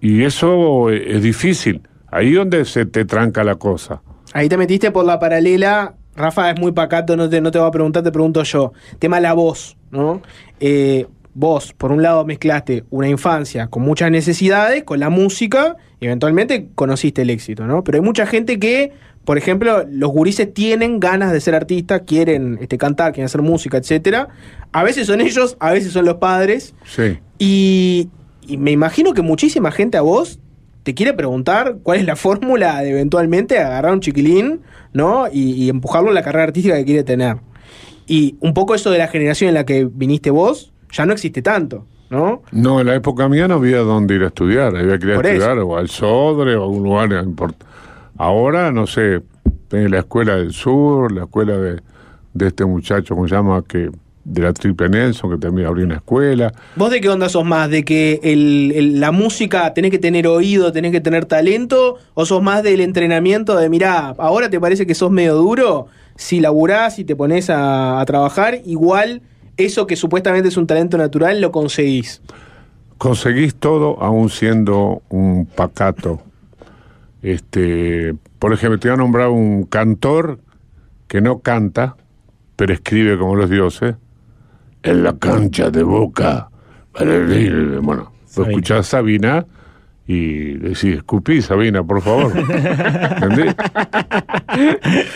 [SPEAKER 3] Y eso eh, es difícil. Ahí donde se te tranca la cosa.
[SPEAKER 7] Ahí te metiste por la paralela. Rafa es muy pacato, no te, no te va a preguntar, te pregunto yo. Tema la voz, ¿no? Eh, vos, por un lado, mezclaste una infancia con muchas necesidades, con la música, y eventualmente conociste el éxito, ¿no? Pero hay mucha gente que, por ejemplo, los gurises tienen ganas de ser artistas, quieren este, cantar, quieren hacer música, etcétera. A veces son ellos, a veces son los padres.
[SPEAKER 3] Sí.
[SPEAKER 7] Y, y me imagino que muchísima gente a vos te quiere preguntar cuál es la fórmula de eventualmente agarrar un chiquilín, ¿no? Y, y empujarlo en la carrera artística que quiere tener. Y un poco eso de la generación en la que viniste vos, ya no existe tanto, ¿no?
[SPEAKER 3] No, en la época mía no había dónde ir a estudiar. Había que ir a
[SPEAKER 7] Por eso.
[SPEAKER 3] estudiar o al Sodre o a un lugar importante. Ahora, no sé, tenés la escuela del sur, la escuela de, de este muchacho, ¿cómo se llama? Que, de la Triple Nelson, que también abrió una escuela.
[SPEAKER 7] ¿Vos de qué onda sos más? ¿De que el- el- la música tenés que tener oído, tenés que tener talento? ¿O sos más del entrenamiento de, mirá, ahora te parece que sos medio duro? Si laburás y te pones a, a trabajar, igual eso que supuestamente es un talento natural lo conseguís.
[SPEAKER 3] conseguís todo aún siendo un pacato. Este, por ejemplo, te voy a nombrar un cantor que no canta, pero escribe como los dioses. En la cancha de Boca. para el Lille. Bueno, vos escuchás a Sabina y decís, escupí Sabina, por favor. ¿Entendés?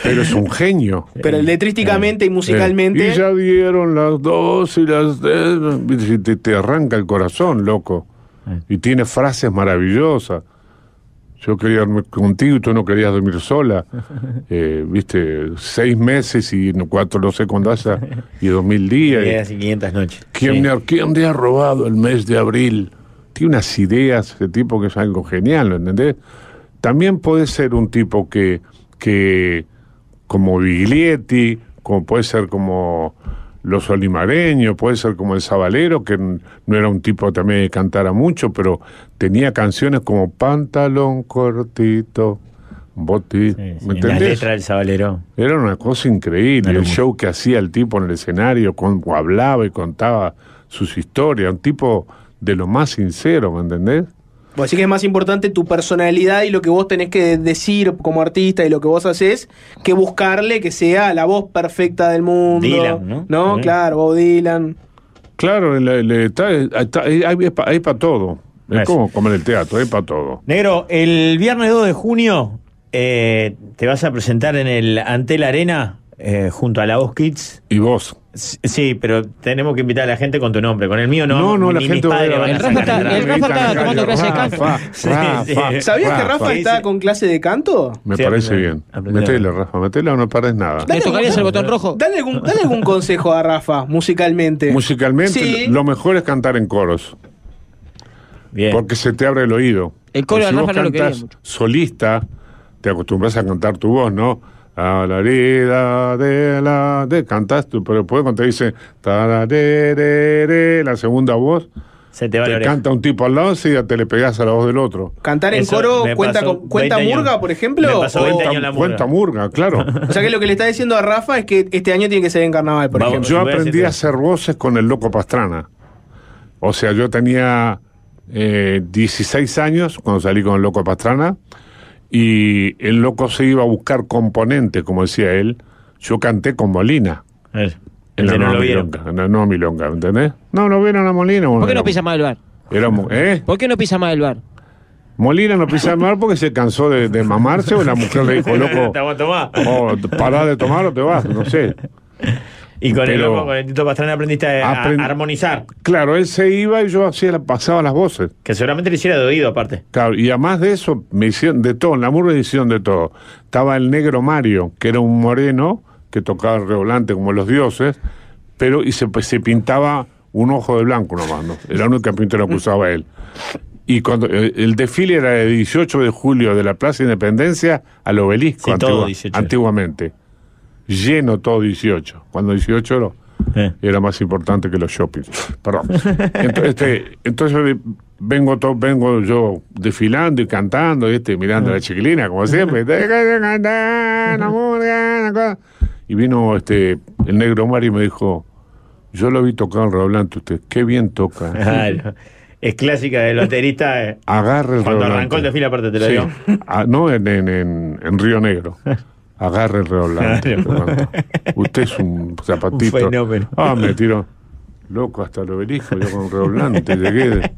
[SPEAKER 3] Pero es un genio.
[SPEAKER 7] Pero letrísticamente y musicalmente.
[SPEAKER 3] Eh, Y ya dieron las dos y las tres. Y Te, te arranca el corazón, loco. Y tiene frases maravillosas. Yo quería dormir contigo y tú no querías dormir sola. Eh, Viste, seis meses y no- cuatro, no sé cuándo haya, y dos mil días.
[SPEAKER 6] Ideas y 500 noches.
[SPEAKER 3] ¿Quién,
[SPEAKER 6] Sí.
[SPEAKER 3] me ha- quién te ha robado el mes de abril? Tiene unas ideas ese tipo que es algo genial, ¿lo entendés? También puede ser un tipo que, que como Viglietti, como puede ser como los olimareños, puede ser como el Sabalero, que n- no era un tipo también que cantara mucho, pero tenía canciones como Pantalón cortito, Boti, ¿me
[SPEAKER 6] En las
[SPEAKER 3] entendés?
[SPEAKER 6] letras del Sabalero.
[SPEAKER 3] Era una cosa increíble, el show que hacía el tipo en el escenario, con, hablaba y contaba sus historias, un tipo de lo más sincero, ¿me entendés?
[SPEAKER 7] Vos decís que es más importante tu personalidad y lo que vos tenés que decir como artista y lo que vos haces que buscarle que sea la voz perfecta del mundo.
[SPEAKER 3] Dylan, ¿no? Eh. Sí.
[SPEAKER 7] claro, Bob Dylan.
[SPEAKER 3] Claro, el- el- está- está- hay, para todo. Es
[SPEAKER 6] Eso.
[SPEAKER 3] como comer el teatro, hay para todo.
[SPEAKER 6] Negro, el viernes 2 de junio eh, te vas a presentar en el Antel Arena eh, junto a la Voz Kids.
[SPEAKER 3] ¿Y vos?
[SPEAKER 6] Sí, pero tenemos que invitar a la gente con tu nombre. Con el mío no.
[SPEAKER 3] No, no,
[SPEAKER 6] ni
[SPEAKER 3] la
[SPEAKER 6] mis
[SPEAKER 3] gente va a
[SPEAKER 6] padres
[SPEAKER 3] ver.
[SPEAKER 6] van a
[SPEAKER 3] El Rafa
[SPEAKER 6] sacar
[SPEAKER 3] está-
[SPEAKER 6] entrada.
[SPEAKER 3] el Rafa está tomando clase de canto. Sí, sí.
[SPEAKER 7] ¿Sabías que
[SPEAKER 3] Rafa.
[SPEAKER 7] Rafa
[SPEAKER 3] Sí,
[SPEAKER 7] está con clase de canto?
[SPEAKER 3] Me parece bien. Metele, Rafa, metele o no pares nada.
[SPEAKER 7] tocarías el botón rojo? Dale algún, dale algún consejo a Rafa musicalmente.
[SPEAKER 3] Musicalmente,
[SPEAKER 7] Sí.
[SPEAKER 3] lo mejor es cantar en coros. Porque se te abre el oído.
[SPEAKER 7] El coro
[SPEAKER 3] Pero
[SPEAKER 7] de
[SPEAKER 3] si
[SPEAKER 7] Rafa
[SPEAKER 3] vos
[SPEAKER 7] no lo quería
[SPEAKER 3] cantás solista, te acostumbras a cantar tu voz, ¿no? A la herida de la de cantas tú, pero después cuando te dice tararerere, la segunda voz,
[SPEAKER 6] se te,
[SPEAKER 7] va la oreja.
[SPEAKER 3] canta un tipo al lado y ya te le pegás a la voz del otro.
[SPEAKER 7] ¿Cantar en coro cuenta, con- cuenta murga, por ejemplo? o-
[SPEAKER 3] Cuenta murga, claro.
[SPEAKER 7] O sea que lo que le está diciendo a Rafa es que este año tiene que ser en carnaval, por ejemplo.
[SPEAKER 3] yo aprendí a hacer voces con el loco Pastrana. O sea, yo tenía eh, 16 años cuando salí con el loco Pastrana y el loco se iba a buscar componentes, como decía él. Yo canté con Molina. En la
[SPEAKER 6] no
[SPEAKER 3] nueva
[SPEAKER 6] lo vieron.
[SPEAKER 3] milonga, en la nueva milonga, ¿entendés? No, no vieron a Molina.
[SPEAKER 1] ¿Por qué no pisa más el bar? ¿Por qué no pisa más el bar?
[SPEAKER 3] ¿eh? Molina no pisa el mar porque se cansó de, de mamarse o la mujer le dijo, loco,
[SPEAKER 6] Te voy a tomar.
[SPEAKER 3] o pará de tomar o te vas, no sé.
[SPEAKER 6] Y con el
[SPEAKER 3] Pero-
[SPEAKER 6] loco, con el Tito Pastrana aprendiste a, a
[SPEAKER 3] Aprend-
[SPEAKER 6] armonizar.
[SPEAKER 3] Claro, él se iba y yo hacía, la- pasaba las voces.
[SPEAKER 6] Que seguramente le hiciera de oído aparte.
[SPEAKER 3] Claro, y además de eso, me hicieron de todo, en la murga hicieron de todo. Estaba el negro Mario, que era un moreno, que tocaba el redoblante como los dioses, pero y se, se pintaba un ojo de blanco nomás, ¿no? Era el único pintura que usaba él. Y cuando eh, el desfile era el 18 de julio de la Plaza Independencia al obelisco,
[SPEAKER 6] Sí, todo
[SPEAKER 3] antigua-
[SPEAKER 6] 18 era.
[SPEAKER 3] antiguamente. Lleno todo 18. Cuando 18 era, era más importante que los shoppings. Perdón. Entonces, este, entonces, vengo, to- vengo yo desfilando y cantando, y este, mirando a la chiquilina, como siempre. Y vino este el negro Mario y me dijo, yo lo vi tocar el redoblante usted, qué bien toca.
[SPEAKER 6] Claro. Es clásica de loterista. eh.
[SPEAKER 3] Agarra el
[SPEAKER 6] Cuando
[SPEAKER 3] redoblante.
[SPEAKER 6] arrancó el desfile aparte te lo
[SPEAKER 3] Sí.
[SPEAKER 6] digo.
[SPEAKER 3] Ah, no, en, en- en- en Río Negro. Agarra el redoblante. te
[SPEAKER 6] Claro.
[SPEAKER 3] cuento. Usted es un zapatito.
[SPEAKER 6] Un fenómeno.
[SPEAKER 3] Ah, me tiró. Loco, hasta el obelisco, yo con redoblante. Llegué de-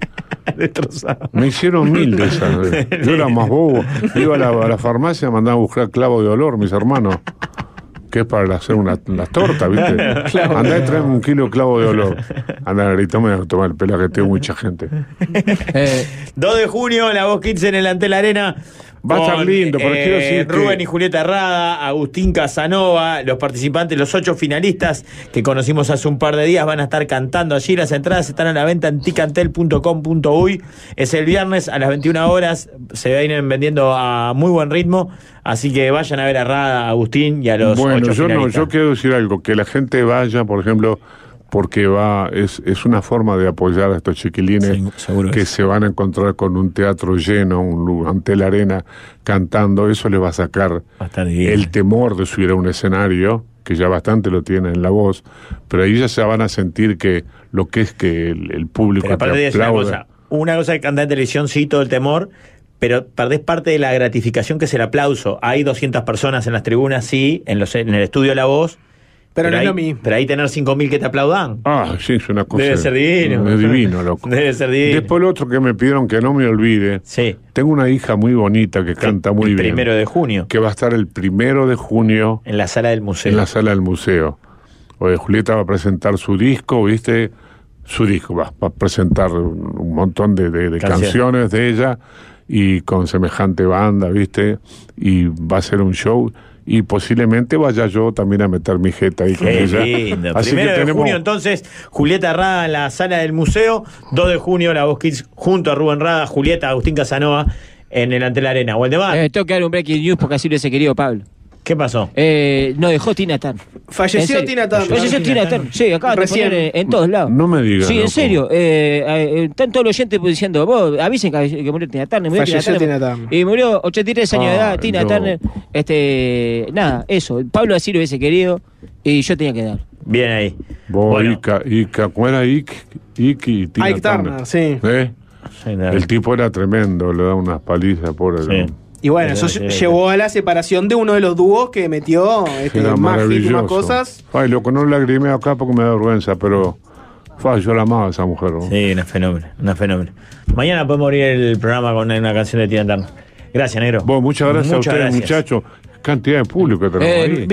[SPEAKER 6] Destrozado.
[SPEAKER 3] Me hicieron mil de esas. eh. Yo era más bobo. Iba a la, a la farmacia, mandaba a buscar clavo de olor, mis hermanos. Que es para hacer una- las tortas, ¿viste?
[SPEAKER 6] Clavo de
[SPEAKER 3] Andá y traeme un kilo de clavo de olor. Andá, ahorita me voy a tomar el pelo, que tengo mucha gente.
[SPEAKER 6] 2 de junio, la voz Kids en el Antel Arena. eh,
[SPEAKER 3] Va a estar lindo, pero quiero decir que-
[SPEAKER 6] Rubén y Julieta Herrada, Agustín Casanova, los participantes, los ocho finalistas que conocimos hace un par de días van a estar cantando allí. Las entradas están a la venta en ticantel.com.uy. Es el viernes a las 21 horas, se vienen vendiendo a muy buen ritmo, así que vayan a ver a Herrada, a Agustín y a los
[SPEAKER 3] bueno,
[SPEAKER 6] ocho
[SPEAKER 3] yo no,
[SPEAKER 6] finalistas.
[SPEAKER 3] yo quiero decir algo, que la gente vaya, por ejemplo, porque va, es, es una forma de apoyar a estos chiquilines que se van a encontrar con un teatro lleno, un lu- ante la arena, cantando, eso les va a sacar el temor de subir a un escenario, que ya bastante lo tienen en la voz, pero ahí ya se van a sentir que lo que es que el, el público
[SPEAKER 6] Pero aparte
[SPEAKER 3] te
[SPEAKER 6] de eso, una
[SPEAKER 3] aplauda.
[SPEAKER 6] cosa, una cosa que cantar en televisión, sí, todo el temor, pero perdés parte de la gratificación que es el aplauso. Hay 200 personas en las tribunas, sí, en, los, en el estudio La Voz.
[SPEAKER 7] Pero no es
[SPEAKER 6] ahí-
[SPEAKER 7] lo mismo.
[SPEAKER 6] Pero ahí tener 5.000 que te aplaudan.
[SPEAKER 3] Ah, sí, es una cosa.
[SPEAKER 6] Debe ser divino.
[SPEAKER 3] Es divino, loco.
[SPEAKER 6] Debe ser divino.
[SPEAKER 3] Después lo otro que me pidieron que no me olvide.
[SPEAKER 6] Sí.
[SPEAKER 3] Tengo una hija muy bonita que canta muy
[SPEAKER 6] el
[SPEAKER 3] bien.
[SPEAKER 6] primero de junio.
[SPEAKER 3] Que va a estar el primero de junio.
[SPEAKER 6] En la sala del museo.
[SPEAKER 3] En la sala del museo. Oye, Julieta va a presentar su disco, ¿viste? Su disco va, va a presentar un un montón de, de- de
[SPEAKER 6] Canciones.
[SPEAKER 3] canciones de ella y con semejante banda, ¿viste? Y va a ser un show y posiblemente vaya yo también a meter mi jeta ahí con
[SPEAKER 6] Qué
[SPEAKER 3] ella.
[SPEAKER 6] lindo.
[SPEAKER 3] Así
[SPEAKER 6] Primero
[SPEAKER 3] que
[SPEAKER 6] de
[SPEAKER 3] tenemos
[SPEAKER 6] junio, entonces, Julieta Rada en la sala del museo. 2 de junio, la Voz Kids junto a Rubén Rada, Julieta, Agustín Casanova en el Antel Arena.
[SPEAKER 7] Ah.
[SPEAKER 6] Waldemar.
[SPEAKER 1] Eh, tengo que dar un breaking news porque así lo ese querido Pablo.
[SPEAKER 6] ¿Qué pasó?
[SPEAKER 1] Eh, no dejó Tina Turner.
[SPEAKER 7] Falleció
[SPEAKER 1] En serio.
[SPEAKER 7] Tina Turner.
[SPEAKER 1] Falleció Tina Turner. Sí, acá de
[SPEAKER 7] Recién.
[SPEAKER 1] poner eh, en todos lados.
[SPEAKER 3] No me digas,
[SPEAKER 1] Sí, en
[SPEAKER 3] loco.
[SPEAKER 1] serio. Eh, eh, están todos los oyentes diciendo, vos avisen que, que murió Tina Turner. Murió
[SPEAKER 7] Falleció Tina
[SPEAKER 1] Y murió 83 años de edad,
[SPEAKER 7] Ay,
[SPEAKER 1] Tina
[SPEAKER 7] no.
[SPEAKER 1] Turner. Este, nada, eso. Pablo así lo hubiese querido y yo tenía que dar.
[SPEAKER 6] Bien ahí.
[SPEAKER 3] Vos, Ica, Ica, ¿cómo era Ica? Ica y Tina
[SPEAKER 1] Ike Turner,
[SPEAKER 7] sí.
[SPEAKER 3] ¿Eh?
[SPEAKER 6] nada.
[SPEAKER 3] El tipo era tremendo, le da unas palizas, pobre. ¿no?
[SPEAKER 7] Y bueno, eso llevó a la separación de uno de los dúos que metió este,
[SPEAKER 3] Era
[SPEAKER 7] más hit y más
[SPEAKER 3] maravilloso.
[SPEAKER 7] cosas.
[SPEAKER 3] Ay, loco, no lagrimé acá porque me da vergüenza, pero. fa, yo la amaba a esa mujer. ¿no?
[SPEAKER 6] Sí, una fenómeno, una fenómeno. Mañana podemos abrir el programa con una canción de Tina Turner. Gracias, negro.
[SPEAKER 3] Bueno, muchas gracias a ustedes,
[SPEAKER 6] gracias.
[SPEAKER 3] muchachos. Cantidad de público que
[SPEAKER 1] Eh,
[SPEAKER 3] tenemos ahí.
[SPEAKER 7] Eh,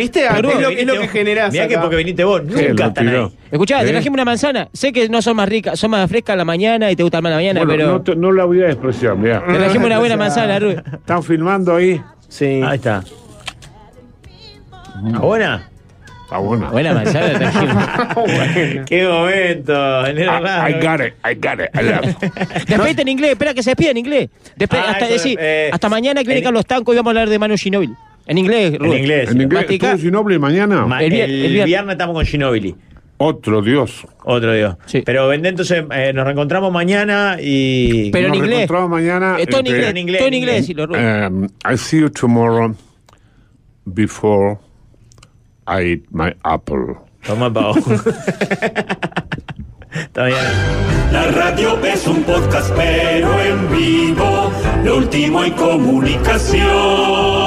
[SPEAKER 6] Mira que porque viniste vos,
[SPEAKER 3] Sí, lo
[SPEAKER 6] nunca están
[SPEAKER 3] tiró.
[SPEAKER 6] ahí.
[SPEAKER 3] ¿Eh?
[SPEAKER 1] Escuchá, te trajimos una manzana. Sé que no son más ricas, son más frescas a la mañana y te gustan más a la mañana,
[SPEAKER 3] Bueno,
[SPEAKER 1] pero.
[SPEAKER 3] no, te- no la voy a despreciar, mirá.
[SPEAKER 1] Te trajimos una buena manzana, Rubén.
[SPEAKER 3] ¿Están filmando ahí?
[SPEAKER 7] Sí.
[SPEAKER 6] Ahí está.
[SPEAKER 3] Mm.
[SPEAKER 6] ¿Está buena?
[SPEAKER 3] Está buena. Ah,
[SPEAKER 1] Buena manzana
[SPEAKER 6] Ah, Qué momento.
[SPEAKER 1] I- I got
[SPEAKER 3] it, I got it.
[SPEAKER 1] Despedite en inglés, espera que se despida en inglés. Después,
[SPEAKER 6] Ah,
[SPEAKER 1] hasta,
[SPEAKER 6] eso,
[SPEAKER 1] decí,
[SPEAKER 6] eh,
[SPEAKER 1] hasta mañana que viene Carlos Tanco y vamos a hablar de Manu Ginóbili. En inglés, Rubén.
[SPEAKER 3] ¿En inglés?
[SPEAKER 1] Mastica-
[SPEAKER 3] ¿Tú, Ginobili, mañana?
[SPEAKER 1] Ma- el
[SPEAKER 6] El,
[SPEAKER 1] vier- el viernes.
[SPEAKER 6] viernes estamos con Ginobili.
[SPEAKER 3] Otro Dios.
[SPEAKER 6] Otro Dios. Pero vendé entonces, eh, nos reencontramos mañana y.
[SPEAKER 1] Pero en
[SPEAKER 3] Nos
[SPEAKER 1] inglés.
[SPEAKER 3] reencontramos mañana.
[SPEAKER 1] Eh, todo en
[SPEAKER 3] este,
[SPEAKER 1] inglés, todo en inglés, decilo, Rubén.
[SPEAKER 3] Um, I see you tomorrow before I eat my apple.
[SPEAKER 6] Toma, Pau. Está bien.
[SPEAKER 2] La radio es un podcast, pero en vivo, lo último en comunicación.